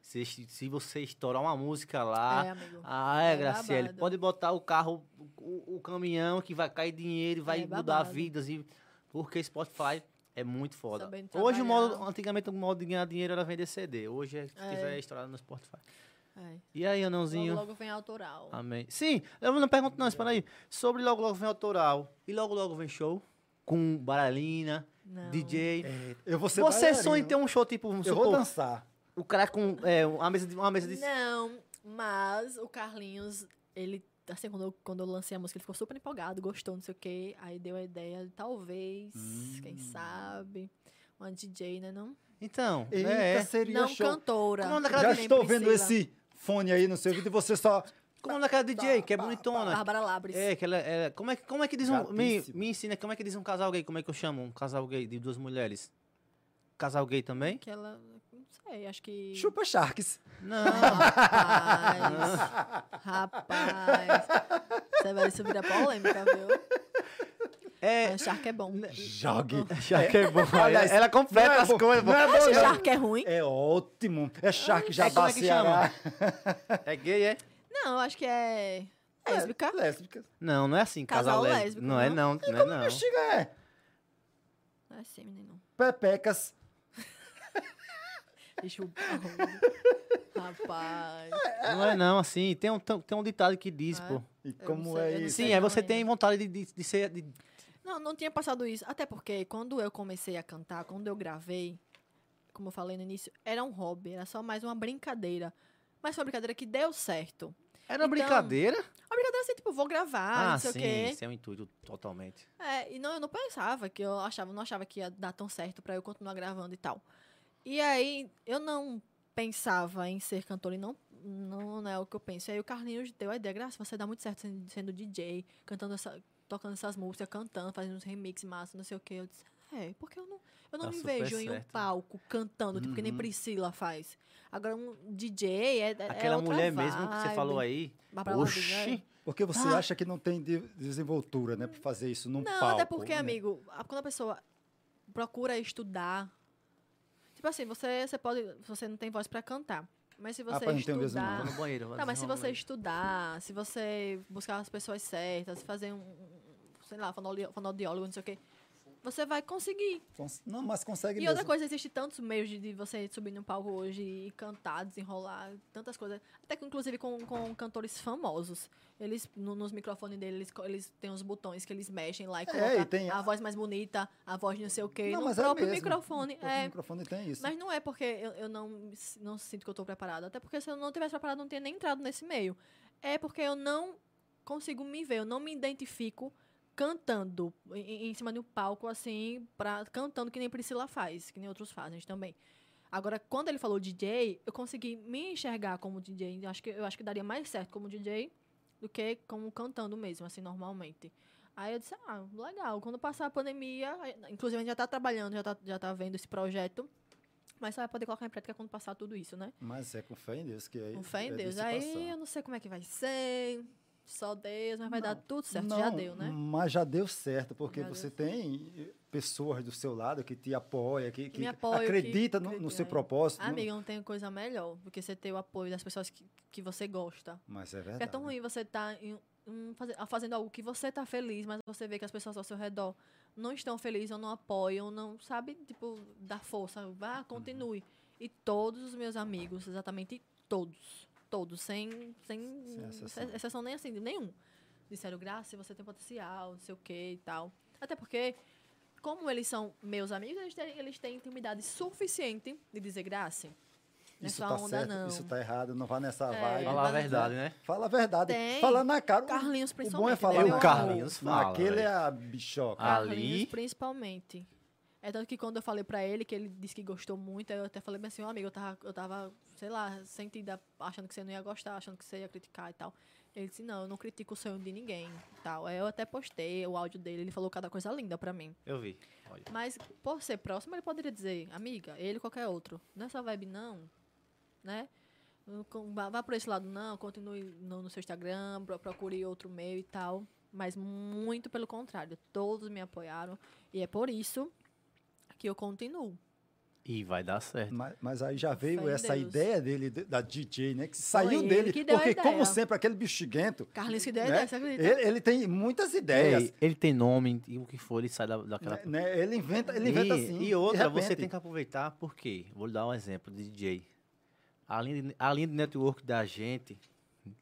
[SPEAKER 2] Se, se você estourar uma música lá.
[SPEAKER 4] é, amigo.
[SPEAKER 2] Ah, é,
[SPEAKER 4] É
[SPEAKER 2] Graciele.
[SPEAKER 4] babado.
[SPEAKER 2] Pode botar o carro, o, o caminhão que vai cair dinheiro, e vai
[SPEAKER 4] É
[SPEAKER 2] mudar
[SPEAKER 4] babado.
[SPEAKER 2] vidas. E, porque Spotify é muito foda.
[SPEAKER 4] Sabendo
[SPEAKER 2] Hoje, o modo,
[SPEAKER 4] trabalhar.
[SPEAKER 2] antigamente, o modo de ganhar dinheiro era vender CD. Hoje é se
[SPEAKER 4] É.
[SPEAKER 2] tiver estourado no Spotify.
[SPEAKER 4] É.
[SPEAKER 2] E aí,
[SPEAKER 4] Logo,
[SPEAKER 2] Anãozinho?
[SPEAKER 4] logo vem a autoral.
[SPEAKER 2] Amém. Sim, eu não pergunto, não, espera aí. Sobre logo logo vem autoral e logo logo vem show com baralina,
[SPEAKER 4] Não.
[SPEAKER 2] DJ.
[SPEAKER 3] Eu vou ser
[SPEAKER 2] Você
[SPEAKER 3] bailarino.
[SPEAKER 2] sonha em ter um show tipo, vamos
[SPEAKER 3] é Eu vou
[SPEAKER 2] supor,
[SPEAKER 3] dançar.
[SPEAKER 2] o cara com é, uma mesa de. Uma mesa de
[SPEAKER 4] Não, mas o Carlinhos, ele, assim, quando eu, quando eu lancei a música, ele ficou super empolgado, gostou, não sei o quê. Aí deu a ideia de talvez, quem sabe, uma DJ, né? Não,
[SPEAKER 2] Então,
[SPEAKER 3] Eita,
[SPEAKER 2] é. é.
[SPEAKER 3] seria
[SPEAKER 4] não
[SPEAKER 3] show.
[SPEAKER 4] cantora.
[SPEAKER 2] Como é o nome daquela
[SPEAKER 3] Já
[SPEAKER 2] nem
[SPEAKER 3] estou vendo esse fone aí no seu vídeo e você só...
[SPEAKER 2] Como é o nome daquela DJ, que é bonitona.
[SPEAKER 4] Bárbara Labres.
[SPEAKER 2] É, que ela, ela- como, é, que- como é que diz um. Me,
[SPEAKER 3] Gatíssima.
[SPEAKER 2] me ensina como é que diz um casal gay, como é que eu chamo? Um casal gay de duas mulheres. Casal gay também?
[SPEAKER 4] Que ela, não sei, acho que...
[SPEAKER 3] Chupa Sharks.
[SPEAKER 2] Não.
[SPEAKER 4] Rapaz, rapaz. Você vai subir a polêmica, viu?
[SPEAKER 2] É.
[SPEAKER 4] Mas Shark é bom.
[SPEAKER 3] Jogue.
[SPEAKER 2] Já que é bom. Ela,
[SPEAKER 3] Aliás,
[SPEAKER 2] ela completa
[SPEAKER 3] não é
[SPEAKER 2] as
[SPEAKER 3] bom,
[SPEAKER 2] coisas.
[SPEAKER 3] não
[SPEAKER 2] pô.
[SPEAKER 3] é bom, não.
[SPEAKER 4] Shark é ruim?
[SPEAKER 3] É ótimo. É Shark
[SPEAKER 2] É, como
[SPEAKER 3] Jabá
[SPEAKER 2] é que
[SPEAKER 4] né?
[SPEAKER 3] Ceará.
[SPEAKER 2] É gay, é?
[SPEAKER 4] Não, acho que é... Lésbica.
[SPEAKER 3] Lésbica.
[SPEAKER 2] Não, não é assim, casal,
[SPEAKER 4] Casal
[SPEAKER 2] lésbico.
[SPEAKER 4] lésbico,
[SPEAKER 2] Não é não, não é não.
[SPEAKER 3] Bexiga é
[SPEAKER 4] É sim, menino.
[SPEAKER 3] pepecas.
[SPEAKER 4] Deixa eu... Rapaz.
[SPEAKER 2] Não é não, assim. Tem um, tem um ditado que diz,
[SPEAKER 4] Ah,
[SPEAKER 2] pô.
[SPEAKER 3] E
[SPEAKER 4] não
[SPEAKER 3] como
[SPEAKER 4] sei,
[SPEAKER 3] é
[SPEAKER 4] eu não
[SPEAKER 3] isso?
[SPEAKER 2] Sim,
[SPEAKER 4] é
[SPEAKER 2] aí você
[SPEAKER 4] não,
[SPEAKER 2] tem
[SPEAKER 4] é.
[SPEAKER 2] vontade de, de, de ser. de- é
[SPEAKER 4] Não, não tinha passado isso. Até porque quando eu comecei a cantar, quando eu gravei, como eu falei no início, era um hobby, era só mais uma brincadeira. Mas foi uma brincadeira que deu certo.
[SPEAKER 2] Era
[SPEAKER 4] Então,
[SPEAKER 2] brincadeira?
[SPEAKER 4] A brincadeira assim, tipo, vou gravar, não sei
[SPEAKER 2] sim,
[SPEAKER 4] o quê.
[SPEAKER 2] esse é o intuito totalmente.
[SPEAKER 4] É, e não, eu não pensava que eu achava, não achava que ia dar tão certo pra eu continuar gravando e tal. E aí, eu não pensava em ser cantora e não, não, não é o que eu penso. E aí o Carlinhos deu a ideia, graça, você dá muito certo sendo, sendo DJ, cantando essa, tocando essas músicas, cantando, fazendo uns remix massa, não sei o quê. Eu disse, é, porque eu não, eu não
[SPEAKER 2] Tá
[SPEAKER 4] me
[SPEAKER 2] super
[SPEAKER 4] vejo em um
[SPEAKER 2] certo.
[SPEAKER 4] palco cantando, tipo que nem
[SPEAKER 3] Uhum.
[SPEAKER 4] Priscila faz. Agora um DJ é, é
[SPEAKER 2] Aquela
[SPEAKER 4] outra
[SPEAKER 2] mulher mesmo que você
[SPEAKER 4] vibe.
[SPEAKER 2] falou aí.
[SPEAKER 4] Bárbara é. Labrinha,
[SPEAKER 2] Oxi!
[SPEAKER 3] Porque você
[SPEAKER 2] Ah.
[SPEAKER 3] acha que não tem de- desenvoltura, né? Pra fazer isso num
[SPEAKER 4] Não,
[SPEAKER 3] palco.
[SPEAKER 4] até porque,
[SPEAKER 3] né?
[SPEAKER 4] amigo, a- quando a pessoa procura estudar. Tipo assim, você, você pode. Você não tem voz pra cantar. Mas se você
[SPEAKER 3] Ah, pra não ter um o mesmo
[SPEAKER 2] Vou
[SPEAKER 4] estudar.
[SPEAKER 2] no banheiro. vou
[SPEAKER 4] Tá, mas se
[SPEAKER 2] desenrolar
[SPEAKER 4] você
[SPEAKER 2] aí.
[SPEAKER 4] estudar, se você buscar as pessoas certas, fazer um. um- sei lá, fonoaudi- fonoaudiólogo, não sei o quê. Você vai conseguir.
[SPEAKER 3] Cons- Não, mas consegue
[SPEAKER 4] E
[SPEAKER 3] mesmo.
[SPEAKER 4] outra coisa, existe tantos meios de, de você subir no palco hoje e cantar, desenrolar, tantas coisas. Até que, inclusive, com, com cantores famosos. Eles, no- nos microfones deles, eles, co- eles têm uns botões que eles mexem lá e colocam
[SPEAKER 3] É, e tem
[SPEAKER 4] a
[SPEAKER 3] a-
[SPEAKER 4] voz mais bonita, a voz de não sei o quê,
[SPEAKER 3] Não,
[SPEAKER 4] no
[SPEAKER 3] mas é
[SPEAKER 4] próprio
[SPEAKER 3] mesmo.
[SPEAKER 4] microfone.
[SPEAKER 3] O próprio
[SPEAKER 4] É,
[SPEAKER 3] microfone tem isso.
[SPEAKER 4] mas não é porque eu, eu não, me s- não sinto que eu tô preparada. Até porque se eu não tivesse preparado, eu não teria nem entrado nesse meio. É porque eu não consigo me ver, eu não me identifico cantando em, em cima de um palco, assim, pra, cantando que nem Priscila faz, que nem outros fazem também. Agora, quando ele falou DJ, eu consegui me enxergar como DJ. Eu acho que, eu acho que daria mais certo como DJ do que como cantando mesmo, assim, normalmente. Aí eu disse, ah, legal, quando passar a pandemia, aí- inclusive a gente já tá trabalhando, já tá, já tá vendo esse projeto, mas só vai poder colocar em prática quando passar tudo isso, né?
[SPEAKER 3] Mas é com fé em Deus que aí.
[SPEAKER 4] Com Um fé
[SPEAKER 3] é
[SPEAKER 4] em Deus.
[SPEAKER 3] disso passar.
[SPEAKER 4] Aí eu não sei como é que vai ser, só Deus, mas vai dar
[SPEAKER 3] Não,
[SPEAKER 4] tudo certo,
[SPEAKER 3] Não,
[SPEAKER 4] já deu, né?
[SPEAKER 3] Mas já deu certo, porque
[SPEAKER 4] Já deu
[SPEAKER 3] você tem eh, pessoas do seu lado que te apoia, que, que
[SPEAKER 4] me apoiam, que
[SPEAKER 3] acredita no, no seu
[SPEAKER 4] acreditam.
[SPEAKER 3] propósito. no-
[SPEAKER 4] Amiga, não tem coisa melhor do que você ter o apoio das pessoas que, que você gosta.
[SPEAKER 3] Mas é
[SPEAKER 4] Porque
[SPEAKER 3] verdade.
[SPEAKER 4] é tão ruim você tá em um- faze- ah, fazendo algo que você tá feliz, mas você vê que as pessoas ao seu redor não estão felizes ou não apoiam, não sabe, tipo, dar força,
[SPEAKER 3] Uhum.
[SPEAKER 4] vá, continue. E todos os meus amigos, exatamente todos, todos, sem, sem,
[SPEAKER 3] Sem exceção.
[SPEAKER 4] exce- exceção nem assim, nenhum, disseram, Graça, você tem potencial, não sei o que e tal. Até porque, como eles são meus amigos, eles têm, eles têm intimidade suficiente de dizer, Graça, Não é
[SPEAKER 3] isso
[SPEAKER 4] só
[SPEAKER 3] tá
[SPEAKER 4] onda,
[SPEAKER 3] certo,
[SPEAKER 4] não.
[SPEAKER 3] isso tá errado, não vá nessa
[SPEAKER 4] É.
[SPEAKER 3] vibe.
[SPEAKER 2] Falar a verdade, né?
[SPEAKER 3] Fala a verdade.
[SPEAKER 4] Tem.
[SPEAKER 3] Fala na cara. O-
[SPEAKER 4] Carlinhos,
[SPEAKER 3] o
[SPEAKER 4] principalmente.
[SPEAKER 3] bom é falar
[SPEAKER 4] né,
[SPEAKER 2] o
[SPEAKER 4] meu
[SPEAKER 2] Carlinhos.
[SPEAKER 4] amor?
[SPEAKER 2] fala,
[SPEAKER 3] Aquele
[SPEAKER 2] velho. Ah.
[SPEAKER 3] é a bichoca.
[SPEAKER 4] Carlinhos,
[SPEAKER 2] Ali.
[SPEAKER 4] principalmente. É tanto que quando eu falei pra ele, que ele disse que gostou muito, aí eu até falei bem assim, ó amigo, eu tava, eu tava, sei lá, sentida, achando que você não ia gostar, achando que você ia criticar e tal. Ele disse, não, eu não critico o sonho de ninguém e tal. Aí eu até postei o áudio dele, ele falou cada coisa linda pra mim.
[SPEAKER 2] Eu vi. Olha.
[SPEAKER 4] Mas por ser próximo, ele poderia dizer, amiga, ele qualquer outro. Nessa vibe não, né? Não com- Vá, vá por esse lado não, continue no, no seu Instagram, pro- procure outro meio e tal. Mas muito pelo contrário, todos me apoiaram. E é por isso que eu continuo.
[SPEAKER 2] E vai dar certo.
[SPEAKER 3] Mas, mas aí já veio
[SPEAKER 4] Fé em
[SPEAKER 3] essa
[SPEAKER 4] Deus.
[SPEAKER 3] ideia dele, de- da DJ, né? Que saiu
[SPEAKER 4] ele
[SPEAKER 3] dele.
[SPEAKER 4] que deu a
[SPEAKER 3] porque,
[SPEAKER 4] ideia.
[SPEAKER 3] como sempre, aquele bexiguento.
[SPEAKER 4] Carlinhos que deu a
[SPEAKER 3] né?
[SPEAKER 4] ideia, você acredita?
[SPEAKER 3] Ele, ele tem muitas ideias.
[SPEAKER 2] Então Ei, ele tem nome e o que for, ele sai da, daquela.
[SPEAKER 3] né? né? Ele inventa, ele inventa
[SPEAKER 2] e,
[SPEAKER 3] assim.
[SPEAKER 2] E outra,
[SPEAKER 3] de repente.
[SPEAKER 2] você tem que aproveitar, porque Vou lhe dar um exemplo de DJ. A linha de, a linha de network da gente,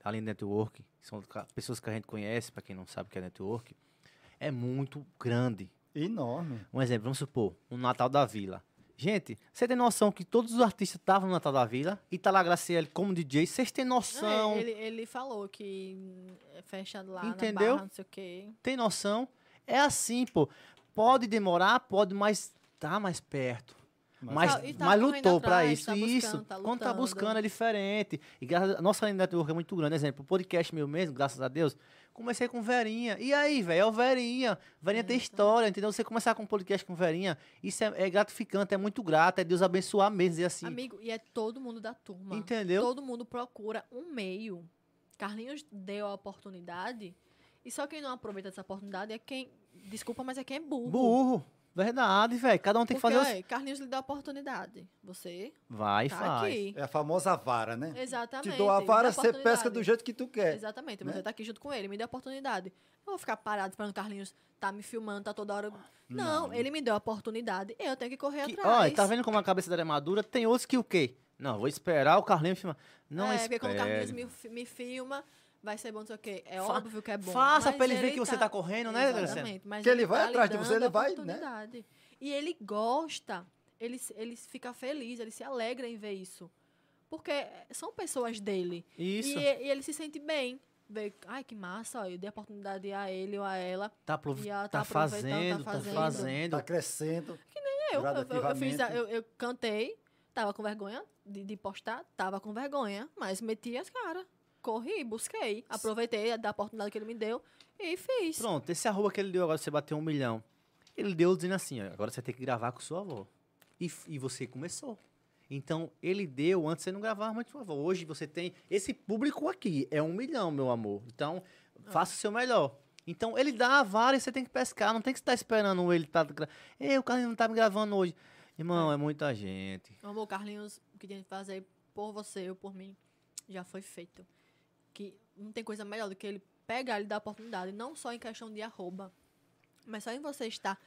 [SPEAKER 2] a linha de network, que são ca- pessoas que a gente conhece, para quem não sabe o que é network, é muito grande.
[SPEAKER 3] Enorme.
[SPEAKER 2] Um exemplo, vamos supor, um Natal da Vila. Gente, você tem noção que todos os artistas estavam no Natal da Vila e tá lá a Graciele como DJ? Vocês têm
[SPEAKER 4] Não,
[SPEAKER 2] noção?
[SPEAKER 4] É, ele, ele falou que hum, é fecha lá
[SPEAKER 2] Entendeu?
[SPEAKER 4] na barra, não sei o quê.
[SPEAKER 2] Tem noção? É assim, pô. Pode demorar, pode, mas tá mais perto. Mas,
[SPEAKER 4] Tá- e tá
[SPEAKER 2] mas
[SPEAKER 4] correndo
[SPEAKER 2] lutou pra
[SPEAKER 4] atrás,
[SPEAKER 2] isso.
[SPEAKER 4] tá
[SPEAKER 2] e
[SPEAKER 4] buscando,
[SPEAKER 2] isso.
[SPEAKER 4] tá
[SPEAKER 2] Quando tá
[SPEAKER 4] lutando.
[SPEAKER 2] buscando é diferente. E graças, a nossa linha de network é muito grande. Exemplo, o podcast meu mesmo, graças a Deus, comecei com Verinha. E aí, velho, é o Verinha. Verinha tem
[SPEAKER 4] então.
[SPEAKER 2] história, entendeu? Você começar com um podcast com Verinha, isso é, é gratificante, é muito grato, é Deus abençoar mesmo. E assim,
[SPEAKER 4] Amigo, e é todo mundo da turma.
[SPEAKER 2] Entendeu?
[SPEAKER 4] Todo mundo procura um meio. Carlinhos deu a oportunidade, e só quem não aproveita dessa oportunidade é quem. Desculpa, mas é quem é burro.
[SPEAKER 2] burro. Verdade, velho. Cada um tem que
[SPEAKER 4] Porque,
[SPEAKER 2] fazer. os-
[SPEAKER 4] olha, Carlinhos lhe deu a oportunidade. Você
[SPEAKER 2] Vai,
[SPEAKER 4] tá
[SPEAKER 2] faz.
[SPEAKER 4] aqui.
[SPEAKER 3] É a famosa vara, né?
[SPEAKER 4] Exatamente.
[SPEAKER 3] Te dou a
[SPEAKER 4] me dá
[SPEAKER 3] vara, você
[SPEAKER 4] oportunidade.
[SPEAKER 3] pesca do jeito que tu quer.
[SPEAKER 4] Exatamente,
[SPEAKER 3] né?
[SPEAKER 4] você tá aqui junto com ele, me deu a oportunidade. Eu vou ficar parado esperando o Carlinhos tá me filmando, tá toda hora. Não, ele me deu a oportunidade, eu tenho que correr
[SPEAKER 2] Que-
[SPEAKER 4] atrás.
[SPEAKER 2] olha, tá vendo como a cabeça dela é madura? Tem outros que o quê? Não, vou esperar o Carlinhos filmar. Não
[SPEAKER 4] é, porque
[SPEAKER 2] espere.
[SPEAKER 4] quando o Carlinhos me, fi- me filma, vai ser bom, não sei o quê. É
[SPEAKER 2] Fa-
[SPEAKER 4] óbvio que é bom.
[SPEAKER 2] faça
[SPEAKER 4] mas
[SPEAKER 2] pra ele ver que você tá correndo, né, Graciela?
[SPEAKER 4] Exatamente. Mas
[SPEAKER 3] Que ele vai
[SPEAKER 4] tá
[SPEAKER 3] atrás
[SPEAKER 4] lhe
[SPEAKER 3] de você,
[SPEAKER 4] dando
[SPEAKER 3] ele
[SPEAKER 4] a
[SPEAKER 3] vai, né?
[SPEAKER 4] oportunidade. E ele gosta, ele, se- ele fica feliz, ele se alegra em ver isso. Porque são pessoas dele.
[SPEAKER 2] Isso. tá
[SPEAKER 4] E, e ele se sente bem. Vê, ai, que massa, ó, eu dei a oportunidade a ele ou a ela.
[SPEAKER 2] Tá, aprov-
[SPEAKER 4] E ela
[SPEAKER 2] tá
[SPEAKER 4] tá aproveitando, tá
[SPEAKER 2] fazendo, tá
[SPEAKER 4] fazendo.
[SPEAKER 2] fazendo.
[SPEAKER 3] Tá crescendo.
[SPEAKER 4] É, Eu, eu, eu- eu fiz, a-
[SPEAKER 3] Gradativamente.
[SPEAKER 4] eu, eu cantei, tava com vergonha de, de postar, tava com vergonha, mas meti as caras. Corri, busquei, aproveitei da oportunidade que ele me deu e fiz.
[SPEAKER 2] Pronto, esse arroba que ele deu agora, você bateu um milhão. Ele deu dizendo assim, ó, agora você tem que gravar com sua avó. E, f- e você começou. Então, ele deu antes você não gravava mais com sua avó. Hoje você tem esse público aqui. É um milhão, meu amor. Então,
[SPEAKER 4] Ah.
[SPEAKER 2] faça o seu melhor. Então, ele dá a vara e você tem que pescar. Não tem que estar esperando ele tá... gra- Ei, o cara não tá me gravando hoje. Irmão, é muita gente.
[SPEAKER 4] Meu amor, Carlinhos, o que tem que fazer por você ou por mim já foi feito. Que não tem coisa melhor do que ele pegar e dar oportunidade, não só em questão de arroba, mas só em você estar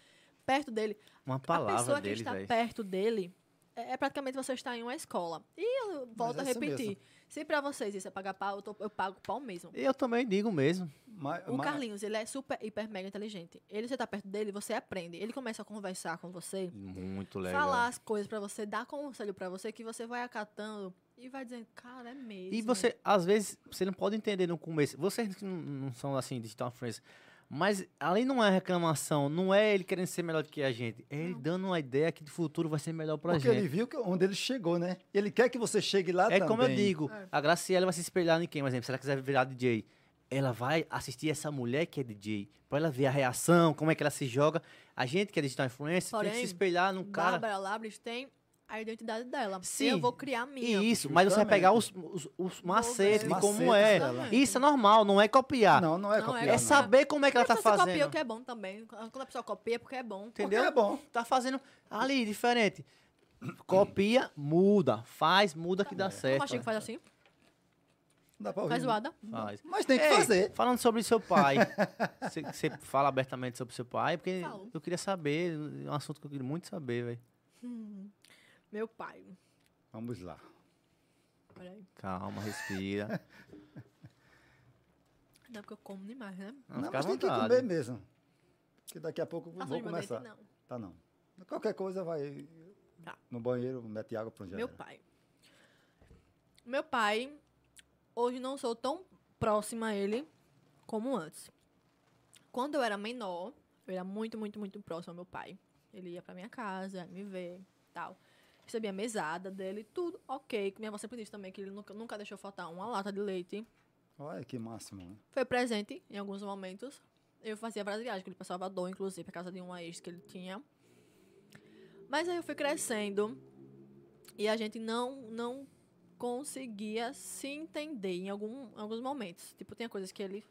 [SPEAKER 4] perto dele.
[SPEAKER 2] Uma
[SPEAKER 4] a
[SPEAKER 2] palavra
[SPEAKER 4] pessoa que
[SPEAKER 2] dele,
[SPEAKER 4] está
[SPEAKER 2] velho.
[SPEAKER 4] perto dele é, é praticamente você estar em uma escola. E eu volto
[SPEAKER 3] é
[SPEAKER 4] a
[SPEAKER 3] isso
[SPEAKER 4] repetir.
[SPEAKER 3] mesmo.
[SPEAKER 4] Se pra vocês isso é pagar pau, eu, tô- eu pago pau mesmo.
[SPEAKER 2] Eu também digo mesmo.
[SPEAKER 3] Mas-
[SPEAKER 4] O
[SPEAKER 3] mas-
[SPEAKER 4] Carlinhos, ele é super, hiper, mega inteligente. Ele, você tá perto dele, você aprende. Ele começa a conversar com você,
[SPEAKER 2] Muito legal.
[SPEAKER 4] falar as coisas pra você, dar conselho pra você, que você vai acatando e vai dizendo, cara, é mesmo.
[SPEAKER 2] E você, às vezes, você não pode entender no começo. Vocês que não, não são assim, digital influencers. Mas ali não é reclamação, não é ele querendo ser melhor do que a gente. É ele dando uma ideia que de futuro vai ser melhor pra
[SPEAKER 3] Porque
[SPEAKER 2] gente.
[SPEAKER 3] ele viu que, onde ele chegou, né? Ele quer que você chegue lá
[SPEAKER 2] É
[SPEAKER 3] também.
[SPEAKER 2] como eu digo,
[SPEAKER 4] É.
[SPEAKER 2] a Graciela vai se espelhar em quem, por exemplo, se ela quiser virar DJ, ela vai assistir essa mulher que é DJ, pra ela ver a reação, como é que ela se joga. A gente que é digital influencer tem
[SPEAKER 4] Porém,
[SPEAKER 2] que se espelhar num um cara.
[SPEAKER 4] Bárbara Labres tem a identidade dela.
[SPEAKER 2] Sim.
[SPEAKER 4] Eu vou criar a é minha. né?
[SPEAKER 2] Isso, mas você vai
[SPEAKER 3] Justamente.
[SPEAKER 2] pegar os, os, os macetes de
[SPEAKER 3] ver.
[SPEAKER 2] como
[SPEAKER 3] Macetes
[SPEAKER 2] é.
[SPEAKER 3] dela.
[SPEAKER 2] Isso é normal, não é copiar.
[SPEAKER 3] Não, não é
[SPEAKER 4] Não, é
[SPEAKER 3] copiar.
[SPEAKER 2] É
[SPEAKER 4] Não.
[SPEAKER 2] saber como é que ela
[SPEAKER 4] Quando
[SPEAKER 2] tá
[SPEAKER 4] a pessoa
[SPEAKER 2] fazendo.
[SPEAKER 4] copia o que é bom também. Quando a pessoa copia é porque é bom.
[SPEAKER 2] Entendeu?
[SPEAKER 3] Porque é bom.
[SPEAKER 2] Tá fazendo ali, diferente. Copia, muda. Faz, muda que dá
[SPEAKER 4] Eu
[SPEAKER 2] certo. né?
[SPEAKER 4] achei que faz assim,
[SPEAKER 3] Não dá pra ouvir.
[SPEAKER 4] faz zoada.
[SPEAKER 2] Faz.
[SPEAKER 3] Mas tem que
[SPEAKER 2] Ei,
[SPEAKER 3] fazer.
[SPEAKER 2] Falando sobre seu pai. Você- Você fala abertamente sobre seu pai, porque
[SPEAKER 4] Falo.
[SPEAKER 2] eu queria saber, é um assunto que eu queria muito saber, velho.
[SPEAKER 4] Meu pai.
[SPEAKER 3] Vamos lá.
[SPEAKER 4] Olha aí.
[SPEAKER 2] Calma, respira.
[SPEAKER 4] Não, porque eu como demais, né?
[SPEAKER 2] Não,
[SPEAKER 3] Não,
[SPEAKER 2] fica à
[SPEAKER 3] mas tem que
[SPEAKER 2] vontade.
[SPEAKER 3] comer mesmo. Porque daqui a pouco eu
[SPEAKER 4] Nossa,
[SPEAKER 3] vou
[SPEAKER 4] de madeira,
[SPEAKER 3] começar.
[SPEAKER 4] não.
[SPEAKER 3] Tá não. Qualquer coisa vai
[SPEAKER 4] Tá.
[SPEAKER 3] no banheiro, mete água pra um
[SPEAKER 4] Meu
[SPEAKER 3] janela.
[SPEAKER 4] pai. Meu pai, hoje não sou tão próxima a ele como antes. Quando eu era menor, eu era muito, muito, muito próxima ao meu pai. Ele ia pra minha casa, me ver, tal. Recebia a mesada dele, tudo ok. Minha avó sempre disse também que ele nunca, nunca deixou faltar uma lata de leite.
[SPEAKER 3] Olha que máximo, né?
[SPEAKER 4] Foi presente em alguns momentos. Eu fazia várias viagens com ele pra Salvador, inclusive, a casa de uma ex que ele tinha. Mas aí eu fui crescendo e a gente não não conseguia se entender em algum, alguns momentos. Tipo, tinha coisas que ele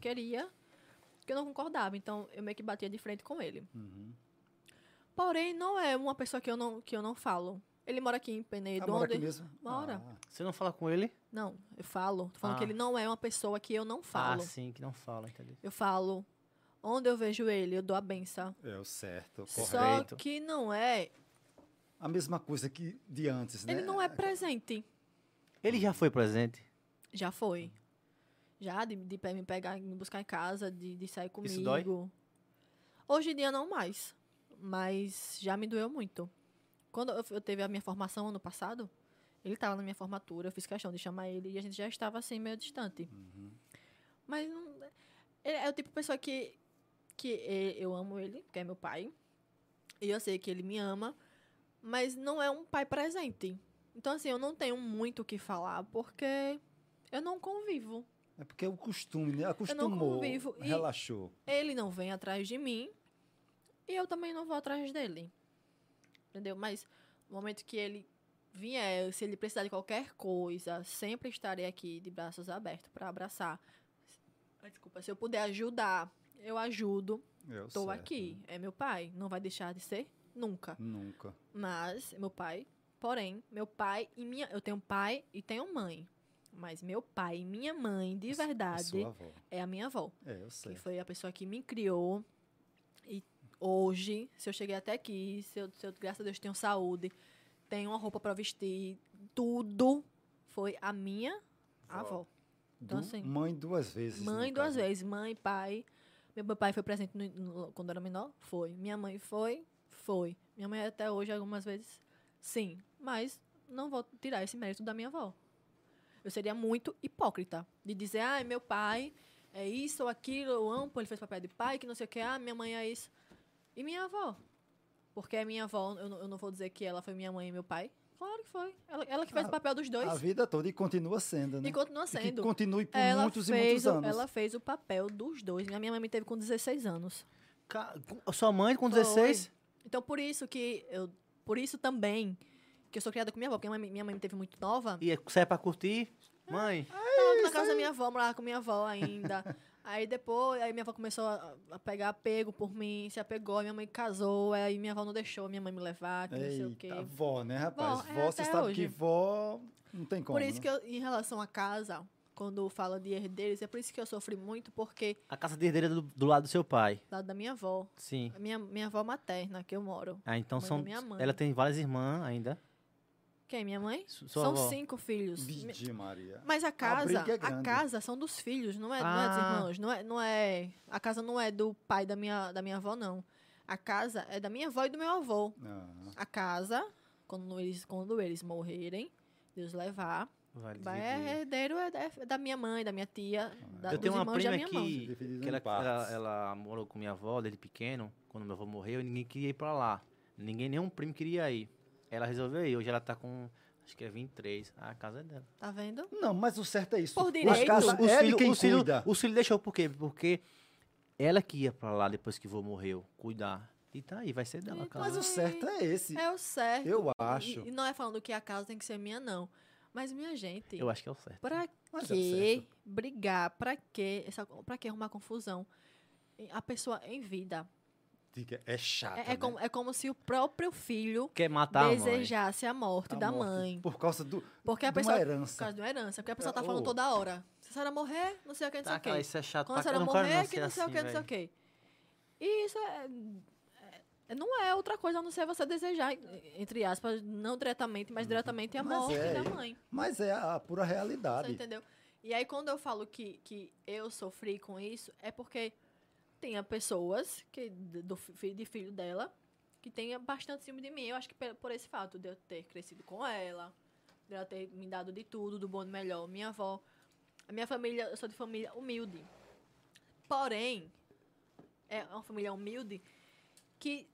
[SPEAKER 4] queria que eu não concordava, então eu meio que batia de frente com ele.
[SPEAKER 3] Uhum.
[SPEAKER 4] Porém, não é uma pessoa que eu não, que eu não falo. Ele mora aqui em Penedo,
[SPEAKER 3] Ah, mora aqui
[SPEAKER 4] onde-
[SPEAKER 3] mesmo?
[SPEAKER 4] Mora.
[SPEAKER 3] Ah,
[SPEAKER 2] Você não fala com ele?
[SPEAKER 4] Não, eu falo. Tô falando
[SPEAKER 2] Ah.
[SPEAKER 4] que ele não é uma pessoa que eu não falo.
[SPEAKER 2] Ah, sim, que não fala, entendeu?
[SPEAKER 4] Eu falo. Onde eu vejo ele, eu dou a benção.
[SPEAKER 3] é o certo, correto.
[SPEAKER 4] Só que não é.
[SPEAKER 3] A mesma coisa que de antes, né?
[SPEAKER 4] Ele não é presente.
[SPEAKER 2] Ele já foi presente.
[SPEAKER 4] Já foi. Já de, de pe- me pegar, me buscar em casa, de, de sair comigo.
[SPEAKER 2] Isso dói?
[SPEAKER 4] Hoje em dia não mais. Mas já me doeu muito. Quando eu, f- eu teve a minha formação ano passado, ele estava na minha formatura, eu fiz questão de chamar ele e a gente já estava assim, meio distante.
[SPEAKER 2] Uhum.
[SPEAKER 4] Mas não. Ele é o tipo de pessoa que, que eh, eu amo ele, que é meu pai. E eu sei que ele me ama, mas não é um pai presente. Então, assim, eu não tenho muito o que falar, porque eu não convivo.
[SPEAKER 3] É porque é o costume, né? Acostumou,
[SPEAKER 4] convivo e-
[SPEAKER 3] relaxou.
[SPEAKER 4] Ele não vem atrás de mim e eu também não vou atrás dele. Entendeu? Mas no momento que ele vier, se ele precisar de qualquer coisa, sempre estarei aqui de braços abertos para abraçar. Ai, Desculpa, se eu puder ajudar, eu ajudo.
[SPEAKER 3] É o
[SPEAKER 4] Tô
[SPEAKER 3] certo.
[SPEAKER 4] aqui. É meu pai. Não vai deixar de ser nunca.
[SPEAKER 3] Nunca.
[SPEAKER 4] Mas, meu pai, porém, meu pai e minha. Eu tenho pai e tenho mãe. Mas meu pai e minha mãe, de
[SPEAKER 3] Sua-
[SPEAKER 4] verdade,
[SPEAKER 3] Sua avó.
[SPEAKER 4] é a minha avó.
[SPEAKER 3] É, eu
[SPEAKER 4] Que
[SPEAKER 3] sei.
[SPEAKER 4] foi a pessoa que me criou. E hoje, se eu cheguei até aqui, se eu, se eu, graças a Deus, tenho saúde, tenho uma roupa pra vestir, tudo foi a minha avó. Então,
[SPEAKER 3] Du-
[SPEAKER 4] assim,
[SPEAKER 3] mãe duas vezes.
[SPEAKER 4] Mãe
[SPEAKER 3] no
[SPEAKER 4] duas
[SPEAKER 3] caso.
[SPEAKER 4] vezes, mãe, pai. Meu meu pai foi presente no- no- quando eu era menor? Foi. Minha mãe foi? Foi. Minha mãe até hoje, algumas vezes, sim. Mas não vou tirar esse mérito da minha avó. Eu seria muito hipócrita de dizer, ai, meu pai é isso ou aquilo, eu amo, ele fez papel de pai, que não sei o que, ah, minha mãe é isso. E minha avó? Porque a minha avó, eu, não- eu não vou dizer que ela foi minha mãe e meu pai. Claro que foi. Ela, ela que fez
[SPEAKER 3] Ah,
[SPEAKER 4] o papel dos dois.
[SPEAKER 3] A vida toda e continua sendo, né?
[SPEAKER 4] E continua
[SPEAKER 3] E que
[SPEAKER 4] sendo
[SPEAKER 3] continue por
[SPEAKER 4] ela
[SPEAKER 3] muitos
[SPEAKER 4] fez
[SPEAKER 3] e muitos
[SPEAKER 4] o,
[SPEAKER 3] anos.
[SPEAKER 4] Ela fez o papel dos dois. Minha minha mãe me teve com 16 anos.
[SPEAKER 2] Ca- com- Sua mãe com
[SPEAKER 4] Foi.
[SPEAKER 2] 16?
[SPEAKER 4] Então, por isso que eu... Por isso também que eu sou criada com minha avó. Porque minha mãe, minha mãe me teve muito nova.
[SPEAKER 2] E sai pra curtir? Mãe,
[SPEAKER 4] É.
[SPEAKER 3] É
[SPEAKER 4] Tava na casa da minha avó, morava com minha avó ainda. aí depois, aí minha avó começou a, a pegar apego por mim. Se apegou, minha mãe casou. Aí minha avó não deixou minha mãe me levar, que não sei o quê.
[SPEAKER 3] Eita, vó, né, rapaz?
[SPEAKER 4] Vó, é
[SPEAKER 3] vó, você
[SPEAKER 4] até
[SPEAKER 3] sabe
[SPEAKER 4] hoje.
[SPEAKER 3] que vó não tem como.
[SPEAKER 4] por
[SPEAKER 3] né?
[SPEAKER 4] isso que eu, em relação à casa... Quando fala de herdeiros, é por isso que eu sofri muito, porque
[SPEAKER 2] a casa de herdeira do, do lado do seu pai.
[SPEAKER 4] lá da minha avó,
[SPEAKER 2] Sim.
[SPEAKER 4] a minha, minha avó materna, que eu moro.
[SPEAKER 2] Ah, então
[SPEAKER 4] Mãe da
[SPEAKER 2] são.
[SPEAKER 4] minha mãe.
[SPEAKER 2] Ela tem várias irmãs ainda.
[SPEAKER 4] Quem? Minha mãe?
[SPEAKER 2] Su- sua
[SPEAKER 4] são
[SPEAKER 2] avó.
[SPEAKER 4] cinco filhos. Mi-
[SPEAKER 3] Vide, Maria.
[SPEAKER 4] Mas a casa,
[SPEAKER 3] briga é
[SPEAKER 4] a
[SPEAKER 3] grande.
[SPEAKER 4] casa são dos filhos, não é, não é dos
[SPEAKER 2] Ah.
[SPEAKER 4] irmãos, não é, não é, a casa não é do pai da minha, da minha avó não. A casa é da minha avó e do meu avô.
[SPEAKER 3] Ah,
[SPEAKER 4] A casa, quando eles, quando eles morrerem, Deus levar,
[SPEAKER 2] Vai
[SPEAKER 4] vai
[SPEAKER 2] dividir.
[SPEAKER 4] é herdeiro é da, é da minha mãe, da minha tia,
[SPEAKER 3] Ah.
[SPEAKER 4] da,
[SPEAKER 2] Eu
[SPEAKER 4] dos
[SPEAKER 2] tenho uma
[SPEAKER 4] irmãos da
[SPEAKER 2] prima
[SPEAKER 4] minha mãe.
[SPEAKER 2] que,
[SPEAKER 3] Dividido
[SPEAKER 2] que
[SPEAKER 3] em
[SPEAKER 2] ela, ela,
[SPEAKER 3] partes.
[SPEAKER 2] ela morou com minha avó desde pequeno, quando meu avô morreu, e ninguém queria ir pra lá. Ninguém, nenhum primo queria ir. Ela resolveu ir. Hoje ela tá com, acho que é 23. Ah, a casa é dela.
[SPEAKER 4] Tá vendo?
[SPEAKER 3] Não, mas o certo é isso.
[SPEAKER 4] Por
[SPEAKER 3] Os
[SPEAKER 4] direito.
[SPEAKER 3] caras-
[SPEAKER 4] Os-
[SPEAKER 2] os
[SPEAKER 3] é ele
[SPEAKER 2] filhos-
[SPEAKER 3] quem
[SPEAKER 2] os filhos-
[SPEAKER 3] cuida.
[SPEAKER 2] os filhos deixou por quê? Porque ela que ia pra lá depois que o vô morreu, cuidar. E tá aí, vai ser dela a
[SPEAKER 4] Então,
[SPEAKER 3] Mas
[SPEAKER 2] casa.
[SPEAKER 3] o certo é esse.
[SPEAKER 4] É o certo.
[SPEAKER 3] Eu
[SPEAKER 4] E-
[SPEAKER 3] acho.
[SPEAKER 4] E, não é falando que a casa tem que ser minha não, mas minha gente.
[SPEAKER 2] Eu acho que é o certo.
[SPEAKER 4] Pra
[SPEAKER 3] Mas é o
[SPEAKER 4] que brigar? Pra que, essa, pra que arrumar confusão? E A pessoa em vida.
[SPEAKER 3] Diga, é chato.
[SPEAKER 4] É, é como, é como se o próprio filho
[SPEAKER 2] Quer matar a Tá, mãe.
[SPEAKER 4] desejasse a morte da mãe.
[SPEAKER 3] Tá Por causa do,
[SPEAKER 4] Porque a
[SPEAKER 3] de
[SPEAKER 4] pessoa.
[SPEAKER 3] uma
[SPEAKER 4] Por
[SPEAKER 3] herança.
[SPEAKER 4] causa de uma herança. Porque a pessoa tá
[SPEAKER 3] Ô.
[SPEAKER 4] falando toda hora. Se a senhora morrer, não sei o que, não sei
[SPEAKER 2] Tá,
[SPEAKER 4] o que.
[SPEAKER 2] cara, isso é chato.
[SPEAKER 4] Quando a
[SPEAKER 2] pra
[SPEAKER 4] senhora
[SPEAKER 2] caramba, eu quero
[SPEAKER 4] morrer,
[SPEAKER 2] ser
[SPEAKER 4] que não sei o
[SPEAKER 2] assim,
[SPEAKER 4] que, não sei o
[SPEAKER 2] velho.
[SPEAKER 4] que. E isso é, é- Não é outra coisa a não ser você desejar, entre aspas, não diretamente, mas diretamente a
[SPEAKER 3] Mas
[SPEAKER 4] morte
[SPEAKER 3] é,
[SPEAKER 4] da
[SPEAKER 3] eu-
[SPEAKER 4] mãe.
[SPEAKER 3] Mas é a, a pura
[SPEAKER 4] Você
[SPEAKER 3] realidade.
[SPEAKER 4] entendeu? E aí, quando eu falo que, que eu sofri com isso, é porque tinha pessoas que, d- do, fi- de filho dela que tenha bastante ciúme de mim. Eu acho que pe- por, esse fato de eu ter crescido com ela, de dela ter me dado de tudo, do bom e do melhor. Minha avó, a minha família, eu sou de família humilde. Porém, é uma família humilde que,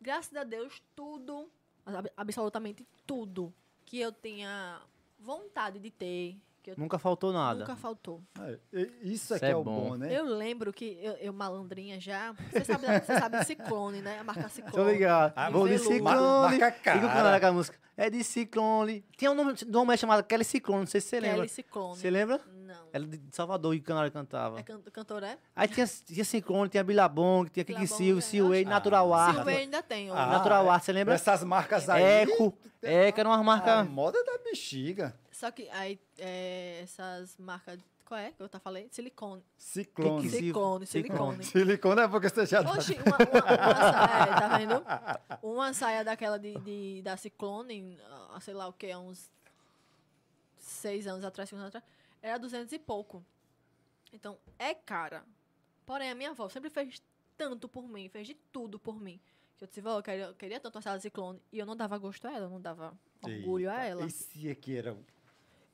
[SPEAKER 4] graças a Deus, tudo, ab- absolutamente tudo que eu tinha vontade de ter, que eu
[SPEAKER 2] Nunca faltou nada.
[SPEAKER 4] nunca faltou.
[SPEAKER 3] É, e- Isso é
[SPEAKER 2] Isso
[SPEAKER 3] que
[SPEAKER 2] é
[SPEAKER 3] é o
[SPEAKER 2] bom.
[SPEAKER 3] bom, né?
[SPEAKER 4] Eu lembro que eu, eu malandrinha já. Você sabe, você sabe de ciclone, né? A marca ciclone.
[SPEAKER 2] Tô ligado.
[SPEAKER 4] Ah,
[SPEAKER 2] É Vou de
[SPEAKER 4] veludo.
[SPEAKER 2] ciclone.
[SPEAKER 3] Mar- marca
[SPEAKER 2] E o
[SPEAKER 3] cara.
[SPEAKER 2] canal daquela música? É de ciclone. Tinha um nome de uma mulher chamada Kelly Ciclone, não sei se você
[SPEAKER 4] Kelly
[SPEAKER 2] lembra.
[SPEAKER 4] Ciclone.
[SPEAKER 2] Você lembra?
[SPEAKER 4] Não.
[SPEAKER 2] Ela é de Salvador e o canal cantava.
[SPEAKER 4] É can cantora, é?
[SPEAKER 2] Aí tinha, tinha Ciclone, tinha Bilabong, tinha Kiki
[SPEAKER 4] Billabong,
[SPEAKER 2] Silva,
[SPEAKER 4] é,
[SPEAKER 2] Silway,
[SPEAKER 4] acho-
[SPEAKER 2] Natural
[SPEAKER 4] Ah,
[SPEAKER 2] Art.
[SPEAKER 4] Silvia ainda tem.
[SPEAKER 3] Ah,
[SPEAKER 4] Ah.
[SPEAKER 2] Natural Art, você lembra?
[SPEAKER 3] Essas marcas aí.
[SPEAKER 2] Eco. Eco era uma
[SPEAKER 3] A
[SPEAKER 4] Ah,
[SPEAKER 2] marca.
[SPEAKER 3] moda da bexiga.
[SPEAKER 4] Só que aí é, essas marcas. Qual é? que Eu tá falei? Silicone.
[SPEAKER 3] Ciclone.
[SPEAKER 2] Sim.
[SPEAKER 4] Silicone,
[SPEAKER 2] Silicone.
[SPEAKER 4] silicone.
[SPEAKER 3] Silicone é porque você já tá-
[SPEAKER 4] Oxi, uma, uma- uma saia, tá vendo? Uma saia daquela de, de- da Ciclone, ah, sei lá o que, uns seis anos atrás, cinco anos atrás, era 200 e pouco. Então, é cara. Porém, a minha avó sempre fez tanto por mim, fez de tudo por mim. Que eu disse, vó, eu queria, eu queria tanto uma saia da Ciclone. E eu não dava gosto a ela, eu não dava um orgulho a
[SPEAKER 3] Eita,
[SPEAKER 4] ela.
[SPEAKER 3] Esse aqui era. um o-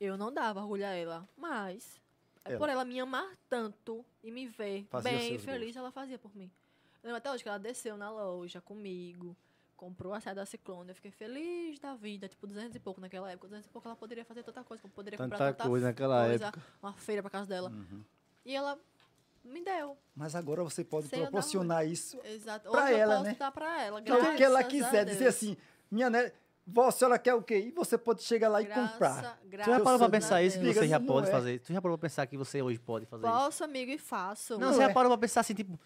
[SPEAKER 4] Eu não dava orgulho a ela, mas é
[SPEAKER 3] Ela.
[SPEAKER 4] por ela me amar tanto e me ver
[SPEAKER 3] Fazia os
[SPEAKER 4] bem e
[SPEAKER 3] seus
[SPEAKER 4] feliz, ela fazia por mim. Eu lembro até hoje que ela desceu na loja comigo, comprou a saia da Ciclone, eu fiquei feliz da vida, tipo, 200 e pouco naquela época. 200 e pouco ela poderia fazer tanta coisa, como poderia comprar
[SPEAKER 2] Tanta
[SPEAKER 4] tanta
[SPEAKER 2] coisa naquela
[SPEAKER 4] coisa,
[SPEAKER 2] época.
[SPEAKER 4] uma feira pra casa dela.
[SPEAKER 3] Uhum.
[SPEAKER 4] E ela me deu,
[SPEAKER 3] Mas agora você pode
[SPEAKER 4] Sei andar
[SPEAKER 3] proporcionar isso
[SPEAKER 4] exato.
[SPEAKER 3] Pra
[SPEAKER 4] hoje eu
[SPEAKER 3] ela,
[SPEAKER 4] posso
[SPEAKER 3] né?
[SPEAKER 4] dar pra ela,
[SPEAKER 3] Então,
[SPEAKER 4] graças
[SPEAKER 3] o que ela
[SPEAKER 4] a
[SPEAKER 3] quiser, dizer
[SPEAKER 4] Deus.
[SPEAKER 3] assim, minha neta, vó, a senhora quer o quê? E você pode chegar lá e comprar.
[SPEAKER 2] Tu já
[SPEAKER 4] graças
[SPEAKER 2] parou pra
[SPEAKER 4] a
[SPEAKER 2] pensar isso que
[SPEAKER 4] Deus.
[SPEAKER 3] Diga
[SPEAKER 2] você já
[SPEAKER 3] assim,
[SPEAKER 2] pode
[SPEAKER 3] não é.
[SPEAKER 2] fazer? Tu já parou pra pensar que você hoje pode fazer isso?
[SPEAKER 4] Posso, amigo, e faço.
[SPEAKER 2] Não, você
[SPEAKER 3] Não
[SPEAKER 2] já
[SPEAKER 3] é.
[SPEAKER 2] parou pra pensar assim, tipo,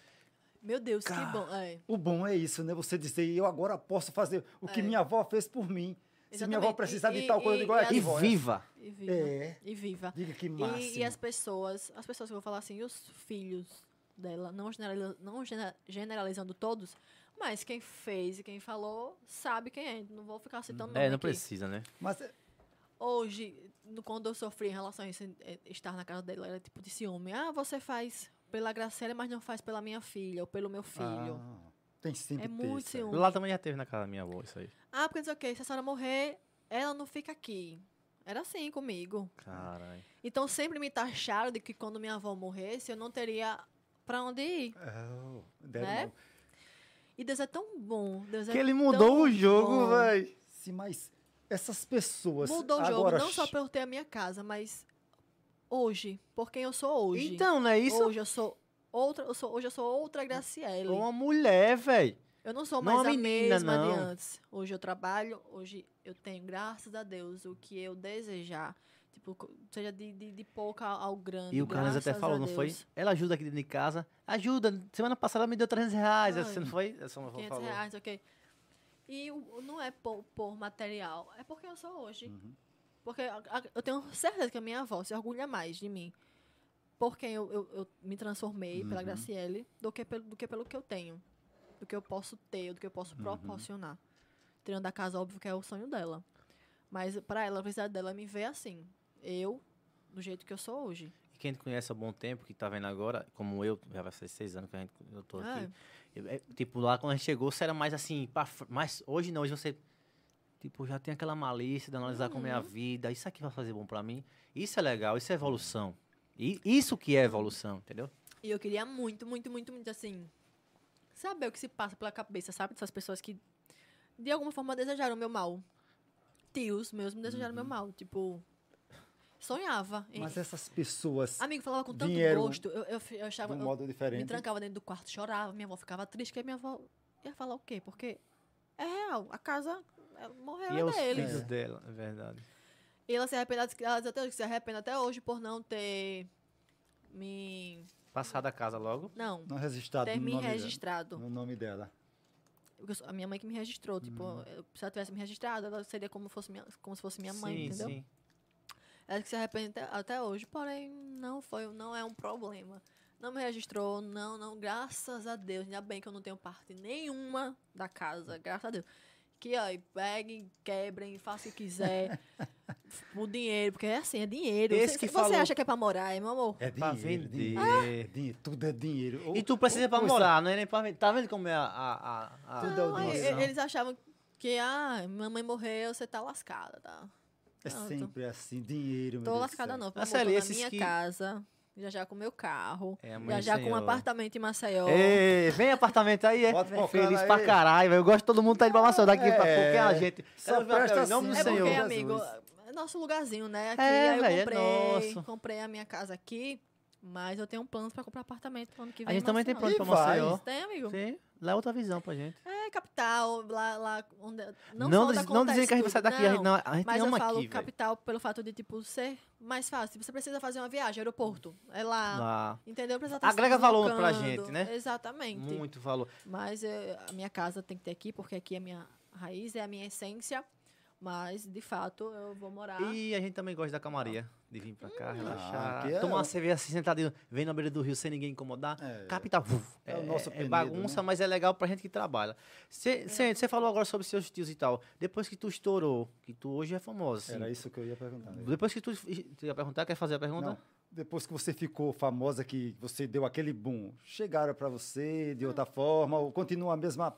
[SPEAKER 4] Meu Deus, que
[SPEAKER 3] Cara.
[SPEAKER 4] bom. É.
[SPEAKER 3] O bom é isso, né? Você dizer, eu agora posso fazer o que
[SPEAKER 4] É.
[SPEAKER 3] minha avó fez por mim. Se minha avó
[SPEAKER 4] Exatamente.
[SPEAKER 3] precisar
[SPEAKER 4] E-
[SPEAKER 3] de tal
[SPEAKER 4] e-
[SPEAKER 3] coisa, eu digo, olha
[SPEAKER 4] e
[SPEAKER 2] e
[SPEAKER 3] aqui,
[SPEAKER 4] as-
[SPEAKER 3] vó.
[SPEAKER 2] viva.
[SPEAKER 4] E viva.
[SPEAKER 3] É,
[SPEAKER 4] E viva.
[SPEAKER 3] diga que máximo.
[SPEAKER 4] E, e as pessoas, as pessoas que eu vou falar assim, os filhos dela, não, generaliza- não gena- generalizando todos, mas quem fez e quem falou sabe quem é. Não vou ficar citando nome
[SPEAKER 2] É, não
[SPEAKER 4] aqui.
[SPEAKER 2] precisa, né?
[SPEAKER 3] Mas é,
[SPEAKER 4] Hoje, no- quando eu sofri em relação a isso, é, estar na casa dela, era tipo de ciúme. Ah, você faz pela Graciela, mas não faz pela minha filha ou pelo meu filho.
[SPEAKER 3] ah, tem sempre
[SPEAKER 4] é muito
[SPEAKER 3] terça.
[SPEAKER 4] ciúme.
[SPEAKER 2] Lá também já teve na casa da minha avó isso aí.
[SPEAKER 4] Ah, porque não sei o quê, se a senhora morrer, ela não fica aqui. Era assim comigo.
[SPEAKER 2] Caralho.
[SPEAKER 4] Então sempre me taxaram de que quando minha avó morresse, eu não teria pra onde ir.
[SPEAKER 3] Ah, deram
[SPEAKER 4] Né?
[SPEAKER 3] uma-
[SPEAKER 4] E Deus é tão bom. Deus é
[SPEAKER 2] Que ele
[SPEAKER 4] tão
[SPEAKER 2] mudou o
[SPEAKER 4] bom.
[SPEAKER 2] jogo, velho.
[SPEAKER 3] Sim, mas essas pessoas.
[SPEAKER 4] Mudou o jogo,
[SPEAKER 3] agora,
[SPEAKER 4] não só pra eu ter a minha casa, mas hoje, por quem eu sou hoje.
[SPEAKER 2] Então, não é isso?
[SPEAKER 4] Hoje eu sou outra, eu sou, hoje eu sou outra Graciele.
[SPEAKER 2] Uma mulher, velho.
[SPEAKER 4] Eu não sou
[SPEAKER 2] não é
[SPEAKER 4] mais
[SPEAKER 2] uma
[SPEAKER 4] a
[SPEAKER 2] menina,
[SPEAKER 4] mesma de
[SPEAKER 2] não.
[SPEAKER 4] antes. Hoje eu trabalho, hoje eu tenho, graças a Deus, o que eu desejar. Tipo, co- seja de, de, de pouca ao grande.
[SPEAKER 2] E o Carlos até
[SPEAKER 4] graças a
[SPEAKER 2] falou, não foi?
[SPEAKER 4] Deus.
[SPEAKER 2] Ela ajuda aqui dentro de casa. Ajuda. Semana passada ela me deu 300 reais.
[SPEAKER 4] Ai.
[SPEAKER 2] Você não foi? Essa uma
[SPEAKER 4] 500
[SPEAKER 2] falou.
[SPEAKER 4] reais, ok. E o- não é por, por material, é porque eu sou hoje. Porque a- a- eu tenho certeza que a minha avó se orgulha mais de mim. Porque eu, eu, eu me transformei pela Graciele do que, pelo, do que pelo que eu tenho. Do que eu posso ter, do que eu posso proporcionar. Tirando a casa, óbvio que é o sonho dela. Mas pra ela, a felicidade dela é me ver assim. Eu, do jeito que eu sou hoje.
[SPEAKER 2] E quem te conhece há bom tempo, que tá vendo agora, como eu, já vai ser seis anos que a gente, eu tô aqui.
[SPEAKER 4] Ah,
[SPEAKER 2] Eu- é, tipo, lá quando a gente chegou, você era mais assim, pra, fr- mas hoje não, hoje você. Tipo, já tem aquela malícia de analisar como
[SPEAKER 4] Uhum.
[SPEAKER 2] é a vida, isso aqui vai fazer bom pra mim. Isso é legal, isso é evolução. E isso que é evolução, entendeu?
[SPEAKER 4] E eu queria muito, muito, muito, muito, assim, saber o que se passa pela cabeça, sabe? Dessas pessoas que, de alguma forma, desejaram o meu mal. Tios meus me desejaram o meu mal. Tipo, sonhava. em-
[SPEAKER 3] Uhum. Mas é essas pessoas.
[SPEAKER 4] Amigo, falava com tanto
[SPEAKER 3] vieram
[SPEAKER 4] gosto. Eu, eu, eu achava.
[SPEAKER 3] de um
[SPEAKER 4] eu
[SPEAKER 3] modo
[SPEAKER 4] me
[SPEAKER 3] diferente.
[SPEAKER 4] trancava dentro do quarto, chorava. Minha avó ficava triste, que minha avó ia falar o quê? Porque é real. A casa é, morreu
[SPEAKER 2] e é
[SPEAKER 4] é
[SPEAKER 2] os
[SPEAKER 4] deles.
[SPEAKER 2] filhos dela, é verdade.
[SPEAKER 4] E elas se arrependem, elas até hoje se arrependem até hoje por não ter me.
[SPEAKER 2] Passar da casa logo.
[SPEAKER 4] Não,
[SPEAKER 3] Não registrado
[SPEAKER 4] ter
[SPEAKER 3] no
[SPEAKER 4] me
[SPEAKER 3] nome,
[SPEAKER 4] registrado.
[SPEAKER 3] dela, no nome dela.
[SPEAKER 4] Porque eu sou- a minha mãe que me registrou, tipo,
[SPEAKER 2] Uhum.
[SPEAKER 4] eu- se ela tivesse me registrado, ela seria como, fosse minha, como se fosse minha mãe,
[SPEAKER 2] sim,
[SPEAKER 4] entendeu?
[SPEAKER 2] sim.
[SPEAKER 4] Ela que se arrepende até, até hoje, porém, não foi, não é um problema. Não me registrou, não, não, graças a Deus, ainda bem que eu não tenho parte nenhuma da casa, graças a Deus. Que, ó, e peguem, quebrem, façam o que quiser, f- o dinheiro, porque é assim, é dinheiro.
[SPEAKER 2] Esse
[SPEAKER 4] você
[SPEAKER 2] que
[SPEAKER 4] você
[SPEAKER 2] falou.
[SPEAKER 4] acha que é pra morar, hein, meu amor?
[SPEAKER 3] É
[SPEAKER 2] Pra
[SPEAKER 3] dinheiro,
[SPEAKER 2] vender.
[SPEAKER 3] dinheiro, é
[SPEAKER 4] Ah!
[SPEAKER 3] dinheiro, tudo é dinheiro. Ou-
[SPEAKER 2] E tu precisa
[SPEAKER 3] ou
[SPEAKER 2] pra
[SPEAKER 3] coisa-
[SPEAKER 2] morar, não é nem pra vender. Tá vendo como é a. a, a, a
[SPEAKER 3] Tudo é
[SPEAKER 4] Não, aí,
[SPEAKER 3] audição.
[SPEAKER 4] e- eles achavam que, ah, mamãe morreu, você tá lascada, tá?
[SPEAKER 3] É
[SPEAKER 4] Pronto.
[SPEAKER 3] sempre assim, dinheiro, meu
[SPEAKER 4] Tô
[SPEAKER 3] Deus do
[SPEAKER 4] lascada
[SPEAKER 3] céu.
[SPEAKER 4] não,
[SPEAKER 2] Ah,
[SPEAKER 4] porque eu
[SPEAKER 2] Célia,
[SPEAKER 4] tô na
[SPEAKER 2] esses
[SPEAKER 4] minha
[SPEAKER 2] que-
[SPEAKER 4] casa, já já com meu carro,
[SPEAKER 2] É,
[SPEAKER 4] já
[SPEAKER 2] amanhã,
[SPEAKER 4] já com um
[SPEAKER 2] senhor.
[SPEAKER 4] apartamento em Maceió.
[SPEAKER 2] Ei, vem apartamento aí, é.
[SPEAKER 3] Bota focando
[SPEAKER 2] Feliz
[SPEAKER 3] aí.
[SPEAKER 2] pra caralho, velho. Eu gosto de todo mundo tá indo pra Maceió daqui pra
[SPEAKER 3] É.
[SPEAKER 2] qualquer gente.
[SPEAKER 3] Só
[SPEAKER 2] Ela vai-
[SPEAKER 3] presta
[SPEAKER 2] em nome do
[SPEAKER 3] assim.
[SPEAKER 4] É porque,
[SPEAKER 2] Senhor.
[SPEAKER 3] Jesus.
[SPEAKER 4] amigo, é nosso lugarzinho, né? Aqui
[SPEAKER 2] É,
[SPEAKER 4] aí eu
[SPEAKER 2] véi, é
[SPEAKER 4] comprei,
[SPEAKER 2] nosso.
[SPEAKER 4] comprei a minha casa aqui, mas eu tenho um plano pra comprar apartamento pro ano que
[SPEAKER 2] A
[SPEAKER 4] vem.
[SPEAKER 2] gente também tem
[SPEAKER 4] Maceió.
[SPEAKER 2] plano pra
[SPEAKER 3] E vai.
[SPEAKER 2] Maceió.
[SPEAKER 4] Tem, amigo?
[SPEAKER 2] Sim, lá é outra visão pra gente.
[SPEAKER 4] É, capital, lá, lá onde... Não,
[SPEAKER 2] Não,
[SPEAKER 4] só onde
[SPEAKER 2] diz- não dizendo
[SPEAKER 4] acontece
[SPEAKER 2] que a gente vai sair
[SPEAKER 4] tudo,
[SPEAKER 2] daqui, a gente, não, a gente
[SPEAKER 4] Mas eu
[SPEAKER 2] ama
[SPEAKER 4] falo
[SPEAKER 2] aqui, velho.
[SPEAKER 4] capital pelo fato de, tipo, ser mais fácil. Você precisa fazer uma viagem, aeroporto. É lá.
[SPEAKER 2] Lá,
[SPEAKER 4] Entendeu? Precisa
[SPEAKER 2] Agrega
[SPEAKER 4] se
[SPEAKER 2] valor pra
[SPEAKER 4] deslocando.
[SPEAKER 2] gente, né?
[SPEAKER 4] Exatamente.
[SPEAKER 2] muito valor.
[SPEAKER 4] Mas eh, a minha casa tem que ter aqui, porque aqui é a minha raiz, é a minha essência. Mas, de fato, eu vou morar.
[SPEAKER 2] E a gente também gosta da calmaria. De vir pra cá, relaxar.
[SPEAKER 3] aqui é-
[SPEAKER 2] Tomar uma cerveja assim, sentadinho, vem na beira do rio sem ninguém incomodar.
[SPEAKER 3] É.
[SPEAKER 2] Capital. vuf,
[SPEAKER 3] É o nosso
[SPEAKER 2] é
[SPEAKER 3] apelido,
[SPEAKER 2] bagunça,
[SPEAKER 3] né? É.
[SPEAKER 2] mas é legal pra gente que trabalha. Você falou agora sobre seus tios e tal. Depois que tu estourou, que tu hoje é famosa. assim,
[SPEAKER 3] Era isso que eu ia perguntar. né?
[SPEAKER 2] Depois que tu, tu ia perguntar, quer fazer a pergunta?
[SPEAKER 3] Não. Depois que você ficou famosa, que você deu aquele boom, chegaram pra você
[SPEAKER 4] Ah.
[SPEAKER 3] de outra forma ou continua a mesma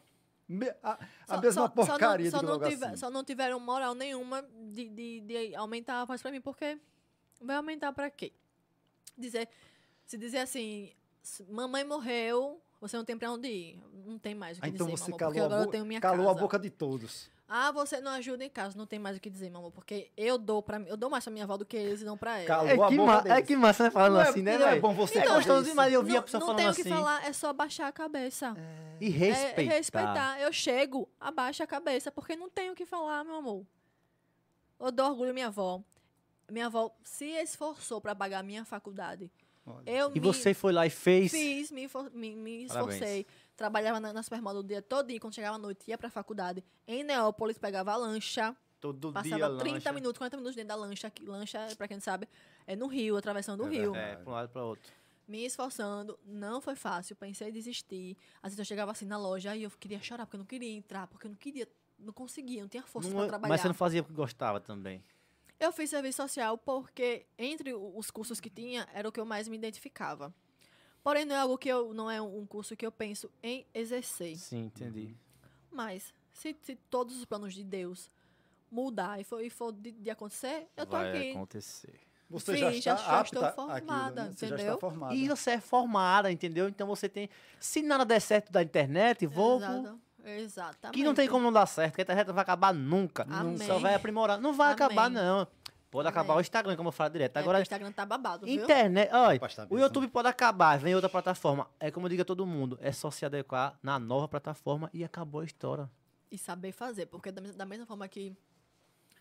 [SPEAKER 3] me- a, a mesma porcaria
[SPEAKER 4] só
[SPEAKER 3] do
[SPEAKER 4] não,
[SPEAKER 3] lugar
[SPEAKER 4] tiver-
[SPEAKER 3] assim?
[SPEAKER 4] só não tiveram moral nenhuma de, de- de aumentar a voz pra mim, porque vai aumentar pra quê? Dizer, se dizer assim, "S- mamãe morreu, você não tem pra onde ir. Não tem mais o que
[SPEAKER 3] Ah, então
[SPEAKER 4] dizer,
[SPEAKER 3] você
[SPEAKER 4] mamãe,
[SPEAKER 3] calou,
[SPEAKER 4] porque
[SPEAKER 3] a,
[SPEAKER 4] agora eu
[SPEAKER 3] bo-
[SPEAKER 4] tenho minha
[SPEAKER 3] calou a
[SPEAKER 4] casa.
[SPEAKER 3] boca de todos.
[SPEAKER 4] Ah, você não ajuda em casa, não tem mais o que dizer, mamãe, porque eu dou para eu dou mais pra minha avó do que eles dão pra ela.
[SPEAKER 3] Calou
[SPEAKER 2] É
[SPEAKER 3] a
[SPEAKER 2] que,
[SPEAKER 3] boca
[SPEAKER 2] ma-
[SPEAKER 3] deles.
[SPEAKER 2] é que massa, né? Falando
[SPEAKER 3] Não é-
[SPEAKER 2] assim, né,
[SPEAKER 3] não é
[SPEAKER 2] velho?
[SPEAKER 3] bom você
[SPEAKER 2] é
[SPEAKER 3] fazer
[SPEAKER 2] gostoso
[SPEAKER 3] isso.
[SPEAKER 2] demais. Eu vi
[SPEAKER 4] Então, não,
[SPEAKER 2] a pessoa
[SPEAKER 4] não
[SPEAKER 2] falando
[SPEAKER 4] tem o
[SPEAKER 2] assim.
[SPEAKER 4] que falar, é só baixar a cabeça.
[SPEAKER 2] E
[SPEAKER 4] É-
[SPEAKER 2] respeitar.
[SPEAKER 4] É, respeitar. Eu chego, abaixo a cabeça, porque não tenho o que falar, meu amor. Eu dou orgulho à minha avó. Minha avó se esforçou para pagar a minha faculdade.
[SPEAKER 3] Olha,
[SPEAKER 4] Eu
[SPEAKER 2] E
[SPEAKER 4] me
[SPEAKER 2] você foi lá e fez.
[SPEAKER 4] fiz, me, for- me- me
[SPEAKER 2] Parabéns.
[SPEAKER 4] esforcei. Trabalhava na, na supermoda o dia todo e quando chegava à noite ia pra faculdade. Em Neópolis pegava a lancha.
[SPEAKER 2] Todo
[SPEAKER 4] Passava 30 minutos, 40 minutos dentro da lancha. que- Lancha, pra quem não sabe, é no rio, atravessando o
[SPEAKER 3] É
[SPEAKER 4] rio.
[SPEAKER 2] É, pra um lado e pra outro.
[SPEAKER 4] Me esforçando, não foi fácil, pensei em desistir. Às vezes eu chegava assim na loja e eu queria chorar, porque eu não queria entrar, porque eu não queria, não conseguia, não tinha força
[SPEAKER 2] Não
[SPEAKER 4] pra
[SPEAKER 2] é-
[SPEAKER 4] trabalhar.
[SPEAKER 2] mas você não fazia porque gostava também.
[SPEAKER 4] Eu fiz serviço social porque, entre o- os cursos que tinha, era o que eu mais me identificava. Porém, não é algo que eu, não é um curso que eu penso em exercer.
[SPEAKER 2] Sim, entendi.
[SPEAKER 4] Mas, se, se todos os planos de Deus mudar e for, e for de, de acontecer, eu tô
[SPEAKER 2] Vai
[SPEAKER 4] aqui.
[SPEAKER 2] acontecer.
[SPEAKER 3] Você
[SPEAKER 4] Sim,
[SPEAKER 3] já
[SPEAKER 4] já
[SPEAKER 3] está
[SPEAKER 4] já estou
[SPEAKER 3] apta àquilo,
[SPEAKER 4] formada,
[SPEAKER 3] né? Você já
[SPEAKER 4] entendeu?
[SPEAKER 3] está formada.
[SPEAKER 2] E você é formada, entendeu? Então você tem. Se nada der certo da internet, vou. pro-
[SPEAKER 4] Exato, Exatamente.
[SPEAKER 2] Que não tem como não dar certo, que a internet não vai acabar nunca.
[SPEAKER 4] Amém.
[SPEAKER 2] Só vai aprimorar. Não vai acabar,
[SPEAKER 4] Amém.
[SPEAKER 2] não. Pode acabar o
[SPEAKER 4] Amém.
[SPEAKER 2] Instagram, como eu falo direto.
[SPEAKER 4] Agora,
[SPEAKER 2] Agora,
[SPEAKER 4] o Instagram tá babado, viu?
[SPEAKER 2] Internet, olha,
[SPEAKER 3] Rapaz, tá
[SPEAKER 2] o
[SPEAKER 3] bem,
[SPEAKER 2] YouTube pode acabar, vem outra plataforma. É como eu digo a todo mundo, é só se adequar na nova plataforma e acabou a história.
[SPEAKER 4] e saber fazer, porque da, mes- da mesma forma que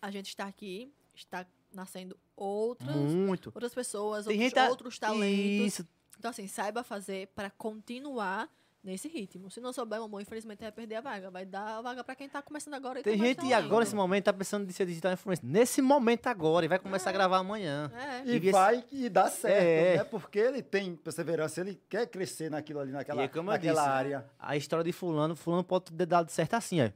[SPEAKER 4] a gente está aqui, está nascendo outras,
[SPEAKER 2] Muito.
[SPEAKER 4] outras pessoas,
[SPEAKER 2] Hum. Tem
[SPEAKER 4] outros,
[SPEAKER 2] gente a-
[SPEAKER 4] outros talentos.
[SPEAKER 2] Isso,
[SPEAKER 4] Então, assim, saiba fazer para continuar nesse ritmo. Se não souber, mamãe, infelizmente, vai perder a vaga. Vai dar a vaga para quem tá começando agora. e
[SPEAKER 2] tem
[SPEAKER 4] tá mais
[SPEAKER 2] gente e agora, nesse
[SPEAKER 4] talento.
[SPEAKER 2] momento, tá pensando de ser digital influencer. Nesse momento agora, e vai
[SPEAKER 4] Ah.
[SPEAKER 2] começar a gravar amanhã.
[SPEAKER 4] É.
[SPEAKER 3] E
[SPEAKER 2] Devia ser-
[SPEAKER 3] vai e dá certo,
[SPEAKER 2] É.
[SPEAKER 3] né? Porque ele tem perseverança, ele quer crescer naquilo ali, naquela,
[SPEAKER 2] E é como eu
[SPEAKER 3] naquela
[SPEAKER 2] disse,
[SPEAKER 3] área.
[SPEAKER 2] A história de fulano, fulano pode ter dado certo assim, ó.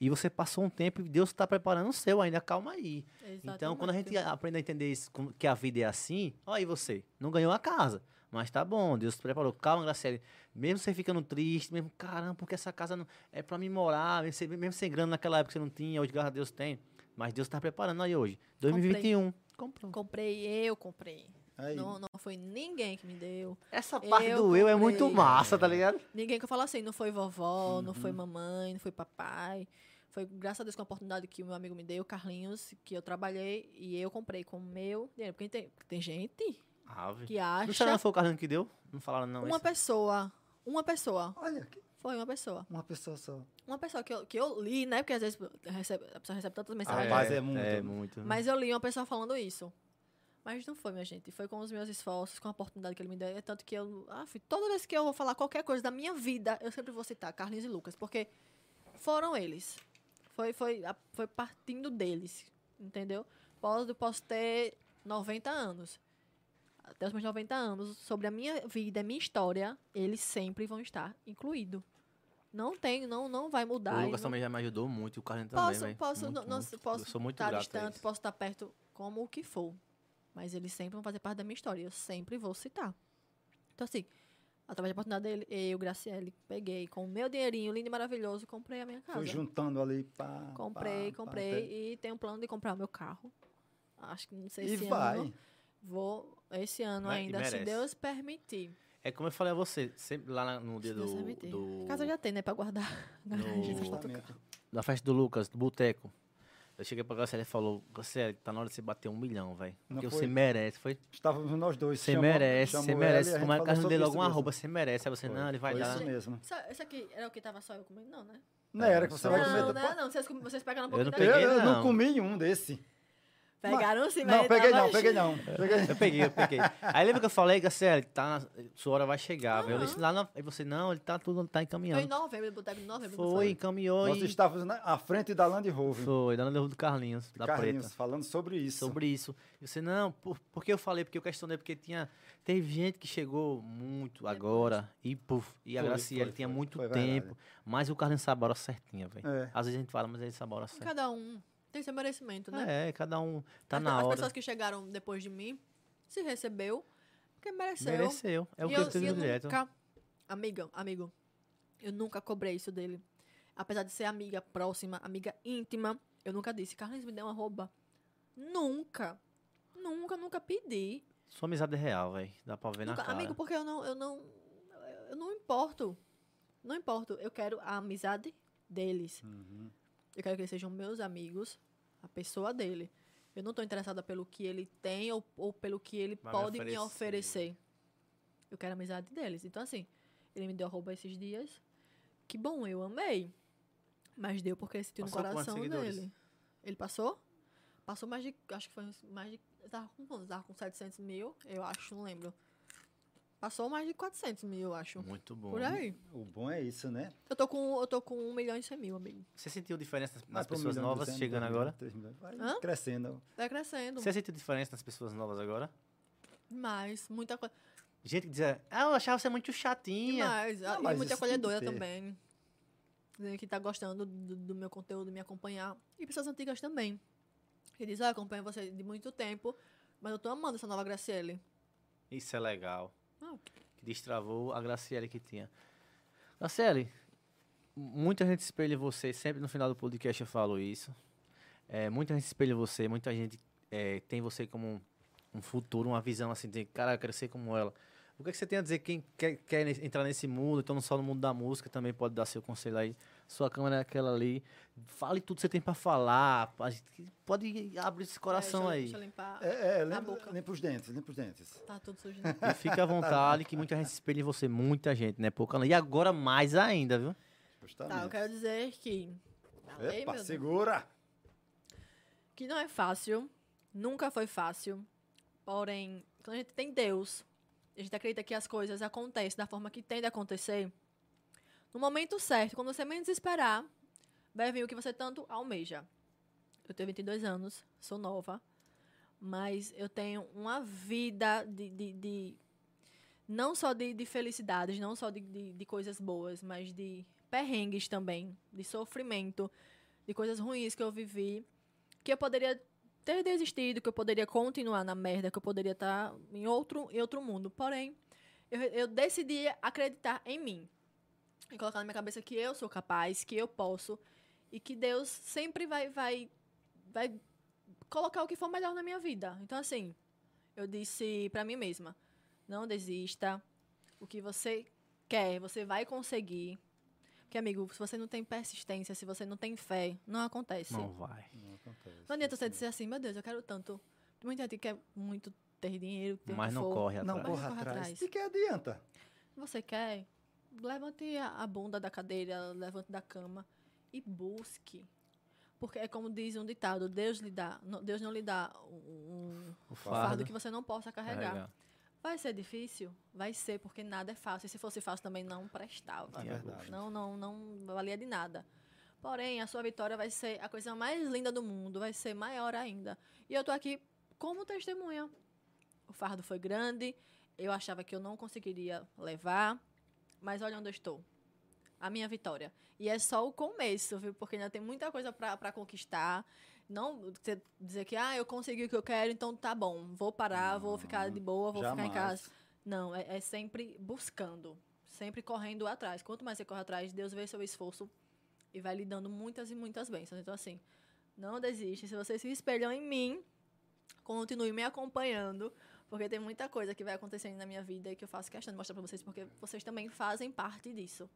[SPEAKER 2] E você passou um tempo e Deus tá preparando o seu ainda, calma aí. Então, quando a gente
[SPEAKER 4] Exatamente.
[SPEAKER 2] aprende a entender isso, como- que a vida é assim, olha aí você, não ganhou a casa, mas tá bom, Deus te preparou. Calma, Graciele. Mesmo você ficando triste, mesmo, caramba, porque essa casa não, é pra mim morar, mesmo, sem- mesmo sem grana naquela época que você não tinha, hoje, graças a Deus, tem. Mas Deus tá preparando aí hoje. 2021. Comprou.
[SPEAKER 4] Comprei, eu comprei.
[SPEAKER 3] Aí,
[SPEAKER 4] Não, não foi ninguém que me deu.
[SPEAKER 2] Essa
[SPEAKER 4] Eu
[SPEAKER 2] parte do eu é
[SPEAKER 4] comprei.
[SPEAKER 2] muito massa, tá ligado?
[SPEAKER 4] Ninguém que eu falo assim, não foi vovó, não
[SPEAKER 2] Uhum.
[SPEAKER 4] foi mamãe, não foi papai. Foi graças a Deus com a oportunidade que o meu amigo me deu, Carlinhos, que eu trabalhei e eu comprei com o meu dinheiro. Porque tem, tem gente
[SPEAKER 2] Ave.
[SPEAKER 4] que
[SPEAKER 2] Não será que não
[SPEAKER 4] acha
[SPEAKER 2] foi o Carlinhos que deu? Não falaram não
[SPEAKER 4] uma
[SPEAKER 2] isso?
[SPEAKER 4] pessoa, uma pessoa,
[SPEAKER 3] Olha, que-
[SPEAKER 4] foi uma pessoa.
[SPEAKER 3] uma pessoa só.
[SPEAKER 4] Uma pessoa que eu, que eu li, né? Porque às vezes recebe- a pessoa recebe tantas mensagens.
[SPEAKER 3] Rapaz, é muito.
[SPEAKER 2] É muito.
[SPEAKER 4] Mas eu li uma pessoa falando isso. Mas não foi, minha gente. Foi com os meus esforços, com a oportunidade que ele me deu. É tanto que eu. Ah, fi, toda vez que eu vou falar qualquer coisa da minha vida, eu sempre vou citar Carlinhos e Lucas, porque foram eles. Foi, foi, a- foi partindo deles, entendeu? Posso, posso ter 90 anos. Até os meus 90 anos, sobre a minha vida, a minha história, eles sempre vão estar incluídos. Não tem, não, não vai mudar.
[SPEAKER 2] o
[SPEAKER 4] e
[SPEAKER 2] Lucas tá
[SPEAKER 4] não-
[SPEAKER 2] também já me ajudou muito, e o Carlinhos também.
[SPEAKER 4] Posso,
[SPEAKER 2] velho.
[SPEAKER 4] posso,
[SPEAKER 2] Muito,
[SPEAKER 4] não- não-
[SPEAKER 2] muito.
[SPEAKER 4] posso
[SPEAKER 2] Eu sou muito
[SPEAKER 4] estar
[SPEAKER 2] grato a
[SPEAKER 4] distante,
[SPEAKER 2] eles.
[SPEAKER 4] posso estar perto, como o que for. Mas eles sempre vão fazer parte da minha história. Eu sempre vou citar. Então, assim, através da oportunidade dele, eu, Graciele, peguei com o meu dinheirinho lindo e maravilhoso, comprei a minha casa.
[SPEAKER 3] Fui juntando ali. Pá, pá,
[SPEAKER 4] Comprei,
[SPEAKER 3] pá,
[SPEAKER 4] comprei. e tenho um plano de comprar o meu carro. Acho que não sei
[SPEAKER 3] E
[SPEAKER 4] se
[SPEAKER 3] vai.
[SPEAKER 4] ano. Vou esse ano
[SPEAKER 2] Vai, Né, e
[SPEAKER 4] ainda, se
[SPEAKER 2] merece.
[SPEAKER 4] Deus permitir.
[SPEAKER 2] É como eu falei a você, sempre lá na- no Um dia
[SPEAKER 4] Se
[SPEAKER 2] do.
[SPEAKER 4] Deus permitir.
[SPEAKER 2] do
[SPEAKER 4] Casa já tem, né? Pra guardar. Garagem,
[SPEAKER 2] No-
[SPEAKER 4] só tocar.
[SPEAKER 3] Justamente.
[SPEAKER 2] Na festa do Lucas, do Boteco. Eu cheguei pra Graciela e falou, Graciela, tá na hora de você bater um milhão, velho.
[SPEAKER 3] Não
[SPEAKER 2] Porque
[SPEAKER 3] foi?
[SPEAKER 2] você merece, foi?
[SPEAKER 3] Estávamos nós dois.
[SPEAKER 2] Você
[SPEAKER 3] chamou-
[SPEAKER 2] merece,
[SPEAKER 3] chamou
[SPEAKER 2] você
[SPEAKER 3] ela e
[SPEAKER 2] merece.
[SPEAKER 3] gente
[SPEAKER 2] Como é que a
[SPEAKER 3] falou
[SPEAKER 2] gente deu
[SPEAKER 3] sobre
[SPEAKER 2] logo
[SPEAKER 3] isso
[SPEAKER 2] uma
[SPEAKER 3] mesmo.
[SPEAKER 2] rouba, você merece. Aí você, não, ele vai
[SPEAKER 3] Foi
[SPEAKER 2] dar.
[SPEAKER 3] isso mesmo.
[SPEAKER 4] Isso, isso aqui era o que tava só eu comendo? Não, né?
[SPEAKER 3] Não era que você
[SPEAKER 2] Não,
[SPEAKER 3] vai
[SPEAKER 4] não,
[SPEAKER 3] comer
[SPEAKER 4] não,
[SPEAKER 3] depois.
[SPEAKER 4] não. Vocês, com- vocês pegaram um
[SPEAKER 2] Eu não
[SPEAKER 4] pouquinho
[SPEAKER 2] peguei,
[SPEAKER 4] também.
[SPEAKER 3] eu, eu
[SPEAKER 2] não.
[SPEAKER 3] não comi um desse.
[SPEAKER 4] Pegaram sim, mas
[SPEAKER 3] Não,
[SPEAKER 4] ele
[SPEAKER 3] peguei
[SPEAKER 4] tava assim.
[SPEAKER 3] não, peguei não. Peguei.
[SPEAKER 2] Eu peguei, eu peguei. Aí lembra que eu falei, Graciela, tá na- sua hora vai chegar, velho. Eu disse lá na. Aí você, não, ele tá tudo, tá
[SPEAKER 4] Foi em
[SPEAKER 2] encaminhando.
[SPEAKER 4] novembro, boteco em novembro. não
[SPEAKER 2] Foi, encaminhou
[SPEAKER 3] Nós
[SPEAKER 2] e.
[SPEAKER 3] estávamos na, à frente da Land Rover.
[SPEAKER 2] Foi, dando derrubo do Carlinhos, da
[SPEAKER 3] Carlinhos,
[SPEAKER 2] preta.
[SPEAKER 3] falando sobre isso.
[SPEAKER 2] Sobre isso. E você, não, por, porque eu falei, porque eu questionei, porque tinha. Teve gente que chegou muito agora e, puf, e a
[SPEAKER 3] Foi,
[SPEAKER 2] Graciela
[SPEAKER 3] foi,
[SPEAKER 2] tinha
[SPEAKER 3] foi,
[SPEAKER 2] muito
[SPEAKER 3] foi verdade.
[SPEAKER 2] tempo. Mas o Carlinhos sabora certinha, velho.
[SPEAKER 3] É.
[SPEAKER 2] Às vezes a gente fala, mas ele sabora certo.
[SPEAKER 4] Cada um tem seu merecimento, né?
[SPEAKER 2] É, cada um tá
[SPEAKER 4] As-
[SPEAKER 2] na
[SPEAKER 4] as
[SPEAKER 2] hora.
[SPEAKER 4] pessoas que chegaram depois de mim se recebeu porque mereceu.
[SPEAKER 2] Mereceu. É o
[SPEAKER 4] E
[SPEAKER 2] que eu,
[SPEAKER 4] e
[SPEAKER 2] eu direto.
[SPEAKER 4] nunca, amiga, amigo, eu nunca cobrei isso dele. Apesar de ser amiga próxima, amiga íntima, eu nunca disse, Carlinhos, me deu uma rouba. Nunca. Nunca, nunca pedi.
[SPEAKER 2] Sua amizade é real, velho. Dá pra ver na
[SPEAKER 4] Nunca-
[SPEAKER 2] cara.
[SPEAKER 4] amigo, porque eu não, eu não, eu não importo. Não importo. Eu quero a amizade deles.
[SPEAKER 3] Uhum.
[SPEAKER 4] Eu quero que eles sejam meus amigos, a pessoa dele. Eu não tô interessada pelo que ele tem ou, ou pelo que ele
[SPEAKER 2] Vai me
[SPEAKER 4] pode me
[SPEAKER 2] oferecer.
[SPEAKER 4] oferecer. Eu quero a amizade deles. Então, assim, ele me deu a roupa esses dias. Que bom, eu amei. Mas deu porque ele sentiu
[SPEAKER 2] Passou
[SPEAKER 4] no
[SPEAKER 2] quantos
[SPEAKER 4] coração
[SPEAKER 2] seguidores?
[SPEAKER 4] dele. Ele passou? Passou mais de. Acho que foi uns- mais de. Tava com quantos? Tava com 700 mil, eu acho, não lembro. Passou mais de 400 mil, eu acho.
[SPEAKER 2] Muito bom.
[SPEAKER 4] Por aí.
[SPEAKER 3] O bom é isso, né?
[SPEAKER 4] Eu tô com, eu tô com 1 milhão e 100 mil, amigo.
[SPEAKER 2] Você sentiu diferença nas-
[SPEAKER 3] Vai
[SPEAKER 2] nas
[SPEAKER 3] pra um
[SPEAKER 2] pessoas
[SPEAKER 3] milhão e
[SPEAKER 2] novas
[SPEAKER 3] duzentos,
[SPEAKER 2] chegando
[SPEAKER 3] dois milhões,
[SPEAKER 2] agora?
[SPEAKER 3] três milhões. Vai
[SPEAKER 4] Hã?
[SPEAKER 3] crescendo.
[SPEAKER 4] Tá crescendo.
[SPEAKER 2] Você sentiu diferença nas pessoas novas agora?
[SPEAKER 4] Demais, muita coisa.
[SPEAKER 2] Gente que dizia, ah, eu achava você muito chatinha.
[SPEAKER 4] Demais.
[SPEAKER 3] Ah, mas
[SPEAKER 4] e muito
[SPEAKER 3] isso tem que
[SPEAKER 4] acolhedora
[SPEAKER 3] ter.
[SPEAKER 4] também. Dizendo que tá gostando do, do meu conteúdo, me acompanhar. E pessoas antigas também. Que diz, ah, eu acompanho você de muito tempo, mas eu tô amando essa nova Graciele.
[SPEAKER 2] Isso é legal.
[SPEAKER 4] Ah.
[SPEAKER 2] Que destravou a Graciele que tinha. Graciele, muita gente espelha em você. Sempre no final do podcast eu falo isso. É, muita gente espelha em você. Muita gente é, tem você como um futuro, uma visão assim de, cara, eu quero ser como ela. O que, é que você tem a dizer? Quem quer, quer ne- entrar nesse mundo, então não só no mundo da música, também pode dar seu conselho aí. Sua câmera é aquela ali. Fale tudo que você tem pra falar. A gente pode abrir esse coração
[SPEAKER 4] Peraí,
[SPEAKER 2] aí.
[SPEAKER 4] deixa eu- Deixa eu limpar.
[SPEAKER 3] É, é
[SPEAKER 4] Na
[SPEAKER 3] limpa,
[SPEAKER 4] Tá. boca.
[SPEAKER 3] limpa os dentes, limpa os dentes.
[SPEAKER 4] Tá tudo sujo.
[SPEAKER 2] E fica à vontade, que muita gente se espelha em você, muita gente, né? Pouca não. E agora mais ainda, viu?
[SPEAKER 4] tá, eu
[SPEAKER 3] Justamente.
[SPEAKER 4] quero dizer que... Falei,
[SPEAKER 3] Epa,
[SPEAKER 4] meu Deus.
[SPEAKER 3] segura!
[SPEAKER 4] que não é fácil, nunca foi fácil. Porém, quando a gente tem Deus, a gente acredita que as coisas acontecem da forma que tem de acontecer. No momento certo, quando você menos esperar, vai vir o que você tanto almeja. Eu tenho 22 anos, sou nova, mas eu tenho uma vida de. de- de- não só de, de felicidades, não só de- de- de coisas boas, mas de perrengues também, de sofrimento, de coisas ruins que eu vivi que eu poderia ter desistido, que eu poderia continuar na merda, que eu poderia estar em outro, em outro mundo. Porém, eu, eu decidi acreditar em mim. E colocar na minha cabeça que eu sou capaz, que eu posso. E que Deus sempre vai, vai, vai colocar o que for melhor na minha vida. Então, assim, eu disse pra mim mesma: não desista. O que você quer, você vai conseguir. Porque, amigo, se você não tem persistência, se você não tem fé, não acontece.
[SPEAKER 2] Não vai.
[SPEAKER 3] Não acontece.
[SPEAKER 4] Não adianta você dizer assim, meu Deus, eu quero tanto. Muita gente quer muito ter dinheiro, ter o
[SPEAKER 2] Mas
[SPEAKER 4] que
[SPEAKER 2] não
[SPEAKER 4] for.
[SPEAKER 2] corre
[SPEAKER 3] Não
[SPEAKER 2] atrás.
[SPEAKER 4] corre
[SPEAKER 3] corra atrás.
[SPEAKER 4] atrás.
[SPEAKER 3] De que adianta?
[SPEAKER 4] Você quer, levante a a bunda da cadeira, levante da cama e busque. Porque é como diz um ditado, Deus lhe dá, não- Deus não lhe dá um, um
[SPEAKER 2] O
[SPEAKER 4] fardo
[SPEAKER 2] fardo.
[SPEAKER 4] que você não possa carregar.
[SPEAKER 2] carregar.
[SPEAKER 4] Vai ser difícil? Vai ser, porque nada é fácil. E se fosse fácil também não prestava.
[SPEAKER 3] É verdade.
[SPEAKER 4] Não, não, não valia de nada. Porém, a sua vitória vai ser a coisa mais linda do mundo, vai ser maior ainda. E eu tô aqui como testemunha. O fardo foi grande, eu achava que eu não conseguiria levar, mas olha onde eu estou. A minha vitória. E é só o começo, viu? Porque ainda tem muita coisa pra pra conquistar. Não você dizer que, ah, eu consegui o que eu quero, então tá bom, vou parar, vou ficar de boa, vou ficar em casa.
[SPEAKER 3] Jamais. um
[SPEAKER 4] Não, é, é sempre buscando, sempre correndo atrás. Quanto mais você corre atrás, Deus vê seu esforço e vai lhe dando muitas e muitas bênçãos. Então, assim, não desiste. Se vocês se espelham em mim, Continue me acompanhando, porque tem muita coisa que vai acontecendo na minha vida e que eu faço questão de mostrar pra vocês, porque vocês também fazem parte disso.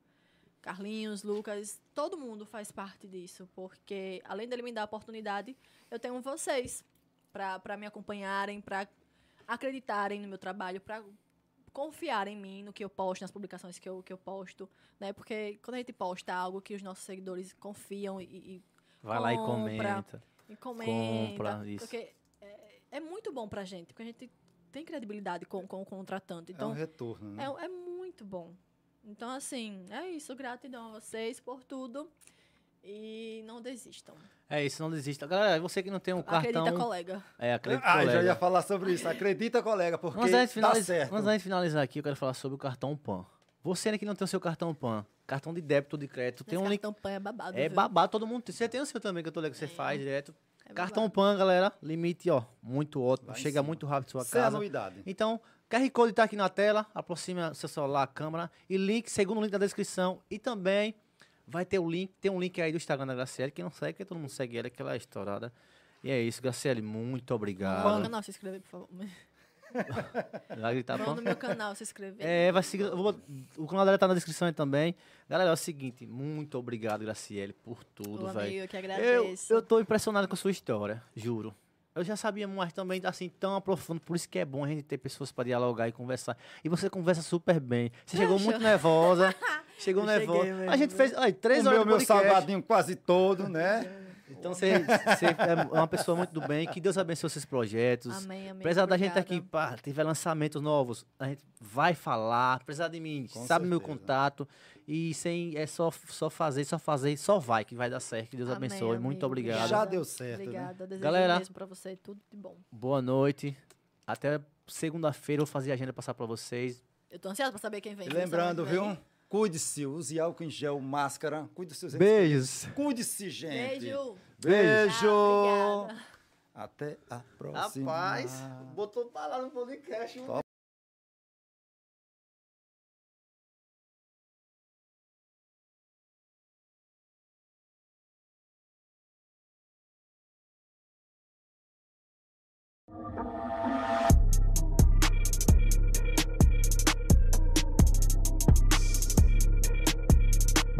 [SPEAKER 4] Carlinhos, Lucas, todo mundo faz parte disso, porque além dele me dar a oportunidade, eu tenho vocês pra pra me acompanharem, pra acreditarem no meu trabalho, pra confiarem em mim, no que eu posto, nas publicações que eu, que eu posto, né? Porque quando a gente posta algo que os nossos seguidores confiam e- e
[SPEAKER 2] Vai lá e
[SPEAKER 4] Compra.
[SPEAKER 2] comenta.
[SPEAKER 4] e comenta.
[SPEAKER 2] Compra, isso.
[SPEAKER 4] Porque é, é muito bom pra gente, porque a gente tem credibilidade com, com o contratante.
[SPEAKER 3] é um
[SPEAKER 4] Então,
[SPEAKER 3] retorno, né?
[SPEAKER 4] é, é muito bom. Então, assim, é isso. Gratidão a vocês por tudo. E não desistam.
[SPEAKER 2] É isso, não desista. Galera, você que não tem um cartão.
[SPEAKER 4] Acredita, colega.
[SPEAKER 2] É, acredita,
[SPEAKER 3] Ah, eu já
[SPEAKER 2] colega.
[SPEAKER 3] ia falar sobre isso. Acredita, colega, porque
[SPEAKER 2] Antes da gente
[SPEAKER 3] tá
[SPEAKER 2] finaliz-
[SPEAKER 3] certo.
[SPEAKER 2] antes da gente finalizar aqui, eu quero falar sobre o cartão PAN. Você né, que não tem o seu cartão PAN, cartão de débito ou de crédito, tem
[SPEAKER 4] Esse
[SPEAKER 2] um link.
[SPEAKER 4] campanha é babado.
[SPEAKER 2] É
[SPEAKER 4] viu?
[SPEAKER 2] babado, todo mundo tem. Você tem o seu também, que eu tô ligado que você faz direto.
[SPEAKER 4] É babado.
[SPEAKER 2] Cartão PAN, galera, limite, ó, muito ótimo.
[SPEAKER 3] Lá em
[SPEAKER 2] Chega
[SPEAKER 3] cima.
[SPEAKER 2] muito rápido à sua
[SPEAKER 3] Sem
[SPEAKER 2] casa.
[SPEAKER 3] anuidade.
[SPEAKER 2] Então, QR Code tá aqui na tela, aproxima seu celular, a câmera, e link, segundo link da descrição, e também vai ter o link, tem um link aí do Instagram da Graciele, quem não segue, que todo mundo segue ela, que ela é estourada. E é isso, Graciele, muito
[SPEAKER 4] Vão no meu
[SPEAKER 2] obrigado.
[SPEAKER 4] canal se inscrever, por favor.
[SPEAKER 2] Tá Vai gritar,
[SPEAKER 4] Vão
[SPEAKER 2] pô?
[SPEAKER 4] no meu canal se inscrever.
[SPEAKER 2] É, vai seguir. eu vou- o canal dela tá na descrição aí também. Galera, é o seguinte, muito obrigado, Graciele, por tudo,
[SPEAKER 4] o
[SPEAKER 2] velho.
[SPEAKER 4] amigo que
[SPEAKER 2] Eu,
[SPEAKER 4] agradeço.
[SPEAKER 2] eu tô impressionado com a sua história, juro. Eu já sabia, mas também assim, tão aprofundo. Por isso que é bom a gente ter pessoas pra dialogar e conversar. E você conversa super bem. Você chegou
[SPEAKER 4] Acha?
[SPEAKER 2] muito nervosa. Chegou
[SPEAKER 4] Eu cheguei
[SPEAKER 2] nervosa. a
[SPEAKER 4] mesmo.
[SPEAKER 2] gente fez. Olha, três
[SPEAKER 3] o
[SPEAKER 2] horas
[SPEAKER 3] meu,
[SPEAKER 2] de
[SPEAKER 3] meu
[SPEAKER 2] podcast.
[SPEAKER 3] salgadinho quase todo, né?
[SPEAKER 2] Então você, você é uma pessoa muito do bem. Que Deus abençoe seus projetos.
[SPEAKER 4] Amém, amém.
[SPEAKER 2] Apesar da gente tá
[SPEAKER 4] Obrigada.
[SPEAKER 2] aqui, pá, tiver lançamentos novos, a gente vai falar. Apesar de mim,
[SPEAKER 3] Com
[SPEAKER 2] sabe meu
[SPEAKER 3] certeza.
[SPEAKER 2] contato. E sem é só, só fazer, só fazer, só vai que vai dar certo. Que Deus
[SPEAKER 4] Amém,
[SPEAKER 2] abençoe. Muito
[SPEAKER 4] amigo.
[SPEAKER 2] obrigado.
[SPEAKER 3] Já deu certo, né?
[SPEAKER 4] Obrigada. Desejo
[SPEAKER 2] Galera.
[SPEAKER 4] mesmo pra você tudo de bom.
[SPEAKER 2] Boa noite. Até segunda-feira eu vou fazer a agenda passar pra vocês.
[SPEAKER 4] Eu tô ansiosa pra saber quem vem.
[SPEAKER 3] E lembrando,
[SPEAKER 4] quem
[SPEAKER 3] viu?
[SPEAKER 4] vem.
[SPEAKER 3] Cuide-se, use álcool em gel, máscara, cuide-se seus
[SPEAKER 2] Beijos.
[SPEAKER 3] Cuide-se, gente.
[SPEAKER 4] Beijo.
[SPEAKER 3] Beijo.
[SPEAKER 4] Ah, obrigada.
[SPEAKER 3] Até a próxima.
[SPEAKER 7] Rapaz, botou pra lá no podcast, mano.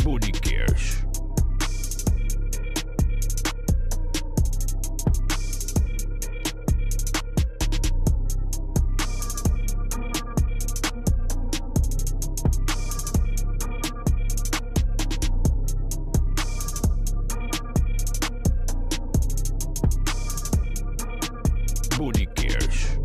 [SPEAKER 1] Booty Cares. Booty Cares.